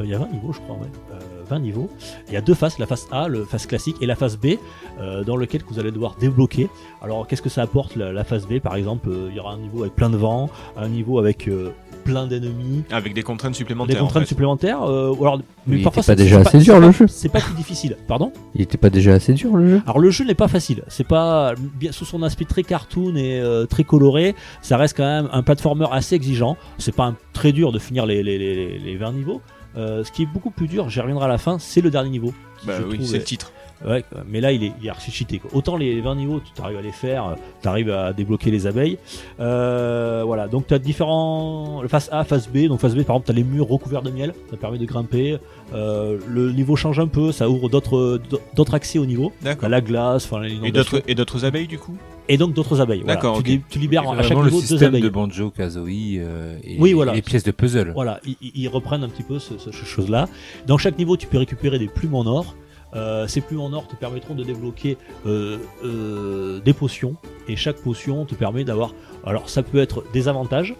[SPEAKER 2] Euh, il y a 20 niveaux, je crois, ouais. Euh, 20 niveaux. Il y a deux faces, la face A, la face classique, et la face B, euh, dans lequel vous allez devoir débloquer. Alors qu'est-ce que ça apporte la, la face B Par exemple, euh, il y aura un niveau avec plein de vent, un niveau avec euh, plein d'ennemis,
[SPEAKER 5] Avec des contraintes supplémentaires.
[SPEAKER 2] des contraintes
[SPEAKER 5] en fait.
[SPEAKER 2] supplémentaires. euh, ou alors,
[SPEAKER 6] Mais il était
[SPEAKER 2] c'est-
[SPEAKER 6] pas déjà
[SPEAKER 2] c'est
[SPEAKER 6] assez dur,
[SPEAKER 2] c'est
[SPEAKER 6] le
[SPEAKER 2] pas-
[SPEAKER 6] jeu.
[SPEAKER 2] C'est pas plus difficile. Pardon
[SPEAKER 6] Il était pas déjà assez dur le jeu
[SPEAKER 2] alors le jeu n'est pas facile, c'est pas bien sous son aspect très cartoon et euh, très coloré, ça reste quand même un platformer assez exigeant. C'est pas un- très dur de finir les, les, les, les 20 niveaux. Euh, ce qui est beaucoup plus dur, j'y reviendrai à la fin, c'est le dernier niveau. qui,
[SPEAKER 5] Bah
[SPEAKER 2] je
[SPEAKER 5] oui,
[SPEAKER 2] trouve, euh,
[SPEAKER 5] c'est
[SPEAKER 2] est-
[SPEAKER 5] le titre.
[SPEAKER 2] Ouais, mais là, il est, il est archi cheaté. quoi. Autant les 20 niveaux, tu arrives à les faire, tu arrives à débloquer les abeilles. Euh, voilà, donc tu as différents. le Face A, face B. Donc, face B, par exemple, tu as les murs recouverts de miel, ça permet de grimper. Euh, le niveau change un peu, ça ouvre d'autres d'autres accès au niveau. T'as
[SPEAKER 5] D'accord.
[SPEAKER 2] la glace, enfin, les
[SPEAKER 5] Et
[SPEAKER 2] inondations.
[SPEAKER 5] d'autres et d'autres abeilles du coup
[SPEAKER 2] et donc d'autres abeilles. voilà.
[SPEAKER 5] D'accord,
[SPEAKER 2] Tu,
[SPEAKER 5] ok.
[SPEAKER 2] dé- tu libères à chaque
[SPEAKER 3] Vraiment,
[SPEAKER 2] niveau
[SPEAKER 3] le
[SPEAKER 2] deux
[SPEAKER 3] système
[SPEAKER 2] abeilles.
[SPEAKER 3] de banjo, kazooie euh, et
[SPEAKER 2] Oui, voilà.
[SPEAKER 3] les pièces de puzzle.
[SPEAKER 2] Voilà, ils, ils- ils reprennent un petit peu ce, ce- ce chose-là. Dans chaque niveau, tu peux récupérer des plumes en or. Euh, ces plumes en or te permettront de débloquer euh, euh, des potions. Et chaque potion te permet d'avoir. Alors, ça peut être des avantages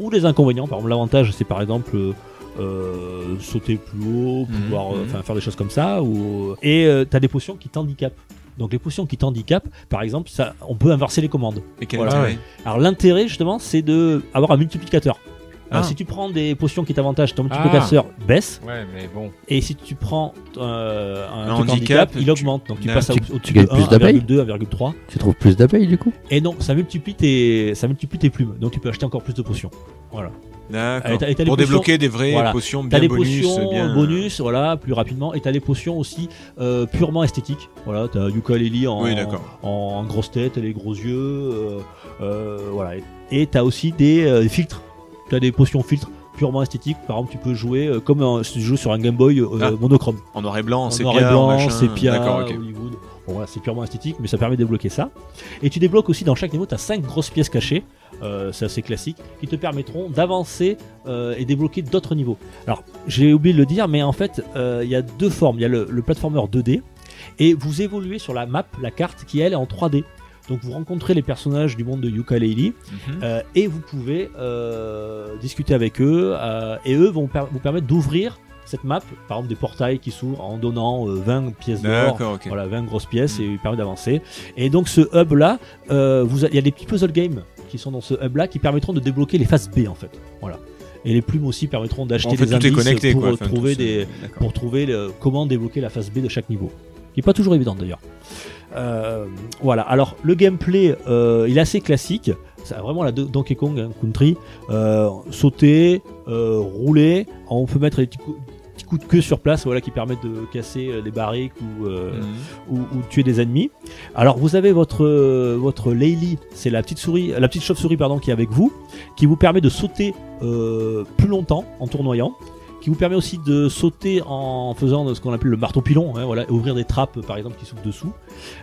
[SPEAKER 2] ou des inconvénients. Par exemple, l'avantage, c'est par exemple. euh, euh, sauter plus haut,
[SPEAKER 5] Mhm,
[SPEAKER 2] pouvoir euh,
[SPEAKER 5] mhm.
[SPEAKER 2] enfin, faire des choses comme ça, ou... et euh, t'as des potions qui t'handicapent. Donc les potions qui t'handicapent, par exemple, ça, on peut inverser les commandes.
[SPEAKER 5] Et quel
[SPEAKER 2] Voilà.
[SPEAKER 5] intérêt
[SPEAKER 2] Alors l'intérêt justement c'est de avoir un multiplicateur. Alors,
[SPEAKER 3] Ah.
[SPEAKER 2] si tu prends des potions qui t'avantagent, ton multiplicateur
[SPEAKER 5] Ah.
[SPEAKER 2] baisse.
[SPEAKER 3] Ouais, mais bon.
[SPEAKER 2] Et si tu prends euh, un,
[SPEAKER 5] Un
[SPEAKER 2] truc handicap,
[SPEAKER 5] handicap,
[SPEAKER 2] il
[SPEAKER 5] tu-
[SPEAKER 2] augmente. Donc tu
[SPEAKER 5] Non,
[SPEAKER 2] passes à-
[SPEAKER 6] tu-
[SPEAKER 2] au-dessus
[SPEAKER 6] tu
[SPEAKER 2] de
[SPEAKER 6] gagnes plus
[SPEAKER 2] 1,
[SPEAKER 6] d'abeilles
[SPEAKER 2] 1,2, 1,3.
[SPEAKER 6] Tu trouves plus d'abeilles du coup
[SPEAKER 2] Et donc ça multiplie, tes, ça multiplie tes plumes. Donc tu peux acheter encore plus de potions.
[SPEAKER 5] D'accord.
[SPEAKER 2] Et t'as- et t'as les potions-
[SPEAKER 5] Pour débloquer des vraies
[SPEAKER 2] voilà.
[SPEAKER 5] potions bien
[SPEAKER 2] T'as des
[SPEAKER 5] bonus,
[SPEAKER 2] potions
[SPEAKER 5] bien euh,
[SPEAKER 2] bonus, voilà, plus rapidement. Et t'as des potions aussi euh, purement esthétiques. Voilà, t'as ukulele en,
[SPEAKER 5] euh, Oui, d'accord.
[SPEAKER 2] en grosse tête, les gros yeux, euh, euh, voilà. Et t'as aussi des euh, filtres. T'as des potions filtres purement esthétiques. Par exemple, tu peux jouer euh, comme un- si tu joues sur un Game Boy euh,
[SPEAKER 5] Ah.
[SPEAKER 2] monochrome,
[SPEAKER 5] en noir et blanc,
[SPEAKER 2] en
[SPEAKER 5] c'est
[SPEAKER 2] noir et blanc,
[SPEAKER 5] machin.
[SPEAKER 2] sépia,
[SPEAKER 5] D'accord, ok.
[SPEAKER 2] Hollywood. Bon, voilà, c'est purement esthétique, mais ça permet de débloquer ça. Et tu débloques aussi dans chaque niveau, t'as cinq grosses pièces cachées. euh, c'est assez classique, qui te permettront d'avancer euh, et débloquer d'autres niveaux. Alors, j'ai oublié de le dire, mais en fait, euh, il y a deux formes. Il y a le, le platformer 2D, et vous évoluez sur la map, la carte, qui elle est en 3D. Donc vous rencontrez les personnages du monde de Yooka-Laylee,
[SPEAKER 5] Mhm.
[SPEAKER 2] euh, et vous pouvez euh, discuter avec eux, euh, et eux vont per- vous permettre d'ouvrir cette map, par exemple des portails qui s'ouvrent en donnant euh, 20 pièces d'or.
[SPEAKER 5] D'accord, ok.
[SPEAKER 2] Voilà, 20 grosses pièces
[SPEAKER 5] Mhm.
[SPEAKER 2] et il permet d'avancer. Et donc ce hub là, vous a- il y a des petits puzzle games qui sont dans ce hub là qui permettront de débloquer les phases B en fait. Voilà. Et les plumes aussi permettront d'acheter
[SPEAKER 5] En
[SPEAKER 2] des
[SPEAKER 5] fait, tout est
[SPEAKER 2] indices
[SPEAKER 5] connecté,
[SPEAKER 2] pour
[SPEAKER 5] quoi.
[SPEAKER 2] euh,
[SPEAKER 5] Enfin,
[SPEAKER 2] trouver
[SPEAKER 5] tout se-
[SPEAKER 2] des,
[SPEAKER 5] d'accord.
[SPEAKER 2] pour trouver le- comment débloquer la phase B de chaque niveau. Qui n'est pas toujours évidente d'ailleurs. Euh, voilà, alors le gameplay euh, il est assez classique, c'est vraiment la Do- Donkey Kong hein, Country. Euh, sauter, euh, rouler, on peut mettre des petits coups, petits coups de queue sur place voilà, qui permettent de casser euh, des barriques ou, euh,
[SPEAKER 5] Mhm.
[SPEAKER 2] ou, ou tuer des ennemis. Alors vous avez votre euh, votre Laylee, c'est la petite souris, la petite chauve-souris pardon qui est avec vous, qui vous permet de sauter euh, plus longtemps en tournoyant, qui vous permet aussi de sauter en faisant de ce qu'on appelle le marteau pilon, hein, voilà, et ouvrir des trappes par exemple qui s'ouvrent dessous.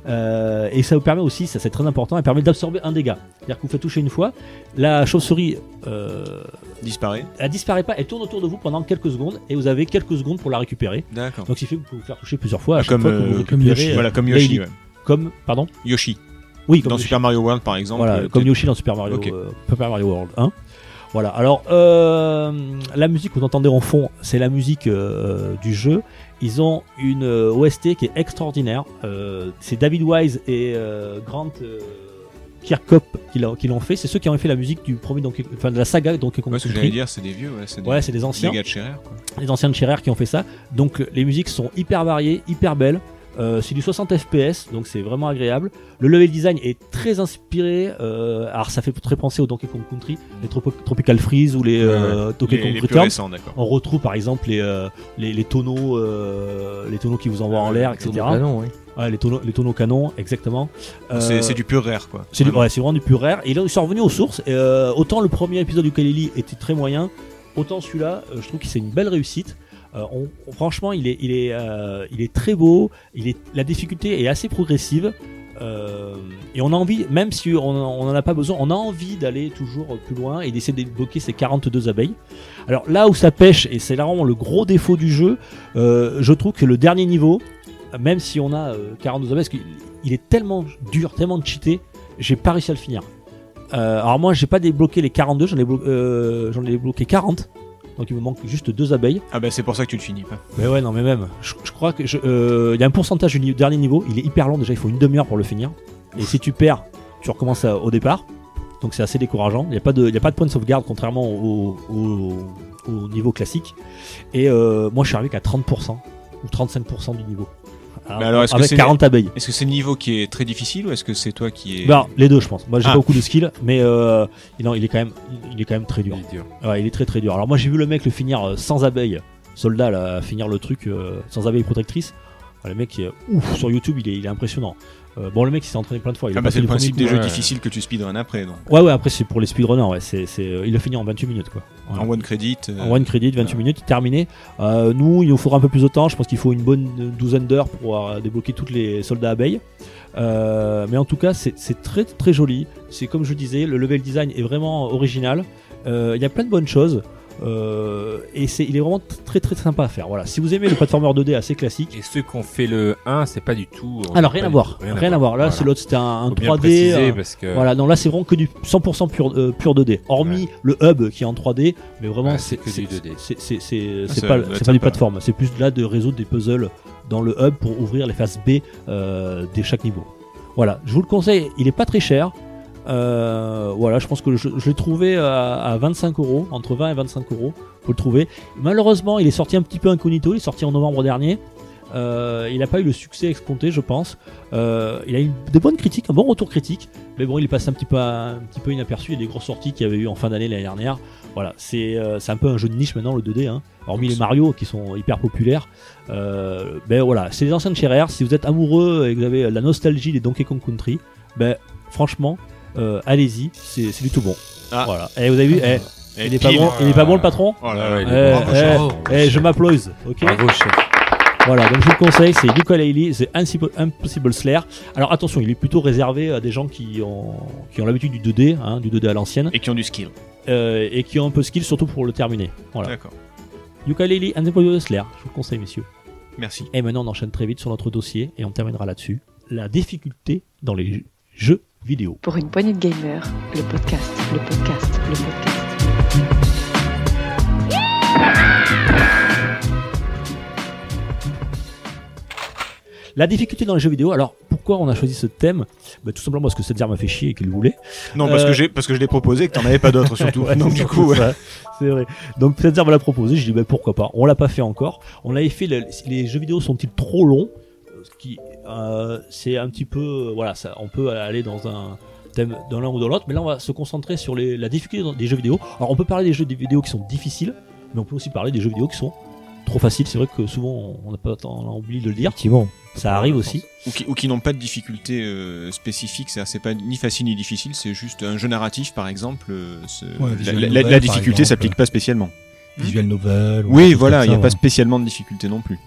[SPEAKER 2] Euh, et ça vous permet aussi, ça c'est très important, elle permet d'absorber un dégât. C'est-à-dire que vous faites toucher une fois, la chauve-souris euh,
[SPEAKER 5] Disparaît.
[SPEAKER 2] elle disparaît pas, elle tourne autour de vous pendant quelques secondes et vous avez quelques secondes pour la récupérer.
[SPEAKER 5] D'accord.
[SPEAKER 2] Donc ce qui fait que vous pouvez vous faire toucher plusieurs fois à chaque
[SPEAKER 5] Comme,
[SPEAKER 2] fois que vous
[SPEAKER 5] euh,
[SPEAKER 4] comme
[SPEAKER 2] récupérez,
[SPEAKER 4] Yoshi,
[SPEAKER 2] euh,
[SPEAKER 5] Voilà, comme
[SPEAKER 2] Daily.
[SPEAKER 5] Yoshi. ouais.
[SPEAKER 2] comme pardon
[SPEAKER 5] Yoshi.
[SPEAKER 2] oui comme
[SPEAKER 5] Dans
[SPEAKER 2] Yoshi.
[SPEAKER 5] Super Mario World, par exemple.
[SPEAKER 2] Voilà,
[SPEAKER 5] euh,
[SPEAKER 2] comme
[SPEAKER 5] t'es-
[SPEAKER 2] Yoshi dans Super Mario,
[SPEAKER 5] Ok.
[SPEAKER 2] euh, Super Mario World 1. Voilà, alors euh, la musique que vous entendez en fond, c'est la musique euh, du jeu. Ils ont une euh, OST qui est extraordinaire. Euh, c'est David Wise et euh, Grant euh, Kirkhope qui l'ont qui l'ont fait. C'est ceux qui ont fait la musique du premier Donkey- enfin, de la saga Donkey Kong
[SPEAKER 5] Ouais, ce que
[SPEAKER 2] Country.
[SPEAKER 5] j'allais dire, c'est des vieux, ouais, c'est des,
[SPEAKER 2] Ouais, c'est des
[SPEAKER 5] des
[SPEAKER 2] anciens
[SPEAKER 5] gars de chez Rare, quoi.
[SPEAKER 2] les anciens de chez Rare qui ont fait ça. Donc euh, les musiques sont hyper variées, hyper belles. Euh, c'est du 60 fps, donc c'est vraiment agréable. Le level design est très inspiré. euh, alors ça fait très penser aux Donkey Kong Country, les Tropo- Tropical Freeze ou les euh, Donkey
[SPEAKER 5] Les-
[SPEAKER 2] Kong
[SPEAKER 5] les plus
[SPEAKER 2] Returns.
[SPEAKER 5] récents, d'accord.
[SPEAKER 2] On retrouve par exemple les, euh, les, les tonneaux, euh, les tonneaux qui vous envoient en l'air, etc.
[SPEAKER 6] Ah non, ouais.
[SPEAKER 2] Ouais, les tonneaux, les tonneaux canons, exactement. Euh,
[SPEAKER 5] C'est c'est du pur rare, quoi. Ah bah,
[SPEAKER 2] C'est du-
[SPEAKER 5] Vraiment.
[SPEAKER 2] ouais, c'est vraiment du pur rare. Et là, ils sont revenus aux sources. Et, euh, autant le premier épisode du Kalili était très moyen, autant celui-là, euh, je trouve que c'est une belle réussite. Euh, on- on- franchement, il est, il, est, euh, il est très beau. Il est, la difficulté est assez progressive. Euh, et on a envie, même si on on n'en a pas besoin, on a envie d'aller toujours plus loin et d'essayer de débloquer ces 42 abeilles. Alors là où ça pêche, et c'est là vraiment le gros défaut du jeu, euh, je trouve que le dernier niveau, même si on a euh, 42 abeilles, parce qu'il il est tellement dur, tellement cheaté, j'ai pas réussi à le finir. Euh, alors moi, j'ai pas débloqué les 42, j'en ai, blo- euh, j'en ai débloqué 40. Donc il me manque juste deux abeilles.
[SPEAKER 5] Ah bah c'est pour ça que tu le finis pas.
[SPEAKER 2] Mais ouais, non, mais même. Je, je crois que je- euh, il y a un pourcentage du ni- dernier niveau. Il est hyper long déjà. Il faut une demi-heure pour le finir. Et si tu perds, tu recommences à- au départ. Donc c'est assez décourageant. Il n'y a pas de, il y a pas de point de sauvegarde contrairement au, au- au niveau classique. Et euh, moi, je suis arrivé qu'à 30% ou 35% du niveau.
[SPEAKER 5] Mais alors, est-ce que
[SPEAKER 2] Ah, avec
[SPEAKER 5] c'est-
[SPEAKER 2] 40 abeilles.
[SPEAKER 5] Est-ce que c'est le niveau qui est très difficile ou est-ce que c'est toi qui est.
[SPEAKER 2] Bah, les deux, je pense. Moi, j'ai
[SPEAKER 5] Ah.
[SPEAKER 2] pas beaucoup de skill, mais euh, non, il est quand même, il est quand même très dur.
[SPEAKER 3] Il est dur.
[SPEAKER 2] Ouais, il est très très dur. Alors moi j'ai vu le mec le finir euh, sans abeille, soldat là, finir le truc euh, sans abeille protectrice. Ah, le mec, euh, ouf, sur YouTube, il est, il est impressionnant. Euh, bon, le mec, il s'est entraîné plein de fois. Il a
[SPEAKER 5] Ah bah
[SPEAKER 2] pas
[SPEAKER 5] c'est
[SPEAKER 2] fait
[SPEAKER 5] le principe
[SPEAKER 2] premier
[SPEAKER 5] des
[SPEAKER 2] coup.
[SPEAKER 5] jeux
[SPEAKER 3] ouais.
[SPEAKER 5] difficiles que tu speedrun après, donc.
[SPEAKER 2] Ouais, ouais, après, c'est pour les speedrunners, ouais. c'est c'est, euh, il le finit en 28 minutes, quoi. Voilà.
[SPEAKER 5] En one credit. euh,
[SPEAKER 2] En one credit, 28 minutes, terminé. Euh, nous, il nous faudra un peu plus de temps. Je pense qu'il faut une bonne euh, douzaine d'heures pour euh, débloquer toutes les soldats abeilles. Euh, mais en tout cas, c'est c'est très très joli. C'est comme je disais, le level design est vraiment original. Euh, Il y a plein de bonnes choses. Euh, et c'est, il est vraiment t- très très sympa à faire. Voilà. Si vous aimez le platformer 2D assez classique,
[SPEAKER 3] Et ceux qui ont fait le 1, c'est pas du tout.
[SPEAKER 2] alors rien à voir, rien, à voir. Là,
[SPEAKER 3] Voilà.
[SPEAKER 2] c'est l'autre, c'était un, un
[SPEAKER 3] Faut bien
[SPEAKER 2] 3D.
[SPEAKER 3] préciser
[SPEAKER 2] euh,
[SPEAKER 3] parce que
[SPEAKER 2] Voilà, non, là c'est vraiment que du 100% pur, euh, pur 2D, hormis le hub qui est en 3D, mais vraiment
[SPEAKER 3] Ouais,
[SPEAKER 2] c'est
[SPEAKER 3] c'est que
[SPEAKER 2] c'est-
[SPEAKER 3] du 2D.
[SPEAKER 2] c'est- c'est- c'est-
[SPEAKER 5] Ah,
[SPEAKER 2] c'est
[SPEAKER 5] ça
[SPEAKER 2] pas,
[SPEAKER 5] doit être
[SPEAKER 2] c'est pas du
[SPEAKER 5] sympa.
[SPEAKER 2] plateforme, c'est plus là de résoudre des puzzles dans le hub pour ouvrir les faces B euh, de chaque niveau. Voilà, je vous le conseille, il est pas très cher. Euh, voilà, je pense que je, je l'ai trouvé à, à 25 euros, entre 20 et 25 euros, faut le trouver. Malheureusement, il est sorti un petit peu incognito, il est sorti en novembre dernier. Euh, il n'a pas eu le succès escompté, je pense. Euh, il a eu de bonnes critiques, un bon retour critique, mais bon, il est passé un petit peu, un petit peu inaperçu. Il y a des grosses sorties qu'il y avait eu en fin d'année l'année dernière. Voilà, c'est euh, c'est un peu un jeu de niche maintenant, le 2D, hein. hormis les Mario qui sont hyper populaires. Euh, ben voilà, c'est les anciens de chez Rare. Si vous êtes amoureux et que vous avez la nostalgie des Donkey Kong Country, ben franchement, euh, allez-y, c'est c'est du tout bon.
[SPEAKER 5] Ah.
[SPEAKER 2] Voilà, et vous avez vu, eh,
[SPEAKER 5] et
[SPEAKER 2] il est pas
[SPEAKER 5] pile.
[SPEAKER 2] bon, il est pas bon le patron
[SPEAKER 5] Oh là
[SPEAKER 3] Ah
[SPEAKER 5] là.
[SPEAKER 3] ouais, il est
[SPEAKER 2] Eh,
[SPEAKER 3] bon.
[SPEAKER 2] eh, eh, je m'applause, ok
[SPEAKER 3] Bravo, chef.
[SPEAKER 2] voilà, donc je vous le conseille, c'est Ukulele, c'est Impossible, Impossible Slayer. Alors attention, il est plutôt réservé à des gens qui ont, qui ont l'habitude du 2D, hein, du 2D à l'ancienne,
[SPEAKER 5] Et qui ont du skill.
[SPEAKER 2] euh, et qui ont un peu de skill surtout pour le terminer. Voilà.
[SPEAKER 5] D'accord.
[SPEAKER 2] Ukulele, Impossible Slayer, je vous le conseille messieurs.
[SPEAKER 5] Merci.
[SPEAKER 2] Et maintenant on enchaîne très vite sur notre dossier et on terminera là-dessus. La difficulté dans les jeux- jeux vidéo.
[SPEAKER 1] Pour une poignée de gamers, le podcast, le podcast, le podcast.
[SPEAKER 2] La difficulté dans les jeux vidéo, alors pourquoi on a choisi ce thème Bah, Tout simplement parce que cette m'a fait chier et qu'il le voulait.
[SPEAKER 5] Non, parce
[SPEAKER 2] Euh,
[SPEAKER 5] que j'ai parce que je l'ai proposé et que t'en avais pas d'autres surtout.
[SPEAKER 2] Ouais,
[SPEAKER 5] donc
[SPEAKER 2] c'est
[SPEAKER 5] du
[SPEAKER 2] surtout
[SPEAKER 5] coup, ouais.
[SPEAKER 2] ça. c'est vrai. Donc peut-être me l'a proposé, je dis ben pourquoi pas. On l'a pas fait encore. On l'avait fait. le- les jeux vidéo sont-ils trop longs Euh, Ce qui, euh, c'est un petit peu, euh, voilà, ça, on peut aller dans un thème dans l'un ou dans l'autre, mais là on va se concentrer sur les- la difficulté dans- des jeux vidéo. Alors on peut parler des jeux vidéo qui sont difficiles, mais on peut aussi parler des jeux vidéo qui sont trop faciles. C'est vrai que souvent on- on n'a pas tant- on a oublié de le dire.
[SPEAKER 4] Effectivement.
[SPEAKER 2] Ça arrive aussi.
[SPEAKER 5] ou qui, ou qui n'ont pas de difficultés euh, spécifiques, c'est-à-dire c'est pas ni facile ni difficile, c'est juste un jeu narratif par exemple. euh, c'est-
[SPEAKER 4] Ouais,
[SPEAKER 5] la,
[SPEAKER 4] visual
[SPEAKER 5] la- la-
[SPEAKER 4] novel,
[SPEAKER 5] la
[SPEAKER 4] par
[SPEAKER 5] difficulté
[SPEAKER 4] exemple.
[SPEAKER 5] s'applique pas spécialement.
[SPEAKER 4] Visual novel. ou quelque
[SPEAKER 5] Oui,
[SPEAKER 4] chose
[SPEAKER 5] voilà,
[SPEAKER 4] comme
[SPEAKER 5] il n'y
[SPEAKER 4] ça,
[SPEAKER 5] a pas
[SPEAKER 4] ouais.
[SPEAKER 5] spécialement de difficulté non plus.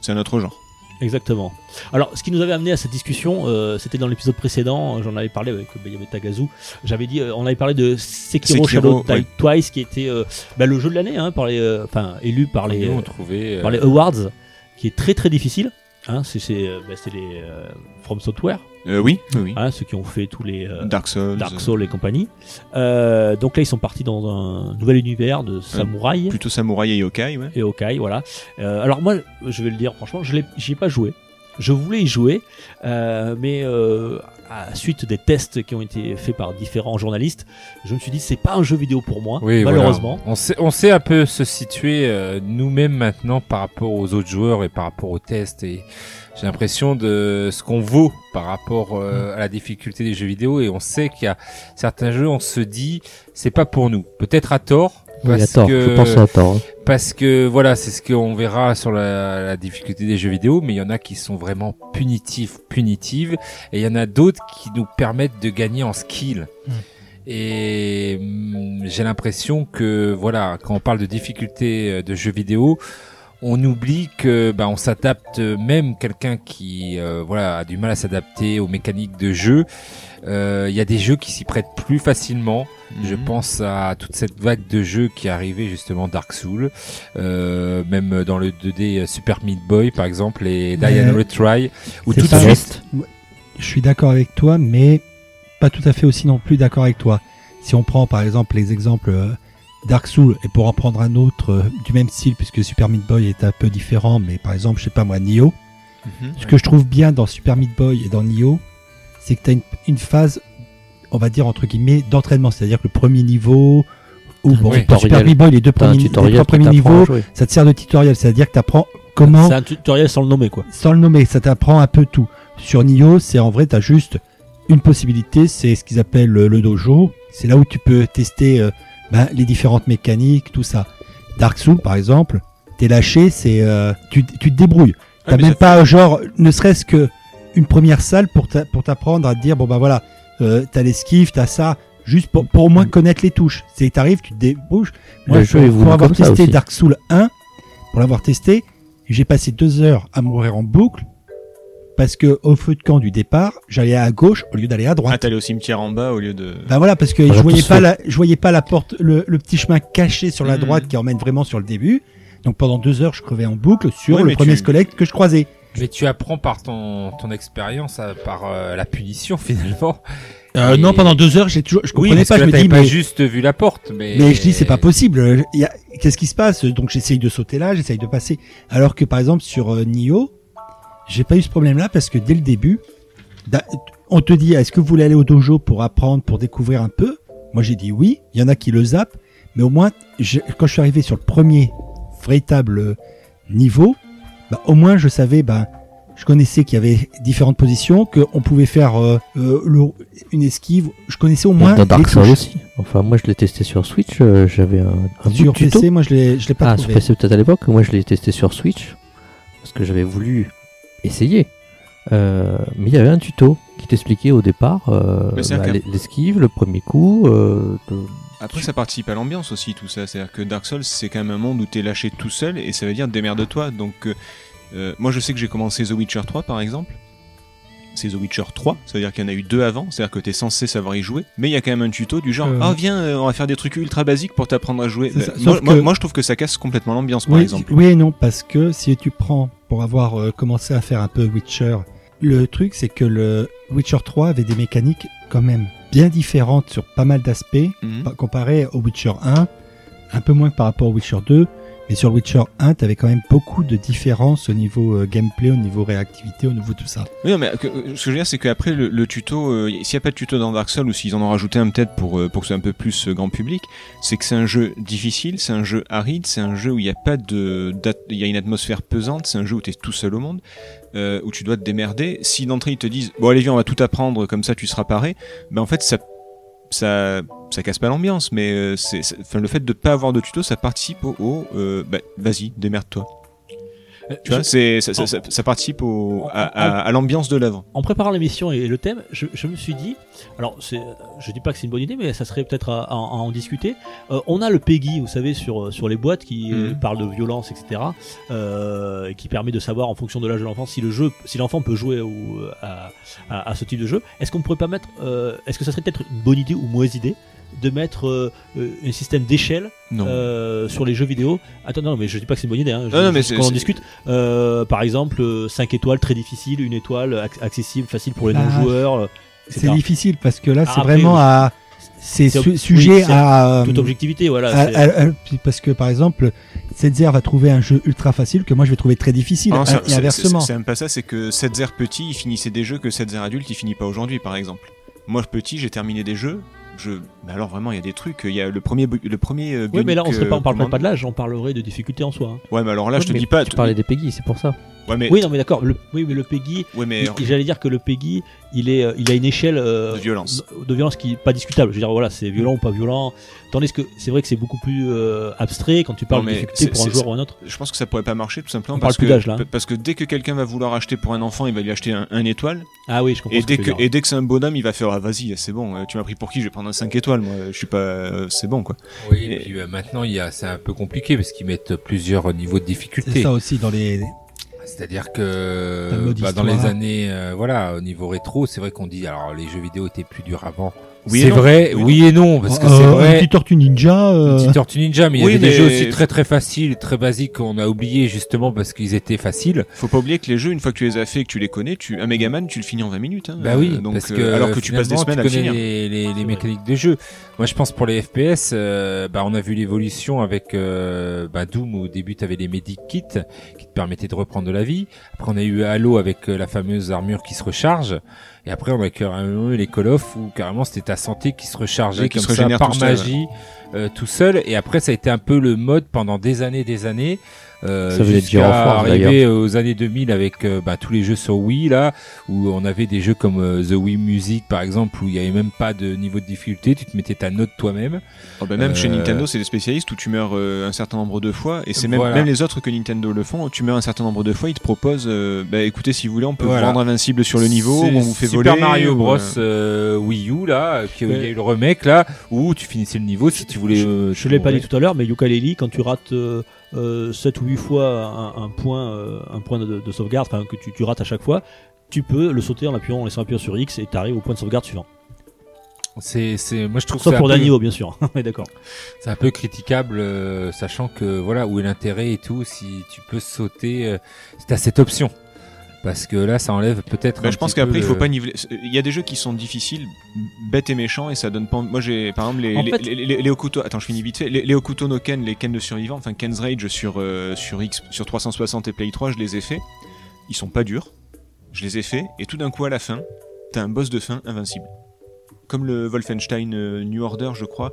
[SPEAKER 5] C'est un autre genre.
[SPEAKER 2] Exactement. Alors, ce qui nous avait amené à cette discussion, euh, c'était dans l'épisode précédent, euh, j'en avais parlé avec euh, ben, il y avait Tagazu, j'avais dit, euh, on avait parlé de Sekiro,
[SPEAKER 5] Sekiro,
[SPEAKER 2] Shadow Die
[SPEAKER 5] ouais.
[SPEAKER 2] Twice, qui était euh, ben, le jeu de l'année, hein, par les, euh, enfin, élu par les,
[SPEAKER 3] Nous, on trouvait. euh,
[SPEAKER 2] par les Awards, qui est très très difficile. Hein, c'est c'est, euh, ben, c'est les euh, From Software,
[SPEAKER 5] Euh, oui, oui, oui.
[SPEAKER 2] hein, ceux qui ont fait tous les euh,
[SPEAKER 5] Dark Souls.
[SPEAKER 2] Dark Souls et compagnie. Euh, donc là, ils sont partis dans un nouvel univers de samouraï
[SPEAKER 5] euh, Plutôt samouraï et yokai, ouais.
[SPEAKER 2] et Hawkeye, voilà. Euh, alors moi, je vais le dire franchement, je l'ai- j'y ai pas joué. Je voulais y jouer, euh, mais euh, à la suite des tests qui ont été faits par différents journalistes, je me suis dit c'est pas un jeu vidéo pour moi,
[SPEAKER 3] Oui, voilà.
[SPEAKER 2] malheureusement.
[SPEAKER 3] On, sait, on sait un peu se situer euh, nous-mêmes maintenant par rapport aux autres joueurs et par rapport aux tests. Et j'ai l'impression de ce qu'on vaut par rapport
[SPEAKER 2] Mm.
[SPEAKER 3] euh, à la difficulté des jeux vidéo. Et on sait qu'il y a certains jeux, on se dit, c'est pas pour nous. Peut-être à tort.
[SPEAKER 6] Oui, il a
[SPEAKER 3] Parce
[SPEAKER 6] tort,
[SPEAKER 3] que-
[SPEAKER 6] je pense qu'il a tort. hein.
[SPEAKER 3] Parce que voilà, c'est ce qu'on verra sur la, la difficulté des jeux vidéo, mais il y en a qui sont vraiment punitifs, punitives, et il y en a d'autres qui nous permettent de gagner en skill.
[SPEAKER 11] Mm.
[SPEAKER 3] Et mm, j'ai l'impression que voilà, quand on parle de difficulté euh, de jeux vidéo, on oublie que bah, on s'adapte euh, même quelqu'un qui euh, voilà a du mal à s'adapter aux mécaniques de jeu. euh, Il y a des jeux qui s'y prêtent plus facilement. Je
[SPEAKER 5] Mhm.
[SPEAKER 3] pense à toute cette vague de jeux qui est arrivée justement Dark Souls, euh, même dans le 2D Super Meat Boy par exemple et Diana
[SPEAKER 4] Ouais.
[SPEAKER 3] Retry, où
[SPEAKER 4] C'est
[SPEAKER 3] tout de
[SPEAKER 4] ça.
[SPEAKER 3] suite
[SPEAKER 4] Je suis d'accord avec toi, mais pas tout à fait aussi non plus d'accord avec toi. Si on prend par exemple les exemples euh, Dark Souls, et pour en prendre un autre euh, du même style, puisque Super Meat Boy est un peu différent, mais par exemple, je sais pas moi, Nioh,
[SPEAKER 5] Mhm.
[SPEAKER 4] ce que je trouve bien dans Super Meat Boy et dans Nioh, c'est que tu as une, une phase, on va dire entre guillemets, d'entraînement. C'est-à-dire que le premier niveau, ou bon,
[SPEAKER 3] Oui.
[SPEAKER 4] dans Super
[SPEAKER 6] Tutoriel.
[SPEAKER 4] Meat Boy, les deux
[SPEAKER 6] T'as un
[SPEAKER 4] premiers, les
[SPEAKER 6] tutoriel
[SPEAKER 4] trois
[SPEAKER 6] qui
[SPEAKER 4] premiers
[SPEAKER 6] t'apprend à
[SPEAKER 4] niveaux,
[SPEAKER 6] jouer.
[SPEAKER 4] ça te sert de tutoriel. C'est-à-dire que tu apprends comment
[SPEAKER 2] C'est un tutoriel sans le nommer, quoi.
[SPEAKER 4] sans le nommer, ça t'apprend un peu tout. Sur Nioh, c'est en vrai, t'as juste une possibilité, c'est ce qu'ils appellent euh, le dojo. C'est là où tu peux tester euh, ben, les différentes mécaniques, tout ça. Dark Souls, par exemple, t'es lâché, c'est euh, tu, tu te débrouilles. T'as
[SPEAKER 5] Ah,
[SPEAKER 4] même pas, genre, ne serait-ce que une première salle pour t'a- pour t'apprendre à te dire, bon bah voilà, euh, t'as l'esquive, t'as ça, juste pour, pour au moins
[SPEAKER 6] Mm.
[SPEAKER 4] connaître les touches. C'est t'arrives, tu te débrouilles. Moi,
[SPEAKER 6] Le
[SPEAKER 4] je-
[SPEAKER 6] jeu est voulu
[SPEAKER 4] pour avoir
[SPEAKER 6] comme ça
[SPEAKER 4] testé
[SPEAKER 6] aussi.
[SPEAKER 4] Dark Souls 1, pour l'avoir testé, j'ai passé deux heures à mourir en boucle parce que au feu de camp du départ, j'allais à gauche au lieu d'aller à
[SPEAKER 5] Ah,
[SPEAKER 4] droite.
[SPEAKER 5] t'es allé au cimetière en bas au lieu de.
[SPEAKER 4] Ben voilà, parce que
[SPEAKER 6] On
[SPEAKER 4] je
[SPEAKER 6] l'a
[SPEAKER 4] voyais
[SPEAKER 6] tous
[SPEAKER 4] pas
[SPEAKER 6] fait.
[SPEAKER 4] la, je voyais pas la porte, le, le petit chemin caché sur la
[SPEAKER 5] Mhm.
[SPEAKER 4] droite qui emmène vraiment sur le début. Donc pendant deux heures, je crevais en boucle sur
[SPEAKER 5] Oui,
[SPEAKER 4] le
[SPEAKER 5] mais
[SPEAKER 4] premier
[SPEAKER 5] tu-
[SPEAKER 4] squelette que je croisais.
[SPEAKER 3] Mais tu apprends par ton, ton expérience, à- par euh, la punition finalement.
[SPEAKER 4] Euh,
[SPEAKER 3] Et-
[SPEAKER 4] non, pendant deux heures, j'ai toujours, je comprenais
[SPEAKER 3] parce
[SPEAKER 4] pas.
[SPEAKER 3] que
[SPEAKER 4] Je
[SPEAKER 3] là,
[SPEAKER 4] me
[SPEAKER 3] t'avais
[SPEAKER 4] dis,
[SPEAKER 3] pas
[SPEAKER 4] mais,
[SPEAKER 3] juste vu la porte, mais.
[SPEAKER 4] mais je dis, c'est pas possible. euh, il y a- Qu'est-ce qui se passe Donc j'essaye de sauter là, j'essaye de passer. Alors que par exemple sur euh, Nioh, j'ai pas eu ce problème-là parce que dès le début, da- on te dit, est-ce que vous voulez aller au dojo pour apprendre, pour découvrir un peu Moi, j'ai dit oui. Il y en a qui le zappent, mais au moins, je- quand je suis arrivé sur le premier véritable euh, niveau, bah, au moins, je savais, bah, je connaissais qu'il y avait différentes positions, qu'on pouvait faire euh, euh, le- une esquive. Je connaissais au moins
[SPEAKER 6] Dans Dark
[SPEAKER 4] les
[SPEAKER 6] Souls
[SPEAKER 4] touches.
[SPEAKER 6] aussi. Enfin, moi je l'ai testé sur Switch, euh, j'avais un, un bout de
[SPEAKER 4] Sur
[SPEAKER 6] tuto.
[SPEAKER 4] PC, moi, je l'ai, je l'ai pas
[SPEAKER 6] Ah, sur
[SPEAKER 4] trouvé.
[SPEAKER 6] PC peut-être à l'époque, moi je l'ai testé sur Switch, parce que j'avais voulu essayer. Euh, mais il y avait un tuto qui t'expliquait au départ euh,
[SPEAKER 5] Mais c'est un
[SPEAKER 6] bah,
[SPEAKER 5] cap-
[SPEAKER 6] l'es- l'esquive, le premier coup. euh, de-
[SPEAKER 5] Après, ça participe à l'ambiance aussi, tout ça. C'est-à-dire que Dark Souls, c'est quand même un monde où t'es lâché tout seul et ça veut dire démerde-toi. Donc, euh, euh, moi, je sais que j'ai commencé The Witcher 3 par exemple. C'est The Witcher 3, ça veut dire qu'il y en a eu deux avant, c'est-à-dire que t'es censé savoir y jouer, mais il y a quand même un tuto du genre
[SPEAKER 4] Euh.
[SPEAKER 5] Ah, viens, euh, on va faire des trucs ultra basiques pour t'apprendre à jouer. Ben,
[SPEAKER 4] C'est ça,
[SPEAKER 5] moi,
[SPEAKER 4] sauf
[SPEAKER 5] moi-
[SPEAKER 4] que-
[SPEAKER 5] moi, je trouve que ça casse complètement l'ambiance, par
[SPEAKER 4] oui,
[SPEAKER 5] exemple.
[SPEAKER 4] oui et non, parce que si tu prends, pour avoir euh, commencé à faire un peu Witcher, le truc c'est que le Witcher 3 avait des mécaniques quand même bien différentes sur pas mal d'aspects,
[SPEAKER 5] Mhm.
[SPEAKER 4] pa- comparé au Witcher 1, un peu moins que par rapport au Witcher 2, mais sur le Witcher 1, t'avais quand même beaucoup de différences au niveau euh, gameplay, au niveau réactivité, au niveau tout ça.
[SPEAKER 5] Oui, non, mais que- euh, ce que je veux dire, c'est qu'après le, le tuto, euh, s'il n'y a pas de tuto dans Dark Souls ou s'ils en ont rajouté un peut-être pour, euh, pour que ce soit un peu plus euh, grand public, c'est que c'est un jeu difficile, c'est un jeu aride, c'est un jeu où il n'y a pas de. d'at- Il y a une atmosphère pesante, c'est un jeu où tu es tout seul au monde, euh, où tu dois te démerder. Si d'entrée ils te disent, bon allez, viens, on va tout apprendre, comme ça tu seras paré, ben en fait, ça. Ça, ça casse pas l'ambiance, mais euh, c'est, c'est- enfin, le fait de pas avoir de tuto, ça participe au, au, euh, bah, vas-y, démerde-toi.
[SPEAKER 3] Euh,
[SPEAKER 5] Tu vois, c'est, ça, ça, ça- ça participe au, à, à- à l'ambiance de l'œuvre.
[SPEAKER 2] En préparant l'émission et le thème, je, je me suis dit, alors c'est, je dis pas que c'est une bonne idée, mais ça serait peut-être à, à- à en discuter. Euh, on a le PEGI, vous savez, sur, sur les boîtes qui euh,
[SPEAKER 5] Mhm.
[SPEAKER 2] parle de violence, etc., euh, et qui permet de savoir en fonction de l'âge de l'enfant si le jeu, si l'enfant peut jouer ou, euh, à, à, à ce type de jeu. Est-ce qu'on pourrait pas mettre, euh, est-ce que ça serait peut-être une bonne idée ou mauvaise idée de mettre euh, euh, un système d'échelle
[SPEAKER 5] Non.
[SPEAKER 2] euh, sur les jeux vidéo Attends, non, mais je dis pas que c'est une bonne idée. Hein. Je-
[SPEAKER 5] Non, non,
[SPEAKER 2] je-
[SPEAKER 5] mais
[SPEAKER 2] je-
[SPEAKER 5] c'est-
[SPEAKER 2] qu'on en
[SPEAKER 5] c'est-
[SPEAKER 2] discute. Euh, par exemple, 5 étoiles très difficile, une étoile ac- accessible, facile pour les
[SPEAKER 4] Bah,
[SPEAKER 2] non-joueurs, euh, etc.
[SPEAKER 4] C'est difficile parce que là,
[SPEAKER 2] Ah,
[SPEAKER 4] c'est
[SPEAKER 2] après,
[SPEAKER 4] vraiment
[SPEAKER 2] oui.
[SPEAKER 4] à, c'est
[SPEAKER 2] C'est-
[SPEAKER 4] su-
[SPEAKER 2] oui,
[SPEAKER 4] sujet
[SPEAKER 2] c'est
[SPEAKER 4] à, euh,
[SPEAKER 2] Toute objectivité, voilà.
[SPEAKER 4] Ah,
[SPEAKER 2] c'est-
[SPEAKER 4] ah, ah, puis parce que par exemple, Setzer va trouver un jeu ultra facile que moi je vais trouver très difficile.
[SPEAKER 5] Ah non,
[SPEAKER 4] Ah,
[SPEAKER 5] c'est-
[SPEAKER 4] et
[SPEAKER 5] c'est-
[SPEAKER 4] inversement.
[SPEAKER 5] C'est c'est même pas ça, c'est que 7-0 petit, il finissait des jeux que 7-0 adulte, il finit pas aujourd'hui, par exemple. Moi, petit, j'ai terminé des jeux. Je... Mais alors, vraiment, il y a des trucs. Il y a le premier. bu- Le premier euh,
[SPEAKER 2] oui, mais là, on
[SPEAKER 5] Bionic,
[SPEAKER 2] serait pas, on
[SPEAKER 5] euh,
[SPEAKER 2] parlerait
[SPEAKER 5] Command.
[SPEAKER 2] pas de l'âge, on parlerait de difficulté en soi. hein.
[SPEAKER 5] Ouais, mais alors là, Ah, je te
[SPEAKER 6] Mais
[SPEAKER 5] dis pas.
[SPEAKER 6] Tu
[SPEAKER 5] t-
[SPEAKER 6] parlais des Peggy, c'est pour ça.
[SPEAKER 5] Ouais, mais,
[SPEAKER 2] Oui, non, mais d'accord. le- Oui, mais le Peggy,
[SPEAKER 5] ouais, mais
[SPEAKER 2] il- j'allais dire que le Peggy, il est, euh, il a une échelle euh,
[SPEAKER 5] de violence. Mm.
[SPEAKER 2] de violence qui est pas discutable. Je veux dire, voilà, c'est violent ou pas violent. Tandis que c'est vrai que c'est beaucoup plus euh, abstrait quand tu parles
[SPEAKER 5] Non,
[SPEAKER 2] de
[SPEAKER 5] mais
[SPEAKER 2] difficulté
[SPEAKER 5] c'est-
[SPEAKER 2] pour un
[SPEAKER 5] c'est-
[SPEAKER 2] joueur ou un autre.
[SPEAKER 5] Je pense que ça pourrait pas marcher tout simplement
[SPEAKER 2] On parle
[SPEAKER 5] parce
[SPEAKER 2] plus
[SPEAKER 5] que,
[SPEAKER 2] d'âge, là, hein.
[SPEAKER 5] parce que dès que quelqu'un va vouloir acheter pour un enfant, il va lui acheter un, un étoile.
[SPEAKER 2] Ah oui, je comprends.
[SPEAKER 5] Et
[SPEAKER 2] ce que
[SPEAKER 5] dès,
[SPEAKER 2] tu veux
[SPEAKER 5] que,
[SPEAKER 2] dire.
[SPEAKER 5] et dès que c'est un bonhomme, il va faire Ah, vas-y, c'est bon, euh, tu m'as pris pour qui Je vais prendre un 5 étoiles, moi, je suis pas. euh, c'est bon, quoi.
[SPEAKER 3] Oui, et puis euh, maintenant, il y a, c'est un peu compliqué parce qu'ils mettent plusieurs niveaux de
[SPEAKER 4] C'est
[SPEAKER 3] difficulté.
[SPEAKER 4] ça aussi dans les.
[SPEAKER 3] C'est-à-dire
[SPEAKER 4] T'as le
[SPEAKER 3] que
[SPEAKER 4] mode
[SPEAKER 3] bah, dans les
[SPEAKER 4] histoire.
[SPEAKER 3] années, euh, voilà, au niveau rétro, c'est vrai qu'on dit alors les jeux vidéo étaient plus durs avant.
[SPEAKER 5] Oui et
[SPEAKER 3] c'est
[SPEAKER 5] non.
[SPEAKER 3] vrai, oui,
[SPEAKER 5] Oui et
[SPEAKER 3] et non, parce que
[SPEAKER 4] Euh,
[SPEAKER 3] c'est
[SPEAKER 4] Une
[SPEAKER 3] vrai.
[SPEAKER 4] petite tortue ninja. euh,
[SPEAKER 3] Petite Tortue Ninja, mais il
[SPEAKER 5] Oui,
[SPEAKER 3] y avait des
[SPEAKER 5] mais-
[SPEAKER 3] jeux aussi très très faciles, très basiques qu'on a oubliés justement parce qu'ils étaient faciles.
[SPEAKER 5] Faut pas oublier que les jeux, une fois que tu les as fait et que tu les connais, tu, un Megaman, tu le finis en 20 minutes. Hein,
[SPEAKER 3] Bah oui,
[SPEAKER 5] Euh, donc,
[SPEAKER 3] parce
[SPEAKER 5] euh,
[SPEAKER 3] que
[SPEAKER 5] alors que tu passes des
[SPEAKER 3] finalement,
[SPEAKER 5] semaines à
[SPEAKER 3] tu
[SPEAKER 5] le
[SPEAKER 3] connais
[SPEAKER 5] finir.
[SPEAKER 3] les, les, les mécaniques de jeu. Moi, je pense pour les FPS, euh, bah, on a vu l'évolution avec euh, bah, Doom où au début tu avais les medic kits qui te permettaient de reprendre de la vie. Après, on a eu Halo avec euh, la fameuse armure qui se recharge. Et après, on a carrément eu les Call of où carrément c'était ta santé qui se rechargeait
[SPEAKER 5] Ouais, qui
[SPEAKER 3] comme
[SPEAKER 5] se
[SPEAKER 3] ça
[SPEAKER 5] régénère
[SPEAKER 3] par
[SPEAKER 5] tout seul, ouais.
[SPEAKER 3] magie euh, tout seul. Et après, ça a été un peu le mode pendant des années, des années. Euh,
[SPEAKER 6] Ça venait de
[SPEAKER 3] jusqu'à
[SPEAKER 6] Gyrophore,
[SPEAKER 3] arriver aux années 2000 avec euh, bah, tous les jeux sur Wii là où on avait des jeux comme euh, The Wii Music par exemple où il n'y avait même pas de niveau de difficulté, tu te mettais ta note toi-même.
[SPEAKER 5] Oh, bah, même chez
[SPEAKER 3] Euh,
[SPEAKER 5] Nintendo, c'est des spécialistes où tu meurs euh, un certain nombre de fois, et c'est même,
[SPEAKER 3] Voilà.
[SPEAKER 5] même les autres que Nintendo le font, tu meurs un certain nombre de fois, ils te proposent euh, Bah écoutez, si vous voulez, on peut
[SPEAKER 3] Voilà.
[SPEAKER 5] vous rendre invincible sur le niveau,
[SPEAKER 3] C'est
[SPEAKER 5] on vous fait
[SPEAKER 3] Super
[SPEAKER 5] voler.
[SPEAKER 3] Mario
[SPEAKER 5] ou,
[SPEAKER 3] Bros
[SPEAKER 5] euh,
[SPEAKER 3] euh, Wii U là, qui, il y a
[SPEAKER 2] Ouais.
[SPEAKER 3] eu le remake là où tu finissais le niveau si tu voulais. euh,
[SPEAKER 2] Je l'ai pas
[SPEAKER 3] mourais.
[SPEAKER 2] dit tout à l'heure, mais Yooka-Laylee, quand tu rates euh, euh, 7 ou 8 fois un, un point, euh, un point de, de sauvegarde, enfin que tu, tu rates à chaque fois, tu peux le sauter en appuyant, en laissant appuyer sur X et t'arrives au point de sauvegarde suivant.
[SPEAKER 3] C'est c'est moi je trouve
[SPEAKER 2] Sauf
[SPEAKER 3] ça
[SPEAKER 2] pour
[SPEAKER 3] un peu-
[SPEAKER 2] d'un niveau, bien sûr. On est d'accord.
[SPEAKER 5] Euh,
[SPEAKER 3] C'est un peu critiquable, euh, sachant que voilà où est l'intérêt et tout. Si tu peux sauter, euh, si t'as cette option, parce que là, ça enlève peut-être.
[SPEAKER 5] Bah,
[SPEAKER 3] un
[SPEAKER 5] je pense
[SPEAKER 3] petit peu euh,
[SPEAKER 5] qu'après, il faut
[SPEAKER 3] le-
[SPEAKER 5] pas niveler. Il y a des jeux qui sont difficiles, bêtes et méchants, et ça donne pas. envie- Moi, j'ai par exemple les,
[SPEAKER 2] En
[SPEAKER 5] les,
[SPEAKER 2] fait-
[SPEAKER 5] les, les- les Hokuto- Attends, je finis vite fait. Les, les Hokuto no Ken, les Ken de survivants, enfin Ken's Rage sur euh, sur X, sur 360 et Play 3, je les ai faits. Ils sont pas durs. Je les ai faits, et tout d'un coup, à la fin, t'as un boss de fin invincible. Comme le Wolfenstein euh, New Order, je crois.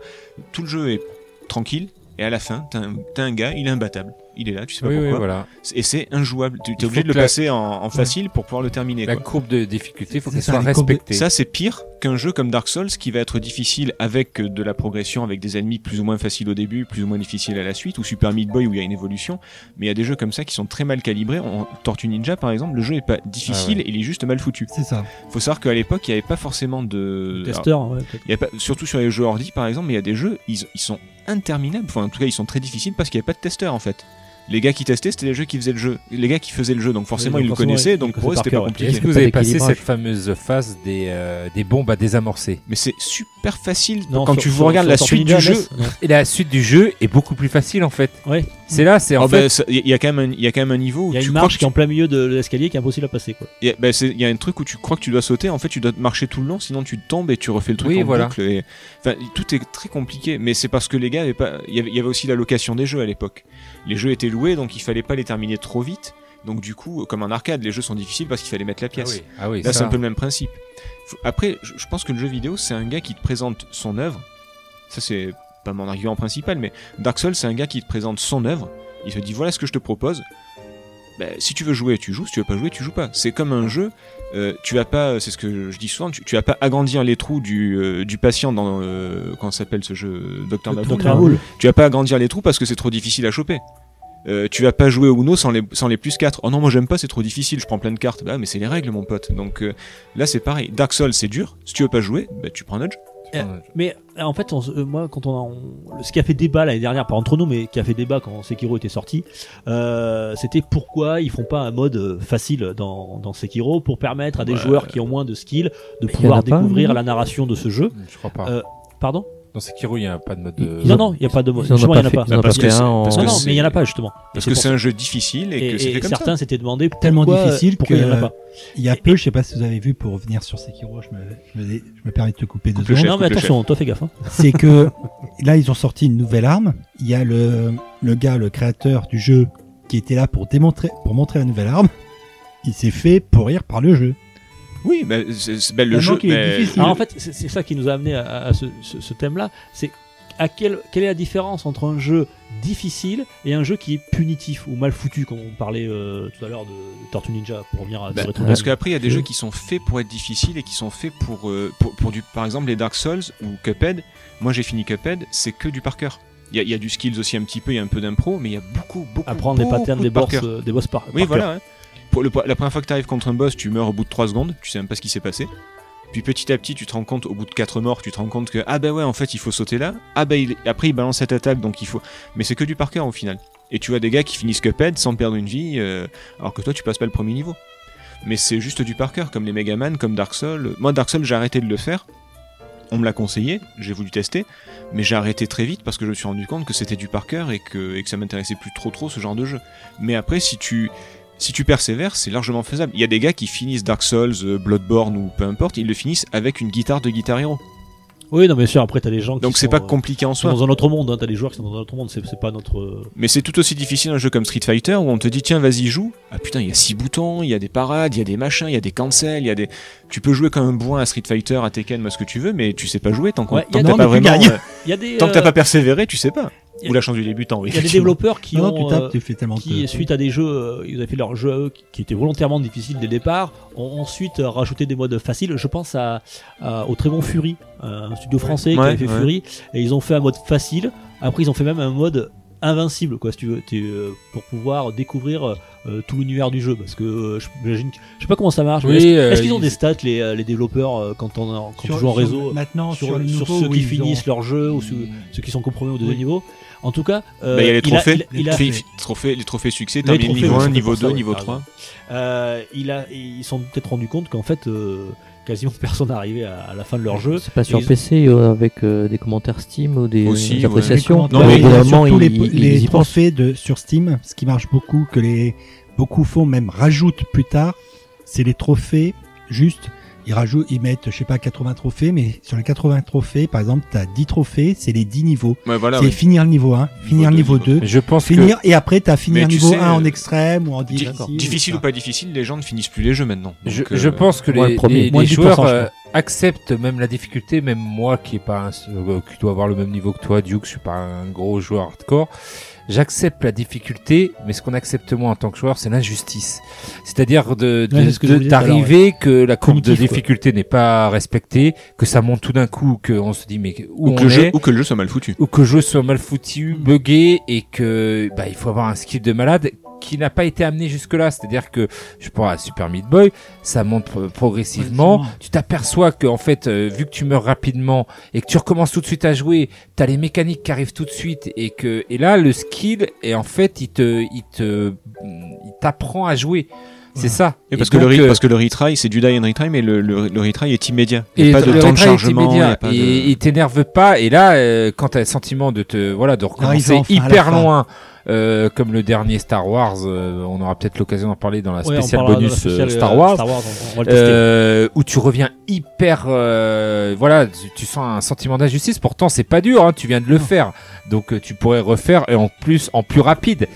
[SPEAKER 5] Tout le jeu est tranquille, et à la fin, t'as un, t'as un gars, il est imbattable. Il est là, tu sais pas
[SPEAKER 3] Oui, oui,
[SPEAKER 5] pourquoi.
[SPEAKER 3] voilà.
[SPEAKER 5] Et c'est injouable. Tu
[SPEAKER 3] Il
[SPEAKER 5] es obligé
[SPEAKER 3] faut
[SPEAKER 5] de le
[SPEAKER 3] que la-
[SPEAKER 5] passer en, en facile pour pouvoir le terminer.
[SPEAKER 3] La
[SPEAKER 5] quoi.
[SPEAKER 3] courbe de difficulté, il faut
[SPEAKER 4] C'est
[SPEAKER 3] qu'elle
[SPEAKER 4] ça,
[SPEAKER 3] soit
[SPEAKER 4] les courbes de-
[SPEAKER 3] respectée.
[SPEAKER 5] Ça, c'est pire qu'un jeu comme Dark Souls qui va être difficile avec euh, de la progression, avec des ennemis plus ou moins faciles au début, plus ou moins difficiles à la suite, ou Super Meat Boy où il y a une évolution. Mais il y a des jeux comme ça qui sont très mal calibrés. En Tortue Ninja, par exemple, le jeu est pas difficile,
[SPEAKER 3] Ah ouais.
[SPEAKER 5] il est juste mal foutu.
[SPEAKER 4] C'est ça.
[SPEAKER 5] Faut savoir qu'à l'époque, il n'y avait pas forcément de. Alors,
[SPEAKER 2] Testeur, ouais, peut-être.
[SPEAKER 5] il y a pas... Surtout sur les jeux ordi, par exemple, mais il y a des jeux, ils, ils sont interminables. Enfin, en tout cas, ils sont très difficiles parce qu'il n'y avait pas de testeurs en fait. Les gars qui testaient, c'était les jeux qui faisaient le jeu. Les gars qui faisaient le jeu, donc forcément,
[SPEAKER 2] Oui,
[SPEAKER 5] ils le
[SPEAKER 2] forcément,
[SPEAKER 5] connaissaient,
[SPEAKER 2] ils-
[SPEAKER 5] donc
[SPEAKER 2] ils
[SPEAKER 5] pour eux,
[SPEAKER 2] connaissaient par
[SPEAKER 5] c'était pas
[SPEAKER 2] cœur, ouais.
[SPEAKER 5] compliqué.
[SPEAKER 3] Est-ce que vous
[SPEAKER 6] Pas
[SPEAKER 3] avez passé
[SPEAKER 6] d'équilibrage.
[SPEAKER 3] cette fameuse phase des, euh, des bombes à désamorcer
[SPEAKER 5] Mais c'est super facile.
[SPEAKER 2] Non,
[SPEAKER 5] Quand
[SPEAKER 2] sur-
[SPEAKER 5] tu vous
[SPEAKER 2] sur-
[SPEAKER 5] regardes
[SPEAKER 2] sur
[SPEAKER 5] la
[SPEAKER 2] Tortue
[SPEAKER 5] suite du
[SPEAKER 2] Ninja
[SPEAKER 5] jeu,
[SPEAKER 2] NES, non.
[SPEAKER 3] Et la suite du jeu est beaucoup plus facile en fait.
[SPEAKER 2] Ouais.
[SPEAKER 3] C'est là, c'est en
[SPEAKER 5] Ah
[SPEAKER 3] fait.
[SPEAKER 5] bah, ça- y, y a quand même un- y a quand même un niveau où
[SPEAKER 2] Il y a
[SPEAKER 5] tu
[SPEAKER 2] une
[SPEAKER 5] crois
[SPEAKER 2] marche
[SPEAKER 5] que
[SPEAKER 2] qui est en plein milieu de l'escalier qui est impossible à passer. Quoi.
[SPEAKER 5] y a, bah, c'est- y a un truc où tu crois que tu dois sauter en fait tu dois marcher tout le long sinon tu tombes et tu refais le truc
[SPEAKER 3] Oui,
[SPEAKER 5] en
[SPEAKER 3] voilà.
[SPEAKER 5] boucle et- enfin tout est très compliqué mais c'est parce que les gars avaient pas il y avait, il y avait aussi la location des jeux à l'époque les jeux étaient loués donc il fallait pas les terminer trop vite donc du coup comme en arcade les jeux sont difficiles parce qu'il fallait mettre la
[SPEAKER 3] Ah
[SPEAKER 5] pièce
[SPEAKER 3] oui, ah oui,
[SPEAKER 5] Là, c'est
[SPEAKER 3] ça.
[SPEAKER 5] un peu le même principe. Faut- Après, je je pense que le jeu vidéo, c'est un gars qui te présente son œuvre. Ça, c'est pas mon argument principal, mais Dark Souls, c'est un gars qui te présente son œuvre. Il te dit voilà ce que je te propose. Ben, si tu veux jouer, tu joues. Si tu veux pas jouer, tu joues pas. C'est comme un jeu. euh, tu vas pas, c'est ce que je dis souvent, tu, tu vas pas agrandir les trous du, euh, du patient dans. Euh, comment s'appelle ce jeu Docteur Maboul.
[SPEAKER 2] Docteur Raoul.
[SPEAKER 5] Tu vas pas agrandir les trous parce que c'est trop difficile à choper. Euh, tu vas pas jouer au Uno sans les, sans les plus 4. Oh non, moi j'aime pas, c'est trop difficile, je prends plein de cartes. Bah, mais c'est les règles, mon pote. Donc euh, là, c'est pareil. Dark Souls, c'est dur. Si tu veux pas jouer, bah, tu prends un nudge.
[SPEAKER 2] Mais euh, en fait, on se- euh, moi, quand on, a, on- ce qui a fait débat l'année dernière, pas entre nous, mais qui a fait débat quand Sekiro était sorti, euh, c'était pourquoi ils font pas un mode euh, facile dans, dans Sekiro pour permettre à des
[SPEAKER 5] Ouais.
[SPEAKER 2] joueurs qui ont moins de skill de
[SPEAKER 6] Mais y en
[SPEAKER 2] pouvoir
[SPEAKER 6] a pas,
[SPEAKER 2] découvrir
[SPEAKER 6] non
[SPEAKER 2] la narration de ce jeu.
[SPEAKER 3] Je crois pas.
[SPEAKER 2] Euh, Pardon
[SPEAKER 3] Dans Sekiro, il n'y a pas de mode.
[SPEAKER 6] il-
[SPEAKER 3] euh,
[SPEAKER 2] Non, non, il n'y a pas de mode.
[SPEAKER 6] Ils en ont
[SPEAKER 2] Justement,
[SPEAKER 6] pas
[SPEAKER 2] il n'y en a
[SPEAKER 6] fait-
[SPEAKER 2] pas.
[SPEAKER 6] ils en ont
[SPEAKER 5] Parce
[SPEAKER 6] pas
[SPEAKER 5] que
[SPEAKER 6] fait
[SPEAKER 5] c'est-
[SPEAKER 6] un euh, en-
[SPEAKER 5] parce
[SPEAKER 2] Non,
[SPEAKER 5] que
[SPEAKER 2] non, mais il n'y en a
[SPEAKER 5] c'est-
[SPEAKER 2] pas, justement.
[SPEAKER 5] Parce
[SPEAKER 2] Et
[SPEAKER 5] que
[SPEAKER 2] c'est
[SPEAKER 5] c'est
[SPEAKER 2] pour-
[SPEAKER 5] un jeu difficile et, que c'est
[SPEAKER 2] et,
[SPEAKER 5] fait
[SPEAKER 2] et
[SPEAKER 5] comme ça.
[SPEAKER 2] certains s'étaient demandé
[SPEAKER 4] Tellement
[SPEAKER 2] pourquoi, euh,
[SPEAKER 4] difficile
[SPEAKER 2] pourquoi il n'y en a
[SPEAKER 4] que-
[SPEAKER 2] pas.
[SPEAKER 4] Il y a peu, je sais pas si vous avez vu pour revenir sur Sekiro, je me, je me, je me permets de te couper deux
[SPEAKER 5] le chef.
[SPEAKER 4] secondes.
[SPEAKER 2] non, mais
[SPEAKER 5] coupe le
[SPEAKER 2] attention, toi fais gaffe. hein.
[SPEAKER 4] C'est que là, ils ont sorti une nouvelle arme. Il y a le, le gars, le créateur du jeu, qui était là pour démontrer, pour montrer la nouvelle arme. Il s'est fait pourrir par le jeu.
[SPEAKER 5] Oui, bah, c'est- c'est- bah, le
[SPEAKER 4] Maintenant
[SPEAKER 5] jeu.
[SPEAKER 4] qu'il est
[SPEAKER 5] mais-
[SPEAKER 4] difficile.
[SPEAKER 2] Alors en fait, c'est c'est ça qui nous a amené à, à ce, ce- ce thème-là. C'est à quelle, quelle est la différence entre un jeu difficile et un jeu qui est punitif ou mal foutu, comme on parlait euh, tout à l'heure de Tortue Ninja, pour revenir à
[SPEAKER 5] Bah,
[SPEAKER 2] sur Retro
[SPEAKER 5] parce
[SPEAKER 2] Game.
[SPEAKER 5] qu'après, il y a des jeux qui sont faits pour être difficiles et qui sont faits pour, euh, pour, pour du. Par exemple, les Dark Souls ou Cuphead. Moi, j'ai fini Cuphead, c'est que du par cœur. Il y, a- il y a du skills aussi un petit peu, il y a un peu d'impro, mais il y a beaucoup, beaucoup.
[SPEAKER 2] Apprendre des
[SPEAKER 5] beaucoup
[SPEAKER 2] patterns
[SPEAKER 5] de
[SPEAKER 2] des
[SPEAKER 5] par
[SPEAKER 2] boss,
[SPEAKER 5] cœur.
[SPEAKER 2] euh, des boss par,
[SPEAKER 5] Oui,
[SPEAKER 2] par
[SPEAKER 5] voilà. hein. Pour le, la première fois que tu arrives contre un boss, tu meurs au bout de 3 secondes, tu sais même pas ce qui s'est passé. Puis petit à petit, tu te rends compte, au bout de 4 morts, tu te rends compte que, ah bah ouais, en fait, il faut sauter là. Ah bah il- après, il balance cette attaque, donc il faut. Mais c'est que du par cœur au final. Et tu as des gars qui finissent Cuphead sans perdre une vie, euh, alors que toi, tu passes pas le premier niveau. Mais c'est juste du par cœur, comme les Megaman, comme Dark Souls. Moi, Dark Souls, j'ai arrêté de le faire. On me l'a conseillé, j'ai voulu tester, mais j'ai arrêté très vite parce que je me suis rendu compte que c'était du par cœur et que, et que ça m'intéressait plus trop trop ce genre de jeu. Mais après, si tu, si tu persévères, c'est largement faisable. Il y a des gars qui finissent Dark Souls, euh, Bloodborne ou peu importe, ils le finissent avec une guitare de Guitar Hero.
[SPEAKER 2] Oui, non, bien sûr, après, t'as des gens qui
[SPEAKER 5] Donc c'est
[SPEAKER 2] sont,
[SPEAKER 5] pas
[SPEAKER 2] euh,
[SPEAKER 5] compliqué en
[SPEAKER 2] qui sont
[SPEAKER 5] soi.
[SPEAKER 2] dans un autre monde, hein, t'as des joueurs qui sont dans un autre monde, c'est c'est pas notre. euh,
[SPEAKER 5] Mais c'est tout aussi difficile un jeu comme Street Fighter où on te dit tiens vas-y joue. Ah putain il y a six boutons, il y a des parades, il y a des machins, il y a des cancels, il y a des. Tu peux jouer comme un bourrin à Street Fighter, à Tekken, moi ce que tu veux, mais tu sais pas jouer tant qu'on-
[SPEAKER 2] Ouais, y a
[SPEAKER 5] tant que
[SPEAKER 2] des-
[SPEAKER 5] t'as pas
[SPEAKER 2] tu
[SPEAKER 5] vraiment.
[SPEAKER 2] gagnes.
[SPEAKER 5] euh,
[SPEAKER 2] Il y a des.
[SPEAKER 5] Tant que t'as
[SPEAKER 2] euh,
[SPEAKER 5] pas persévéré, tu sais pas.
[SPEAKER 2] y a-
[SPEAKER 5] Ou la chance du débutant, oui.
[SPEAKER 2] Il y a des développeurs qui
[SPEAKER 4] Non,
[SPEAKER 2] ont.
[SPEAKER 4] tu tapes,
[SPEAKER 2] euh,
[SPEAKER 4] tu fais tellement
[SPEAKER 2] qui,
[SPEAKER 4] de-
[SPEAKER 2] suite à des jeux, euh, ils avaient fait leur jeu à eux, qui- qui était volontairement difficile dès le départ, ont ensuite euh, rajouté des modes faciles. Je pense à, à- au très bon Fury, euh, un studio français qui
[SPEAKER 5] Ouais,
[SPEAKER 2] avait fait
[SPEAKER 5] ouais.
[SPEAKER 2] Fury, et ils ont fait un mode facile. Après, ils ont fait même un mode invincible, quoi, si tu veux, t'es, euh, pour pouvoir découvrir euh, tout l'univers du jeu. Parce que euh, je- j'imagine, que- je sais pas comment ça marche. mais
[SPEAKER 3] Oui,
[SPEAKER 2] est-ce
[SPEAKER 3] euh,
[SPEAKER 2] est-ce qu'ils ont
[SPEAKER 3] ils-
[SPEAKER 2] des stats les, euh, les développeurs euh, quand on en- quand tu joues en réseau
[SPEAKER 4] maintenant
[SPEAKER 2] sur,
[SPEAKER 4] le
[SPEAKER 2] sur
[SPEAKER 4] nouveau,
[SPEAKER 2] ceux
[SPEAKER 4] oui,
[SPEAKER 2] qui
[SPEAKER 4] ils
[SPEAKER 2] finissent
[SPEAKER 4] ont-
[SPEAKER 2] leur jeu ou ceux, ceux qui sont compromis au deuxième
[SPEAKER 4] Oui.
[SPEAKER 2] niveau. En tout cas, euh,
[SPEAKER 5] Bah, il y a les
[SPEAKER 2] il a-
[SPEAKER 5] trophées,
[SPEAKER 2] il- il a-
[SPEAKER 5] Fi- trophées- les trophées succès,
[SPEAKER 2] Les
[SPEAKER 5] t'as mis
[SPEAKER 2] trophées,
[SPEAKER 5] niveau
[SPEAKER 2] ouais, Ah,
[SPEAKER 5] 1,
[SPEAKER 2] c'est
[SPEAKER 5] niveau
[SPEAKER 2] pour ça,
[SPEAKER 5] 2,
[SPEAKER 2] oui,
[SPEAKER 5] niveau
[SPEAKER 2] t'as
[SPEAKER 5] 3.
[SPEAKER 2] raison. Euh, il a, ils se sont peut-être rendus compte qu'en fait, euh, quasiment personne n'arrivait à, à la fin de leur jeu.
[SPEAKER 6] C'est pas sur
[SPEAKER 2] Ils-
[SPEAKER 6] PC euh, avec euh, des commentaires Steam ou des
[SPEAKER 5] Aussi,
[SPEAKER 6] des
[SPEAKER 5] ouais.
[SPEAKER 6] appréciations.
[SPEAKER 5] Non,
[SPEAKER 4] Non,
[SPEAKER 5] mais
[SPEAKER 4] mais
[SPEAKER 6] évidemment,
[SPEAKER 4] surtout
[SPEAKER 6] ils,
[SPEAKER 4] les,
[SPEAKER 6] ils
[SPEAKER 4] les
[SPEAKER 6] y pensent.
[SPEAKER 4] trophées de, sur Steam, ce qui marche beaucoup, que les beaucoup font, même rajoutent plus tard, c'est les trophées juste. Ils rajoutent, ils mettent, je sais pas, 80 trophées, mais sur les 80 trophées, par exemple, t'as 10 trophées, c'est les 10 niveaux.
[SPEAKER 5] Ouais, voilà.
[SPEAKER 4] c'est
[SPEAKER 5] ouais.
[SPEAKER 4] finir le niveau 1, finir le niveau 2,
[SPEAKER 3] Je pense que
[SPEAKER 4] finir, et après t'as fini
[SPEAKER 5] Mais
[SPEAKER 4] le
[SPEAKER 5] tu
[SPEAKER 4] niveau
[SPEAKER 5] sais,
[SPEAKER 4] 1 en
[SPEAKER 5] euh,
[SPEAKER 4] extrême ou en
[SPEAKER 5] Di-
[SPEAKER 4] difficile.
[SPEAKER 5] difficile ou pas difficile, les gens ne finissent plus les jeux maintenant.
[SPEAKER 3] Je,
[SPEAKER 5] Donc, euh,
[SPEAKER 3] je pense que
[SPEAKER 2] moi, le
[SPEAKER 3] les,
[SPEAKER 2] premier.
[SPEAKER 3] les-
[SPEAKER 2] Moins
[SPEAKER 3] les
[SPEAKER 2] de 10%,
[SPEAKER 3] joueurs
[SPEAKER 2] je crois.
[SPEAKER 3] euh, acceptent même la difficulté, même moi qui est pas un- euh, qui dois avoir le même niveau que toi, Duke, je suis pas un gros joueur hardcore. J'accepte la difficulté, mais ce qu'on accepte moins en tant que joueur, c'est l'injustice. C'est-à-dire de, de,
[SPEAKER 2] Ouais, c'est ce que je
[SPEAKER 3] de-
[SPEAKER 2] vous disais tout à l'heure,
[SPEAKER 3] d'arriver que la courbe de
[SPEAKER 2] Punitif, quoi.
[SPEAKER 3] difficulté n'est pas respectée, que ça monte tout d'un coup, qu'on se dit mais où
[SPEAKER 5] ou,
[SPEAKER 3] on
[SPEAKER 5] que le jeu,
[SPEAKER 3] est,
[SPEAKER 5] ou que le jeu soit mal foutu.
[SPEAKER 3] ou que le jeu soit mal foutu,
[SPEAKER 4] Mm.
[SPEAKER 3] buggé et que bah, il faut avoir un skill de malade qui n'a pas été amené jusque là. C'est-à-dire que je prends à Super Meat Boy, ça monte pro- progressivement.
[SPEAKER 4] Ouais, c'est
[SPEAKER 3] tu t'aperçois que en fait, euh, vu que tu meurs rapidement et que tu recommences tout de suite à jouer, t'as les mécaniques qui arrivent tout de suite et que et là le skill et en fait il te il te il t'apprend à jouer. C'est
[SPEAKER 4] Ouais.
[SPEAKER 3] ça.
[SPEAKER 5] Et parce, que le
[SPEAKER 3] donc,
[SPEAKER 5] re-
[SPEAKER 3] euh,
[SPEAKER 5] parce que le retry, c'est du die and retry, mais le, le, le retry est immédiat. Il
[SPEAKER 3] et
[SPEAKER 5] n'y a pas de
[SPEAKER 3] le
[SPEAKER 5] temps de
[SPEAKER 3] retrait est
[SPEAKER 5] chargement. il y
[SPEAKER 3] immédiat.
[SPEAKER 5] a pas de-
[SPEAKER 3] et il t'énerve pas et là euh, quand t'as le sentiment de te voilà
[SPEAKER 5] Ah,
[SPEAKER 3] de
[SPEAKER 4] Arrive
[SPEAKER 3] recommencer
[SPEAKER 4] enfin à la
[SPEAKER 3] hyper
[SPEAKER 4] fin.
[SPEAKER 3] loin euh, comme le dernier Star Wars euh, on aura peut-être l'occasion d'en parler dans la
[SPEAKER 2] Ouais, on
[SPEAKER 3] spéciale
[SPEAKER 2] parlera de la
[SPEAKER 3] bonus euh,
[SPEAKER 2] spéciale, euh,
[SPEAKER 3] Star Wars
[SPEAKER 2] on- on va le tester.
[SPEAKER 3] euh, où tu reviens hyper euh, voilà tu, tu sens un sentiment d'injustice pourtant c'est pas dur hein, tu viens de le faire donc euh, tu pourrais refaire et en plus en plus rapide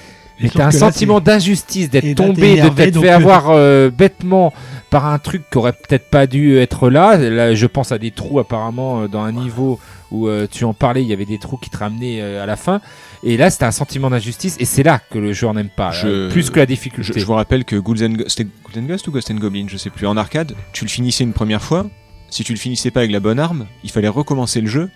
[SPEAKER 3] mais
[SPEAKER 4] Mais sauf
[SPEAKER 3] t'as un
[SPEAKER 4] que là,
[SPEAKER 3] sentiment d'injustice
[SPEAKER 4] et
[SPEAKER 3] d'être
[SPEAKER 4] là, t'es
[SPEAKER 3] tombé de
[SPEAKER 4] énervé,
[SPEAKER 3] t'être
[SPEAKER 4] donc,
[SPEAKER 3] fait
[SPEAKER 4] euh,
[SPEAKER 3] avoir euh, bêtement par un truc qui aurait peut-être pas dû être là là je pense à des trous apparemment euh, dans un niveau où euh, tu en parlais il y avait des trous qui te ramenaient euh, à la fin et là c'était un sentiment d'injustice et c'est là que le joueur n'aime pas
[SPEAKER 5] Je-
[SPEAKER 3] euh, plus que la
[SPEAKER 5] Je,
[SPEAKER 3] difficulté
[SPEAKER 5] je vous rappelle que Ghouls and Go- c'était Ghouls and Ghost ou Ghost and Goblin, je sais plus. En arcade, tu le finissais une première fois. Si tu le finissais pas avec la bonne arme, il fallait recommencer le jeu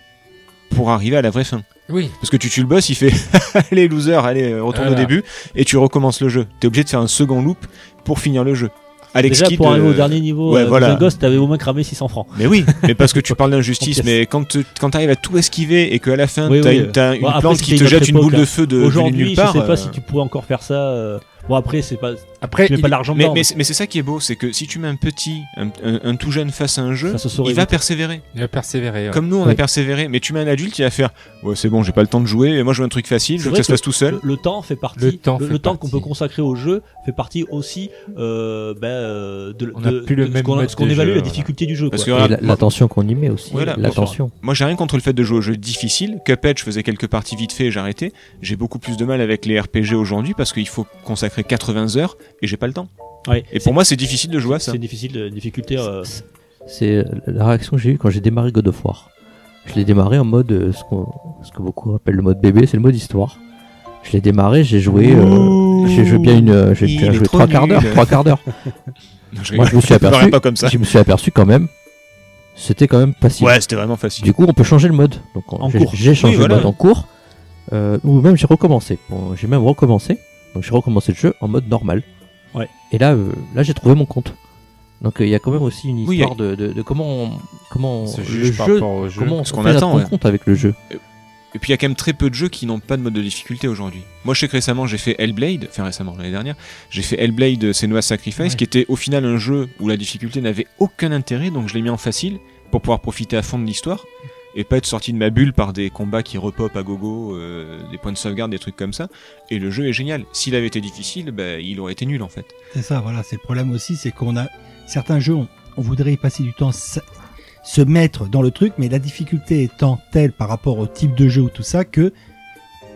[SPEAKER 5] pour arriver à la vraie fin.
[SPEAKER 3] oui
[SPEAKER 5] Parce que tu tues le boss, il fait allez loser, allez euh, retourne au
[SPEAKER 3] Voilà.
[SPEAKER 5] début et tu recommences le jeu. T'es obligé de faire un second loop pour finir le jeu. Alex
[SPEAKER 2] Déjà,
[SPEAKER 5] Kidd,
[SPEAKER 2] pour arriver au
[SPEAKER 5] euh,
[SPEAKER 2] dernier niveau,
[SPEAKER 5] ouais,
[SPEAKER 2] euh,
[SPEAKER 5] voilà.
[SPEAKER 2] Golden Ghost, t'avais au moins cramé 600 francs.
[SPEAKER 5] Mais oui, mais parce que tu parles d'injustice,
[SPEAKER 2] Yes.
[SPEAKER 5] mais quand te- quand t'arrives à tout esquiver et qu'à la fin
[SPEAKER 2] Oui,
[SPEAKER 5] t'as
[SPEAKER 2] oui.
[SPEAKER 5] une, t'as une
[SPEAKER 2] Bon, après,
[SPEAKER 5] plante
[SPEAKER 2] c'était
[SPEAKER 5] qui te
[SPEAKER 2] une
[SPEAKER 5] jette
[SPEAKER 2] autre
[SPEAKER 5] une boule
[SPEAKER 2] époque, hein.
[SPEAKER 5] de
[SPEAKER 3] Euh,
[SPEAKER 5] feu de venue de
[SPEAKER 2] Aujourd'hui,
[SPEAKER 5] nulle
[SPEAKER 2] je
[SPEAKER 5] part.
[SPEAKER 2] sais pas
[SPEAKER 5] euh,
[SPEAKER 2] si tu pourrais encore faire ça. euh, Bon, après, c'est pas.
[SPEAKER 3] après
[SPEAKER 2] Tu mets
[SPEAKER 3] il-
[SPEAKER 2] pas l'argent
[SPEAKER 5] Mais,
[SPEAKER 2] dedans.
[SPEAKER 5] mais,
[SPEAKER 2] donc
[SPEAKER 5] c'est- mais c'est ça qui est beau, c'est que si tu mets un petit, un, un- un tout jeune face à un jeu,
[SPEAKER 2] Ça se saurait.
[SPEAKER 5] il va
[SPEAKER 2] vite.
[SPEAKER 5] persévérer.
[SPEAKER 3] il va persévérer ouais.
[SPEAKER 5] Comme nous, on a
[SPEAKER 2] Oui.
[SPEAKER 5] persévéré, mais tu mets un adulte, il va faire Ouais, c'est bon, j'ai pas le temps de jouer, et moi je veux un truc
[SPEAKER 2] C'est
[SPEAKER 5] facile, je veux que
[SPEAKER 2] vrai
[SPEAKER 5] ça se fasse tout seul.
[SPEAKER 2] Le, le temps fait partie.
[SPEAKER 3] Le temps fait
[SPEAKER 2] qu'on
[SPEAKER 3] partie.
[SPEAKER 2] peut consacrer au jeu fait partie aussi euh, ben, euh, de,
[SPEAKER 3] On
[SPEAKER 2] de,
[SPEAKER 3] n'a plus le
[SPEAKER 2] de ce
[SPEAKER 3] même
[SPEAKER 2] qu'on-
[SPEAKER 3] mode
[SPEAKER 2] ce qu'on
[SPEAKER 3] de
[SPEAKER 2] évalue
[SPEAKER 3] jeu,
[SPEAKER 2] la
[SPEAKER 3] voilà.
[SPEAKER 2] difficulté du jeu.
[SPEAKER 5] Parce
[SPEAKER 2] quoi.
[SPEAKER 5] que
[SPEAKER 6] Et
[SPEAKER 5] voilà,
[SPEAKER 6] la- l'attention qu'on y met aussi.
[SPEAKER 5] Voilà,
[SPEAKER 6] l'attention.
[SPEAKER 5] Moi, j'ai rien contre le fait de jouer aux jeux difficiles. Cuphead, je faisais quelques parties vite fait et j'ai arrêté. J'ai beaucoup plus de mal avec les RPG aujourd'hui parce qu'il faut consacrer 80 heures et j'ai pas le temps.
[SPEAKER 2] Ouais.
[SPEAKER 5] Et pour moi, c'est difficile de jouer à ça.
[SPEAKER 2] c'est une difficile, une difficulté. euh,
[SPEAKER 6] C'est- C'est la réaction que j'ai eue quand j'ai démarré God of War. Je l'ai démarré en mode, euh, ce, qu'on- ce que beaucoup appellent le mode bébé, c'est le mode histoire. Je l'ai démarré, j'ai joué, euh, j'ai joué bien une, euh, j'ai
[SPEAKER 5] il
[SPEAKER 6] bien
[SPEAKER 5] est
[SPEAKER 6] joué
[SPEAKER 5] trop
[SPEAKER 6] trois quarts
[SPEAKER 5] nul.
[SPEAKER 6] d'heure, trois quarts d'heure.
[SPEAKER 5] Non,
[SPEAKER 6] Moi, je me suis
[SPEAKER 5] rigole.
[SPEAKER 6] aperçu-
[SPEAKER 5] Parle pas comme ça.
[SPEAKER 6] Je me suis aperçu quand même, c'était quand même facile.
[SPEAKER 5] Ouais, c'était vraiment facile.
[SPEAKER 6] Du coup, on peut changer le mode. Donc, on-
[SPEAKER 2] En
[SPEAKER 6] j'ai-
[SPEAKER 2] cours.
[SPEAKER 6] j'ai changé
[SPEAKER 5] Oui, voilà.
[SPEAKER 6] le mode en cours, euh, ou même j'ai recommencé. Bon, j'ai même recommencé. Donc, j'ai recommencé le jeu en mode normal.
[SPEAKER 2] Ouais.
[SPEAKER 6] Et là, euh, là, j'ai trouvé mon compte. Donc, euh, il y a quand même aussi une
[SPEAKER 5] Oui,
[SPEAKER 6] histoire de, de- de comment, on, comment
[SPEAKER 3] se
[SPEAKER 6] on-
[SPEAKER 3] juge
[SPEAKER 6] le
[SPEAKER 3] par
[SPEAKER 6] jeu,
[SPEAKER 3] rapport au jeu.
[SPEAKER 6] comment on
[SPEAKER 5] ce
[SPEAKER 6] se
[SPEAKER 5] qu'on
[SPEAKER 6] fait
[SPEAKER 5] attend,
[SPEAKER 6] notre
[SPEAKER 5] ouais.
[SPEAKER 6] compte avec le jeu.
[SPEAKER 5] Et puis il y a quand même très peu de jeux qui n'ont pas de mode de difficulté aujourd'hui. Moi je sais que récemment j'ai fait Hellblade, enfin récemment l'année dernière, j'ai fait Hellblade euh, Senua's Sacrifice
[SPEAKER 2] Ouais.
[SPEAKER 5] qui était au final un jeu où la difficulté n'avait aucun intérêt donc je l'ai mis en facile pour pouvoir profiter à fond de l'histoire et pas être sorti de ma bulle par des combats qui repopent à gogo, euh, des points de sauvegarde, des trucs comme ça. Et le jeu est génial. S'il avait été difficile, bah, il aurait été nul en fait.
[SPEAKER 4] C'est ça, voilà. C'est le problème aussi, c'est qu'on a certains jeux, on, on voudrait y passer du temps, se se mettre dans le truc, mais la difficulté étant telle par rapport au type de jeu ou tout ça que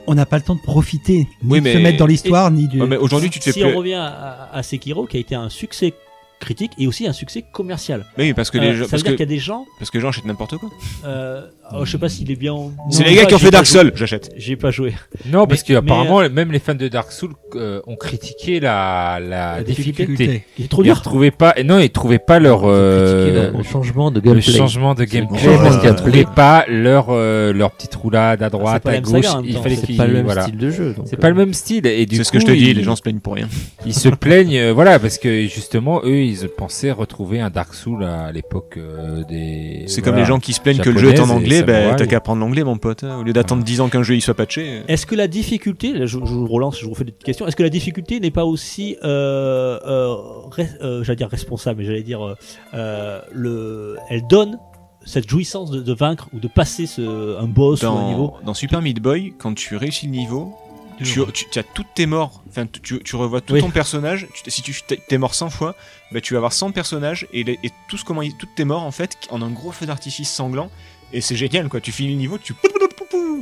[SPEAKER 4] on n'a pas le temps de profiter, ni
[SPEAKER 5] Oui,
[SPEAKER 4] de se
[SPEAKER 5] mais-
[SPEAKER 4] mettre dans l'histoire, ni du.
[SPEAKER 5] Ouais, Oh, mais aujourd'hui tu te fais
[SPEAKER 2] si
[SPEAKER 5] plus...
[SPEAKER 2] on revient à, à Sekiro, qui a été un succès critique et aussi un succès commercial.
[SPEAKER 5] Oui parce que
[SPEAKER 2] Euh,
[SPEAKER 5] les gens...
[SPEAKER 2] ça veut
[SPEAKER 5] Parce
[SPEAKER 2] dire
[SPEAKER 5] que,
[SPEAKER 2] qu'il y a des gens,
[SPEAKER 5] parce que les gens achètent n'importe quoi.
[SPEAKER 2] euh, oh, je sais pas s'il est bien. ou-
[SPEAKER 5] C'est
[SPEAKER 2] ou
[SPEAKER 5] les gars
[SPEAKER 2] pas,
[SPEAKER 5] qui ont
[SPEAKER 2] j'ai
[SPEAKER 5] fait
[SPEAKER 2] pas
[SPEAKER 5] Dark
[SPEAKER 2] joué.
[SPEAKER 5] Souls, j'achète.
[SPEAKER 2] J'ai pas joué.
[SPEAKER 3] Non, parce
[SPEAKER 2] Mais-
[SPEAKER 3] qu'apparemment, même les fans de Dark Souls euh, ont critiqué la, la,
[SPEAKER 4] la
[SPEAKER 3] difficulté.
[SPEAKER 2] Il est trop
[SPEAKER 3] Ils
[SPEAKER 2] dur.
[SPEAKER 3] retrouvaient pas, et non, ils trouvaient pas leur
[SPEAKER 6] Critiquer
[SPEAKER 3] euh,
[SPEAKER 6] la- le changement de
[SPEAKER 3] le
[SPEAKER 6] gameplay.
[SPEAKER 3] changement de gameplay
[SPEAKER 6] changement
[SPEAKER 3] parce
[SPEAKER 6] de
[SPEAKER 3] qu'ils
[SPEAKER 6] gameplay.
[SPEAKER 3] trouvaient pas leur euh, leur petite roulade à droite,
[SPEAKER 2] Ah, pas la
[SPEAKER 3] à
[SPEAKER 2] même
[SPEAKER 3] gauche.
[SPEAKER 2] saga en même
[SPEAKER 3] Il
[SPEAKER 2] temps.
[SPEAKER 3] fallait
[SPEAKER 6] C'est
[SPEAKER 3] qu'ils
[SPEAKER 6] pas le même
[SPEAKER 3] voilà.
[SPEAKER 6] style de jeu. donc,
[SPEAKER 3] C'est
[SPEAKER 6] euh,
[SPEAKER 3] pas le même style et du
[SPEAKER 5] C'est
[SPEAKER 3] coup
[SPEAKER 5] ce que je te dis,
[SPEAKER 3] ils-
[SPEAKER 5] les gens se plaignent pour rien.
[SPEAKER 3] ils se plaignent euh, voilà parce que justement eux ils pensaient retrouver un Dark Souls à l'époque euh, des
[SPEAKER 5] C'est
[SPEAKER 3] voilà.
[SPEAKER 5] comme les gens qui se plaignent que le jeu est en
[SPEAKER 3] Japonaise et
[SPEAKER 5] anglais, ben
[SPEAKER 3] samouraï.
[SPEAKER 5] t'as qu'à prendre l'anglais mon pote. hein. Au lieu d'attendre 10 ans qu'un jeu il soit patché. euh.
[SPEAKER 2] Est-ce que la difficulté, là, je, je vous relance, je vous fais des petites questions, est-ce que la difficulté n'est pas aussi, euh, euh, res- euh, j'allais dire responsable, mais j'allais dire, euh, euh, le, elle donne cette jouissance de, de vaincre ou de passer ce, un boss ou un niveau
[SPEAKER 5] Dans, dans Super Meat Boy, quand tu réussis le niveau, tu, tu, tu as toutes tes morts, enfin tu- tu, tu revois tout
[SPEAKER 2] Oui.
[SPEAKER 5] ton personnage, tu- si tu t'es t'es mort 100 fois, ben, tu vas avoir 100 personnages et, les- et tout ce comment ils- toutes tes morts en fait en un gros feu d'artifice sanglant et c'est génial quoi, tu finis le niveau, tu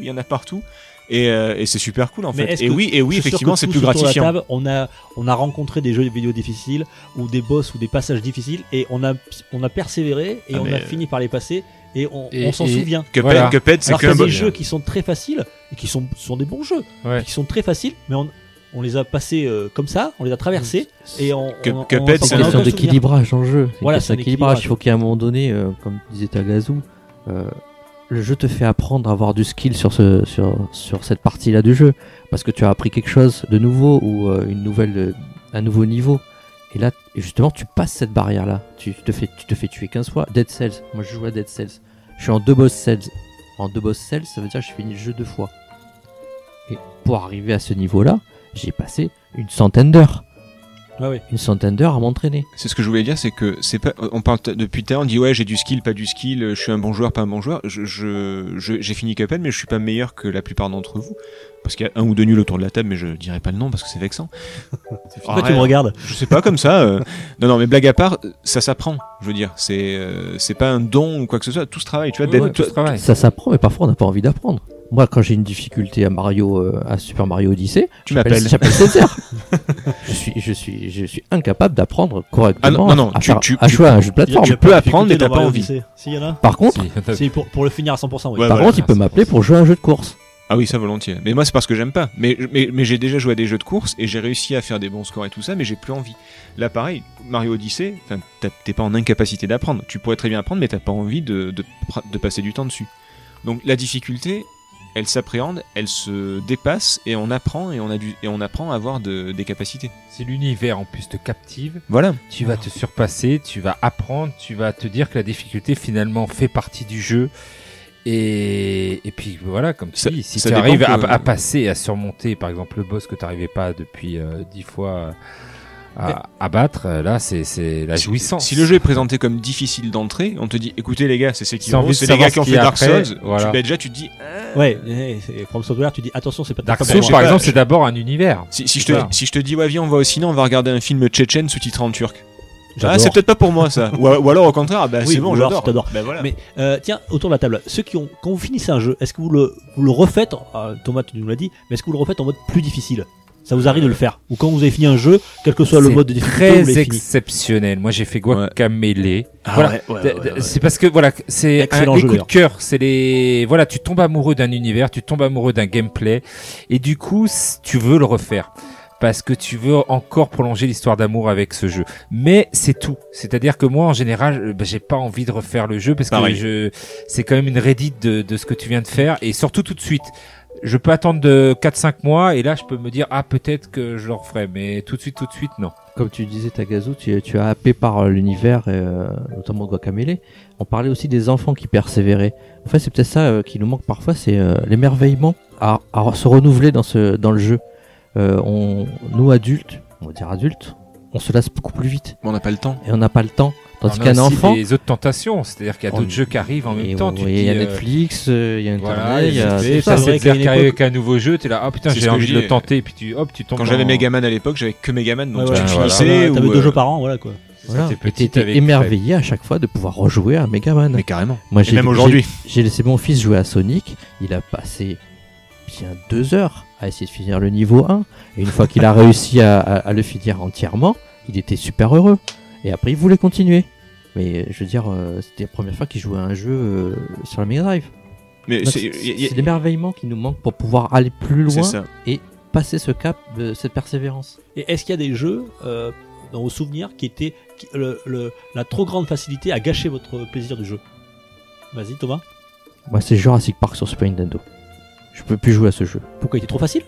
[SPEAKER 5] il y en a partout et, euh, et c'est super cool en
[SPEAKER 2] Mais
[SPEAKER 5] fait.
[SPEAKER 2] est-ce
[SPEAKER 5] Et
[SPEAKER 2] que
[SPEAKER 5] oui, et oui
[SPEAKER 2] Je suis sûr
[SPEAKER 5] effectivement
[SPEAKER 2] que
[SPEAKER 5] c'est
[SPEAKER 2] tous
[SPEAKER 5] plus
[SPEAKER 2] autour de la
[SPEAKER 5] gratifiant.
[SPEAKER 2] table, on, a, on a rencontré des jeux vidéo difficiles ou des boss ou des passages difficiles et on a, on a persévéré et
[SPEAKER 5] Ah,
[SPEAKER 2] on
[SPEAKER 5] mais-
[SPEAKER 2] a fini par les passer et on,
[SPEAKER 3] Et-
[SPEAKER 2] on s'en
[SPEAKER 3] et-
[SPEAKER 2] souvient.
[SPEAKER 5] Que
[SPEAKER 3] Voilà.
[SPEAKER 5] Ped- que Ped, c'est
[SPEAKER 2] Alors qu'il y
[SPEAKER 5] qu'un
[SPEAKER 2] a
[SPEAKER 5] bon.
[SPEAKER 2] des jeux qui sont très faciles et qui sont, sont des bons jeux,
[SPEAKER 3] Ouais.
[SPEAKER 2] qui sont très faciles, mais on, on les a passés euh, comme ça, on les a traversés et on.
[SPEAKER 5] Mm. Que-
[SPEAKER 2] on-
[SPEAKER 5] que
[SPEAKER 2] on
[SPEAKER 5] Ped,
[SPEAKER 2] s'en
[SPEAKER 5] c'est
[SPEAKER 6] C'est
[SPEAKER 2] a
[SPEAKER 6] une
[SPEAKER 2] aucun
[SPEAKER 5] un
[SPEAKER 6] question
[SPEAKER 5] autre
[SPEAKER 2] souvenir.
[SPEAKER 6] d'équilibrage en jeu. C'est
[SPEAKER 2] Voilà,
[SPEAKER 6] une question
[SPEAKER 2] c'est un
[SPEAKER 6] d'équilibrage.
[SPEAKER 2] équilibrage.
[SPEAKER 6] Il faut qu'il y ait un moment donné, euh, comme disait Tagazu, euh, le jeu te fait apprendre à avoir du skill sur, ce, sur, sur cette partie-là du jeu. Parce que tu as appris quelque chose de nouveau ou euh, une nouvelle, euh, un nouveau niveau. Et là, justement, tu passes cette barrière-là. Tu te, fais, tu te fais tuer 15 fois. Dead Cells. Moi, je joue à Dead Cells. Je suis en deux boss cells. En deux boss cells, ça veut dire que je finis le jeu deux fois. Et pour arriver à ce niveau-là, j'ai passé une centaine d'heures.
[SPEAKER 2] Ah oui.
[SPEAKER 6] Une centaine d'heures à m'entraîner.
[SPEAKER 5] C'est ce que je voulais dire, c'est que c'est pas. On parle t- depuis tard, on dit ouais j'ai du skill, pas du skill, euh, je suis un bon joueur, pas un bon joueur. Je je- je- j'ai fini Cuphead, mais je suis pas meilleur que la plupart d'entre vous, parce qu'il y a un ou deux nuls autour de la table, mais je dirai pas le nom parce que c'est vexant.
[SPEAKER 2] Pourquoi tu me regardes
[SPEAKER 5] Je sais pas comme ça. euh. Non non, mais blague à part, euh, ça s'apprend. Je veux dire, c'est euh, c'est pas un don ou quoi que ce soit. Tout ce travail, tu vois,
[SPEAKER 3] Ouais,
[SPEAKER 5] d'être-
[SPEAKER 3] ouais, tout
[SPEAKER 5] toi-
[SPEAKER 3] ce travail.
[SPEAKER 6] Ça s'apprend, mais parfois on n'a pas envie d'apprendre. Moi, quand j'ai une difficulté à Mario, euh, à Super Mario Odyssey,
[SPEAKER 5] tu m'appelles.
[SPEAKER 6] j'appelle César. je suis, je suis, je suis incapable d'apprendre correctement.
[SPEAKER 5] Ah non, non, non,
[SPEAKER 6] à,
[SPEAKER 5] tu-
[SPEAKER 6] faire-
[SPEAKER 5] tu-
[SPEAKER 6] à
[SPEAKER 5] tu-
[SPEAKER 6] jouer à un jeu de
[SPEAKER 2] Il y a-
[SPEAKER 6] plateforme.
[SPEAKER 2] il y a
[SPEAKER 5] peux
[SPEAKER 2] de
[SPEAKER 5] apprendre, mais
[SPEAKER 2] difficulté
[SPEAKER 5] t'as
[SPEAKER 2] dans
[SPEAKER 5] pas
[SPEAKER 2] Mario
[SPEAKER 5] envie.
[SPEAKER 2] Odyssey. Si, y en a
[SPEAKER 6] Par contre,
[SPEAKER 3] Si.
[SPEAKER 2] Si, pour, pour le finir à 100%, oui.
[SPEAKER 5] Ouais,
[SPEAKER 6] par
[SPEAKER 5] voilà.
[SPEAKER 6] contre, il peut m'appeler pour jouer à un jeu de course.
[SPEAKER 5] Ah oui, ça volontiers. Mais moi, c'est parce que j'aime pas. Mais, mais, mais j'ai déjà joué à des jeux de course et j'ai réussi à faire des bons scores et tout ça, mais j'ai plus envie. Là, pareil, Mario Odyssey, enfin, t'as- t'es pas en incapacité d'apprendre. Tu pourrais très bien apprendre, mais t'as pas envie de, de, pra- de passer du temps dessus. Donc, la difficulté, elle s'appréhende, elle se dépasse et on apprend et on, a du, et on apprend à avoir de- des capacités.
[SPEAKER 3] si l'univers en plus te captive
[SPEAKER 5] Voilà.
[SPEAKER 3] tu vas te surpasser tu vas apprendre tu vas te dire que la difficulté finalement fait partie du jeu et, et puis voilà comme tu
[SPEAKER 5] Ça-
[SPEAKER 3] dis si
[SPEAKER 5] ça
[SPEAKER 3] tu
[SPEAKER 5] dépend
[SPEAKER 3] arrives à,
[SPEAKER 5] que-
[SPEAKER 3] à passer à surmonter par exemple le boss que tu n'arrivais pas depuis euh, dix fois euh, à, à battre euh, là c'est c'est la
[SPEAKER 5] Si-
[SPEAKER 3] jouissance
[SPEAKER 5] Si le jeu est présenté comme difficile d'entrée, on te dit écoutez les gars, c'est
[SPEAKER 3] Sans
[SPEAKER 5] Sekiro,
[SPEAKER 3] envie de
[SPEAKER 5] c'est les
[SPEAKER 3] savoir
[SPEAKER 5] gars
[SPEAKER 3] ce
[SPEAKER 5] qui ont
[SPEAKER 3] qu'il
[SPEAKER 5] fait
[SPEAKER 3] y a
[SPEAKER 5] Dark
[SPEAKER 3] après,
[SPEAKER 5] Souls.
[SPEAKER 3] voilà.
[SPEAKER 5] Tu, bah, déjà, tu te dis
[SPEAKER 2] Ouais, eh, c'est- From Software, tu dis attention, c'est pas
[SPEAKER 3] Dark
[SPEAKER 2] pas
[SPEAKER 3] Souls
[SPEAKER 2] pour
[SPEAKER 3] par
[SPEAKER 2] moi.
[SPEAKER 5] pas,
[SPEAKER 3] exemple
[SPEAKER 5] je-
[SPEAKER 3] c'est d'abord un univers
[SPEAKER 5] si, si je
[SPEAKER 3] C'est
[SPEAKER 5] te,
[SPEAKER 3] ça.
[SPEAKER 5] si je te dis ouais, viens, on va au cinéma, on va regarder un film tchétchène sous-titré en turc. Ah,
[SPEAKER 2] J'adore.
[SPEAKER 5] c'est peut-être pas pour moi ça. ou, ou alors au contraire, ah bah,
[SPEAKER 2] Oui,
[SPEAKER 5] c'est bon,
[SPEAKER 2] ou alors,
[SPEAKER 5] j'adore.
[SPEAKER 2] si t'adores.
[SPEAKER 5] Bah, voilà.
[SPEAKER 2] Mais euh, tiens, autour de la table, ceux qui ont, quand ah, vous finissez un jeu, est-ce que vous le, vous le refaites, euh, Thomas tu nous l'as dit, mais est-ce que vous le refaites en mode plus difficile Ça vous arrive de le faire. Ou quand vous avez fini un jeu, quel que soit le
[SPEAKER 3] C'est
[SPEAKER 2] mode de difficulté, vous
[SPEAKER 3] très
[SPEAKER 2] l'avez fini.
[SPEAKER 3] exceptionnel. Moi, j'ai fait Guacamele.
[SPEAKER 5] Ah
[SPEAKER 3] Voilà.
[SPEAKER 2] ouais, Ah ouais,
[SPEAKER 3] D-
[SPEAKER 2] ouais,
[SPEAKER 3] d-
[SPEAKER 2] ouais.
[SPEAKER 3] C'est parce que voilà, c'est un
[SPEAKER 2] Excellent
[SPEAKER 3] les
[SPEAKER 2] jeu,
[SPEAKER 3] coups de
[SPEAKER 2] d'ailleurs.
[SPEAKER 3] cœur. C'est les voilà, tu tombes amoureux d'un univers, tu tombes amoureux d'un gameplay, et du coup, c- tu veux le refaire parce que tu veux encore prolonger l'histoire d'amour avec ce jeu. Mais c'est tout. C'est-à-dire que moi, en général, euh, bah, j'ai pas envie de refaire le jeu parce
[SPEAKER 5] Pareil.
[SPEAKER 3] que je, c'est quand même une rédite de, de ce que tu viens de faire et surtout tout de suite. Je peux attendre de 4-5 mois et là je peux me dire ah peut-être que je le referai mais tout de suite tout de suite non.
[SPEAKER 6] Comme tu disais, Tagazu, tu, tu as happé par euh, l'univers, et, euh, notamment Guacamele. On parlait aussi des enfants qui persévéraient. En fait, c'est peut-être ça euh, qui nous manque parfois, c'est euh, l'émerveillement à, à se renouveler dans, ce, dans le jeu. Euh, on, nous, adultes, on va dire adultes, on se lasse beaucoup plus vite
[SPEAKER 5] on n'a pas le temps.
[SPEAKER 6] et on n'a pas le temps. Tandis
[SPEAKER 3] On a
[SPEAKER 6] qu'un
[SPEAKER 3] aussi
[SPEAKER 6] enfant,
[SPEAKER 3] des autres tentations, c'est-à-dire qu'il y a
[SPEAKER 6] On-
[SPEAKER 3] d'autres jeux qui arrivent en
[SPEAKER 6] et
[SPEAKER 3] même temps.
[SPEAKER 6] on-
[SPEAKER 3] tu te
[SPEAKER 6] il y a
[SPEAKER 3] dis, euh,
[SPEAKER 6] Netflix, euh, il y a Internet,
[SPEAKER 3] Voilà,
[SPEAKER 6] il y a
[SPEAKER 3] et
[SPEAKER 6] tout
[SPEAKER 3] ça
[SPEAKER 6] ça.
[SPEAKER 2] c'est vrai
[SPEAKER 3] c'est
[SPEAKER 2] qu'à une
[SPEAKER 3] qu'arriver
[SPEAKER 2] époque-
[SPEAKER 3] avec un nouveau jeu, t'es là, ah putain,
[SPEAKER 5] C'est
[SPEAKER 3] j'ai
[SPEAKER 5] ce que
[SPEAKER 3] envie
[SPEAKER 5] je
[SPEAKER 3] de le
[SPEAKER 5] dis.
[SPEAKER 3] tenter, et puis tu, hop, tu tombes.
[SPEAKER 5] Quand j'avais
[SPEAKER 3] dans-
[SPEAKER 5] Megaman à l'époque, j'avais que Megaman, donc
[SPEAKER 2] Ouais,
[SPEAKER 5] tu
[SPEAKER 2] ouais,
[SPEAKER 3] voilà.
[SPEAKER 5] finissais.
[SPEAKER 2] T'avais
[SPEAKER 5] ou,
[SPEAKER 2] deux
[SPEAKER 5] euh,
[SPEAKER 2] jeux par an, voilà quoi.
[SPEAKER 6] Voilà.
[SPEAKER 3] t'es
[SPEAKER 6] Et
[SPEAKER 3] petite
[SPEAKER 6] t'étais
[SPEAKER 3] avec-
[SPEAKER 6] émerveillé à chaque fois de pouvoir rejouer à Megaman.
[SPEAKER 5] Mais carrément.
[SPEAKER 6] Moi,
[SPEAKER 5] Et même aujourd'hui.
[SPEAKER 6] J'ai laissé mon fils jouer à Sonic. Il a passé bien deux heures à essayer de finir le niveau 1. Et une fois qu'il a réussi à, à- à le finir entièrement, il était super heureux. Et après, il voulait continuer. Mais je veux dire, euh, c'était la première fois qu'il jouait à un jeu euh, sur la Mega Drive.
[SPEAKER 5] Mais
[SPEAKER 6] Donc,
[SPEAKER 5] c'est-
[SPEAKER 6] C'est
[SPEAKER 5] y- y-
[SPEAKER 6] c'est l'émerveillement qui nous manque pour pouvoir aller plus
[SPEAKER 5] c'est
[SPEAKER 6] loin,
[SPEAKER 5] ça.
[SPEAKER 6] passer ce cap de cette persévérance.
[SPEAKER 2] Et est-ce qu'il y a des jeux, euh, dans vos souvenirs, qui étaient qui- le- le- la trop grande facilité à gâcher votre plaisir du jeu Vas-y Thomas.
[SPEAKER 6] Moi, c'est Jurassic Park sur Super Nintendo. Je peux plus jouer à ce jeu.
[SPEAKER 2] Pourquoi il était trop facile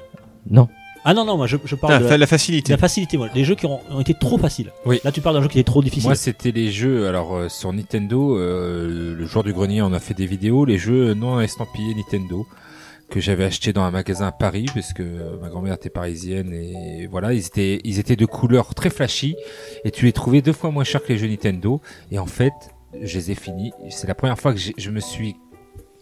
[SPEAKER 6] Non.
[SPEAKER 2] Ah non, non, moi je, je parle
[SPEAKER 5] Ah,
[SPEAKER 2] de,
[SPEAKER 5] fa-
[SPEAKER 2] la,
[SPEAKER 5] la
[SPEAKER 2] de
[SPEAKER 5] facilité.
[SPEAKER 2] la facilité, moi. Des jeux qui ont, ont été trop faciles.
[SPEAKER 3] Oui.
[SPEAKER 2] Là tu parles d'un jeu qui était trop difficile.
[SPEAKER 3] Moi, c'était les jeux. Alors, euh, sur Nintendo, euh, le jour du grenier, on a fait des vidéos. Les jeux non estampillés Nintendo que j'avais acheté dans un magasin à Paris parce que euh, ma grand-mère était parisienne et voilà, ils étaient ils étaient de couleurs très flashy et tu les trouvais deux fois moins chers que les jeux Nintendo et en fait, je les ai finis. C'est la première fois que j'ai- je me suis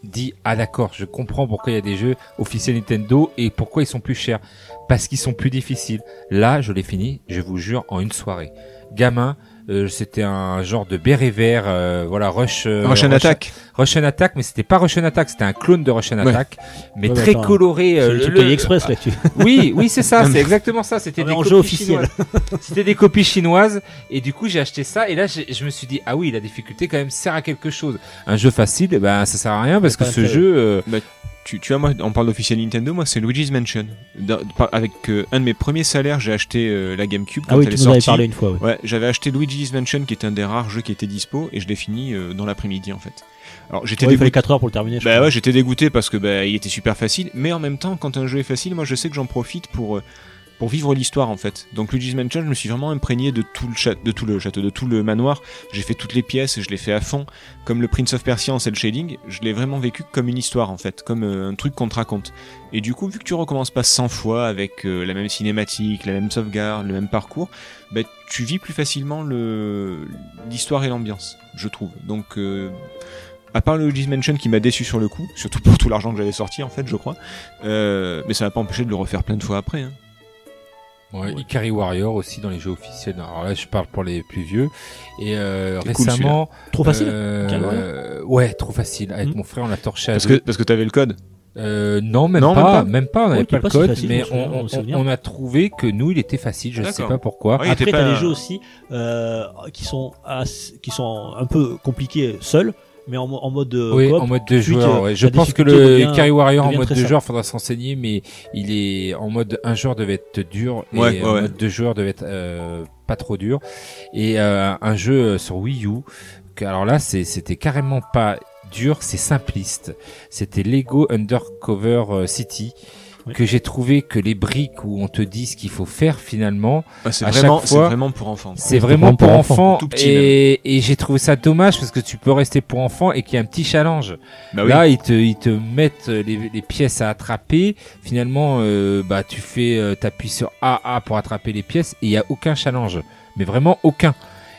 [SPEAKER 3] dit ah d'accord, je comprends pourquoi il y a des jeux officiels Nintendo et pourquoi ils sont plus chers parce qu'ils sont plus difficiles. Là, je l'ai fini, je vous jure, en une soirée. Gamin, euh, c'était un genre de béret vert, euh, voilà, Rush. euh,
[SPEAKER 5] Rush and Attack.
[SPEAKER 3] Rush and Attack, mais c'était pas Rush and Attack, c'était un clone de Rush and
[SPEAKER 5] Ouais.
[SPEAKER 3] Attack, mais
[SPEAKER 2] Ouais, mais
[SPEAKER 3] très
[SPEAKER 2] attends,
[SPEAKER 3] coloré.
[SPEAKER 2] c'est
[SPEAKER 3] euh,
[SPEAKER 2] le,
[SPEAKER 3] le-
[SPEAKER 2] truc
[SPEAKER 3] le-
[SPEAKER 2] Payé Express
[SPEAKER 5] ah,
[SPEAKER 2] là-dessus.
[SPEAKER 3] Oui, oui, c'est ça,
[SPEAKER 5] Non,
[SPEAKER 3] c'est
[SPEAKER 5] mais-
[SPEAKER 3] exactement ça. C'était
[SPEAKER 2] Non,
[SPEAKER 3] des
[SPEAKER 2] mais en
[SPEAKER 3] copies
[SPEAKER 2] jeu officiel.
[SPEAKER 3] chinoises. C'était des copies chinoises, et du coup j'ai acheté ça, et là j'ai- je me suis dit ah oui, la difficulté quand même sert à quelque chose. Un jeu facile, eh ben ça sert à rien parce
[SPEAKER 2] C'est
[SPEAKER 3] que
[SPEAKER 2] pas
[SPEAKER 3] ce
[SPEAKER 2] intéressant.
[SPEAKER 3] jeu, euh,
[SPEAKER 5] Tu, tu vois, moi, on parle d'officiel Nintendo, moi, c'est Luigi's Mansion. Dans- par- avec euh, un de mes premiers salaires, j'ai acheté euh, la GameCube quand
[SPEAKER 2] ah oui,
[SPEAKER 5] elle est
[SPEAKER 2] tu nous avais
[SPEAKER 5] sortie.
[SPEAKER 2] parlé une fois. oui.
[SPEAKER 5] Ouais, j'avais acheté Luigi's Mansion, qui était un des rares jeux qui était dispo, et je l'ai fini euh, dans l'après-midi, en fait. Alors, j'étais
[SPEAKER 2] Ouais, il
[SPEAKER 5] dégoûté.
[SPEAKER 2] fallait 4 heures pour le terminer. je
[SPEAKER 5] Bah
[SPEAKER 2] crois.
[SPEAKER 5] ouais, j'étais dégoûté parce que bah, il était super facile, mais en même temps, quand un jeu est facile, moi je sais que j'en profite pour euh, pour vivre l'histoire en fait. Donc Luigi's Mansion, je me suis vraiment imprégné de tout le château, de tout le château, de tout le manoir. J'ai fait toutes les pièces, je l'ai fait à fond. Comme le Prince of Persia en cel shading, je l'ai vraiment vécu comme une histoire en fait, comme euh, un truc qu'on te raconte. Et du coup, vu que tu recommences pas 100 fois avec euh, la même cinématique, la même sauvegarde, le même parcours, bah, tu vis plus facilement le l'histoire et l'ambiance, je trouve. Donc euh, à part le Luigi's Mansion qui m'a déçu sur le coup, surtout pour tout l'argent que j'avais sorti en fait, je crois. Euh, mais ça m'a pas empêché de le refaire plein de fois après. hein.
[SPEAKER 3] Ouais,
[SPEAKER 5] Ouais.
[SPEAKER 3] Ikari Warrior aussi dans les jeux officiels. Alors là, je parle pour les plus vieux. Et euh,
[SPEAKER 5] C'est cool,
[SPEAKER 3] récemment,
[SPEAKER 2] Trop facile.
[SPEAKER 3] euh,
[SPEAKER 2] Ikari Warrior
[SPEAKER 3] euh, ouais, trop facile. Avec
[SPEAKER 2] Hmm.
[SPEAKER 3] mon frère, on l'a torché. à
[SPEAKER 5] Parce que
[SPEAKER 3] deux.
[SPEAKER 5] parce que t'avais le code.
[SPEAKER 3] Euh, non, même
[SPEAKER 5] Non, même
[SPEAKER 3] pas,
[SPEAKER 5] pas.
[SPEAKER 3] même pas. on n'avait
[SPEAKER 2] Ouais, il
[SPEAKER 3] pas
[SPEAKER 2] est
[SPEAKER 3] le
[SPEAKER 2] pas si
[SPEAKER 3] code,
[SPEAKER 2] facile,
[SPEAKER 3] mais
[SPEAKER 2] je me
[SPEAKER 3] on,
[SPEAKER 2] souviens,
[SPEAKER 3] on-
[SPEAKER 2] on me souviens.
[SPEAKER 3] on a trouvé que nous, il était facile. Je sais
[SPEAKER 5] D'accord.
[SPEAKER 3] pas pourquoi.
[SPEAKER 5] Ouais, il était
[SPEAKER 2] Ah, Après,
[SPEAKER 5] pas-
[SPEAKER 2] t'as des jeux aussi euh, qui sont assez- qui sont un peu compliqués seuls, mais en, mo- en mode euh,
[SPEAKER 3] Oui,
[SPEAKER 2] coop.
[SPEAKER 3] en mode de
[SPEAKER 2] suite,
[SPEAKER 3] joueur.
[SPEAKER 2] euh,
[SPEAKER 3] ouais. Je
[SPEAKER 2] la
[SPEAKER 3] pense que le
[SPEAKER 2] difficulté devient-
[SPEAKER 3] Ikari Warrior en
[SPEAKER 2] devient
[SPEAKER 3] mode
[SPEAKER 2] très
[SPEAKER 3] de
[SPEAKER 2] simple.
[SPEAKER 3] joueur faudra s'en saigner, mais il est en mode un joueur devait être dur et
[SPEAKER 5] Ouais, ouais,
[SPEAKER 3] en
[SPEAKER 5] ouais.
[SPEAKER 3] mode deux joueurs devait être euh, pas trop dur. Et euh, un jeu sur Wii U. que- alors là, c'est- c'était carrément pas dur, c'est simpliste. C'était Lego Undercover euh, City
[SPEAKER 2] Oui.
[SPEAKER 3] que j'ai trouvé que les briques où on te dit ce qu'il faut faire finalement
[SPEAKER 5] Ah, c'est
[SPEAKER 3] À
[SPEAKER 5] vraiment
[SPEAKER 3] chaque
[SPEAKER 5] c'est
[SPEAKER 3] fois,
[SPEAKER 5] vraiment pour enfants. quoi.
[SPEAKER 3] c'est vraiment pour
[SPEAKER 6] pour enfants,
[SPEAKER 3] enfants
[SPEAKER 5] tout petit
[SPEAKER 3] et, et j'ai trouvé ça dommage parce que tu peux rester pour enfants et qu'il y a un petit challenge
[SPEAKER 5] Bah oui.
[SPEAKER 3] Là, ils te, ils te mettent les, les pièces à attraper. Finalement, euh, bah, tu fais, euh, t'appuies sur AA pour attraper les pièces et il n'y a aucun challenge. Mais vraiment aucun.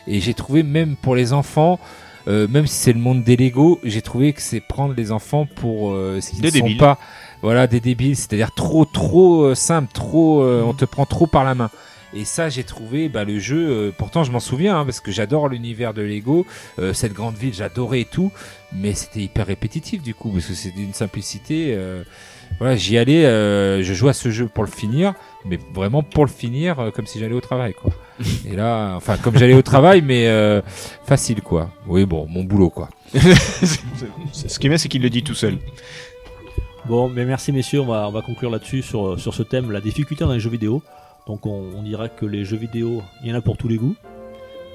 [SPEAKER 3] Et j'ai trouvé, même pour les enfants, euh, même si c'est le monde des Lego, j'ai trouvé que c'est prendre les enfants pour euh, ce qu'ils
[SPEAKER 5] Des
[SPEAKER 3] ne sont
[SPEAKER 5] débiles.
[SPEAKER 3] pas. Voilà, des débiles. C'est-à-dire trop, trop euh, simple, trop, euh,
[SPEAKER 5] Mmh.
[SPEAKER 3] on te prend trop par la main. Et ça, j'ai trouvé bah, le jeu. euh, pourtant, je m'en souviens hein, parce que j'adore l'univers de Lego, euh, cette grande ville, j'adorais et tout mais c'était hyper répétitif du coup parce que c'est d'une simplicité euh, Voilà, j'y allais, euh, je jouais à ce jeu pour le finir, mais vraiment pour le finir, euh, comme si j'allais au travail, quoi. Et là, enfin, comme j'allais au travail, mais euh, facile, quoi. Oui, bon, mon boulot, quoi.
[SPEAKER 5] Ce qui est bien, c'est qu'il le dit tout seul.
[SPEAKER 2] Bon, mais merci messieurs, on va, on va conclure là-dessus sur, euh, sur ce thème, la difficulté dans les jeux vidéo. Donc on, on dira que les jeux vidéo, il y en a pour tous les goûts.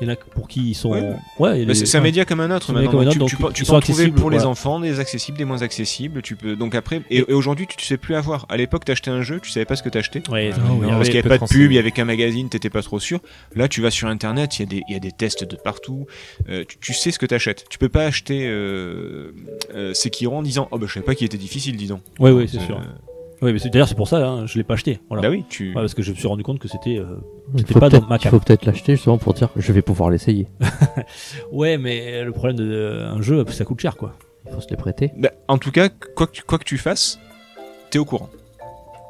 [SPEAKER 2] Il y en a pour qui ils sont...
[SPEAKER 5] Ouais.
[SPEAKER 2] Ouais, il y a les-
[SPEAKER 5] Bah, c'est c'est un
[SPEAKER 2] ouais.
[SPEAKER 5] média comme un autre
[SPEAKER 2] C'est un média
[SPEAKER 5] maintenant.
[SPEAKER 2] comme un
[SPEAKER 5] tu
[SPEAKER 2] autre,
[SPEAKER 5] tu
[SPEAKER 2] donc ils
[SPEAKER 5] peux- tu
[SPEAKER 2] sont
[SPEAKER 5] peux en trouver
[SPEAKER 2] accessibles,
[SPEAKER 5] pour les
[SPEAKER 2] voilà.
[SPEAKER 5] enfants, des accessibles, des moins accessibles. Tu peux donc après et, et aujourd'hui tu, tu sais plus avoir. À l'époque t'achetais un jeu, tu savais pas ce que t'achetais.
[SPEAKER 2] Ouais,
[SPEAKER 3] Ah
[SPEAKER 2] il
[SPEAKER 3] oui,
[SPEAKER 2] y
[SPEAKER 3] non,
[SPEAKER 2] avait-
[SPEAKER 5] Parce qu'il n'y
[SPEAKER 3] peu
[SPEAKER 5] avait pas
[SPEAKER 3] de
[SPEAKER 5] de
[SPEAKER 3] renseignements.
[SPEAKER 5] pub, il y avait qu'un magazine, t'étais pas trop sûr. Là, tu vas sur internet, il y, a des- il y a des tests de partout. Euh, tu, tu sais ce que t'achètes. Tu peux pas acheter euh, euh, Sekiro en disant Oh bah je savais pas qu'il était difficile, dis donc.
[SPEAKER 2] Ouais, ouais, c'est
[SPEAKER 5] Euh,
[SPEAKER 2] sûr. Ouais, mais c'est- d'ailleurs c'est pour ça, hein, je l'ai pas acheté. Voilà.
[SPEAKER 5] Bah oui, tu.
[SPEAKER 2] Ouais, parce que je me suis rendu compte que c'était. euh,
[SPEAKER 6] Il
[SPEAKER 2] C'était
[SPEAKER 6] faut
[SPEAKER 2] pas
[SPEAKER 6] peut-être-
[SPEAKER 2] dans hein. ma
[SPEAKER 6] il faut peut-être l'acheter justement pour dire je vais pouvoir l'essayer.
[SPEAKER 2] Ouais, mais le problème d'un jeu, ça coûte cher, quoi.
[SPEAKER 6] Il faut se les prêter.
[SPEAKER 5] Bah, en tout cas, quoi que tu, quoi que tu fasses, t'es au courant.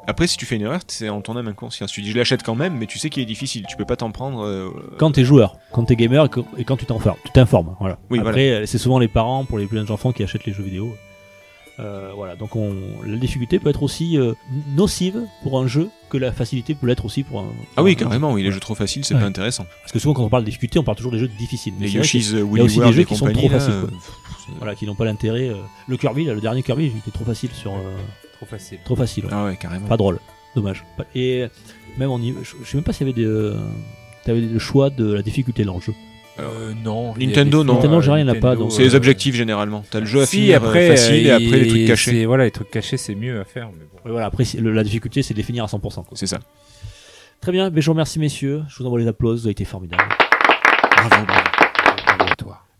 [SPEAKER 5] Après, si tu fais une erreur, c'est en ton âme inconsciente. Tu dis je l'achète quand même, mais tu sais qu'il est difficile. Tu peux pas t'en prendre. euh,
[SPEAKER 2] Quand t'es joueur, quand t'es gamer et que- et quand tu t'informes, tu t'informes. Voilà.
[SPEAKER 5] Oui,
[SPEAKER 2] Après, euh, c'est souvent les parents pour les plus jeunes enfants qui achètent les jeux vidéo. Euh, voilà, donc on, la difficulté peut être aussi euh, nocive pour un jeu que la facilité peut l'être aussi pour un.
[SPEAKER 5] Ah oui,
[SPEAKER 2] pour un-
[SPEAKER 5] carrément. Oui, les jeux trop faciles, c'est
[SPEAKER 2] Ouais.
[SPEAKER 5] pas intéressant.
[SPEAKER 2] Parce que souvent quand on parle de difficulté, on parle toujours des jeux difficiles. Mais
[SPEAKER 5] Les
[SPEAKER 2] c'est vrai que-
[SPEAKER 5] Yoshi's, euh,
[SPEAKER 2] il y a
[SPEAKER 5] Woolly
[SPEAKER 2] aussi des
[SPEAKER 5] World
[SPEAKER 2] jeux
[SPEAKER 5] et
[SPEAKER 2] qui sont
[SPEAKER 5] compagnie.
[SPEAKER 2] trop
[SPEAKER 5] là,
[SPEAKER 2] faciles,
[SPEAKER 5] euh,
[SPEAKER 2] quoi. Voilà, qui n'ont pas l'intérêt. euh, Le Kirby, là, le dernier Kirby, il était trop facile sur. euh,
[SPEAKER 3] Trop facile.
[SPEAKER 2] trop facile. ouais.
[SPEAKER 5] Ah ouais, carrément.
[SPEAKER 2] Pas drôle. Dommage. Pas- Et euh, même on y... Je je sais même pas s'il y avait des... euh, T'avais le choix de la difficulté dans le jeu.
[SPEAKER 3] Euh, non.
[SPEAKER 5] Nintendo, non.
[SPEAKER 2] Nintendo, j'ai rien, il y en a pas, donc- euh,
[SPEAKER 5] C'est les objectifs généralement. T'as le jeu à
[SPEAKER 3] euh, si,
[SPEAKER 5] finir euh,
[SPEAKER 3] après,
[SPEAKER 5] facile et
[SPEAKER 3] euh,
[SPEAKER 5] après les trucs
[SPEAKER 3] et
[SPEAKER 5] cachés.
[SPEAKER 3] c'est- Voilà, les trucs cachés, c'est mieux à faire. Mais bon.
[SPEAKER 2] Et voilà, après, c'est- le- la difficulté, c'est de les finir à 100%. quoi.
[SPEAKER 5] C'est ça.
[SPEAKER 2] Très bien, mais je vous remercie, messieurs. Je vous envoie les applaudissements, vous avez été formidables. Ah,
[SPEAKER 5] Bravo, bravo.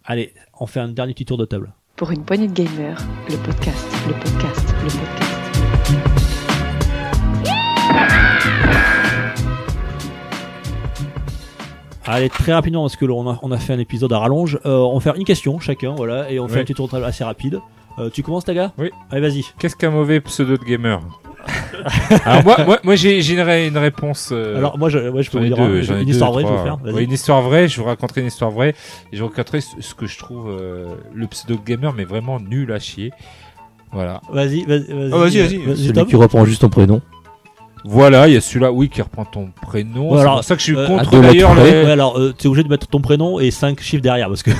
[SPEAKER 2] Allez, on fait un dernier petit tour de table.
[SPEAKER 1] Pour une poignée de gamers, le podcast, le podcast, le podcast.
[SPEAKER 2] Allez, très rapidement, parce que l'on a, on a fait un épisode à rallonge. Euh, on va faire une question chacun, voilà, et on fait
[SPEAKER 3] Oui.
[SPEAKER 2] un petit tour de table assez rapide. Euh, tu commences, Taga
[SPEAKER 3] Oui.
[SPEAKER 2] Allez, vas-y.
[SPEAKER 3] Qu'est-ce qu'un mauvais pseudo de gamer Alors moi, moi, moi, j'ai j'ai une, ré- une réponse. euh,
[SPEAKER 2] Alors, moi, je, ouais, je peux vous
[SPEAKER 3] j'en ai
[SPEAKER 2] dire
[SPEAKER 3] deux,
[SPEAKER 2] un-
[SPEAKER 3] j'en ai
[SPEAKER 2] une
[SPEAKER 3] deux,
[SPEAKER 2] histoire vraie, je
[SPEAKER 3] trois.
[SPEAKER 2] vais faire. Vas-y.
[SPEAKER 3] Ouais, une histoire vraie, je vous raconterai une histoire vraie et je vous raconterai ce, ce que je trouve euh, le pseudo de gamer mais vraiment nul à chier. Voilà.
[SPEAKER 2] Vas-y, vas-y, vas-y.
[SPEAKER 5] Ah, vas-y, vas-y.
[SPEAKER 2] Vas-y,
[SPEAKER 6] Celui
[SPEAKER 2] Tom.
[SPEAKER 6] qui reprend juste ton prénom.
[SPEAKER 3] Voilà, il y a celui-là, oui, qui reprend ton prénom.
[SPEAKER 2] Ouais,
[SPEAKER 3] c'est
[SPEAKER 2] alors,
[SPEAKER 3] pour ça que je suis
[SPEAKER 2] euh,
[SPEAKER 3] contre
[SPEAKER 6] à deux
[SPEAKER 3] d'ailleurs. le-
[SPEAKER 6] lettres
[SPEAKER 2] Ouais, ouais, alors euh, t'es obligé de mettre ton prénom et 5 chiffres derrière parce que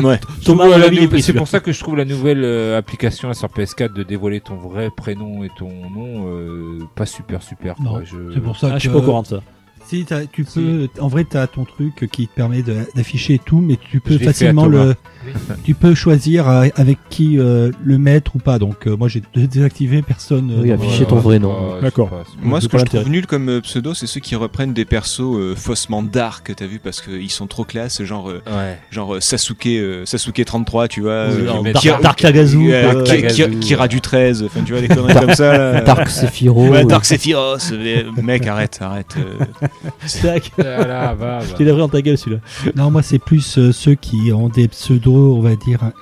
[SPEAKER 5] Ouais.
[SPEAKER 3] je trouve
[SPEAKER 2] Thomas mon
[SPEAKER 3] la
[SPEAKER 2] avis, il est
[SPEAKER 3] nou-
[SPEAKER 2] pris,
[SPEAKER 3] C'est
[SPEAKER 2] celui-là.
[SPEAKER 3] pour ça que je trouve la nouvelle euh, application là, sur PS4 de dévoiler ton vrai prénom et ton nom euh, pas super super.
[SPEAKER 4] Non,
[SPEAKER 3] quoi. Je-
[SPEAKER 4] C'est pour ça
[SPEAKER 2] Ah,
[SPEAKER 4] que
[SPEAKER 2] je suis pas au courant de ça.
[SPEAKER 4] Si t'as- tu peux, en vrai, t'as ton truc qui te permet de- d'afficher et tout, mais tu
[SPEAKER 3] Je
[SPEAKER 4] peux
[SPEAKER 3] l'ai fait à
[SPEAKER 4] facilement le,
[SPEAKER 3] Oui.
[SPEAKER 4] tu peux choisir euh, avec qui euh, le mettre ou pas. Donc euh, moi j'ai désactivé personne. euh,
[SPEAKER 6] Oui,
[SPEAKER 4] dans-
[SPEAKER 6] afficher ton vrai nom.
[SPEAKER 3] Ouais, ouais,
[SPEAKER 4] D'accord.
[SPEAKER 3] c'est pas- c'est pas-
[SPEAKER 5] Moi,
[SPEAKER 4] Je
[SPEAKER 5] ce
[SPEAKER 4] vois
[SPEAKER 5] que
[SPEAKER 4] pas
[SPEAKER 5] je trouve
[SPEAKER 4] l'intérêt.
[SPEAKER 5] nul comme euh, pseudo, c'est ceux qui reprennent des persos euh, faussement dark, t'as vu, parce qu'ils sont trop classe, genre, euh,
[SPEAKER 3] Ouais.
[SPEAKER 5] genre euh, Sasuke, euh, Sasuke 33, tu vois,
[SPEAKER 3] Oui,
[SPEAKER 5] euh,
[SPEAKER 3] genre
[SPEAKER 5] Kira-
[SPEAKER 2] Dark,
[SPEAKER 3] Dark-
[SPEAKER 2] Dark Kagazu.
[SPEAKER 5] euh,
[SPEAKER 2] euh,
[SPEAKER 5] Ki- Ki-
[SPEAKER 3] Tagazu.
[SPEAKER 5] Kira du 13, enfin, tu vois, des conneries comme ça. là.
[SPEAKER 6] Dark Sephiroth.
[SPEAKER 5] Ouais,
[SPEAKER 6] euh,
[SPEAKER 5] Dark Sephiroth, euh, mec, arrête, arrête. euh.
[SPEAKER 2] Tac.
[SPEAKER 3] Ah là, va, va.
[SPEAKER 2] Je l'ai pris dans ta gueule celui-là.
[SPEAKER 4] Non, moi c'est plus euh, ceux qui ont des pseudos, on va dire, hein,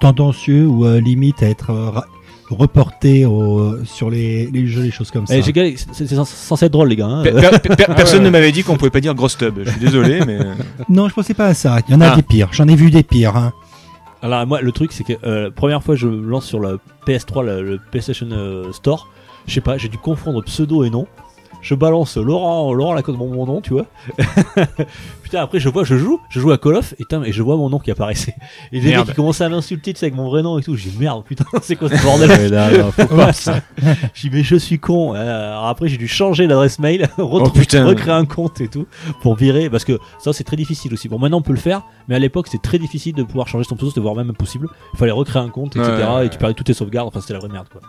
[SPEAKER 4] tendancieux ou euh, limite à être euh, ra- reportés au- euh, sur les, les jeux, les choses comme ça.
[SPEAKER 2] Eh, j'ai galéré, C'est c'est censé être drôle les gars. hein.
[SPEAKER 5] Per- per- per- personne
[SPEAKER 3] ouais.
[SPEAKER 5] ne m'avait dit qu'on pouvait pas dire grosse tub. Je suis désolé, mais euh,
[SPEAKER 4] Non, je pensais pas à ça. Il y en a
[SPEAKER 5] Ah.
[SPEAKER 4] des pires. J'en ai vu des pires. hein.
[SPEAKER 2] Alors moi le truc c'est que euh, première fois je me lance sur la PS3, le, le PlayStation euh, Store, je sais pas, j'ai dû confondre pseudo et nom. Je balance Laurent, Laurent Lacoste, mon, mon nom, tu vois. putain, après je vois, je joue, je joue à Call of, et, putain, et je vois mon nom qui apparaissait. Et les mecs
[SPEAKER 5] Merde.
[SPEAKER 2] qui commençaient à m'insulter, tu sais, avec mon vrai nom et tout. J'ai dit, merde, putain, c'est quoi ce bordel J'ai dit, mais je suis con. Euh, alors après, j'ai dû changer l'adresse mail,
[SPEAKER 5] Oh,
[SPEAKER 2] retrouver,
[SPEAKER 5] putain.
[SPEAKER 2] recréer un compte et tout pour virer. Parce que ça, c'est très difficile aussi. Bon, maintenant, on peut le faire, mais à l'époque, c'est très difficile de pouvoir changer son pseudo, c'était voire même impossible. Il fallait recréer un compte, etc.
[SPEAKER 3] Ouais.
[SPEAKER 2] Et tu perdais toutes tes sauvegardes. Enfin, c'était la vraie merde, quoi.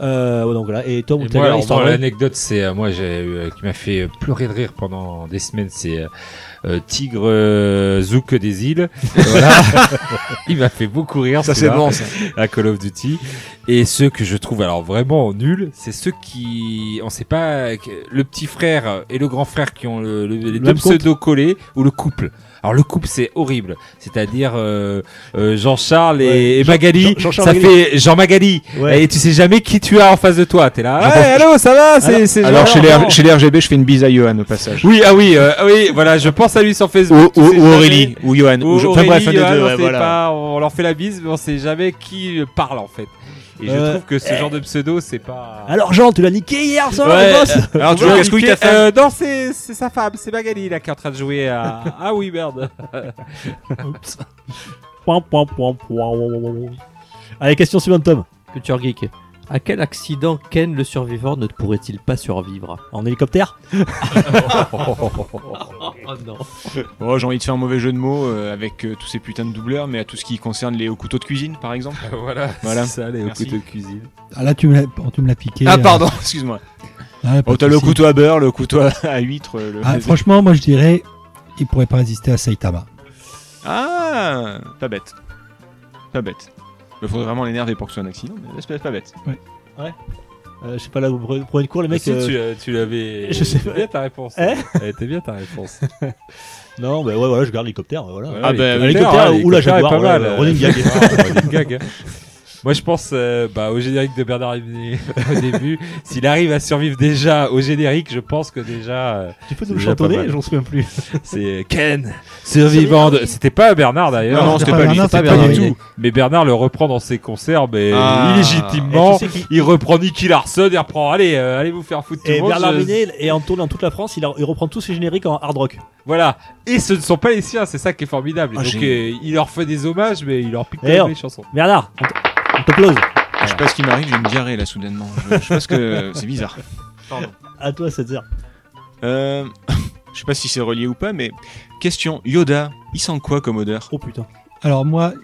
[SPEAKER 2] Euh, ouais, donc voilà. Et Tom,
[SPEAKER 3] Et
[SPEAKER 2] t'as
[SPEAKER 3] moi,
[SPEAKER 2] l'air
[SPEAKER 3] alors,
[SPEAKER 2] histoire
[SPEAKER 3] moi,
[SPEAKER 2] vraie
[SPEAKER 3] l'anecdote, c'est euh, moi j'ai eu, euh, qui m'a fait euh, pleurer de rire pendant des semaines, c'est euh, euh, Tigre euh, Zouk des îles. Voilà. Il m'a fait beaucoup rire.
[SPEAKER 5] ça c'est
[SPEAKER 3] celui-là,
[SPEAKER 5] bon. Ça.
[SPEAKER 3] à Call of Duty. Et ceux que je trouve alors vraiment nuls, c'est ceux qui, on sait pas, que- le petit frère et le grand frère qui ont le, le- les deux
[SPEAKER 2] même compte.
[SPEAKER 3] pseudos collés ou le couple. Alors le couple c'est horrible, c'est-à-dire euh, euh, Jean-Charles et,
[SPEAKER 2] Ouais.
[SPEAKER 3] et
[SPEAKER 2] Jean-
[SPEAKER 3] Magali,
[SPEAKER 2] Jean- Jean-Charles
[SPEAKER 3] ça
[SPEAKER 2] Magali.
[SPEAKER 3] fait Jean Magali,
[SPEAKER 2] Ouais.
[SPEAKER 3] et tu sais jamais qui tu as en face de toi. T'es là,
[SPEAKER 2] Jean-Paul-
[SPEAKER 3] ouais, allô, ça va, c'est c'est
[SPEAKER 5] Alors chez
[SPEAKER 3] Jean-
[SPEAKER 5] les,
[SPEAKER 3] non.
[SPEAKER 5] chez les RGB, je fais une bise à Johan au passage.
[SPEAKER 3] Oui, ah oui, euh, ah oui, voilà, je pense à lui sur
[SPEAKER 5] Ou,
[SPEAKER 3] Facebook. tu
[SPEAKER 5] ou-
[SPEAKER 3] sais
[SPEAKER 5] ou
[SPEAKER 3] jamais.
[SPEAKER 5] Aurélie, ou Johan.
[SPEAKER 3] Ou
[SPEAKER 5] ou je-
[SPEAKER 3] Aurélie,
[SPEAKER 5] enfin bref, un des
[SPEAKER 3] Johan,
[SPEAKER 5] deux,
[SPEAKER 3] on
[SPEAKER 5] ouais,
[SPEAKER 3] sait
[SPEAKER 5] voilà.
[SPEAKER 3] pas, on leur fait la bise, mais on sait jamais qui parle en fait. Et
[SPEAKER 2] Euh,
[SPEAKER 3] je trouve que ce
[SPEAKER 2] eh.
[SPEAKER 3] genre de pseudo, c'est pas.
[SPEAKER 2] Alors Jean, tu l'as niqué hier soir,
[SPEAKER 3] Ouais,
[SPEAKER 2] le boss
[SPEAKER 3] euh, alors tu
[SPEAKER 5] Ouais,
[SPEAKER 3] vois,
[SPEAKER 5] qu'est-ce que
[SPEAKER 3] Niquet,
[SPEAKER 5] t'as fait
[SPEAKER 3] euh, Non, c'est c'est sa femme, c'est Magali là qui est en train de jouer à. Ah oui, merde.
[SPEAKER 2] Oups. Point, point, point, point, point, point, point. Allez, question suivante, Tom.
[SPEAKER 6] Euh, Culture geek. À quel accident Ken le survivant ne pourrait-il pas survivre
[SPEAKER 2] En hélicoptère
[SPEAKER 6] Oh non.
[SPEAKER 5] Oh, j'ai envie de faire un mauvais jeu de mots euh, avec euh, tous ces putains de doubleurs, mais à tout ce qui concerne les hauts couteaux de cuisine, par exemple.
[SPEAKER 3] voilà,
[SPEAKER 5] Voilà.
[SPEAKER 3] c'est ça, les
[SPEAKER 5] Merci.
[SPEAKER 3] couteaux de cuisine.
[SPEAKER 4] Ah là, tu me l'as, oh, tu me l'as piqué.
[SPEAKER 5] ah,
[SPEAKER 4] euh,
[SPEAKER 5] pardon, excuse-moi.
[SPEAKER 4] ah, pas
[SPEAKER 5] Oh,
[SPEAKER 4] de
[SPEAKER 5] t'as le
[SPEAKER 4] souci.
[SPEAKER 5] couteau à beurre, le couteau à- à huître. Le...
[SPEAKER 4] Ah, franchement, moi je dirais, il pourrait pas résister à Saitama.
[SPEAKER 5] Ah, pas bête. Pas bête. Il faudrait vraiment l'énerver pour que ce soit un accident, mais c'est pas- pas bête.
[SPEAKER 2] Euh, Je sais pas, là, vous prenez prenez une cour, les mecs.
[SPEAKER 3] Si,
[SPEAKER 2] euh,
[SPEAKER 3] tu, euh, tu l'avais.
[SPEAKER 2] Je sais pas.
[SPEAKER 3] C'était bien ta réponse.
[SPEAKER 2] Hein
[SPEAKER 3] Elle était bien ta réponse.
[SPEAKER 2] Non, bah ouais, voilà, je garde l'hélicoptère, voilà.
[SPEAKER 3] Ouais,
[SPEAKER 5] Ah, bah,
[SPEAKER 2] l'hélicoptère,
[SPEAKER 3] ah,
[SPEAKER 2] ou la
[SPEAKER 3] l'hélicoptère est
[SPEAKER 2] Jaguar,
[SPEAKER 3] pas mal.
[SPEAKER 2] ouais,
[SPEAKER 3] euh,
[SPEAKER 2] running gag.
[SPEAKER 3] Jaguar, running gag, hein. Moi, je pense euh, bah, au générique de Bernard Hibnet au début. S'il arrive à survivre déjà au générique, je pense que déjà, euh,
[SPEAKER 2] Tu peux
[SPEAKER 3] C'est
[SPEAKER 2] nous le
[SPEAKER 3] déjà pas
[SPEAKER 2] chantonner
[SPEAKER 3] mal.
[SPEAKER 2] J'en souviens plus.
[SPEAKER 3] c'est Ken, survivant de... C'était pas Bernard d'ailleurs.
[SPEAKER 5] Ah, Non, non, c'était pas lui.
[SPEAKER 4] Bernard,
[SPEAKER 5] c'était
[SPEAKER 4] Ah, c'est
[SPEAKER 5] pas
[SPEAKER 4] pas
[SPEAKER 5] du
[SPEAKER 4] lui.
[SPEAKER 5] tout.
[SPEAKER 3] Mais Bernard le reprend dans ses concerts, mais
[SPEAKER 5] Ah.
[SPEAKER 3] illégitimement.
[SPEAKER 2] Et tu sais qui-
[SPEAKER 3] Il reprend Nicky Larson, il reprend. Allez, euh, allez vous faire foutre tout
[SPEAKER 2] Et
[SPEAKER 3] le monde.
[SPEAKER 2] Bernard
[SPEAKER 3] je-
[SPEAKER 2] Minet est en tournée dans toute la France, il, a- il reprend tous ses génériques en hard rock.
[SPEAKER 3] Voilà. Et ce ne sont pas les siens, c'est ça qui est formidable.
[SPEAKER 5] Ah,
[SPEAKER 3] Donc
[SPEAKER 5] j'ai-
[SPEAKER 3] euh, il leur fait des hommages, mais il leur pique quand
[SPEAKER 2] Eh,
[SPEAKER 3] même
[SPEAKER 2] oh.
[SPEAKER 3] les chansons.
[SPEAKER 2] Bernard, on t- on t'applause.
[SPEAKER 5] Je sais pas ce qui m'arrive, j'ai une diarrhée là soudainement. Je, je pense que c'est bizarre.
[SPEAKER 2] À toi, 7 heures.
[SPEAKER 5] Euh, je sais pas si c'est relié ou pas, mais question Yoda, il sent quoi comme odeur
[SPEAKER 2] Oh putain.
[SPEAKER 4] Alors moi,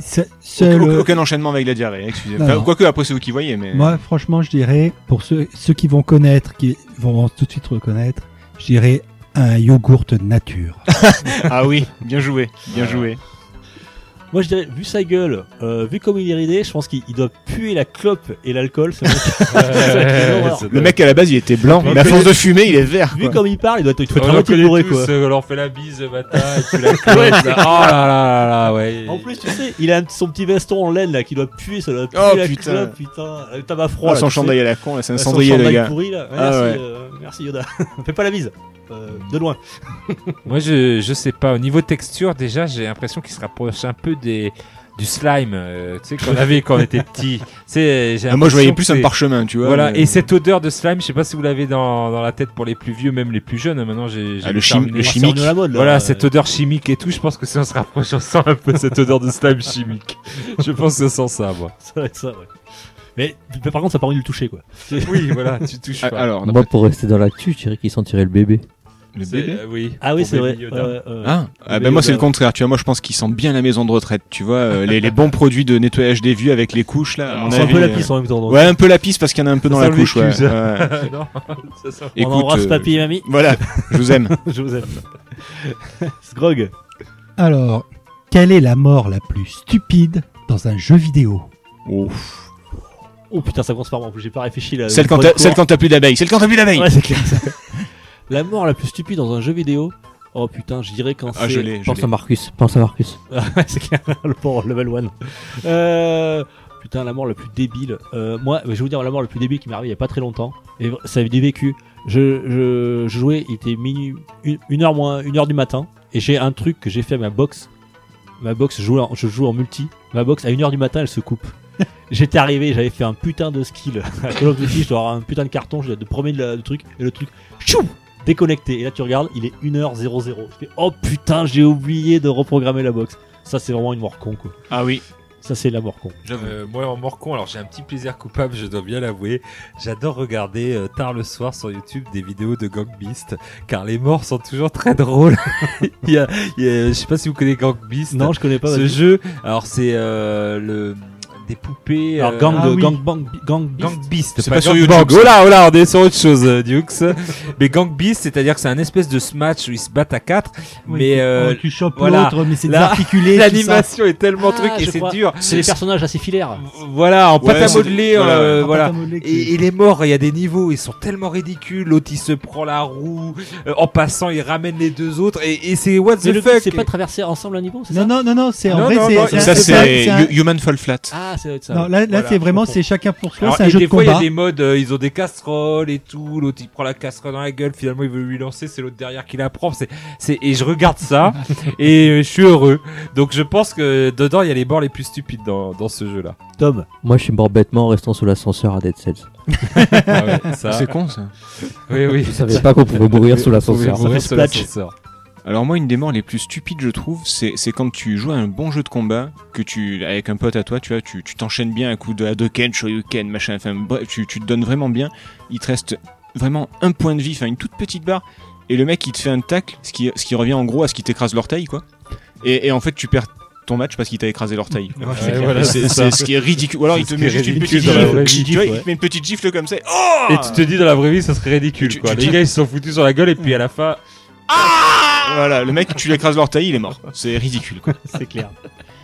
[SPEAKER 4] c'est, c'est
[SPEAKER 5] aucun,
[SPEAKER 4] le-
[SPEAKER 5] aucun enchaînement avec la diarrhée, excusez-moi.
[SPEAKER 4] Non,
[SPEAKER 5] Enfin,
[SPEAKER 4] non.
[SPEAKER 5] Quoique après c'est vous qui voyez, mais.
[SPEAKER 4] euh, moi franchement, je dirais, pour ceux, ceux qui vont connaître, qui vont tout de suite reconnaître, je dirais un yogourt nature.
[SPEAKER 5] Ah oui, bien joué, bien joué.
[SPEAKER 2] Moi, je dirais, vu sa gueule, euh, vu comme il est ridé, je pense qu'il il doit puer la clope et l'alcool. ce mec.
[SPEAKER 3] Euh,
[SPEAKER 5] Le mec à la base il était blanc, mais à force de fumer il est vert.
[SPEAKER 2] Vu
[SPEAKER 5] quoi.
[SPEAKER 2] comme il parle, il doit être il faut être
[SPEAKER 3] On
[SPEAKER 2] un
[SPEAKER 3] le
[SPEAKER 2] moitié
[SPEAKER 3] connaît
[SPEAKER 2] bourré,
[SPEAKER 3] tous,
[SPEAKER 2] quoi.
[SPEAKER 3] euh, on leur fait la bise le matin, et puis la clope, là. Oh là là là là, ouais.
[SPEAKER 2] En plus, tu sais, il a un- son petit veston en laine là qui doit puer, ça doit puer
[SPEAKER 5] Oh,
[SPEAKER 2] la
[SPEAKER 5] putain.
[SPEAKER 2] clope, putain. Le tabac froid.
[SPEAKER 5] Ah,
[SPEAKER 2] là,
[SPEAKER 5] son
[SPEAKER 2] tu sais.
[SPEAKER 5] chandail à la con, là, c'est un
[SPEAKER 2] Ah, son
[SPEAKER 5] cendrier le
[SPEAKER 2] chandail
[SPEAKER 5] gars.
[SPEAKER 2] pourri, là. Ouais,
[SPEAKER 5] Ah,
[SPEAKER 2] merci,
[SPEAKER 5] ouais.
[SPEAKER 2] euh, merci Yoda. Fais pas la bise. Euh, de loin.
[SPEAKER 3] Moi, je, je sais pas. Au niveau texture, déjà, j'ai l'impression qu'il se rapproche un peu des du slime, euh, tu sais, qu'on avait quand on était petit. Tu sais, j'ai
[SPEAKER 5] Ah, moi je voyais
[SPEAKER 3] l'impression que
[SPEAKER 5] plus un
[SPEAKER 3] c'est-
[SPEAKER 5] parchemin, tu vois. Euh,
[SPEAKER 3] Voilà,
[SPEAKER 5] mais-
[SPEAKER 3] et cette odeur de slime, je sais pas si vous l'avez dans, dans la tête pour les plus vieux, même les plus jeunes. Maintenant, j'ai j'ai
[SPEAKER 5] Ah, le, chim-
[SPEAKER 3] terminé.
[SPEAKER 5] le
[SPEAKER 2] C'est
[SPEAKER 5] chimique.
[SPEAKER 2] revenu à la mode, là.
[SPEAKER 3] Voilà,
[SPEAKER 2] Euh,
[SPEAKER 3] cette odeur chimique et tout, je pense que si on se rapproche, on sent un peu cette odeur de slime chimique. Je pense que ça sent ça, moi.
[SPEAKER 2] Ça va être ça, ouais. Mais mais par contre, ça n'a pas envie de le toucher, quoi.
[SPEAKER 3] Oui, voilà, tu touches
[SPEAKER 5] Ah,
[SPEAKER 3] pas.
[SPEAKER 5] alors,
[SPEAKER 6] Moi, pour rester dans l'actu, je dirais qu'il sentirait le bébé.
[SPEAKER 5] le
[SPEAKER 3] C'est-
[SPEAKER 5] bébé
[SPEAKER 3] euh, oui.
[SPEAKER 2] Ah oui,
[SPEAKER 3] Pour
[SPEAKER 2] c'est vrai.
[SPEAKER 3] Baby
[SPEAKER 2] Ouais,
[SPEAKER 3] Yoda.
[SPEAKER 2] ouais, ouais.
[SPEAKER 5] Ah, ah,
[SPEAKER 2] Le
[SPEAKER 5] ben moi
[SPEAKER 2] bébé,
[SPEAKER 5] c'est le
[SPEAKER 2] ouais.
[SPEAKER 5] contraire, tu vois. Moi je pense qu'il sent bien la maison de retraite, tu vois. euh, les, les bons produits de nettoyage des vues avec les couches là. à mon
[SPEAKER 2] On sent un
[SPEAKER 5] avis,
[SPEAKER 2] peu la
[SPEAKER 5] euh,
[SPEAKER 2] pisse en même temps. donc.
[SPEAKER 5] Ouais, un peu la pisse parce qu'il y en a un peu
[SPEAKER 3] Ça
[SPEAKER 5] dans la
[SPEAKER 3] sent le
[SPEAKER 5] couche, ouais.
[SPEAKER 3] cul,
[SPEAKER 5] Ouais.
[SPEAKER 3] non, ça sent-
[SPEAKER 2] On embrasse
[SPEAKER 5] euh,
[SPEAKER 2] papy et mamie.
[SPEAKER 5] Voilà, je vous aime.
[SPEAKER 2] Je vous aime. Sgrog.
[SPEAKER 4] Alors, quelle est la mort la plus stupide dans un jeu vidéo
[SPEAKER 2] Oh putain, ça commence par moi. en plus, J'ai pas réfléchi là.
[SPEAKER 5] Celle
[SPEAKER 2] Pour
[SPEAKER 5] quand
[SPEAKER 2] le
[SPEAKER 5] t'as
[SPEAKER 2] cours.
[SPEAKER 5] celle quand t'as plus d'abeilles, celle quand t'as plus d'abeilles.
[SPEAKER 2] Ouais, c'est clair. la mort la plus stupide dans un jeu vidéo. Oh putain, je dirais quand
[SPEAKER 5] Ah,
[SPEAKER 2] c'est-
[SPEAKER 5] je l'ai, je
[SPEAKER 6] Pense à
[SPEAKER 5] l'ai.
[SPEAKER 6] Marcus, pense à Marcus.
[SPEAKER 2] Ah, ouais, c'est clair, le pauvre level 1. Euh, putain, la mort la plus débile. Euh, moi, je vais vous dire la mort la plus débile qui m'est arrivée il y a pas très longtemps. Et vra- ça a été vécu. Je, je, je jouais, il était minuit, une, une heure moins, une heure du matin. Et j'ai un truc que j'ai fait à ma box. Ma box, je joue, en, je joue en multi. Ma box, à une heure du matin, elle se coupe. J'étais arrivé, j'avais fait un putain de skill à Call of Duty. Je dois avoir un putain de carton, je dois être le premier de la- du truc. Et le truc, tchou Déconnecté. Et là, tu regardes, il est 1h00. Je fais, oh putain, j'ai oublié de reprogrammer la box. Ça, c'est vraiment une mort con, quoi.
[SPEAKER 5] Ah oui.
[SPEAKER 2] Ça, c'est la mort con.
[SPEAKER 3] Euh, moi en morcon, alors j'ai un petit plaisir coupable, je dois bien l'avouer. J'adore regarder euh, tard le soir sur YouTube des vidéos de Gang Beast, car les morts sont toujours très drôles. il y a, il y a- je sais pas si vous connaissez Gang Beast.
[SPEAKER 2] Non, je connais pas.
[SPEAKER 3] ce
[SPEAKER 2] vas-y.
[SPEAKER 3] jeu, alors c'est euh, le des poupées.
[SPEAKER 2] Alors,
[SPEAKER 3] euh,
[SPEAKER 2] gang,
[SPEAKER 3] ah oui,
[SPEAKER 2] gang, bang, gang, beast.
[SPEAKER 3] Gang Beast,
[SPEAKER 5] C'est pas sur
[SPEAKER 3] Gang
[SPEAKER 5] YouTube,
[SPEAKER 3] Bang.
[SPEAKER 5] ça.
[SPEAKER 3] Oh là, oh là, on est sur autre chose, euh, Dukes. Mais Gang Beast, c'est-à-dire que c'est un espèce de smash où ils se battent à quatre, mais euh,
[SPEAKER 4] Oh, tu chopes
[SPEAKER 3] voilà.
[SPEAKER 4] l'autre, mais c'est
[SPEAKER 3] Là,
[SPEAKER 4] désarticulé. tout ça.
[SPEAKER 3] l'animation est tellement
[SPEAKER 2] Ah,
[SPEAKER 3] truc et
[SPEAKER 2] je
[SPEAKER 3] c'est
[SPEAKER 2] crois.
[SPEAKER 3] dur.
[SPEAKER 2] C'est les personnages assez filaires.
[SPEAKER 3] Voilà, en
[SPEAKER 5] Ouais,
[SPEAKER 3] pâte à
[SPEAKER 5] c'est-
[SPEAKER 3] modeler,
[SPEAKER 5] voilà,
[SPEAKER 3] euh,
[SPEAKER 5] ouais.
[SPEAKER 3] voilà.
[SPEAKER 4] Ah, t'as mollet,
[SPEAKER 3] Et, et les morts, il y a des niveaux, ils sont tellement ridicules. L'autre, il se prend la roue. Euh, en passant, il ramène les deux autres. Et, et c'est what the
[SPEAKER 2] Mais le but,
[SPEAKER 3] fuck
[SPEAKER 2] c'est pas de traverser ensemble un niveau, c'est ça
[SPEAKER 4] Non, non, non, non, c'est en
[SPEAKER 3] Non,
[SPEAKER 4] vrai,
[SPEAKER 3] non, non,
[SPEAKER 4] c'est.
[SPEAKER 5] Ça
[SPEAKER 4] un-
[SPEAKER 5] c'est
[SPEAKER 4] un-
[SPEAKER 5] Hu- Human Fall Flat.
[SPEAKER 2] Ah, ça doit être ça.
[SPEAKER 4] Non, là, là,
[SPEAKER 2] Voilà,
[SPEAKER 4] c'est
[SPEAKER 2] je
[SPEAKER 4] vraiment,
[SPEAKER 2] comprends.
[SPEAKER 4] c'est chacun pour soi,
[SPEAKER 3] Alors,
[SPEAKER 4] c'est un
[SPEAKER 3] et
[SPEAKER 4] jeu
[SPEAKER 3] des
[SPEAKER 4] de
[SPEAKER 3] fois, il y
[SPEAKER 4] combat.
[SPEAKER 3] a des modes, euh, ils ont des casseroles et tout. L'autre, il prend la casserole dans la gueule. Finalement, il veut lui lancer. C'est l'autre derrière qui la prend. C'est, c'est, et je regarde ça et euh, je suis heureux. Donc, je pense que dedans, il y a les bords les plus stupides dans, dans ce jeu-là.
[SPEAKER 2] Tom.
[SPEAKER 6] Moi, je suis mort bêtement en restant sous l'ascenseur à Dead Cells.
[SPEAKER 3] Ah ouais, ça.
[SPEAKER 5] C'est con ça.
[SPEAKER 3] Oui, oui.
[SPEAKER 6] Je savais pas qu'on pouvait mourir sous l'ascenseur.
[SPEAKER 3] Vous pouvez mourir sous
[SPEAKER 2] Splatch.
[SPEAKER 3] l'ascenseur.
[SPEAKER 5] Alors moi, une des morts les plus stupides, je trouve, c'est c'est quand tu joues à un bon jeu de combat, que tu avec un pote à toi, tu vois, tu tu t'enchaînes bien à coup de Hadoken, Shoryuken, machin, enfin bref, tu, tu te donnes vraiment bien. Il te reste vraiment un point de vie, enfin une toute petite barre, et le mec il te fait un tacle, ce qui, ce qui revient en gros à ce qui t'écrase l'orteil, quoi. Et, et en fait, tu perds ton match parce qu'il t'a écrasé l'orteil.
[SPEAKER 3] Ouais, voilà,
[SPEAKER 5] c'est
[SPEAKER 3] c'est
[SPEAKER 5] c'est ce qui est ridicule. Ou alors il te
[SPEAKER 3] C'est ce qui
[SPEAKER 5] met
[SPEAKER 3] est
[SPEAKER 5] juste une
[SPEAKER 3] ridicule
[SPEAKER 5] petite
[SPEAKER 3] dans la vraie vie,
[SPEAKER 5] gifle, tu vois, il
[SPEAKER 3] ouais.
[SPEAKER 5] te met une petite gifle comme ça. et- Oh
[SPEAKER 3] Et tu te dis dans la vraie vie, ça serait ridicule.
[SPEAKER 5] Tu-
[SPEAKER 3] quoi.
[SPEAKER 5] tu-
[SPEAKER 3] les
[SPEAKER 5] tu-
[SPEAKER 3] gars, ils se sont foutus sur la gueule et puis à la fin,
[SPEAKER 5] ah, Voilà, le mec, tu lui écrases l'orteil, il est mort. C'est ridicule, quoi.
[SPEAKER 2] C'est clair.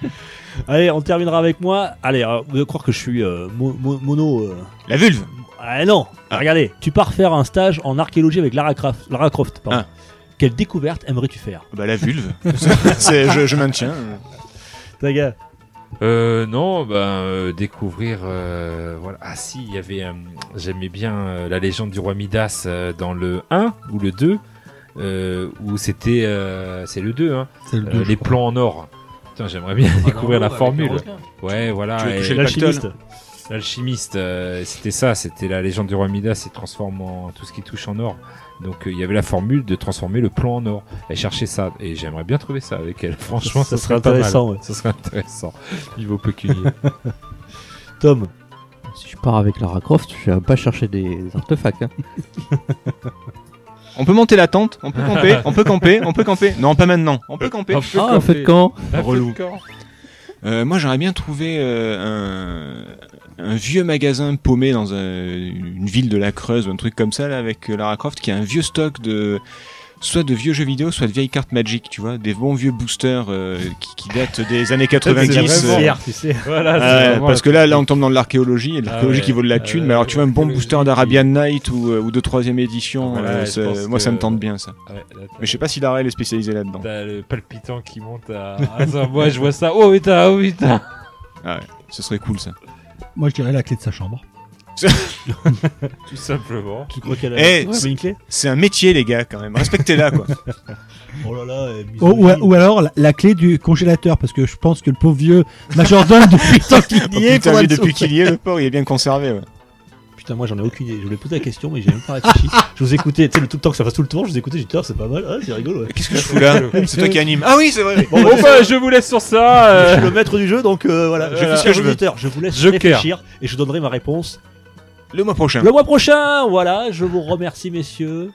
[SPEAKER 2] Allez, on terminera avec moi. Allez, alors, vous devez croire que je suis euh, mo- mo- mono. euh.
[SPEAKER 5] La vulve
[SPEAKER 2] Ah non
[SPEAKER 5] Ah.
[SPEAKER 2] Regardez, tu pars faire un stage en archéologie avec Lara Croft. Lara Croft pardon.
[SPEAKER 5] Ah.
[SPEAKER 2] Quelle découverte aimerais-tu faire
[SPEAKER 5] Bah la vulve. C'est- je, je maintiens.
[SPEAKER 2] Ta gueule.
[SPEAKER 3] Euh, non, ben euh, découvrir. euh, voilà. Ah si, il y avait. euh, J'aimais bien euh, la légende du roi Midas euh, dans le 1 ou le 2, euh, où c'était. euh, c'est le 2, hein,
[SPEAKER 4] C'est le
[SPEAKER 3] euh,
[SPEAKER 4] deux, je
[SPEAKER 3] les
[SPEAKER 4] crois.
[SPEAKER 3] plans en or. Putain, j'aimerais bien découvrir la formule. Ouais, voilà.
[SPEAKER 5] Tu veux
[SPEAKER 3] et
[SPEAKER 5] toucher le
[SPEAKER 2] L'alchimiste.
[SPEAKER 3] L'alchimiste, euh, c'était ça, c'était la légende du roi Midas, il transforme en tout ce qui touche en or. Donc euh, il y avait la formule de transformer le plan en or. Elle cherchait ça, et j'aimerais bien trouver ça avec elle. Franchement,
[SPEAKER 2] Ça
[SPEAKER 3] ça,
[SPEAKER 2] serait
[SPEAKER 3] pas mal.
[SPEAKER 2] intéressant, ouais.
[SPEAKER 3] Ça serait intéressant. Niveau pécunier.
[SPEAKER 2] Tom.
[SPEAKER 5] Ah,
[SPEAKER 6] Si je pars avec Lara Croft, je vais pas chercher des artefacts. hein.
[SPEAKER 5] On peut monter la tente, on peut camper, on peut camper, on peut camper. Non, pas maintenant, on peut camper.
[SPEAKER 6] Ah, un feu de camp
[SPEAKER 5] Relou. Euh, moi, j'aurais bien trouvé euh, un, un vieux magasin paumé dans un- une ville de la Creuse ou un truc comme ça, là, avec euh, Lara Croft, qui a un vieux stock de soit de vieux jeux vidéo, soit de vieilles cartes Magic, tu vois, des bons vieux boosters euh, qui, qui datent des années 90.
[SPEAKER 3] vraiment-
[SPEAKER 5] euh,
[SPEAKER 2] Pierre, tu sais.
[SPEAKER 3] Voilà,
[SPEAKER 5] Ah ouais,
[SPEAKER 3] c'est vraiment
[SPEAKER 5] parce que là, là, on tombe dans de l'archéologie, et de
[SPEAKER 3] Ah
[SPEAKER 5] l'archéologie
[SPEAKER 3] ouais,
[SPEAKER 5] qui vaut de la
[SPEAKER 3] ah
[SPEAKER 5] thune.
[SPEAKER 3] ouais,
[SPEAKER 5] mais alors, tu vois, un bon
[SPEAKER 3] l'archéologie
[SPEAKER 5] booster
[SPEAKER 3] qui-
[SPEAKER 5] d'Arabian Night ou, euh, ou de troisième édition,
[SPEAKER 3] Voilà,
[SPEAKER 5] euh,
[SPEAKER 3] je
[SPEAKER 5] ça-
[SPEAKER 3] pense
[SPEAKER 5] moi, ça me
[SPEAKER 3] que- Bah.
[SPEAKER 5] tente bien ça.
[SPEAKER 3] Ouais, là, t'as-
[SPEAKER 5] Mais je sais pas si Lara elle est spécialisée là-dedans.
[SPEAKER 3] T'as le palpitant qui monte à. Ah, ça, moi, je vois ça. Oh putain, oh putain.
[SPEAKER 5] Ce serait cool ça.
[SPEAKER 4] Moi, je dirais la clé de sa chambre.
[SPEAKER 3] Tout simplement.
[SPEAKER 2] Tu crois qu'elle a
[SPEAKER 5] Eh,
[SPEAKER 2] ouais,
[SPEAKER 5] c'est-
[SPEAKER 2] mais une clé
[SPEAKER 5] C'est un métier, les gars, quand même. Respectez-la, quoi.
[SPEAKER 2] Oh là là, euh,
[SPEAKER 4] Ou, ou-
[SPEAKER 2] misogyne.
[SPEAKER 4] ou alors la, la clé du congélateur, parce que je pense que le pauvre vieux majordome depuis tant qu'il
[SPEAKER 5] Oh,
[SPEAKER 4] y est,
[SPEAKER 5] putain,
[SPEAKER 4] faut
[SPEAKER 5] lui,
[SPEAKER 4] le sauver.
[SPEAKER 5] depuis qu'il y est, le port, il est bien conservé. ouais.
[SPEAKER 2] Putain, moi j'en ai aucune idée. Je voulais poser la question, mais j'ai même pas réfléchi. je vous écoutais, tu sais, le tout le temps que ça fasse tout le tour, je vous écoutais, j'ai dit, Ah, c'est pas mal, ah, c'est rigolo. Ouais.
[SPEAKER 5] Qu'est-ce que je fous là C'est toi qui anime. Ah oui, c'est vrai.
[SPEAKER 2] Bon, bah,
[SPEAKER 3] Bon, bah, je vous laisse sur
[SPEAKER 2] je
[SPEAKER 3] ça. euh,
[SPEAKER 2] suis le maître du jeu, donc euh, voilà.
[SPEAKER 5] Je fais ce que
[SPEAKER 2] Chers
[SPEAKER 5] je veux.
[SPEAKER 2] auditeurs, je vous laisse
[SPEAKER 3] Joker.
[SPEAKER 2] réfléchir et je donnerai ma réponse
[SPEAKER 5] Le mois prochain.
[SPEAKER 2] le mois prochain. Voilà, je vous remercie, messieurs,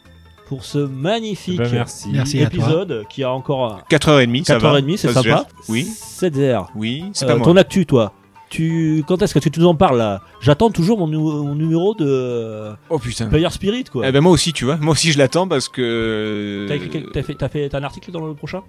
[SPEAKER 2] pour ce magnifique
[SPEAKER 3] bah, merci.
[SPEAKER 4] Merci. à toi.
[SPEAKER 2] épisode qui a encore un
[SPEAKER 5] 4h30, Eh ben, ça va.
[SPEAKER 2] 4h30, c'est
[SPEAKER 5] Ça se
[SPEAKER 2] sympa.
[SPEAKER 5] gère. Oui,
[SPEAKER 2] 7h.
[SPEAKER 5] oui, c'est
[SPEAKER 2] Euh,
[SPEAKER 5] pas moi.
[SPEAKER 2] ton actu, toi. Tu... Quand est-ce que tu nous en parles là J'attends toujours mon, nu- mon numéro de euh,
[SPEAKER 5] Oh putain.
[SPEAKER 2] Player Spirit, quoi.
[SPEAKER 5] Eh ben moi aussi, tu vois. Moi aussi, je l'attends parce que.
[SPEAKER 2] T'as écrit quel- T'as fait, t'as fait t'as un article dans le prochain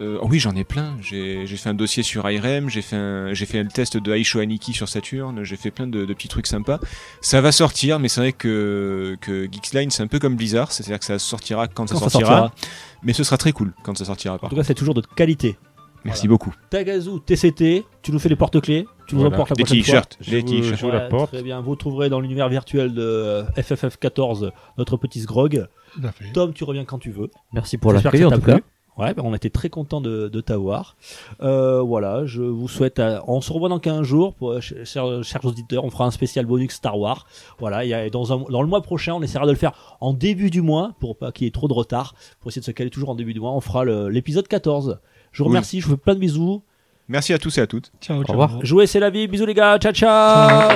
[SPEAKER 5] Euh, oh oui, j'en ai plein. J'ai j'ai fait un dossier sur IRM, j'ai fait, un- j'ai fait le test de Aisho Aniki sur Saturn, j'ai fait plein de, de petits trucs sympas. Ça va sortir, mais c'est vrai que, que Geeksline, c'est un peu comme Blizzard, c'est-à-dire que ça sortira quand, ça,
[SPEAKER 2] Quand ça
[SPEAKER 5] sortira,
[SPEAKER 2] sortira.
[SPEAKER 5] Mais ce sera très cool quand ça sortira,
[SPEAKER 2] En
[SPEAKER 5] par
[SPEAKER 2] tout
[SPEAKER 5] contre.
[SPEAKER 2] cas, c'est toujours de qualité.
[SPEAKER 5] Merci beaucoup.
[SPEAKER 2] Tagazu TCT, tu nous fais les porte-clés, tu nous
[SPEAKER 3] Voilà.
[SPEAKER 2] emportes la
[SPEAKER 5] Des
[SPEAKER 2] prochaine
[SPEAKER 5] t-shirts,
[SPEAKER 3] Je
[SPEAKER 5] des
[SPEAKER 3] vous-
[SPEAKER 5] t-shirts.
[SPEAKER 3] je vous
[SPEAKER 2] fois.
[SPEAKER 3] la porte.
[SPEAKER 2] Très bien, vous trouverez dans l'univers virtuel de euh, FFF14 notre petit Sgrog.
[SPEAKER 4] Tout à fait.
[SPEAKER 2] Tom, tu reviens quand tu veux.
[SPEAKER 6] Merci pour
[SPEAKER 2] J'espère que
[SPEAKER 6] l'accueil
[SPEAKER 2] ça
[SPEAKER 6] en
[SPEAKER 2] t'a
[SPEAKER 6] tout cas.
[SPEAKER 2] plu. Ouais, ben, on était très content de, de t'avoir. Euh, voilà, je vous souhaite. à- on se revoit dans 15 jours, pour, euh, ch- chers, chers auditeurs. On fera un spécial bonus Star Wars. Voilà, il y a- dans, un- dans le mois prochain, on essaiera de le faire en début du mois pour pas qu'il y ait trop de retard. Pour essayer de se caler toujours en début du mois, on fera le- l'épisode 14. Je vous
[SPEAKER 5] Oui.
[SPEAKER 2] remercie, je vous fais plein de bisous.
[SPEAKER 5] Merci à tous et à toutes.
[SPEAKER 4] Ciao, ciao.
[SPEAKER 6] revoir.
[SPEAKER 2] Jouer, c'est la vie. Bisous les gars. Ciao, ciao.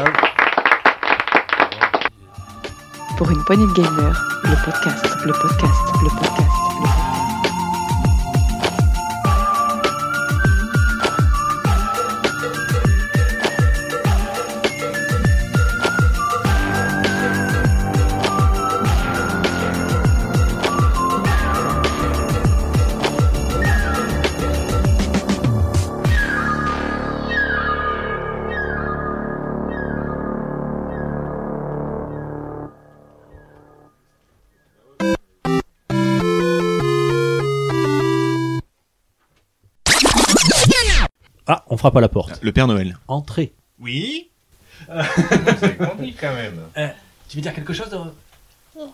[SPEAKER 1] Pour une poignée de gamers, le podcast, le podcast, le podcast, le podcast.
[SPEAKER 2] Ah, on frappe à la porte.
[SPEAKER 5] Le Père Noël.
[SPEAKER 2] Ah, Entrez.
[SPEAKER 3] Oui Vous avez compris quand même.
[SPEAKER 2] Tu veux dire quelque chose euh,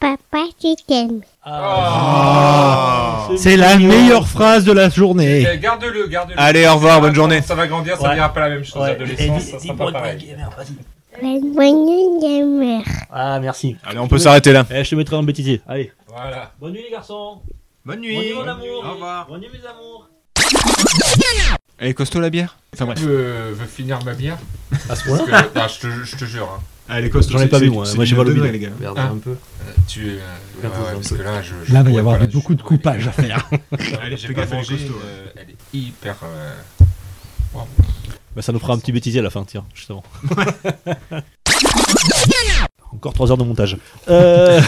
[SPEAKER 10] Papa, je t'aime.
[SPEAKER 3] Ah.
[SPEAKER 4] C'est la meilleure phrase de la journée.
[SPEAKER 3] Eh, Garde-le, garde-le.
[SPEAKER 5] Allez, au revoir, bonne
[SPEAKER 3] Ça-
[SPEAKER 5] journée.
[SPEAKER 3] Ça va grandir, ça
[SPEAKER 2] Ouais.
[SPEAKER 3] dira pas la même chose
[SPEAKER 2] Ouais.
[SPEAKER 3] à
[SPEAKER 2] Et
[SPEAKER 3] l'adolescence,
[SPEAKER 2] dis-
[SPEAKER 3] ça
[SPEAKER 2] dis eh,
[SPEAKER 3] sera
[SPEAKER 2] pour
[SPEAKER 3] pas
[SPEAKER 2] le
[SPEAKER 3] pareil.
[SPEAKER 10] Bonne nuit, gamer.
[SPEAKER 2] Ah, merci.
[SPEAKER 5] Allez, on peut s'arrêter là.
[SPEAKER 2] Eh, je te mettrai en bêtisier. Allez.
[SPEAKER 3] Voilà.
[SPEAKER 2] Bonne nuit, les garçons.
[SPEAKER 3] Bonne
[SPEAKER 2] Bonne nuit, mon
[SPEAKER 3] Bonne
[SPEAKER 2] amour.
[SPEAKER 3] nuit. Au revoir.
[SPEAKER 2] Bonne nuit, mes amours.
[SPEAKER 5] Elle est costaud la bière Enfin bref.
[SPEAKER 3] Je veux, veux finir ma bière
[SPEAKER 2] À ce
[SPEAKER 3] Parce que, ah, je, te, je te jure. hein.
[SPEAKER 5] Elle est costaud.
[SPEAKER 2] J'en ai
[SPEAKER 5] c'est-
[SPEAKER 2] pas
[SPEAKER 5] c'est-
[SPEAKER 2] vu, moi.
[SPEAKER 5] c'est
[SPEAKER 2] Moi,
[SPEAKER 5] du
[SPEAKER 2] j'ai pas le
[SPEAKER 5] 9
[SPEAKER 2] bilan.
[SPEAKER 5] degrés, les gars.
[SPEAKER 12] Regardez
[SPEAKER 3] Ah.
[SPEAKER 12] un peu.
[SPEAKER 3] Euh, Tu. euh, ouais,
[SPEAKER 12] Regarde,
[SPEAKER 3] ouais,
[SPEAKER 12] regarde.
[SPEAKER 3] parce que là, je.
[SPEAKER 4] Là, il
[SPEAKER 3] je
[SPEAKER 4] va y
[SPEAKER 3] pourrais
[SPEAKER 4] avoir
[SPEAKER 3] pas, là, je-
[SPEAKER 4] beaucoup de coupages à faire.
[SPEAKER 3] Allez, j'ai
[SPEAKER 5] Fais
[SPEAKER 3] pas
[SPEAKER 5] gaffe, elle est
[SPEAKER 3] mangé,
[SPEAKER 5] costaud,
[SPEAKER 3] euh, Elle est hyper. euh,
[SPEAKER 2] Bah, ça nous fera un petit bêtisier à la fin, tiens, justement. Encore 3 heures de montage. Euh...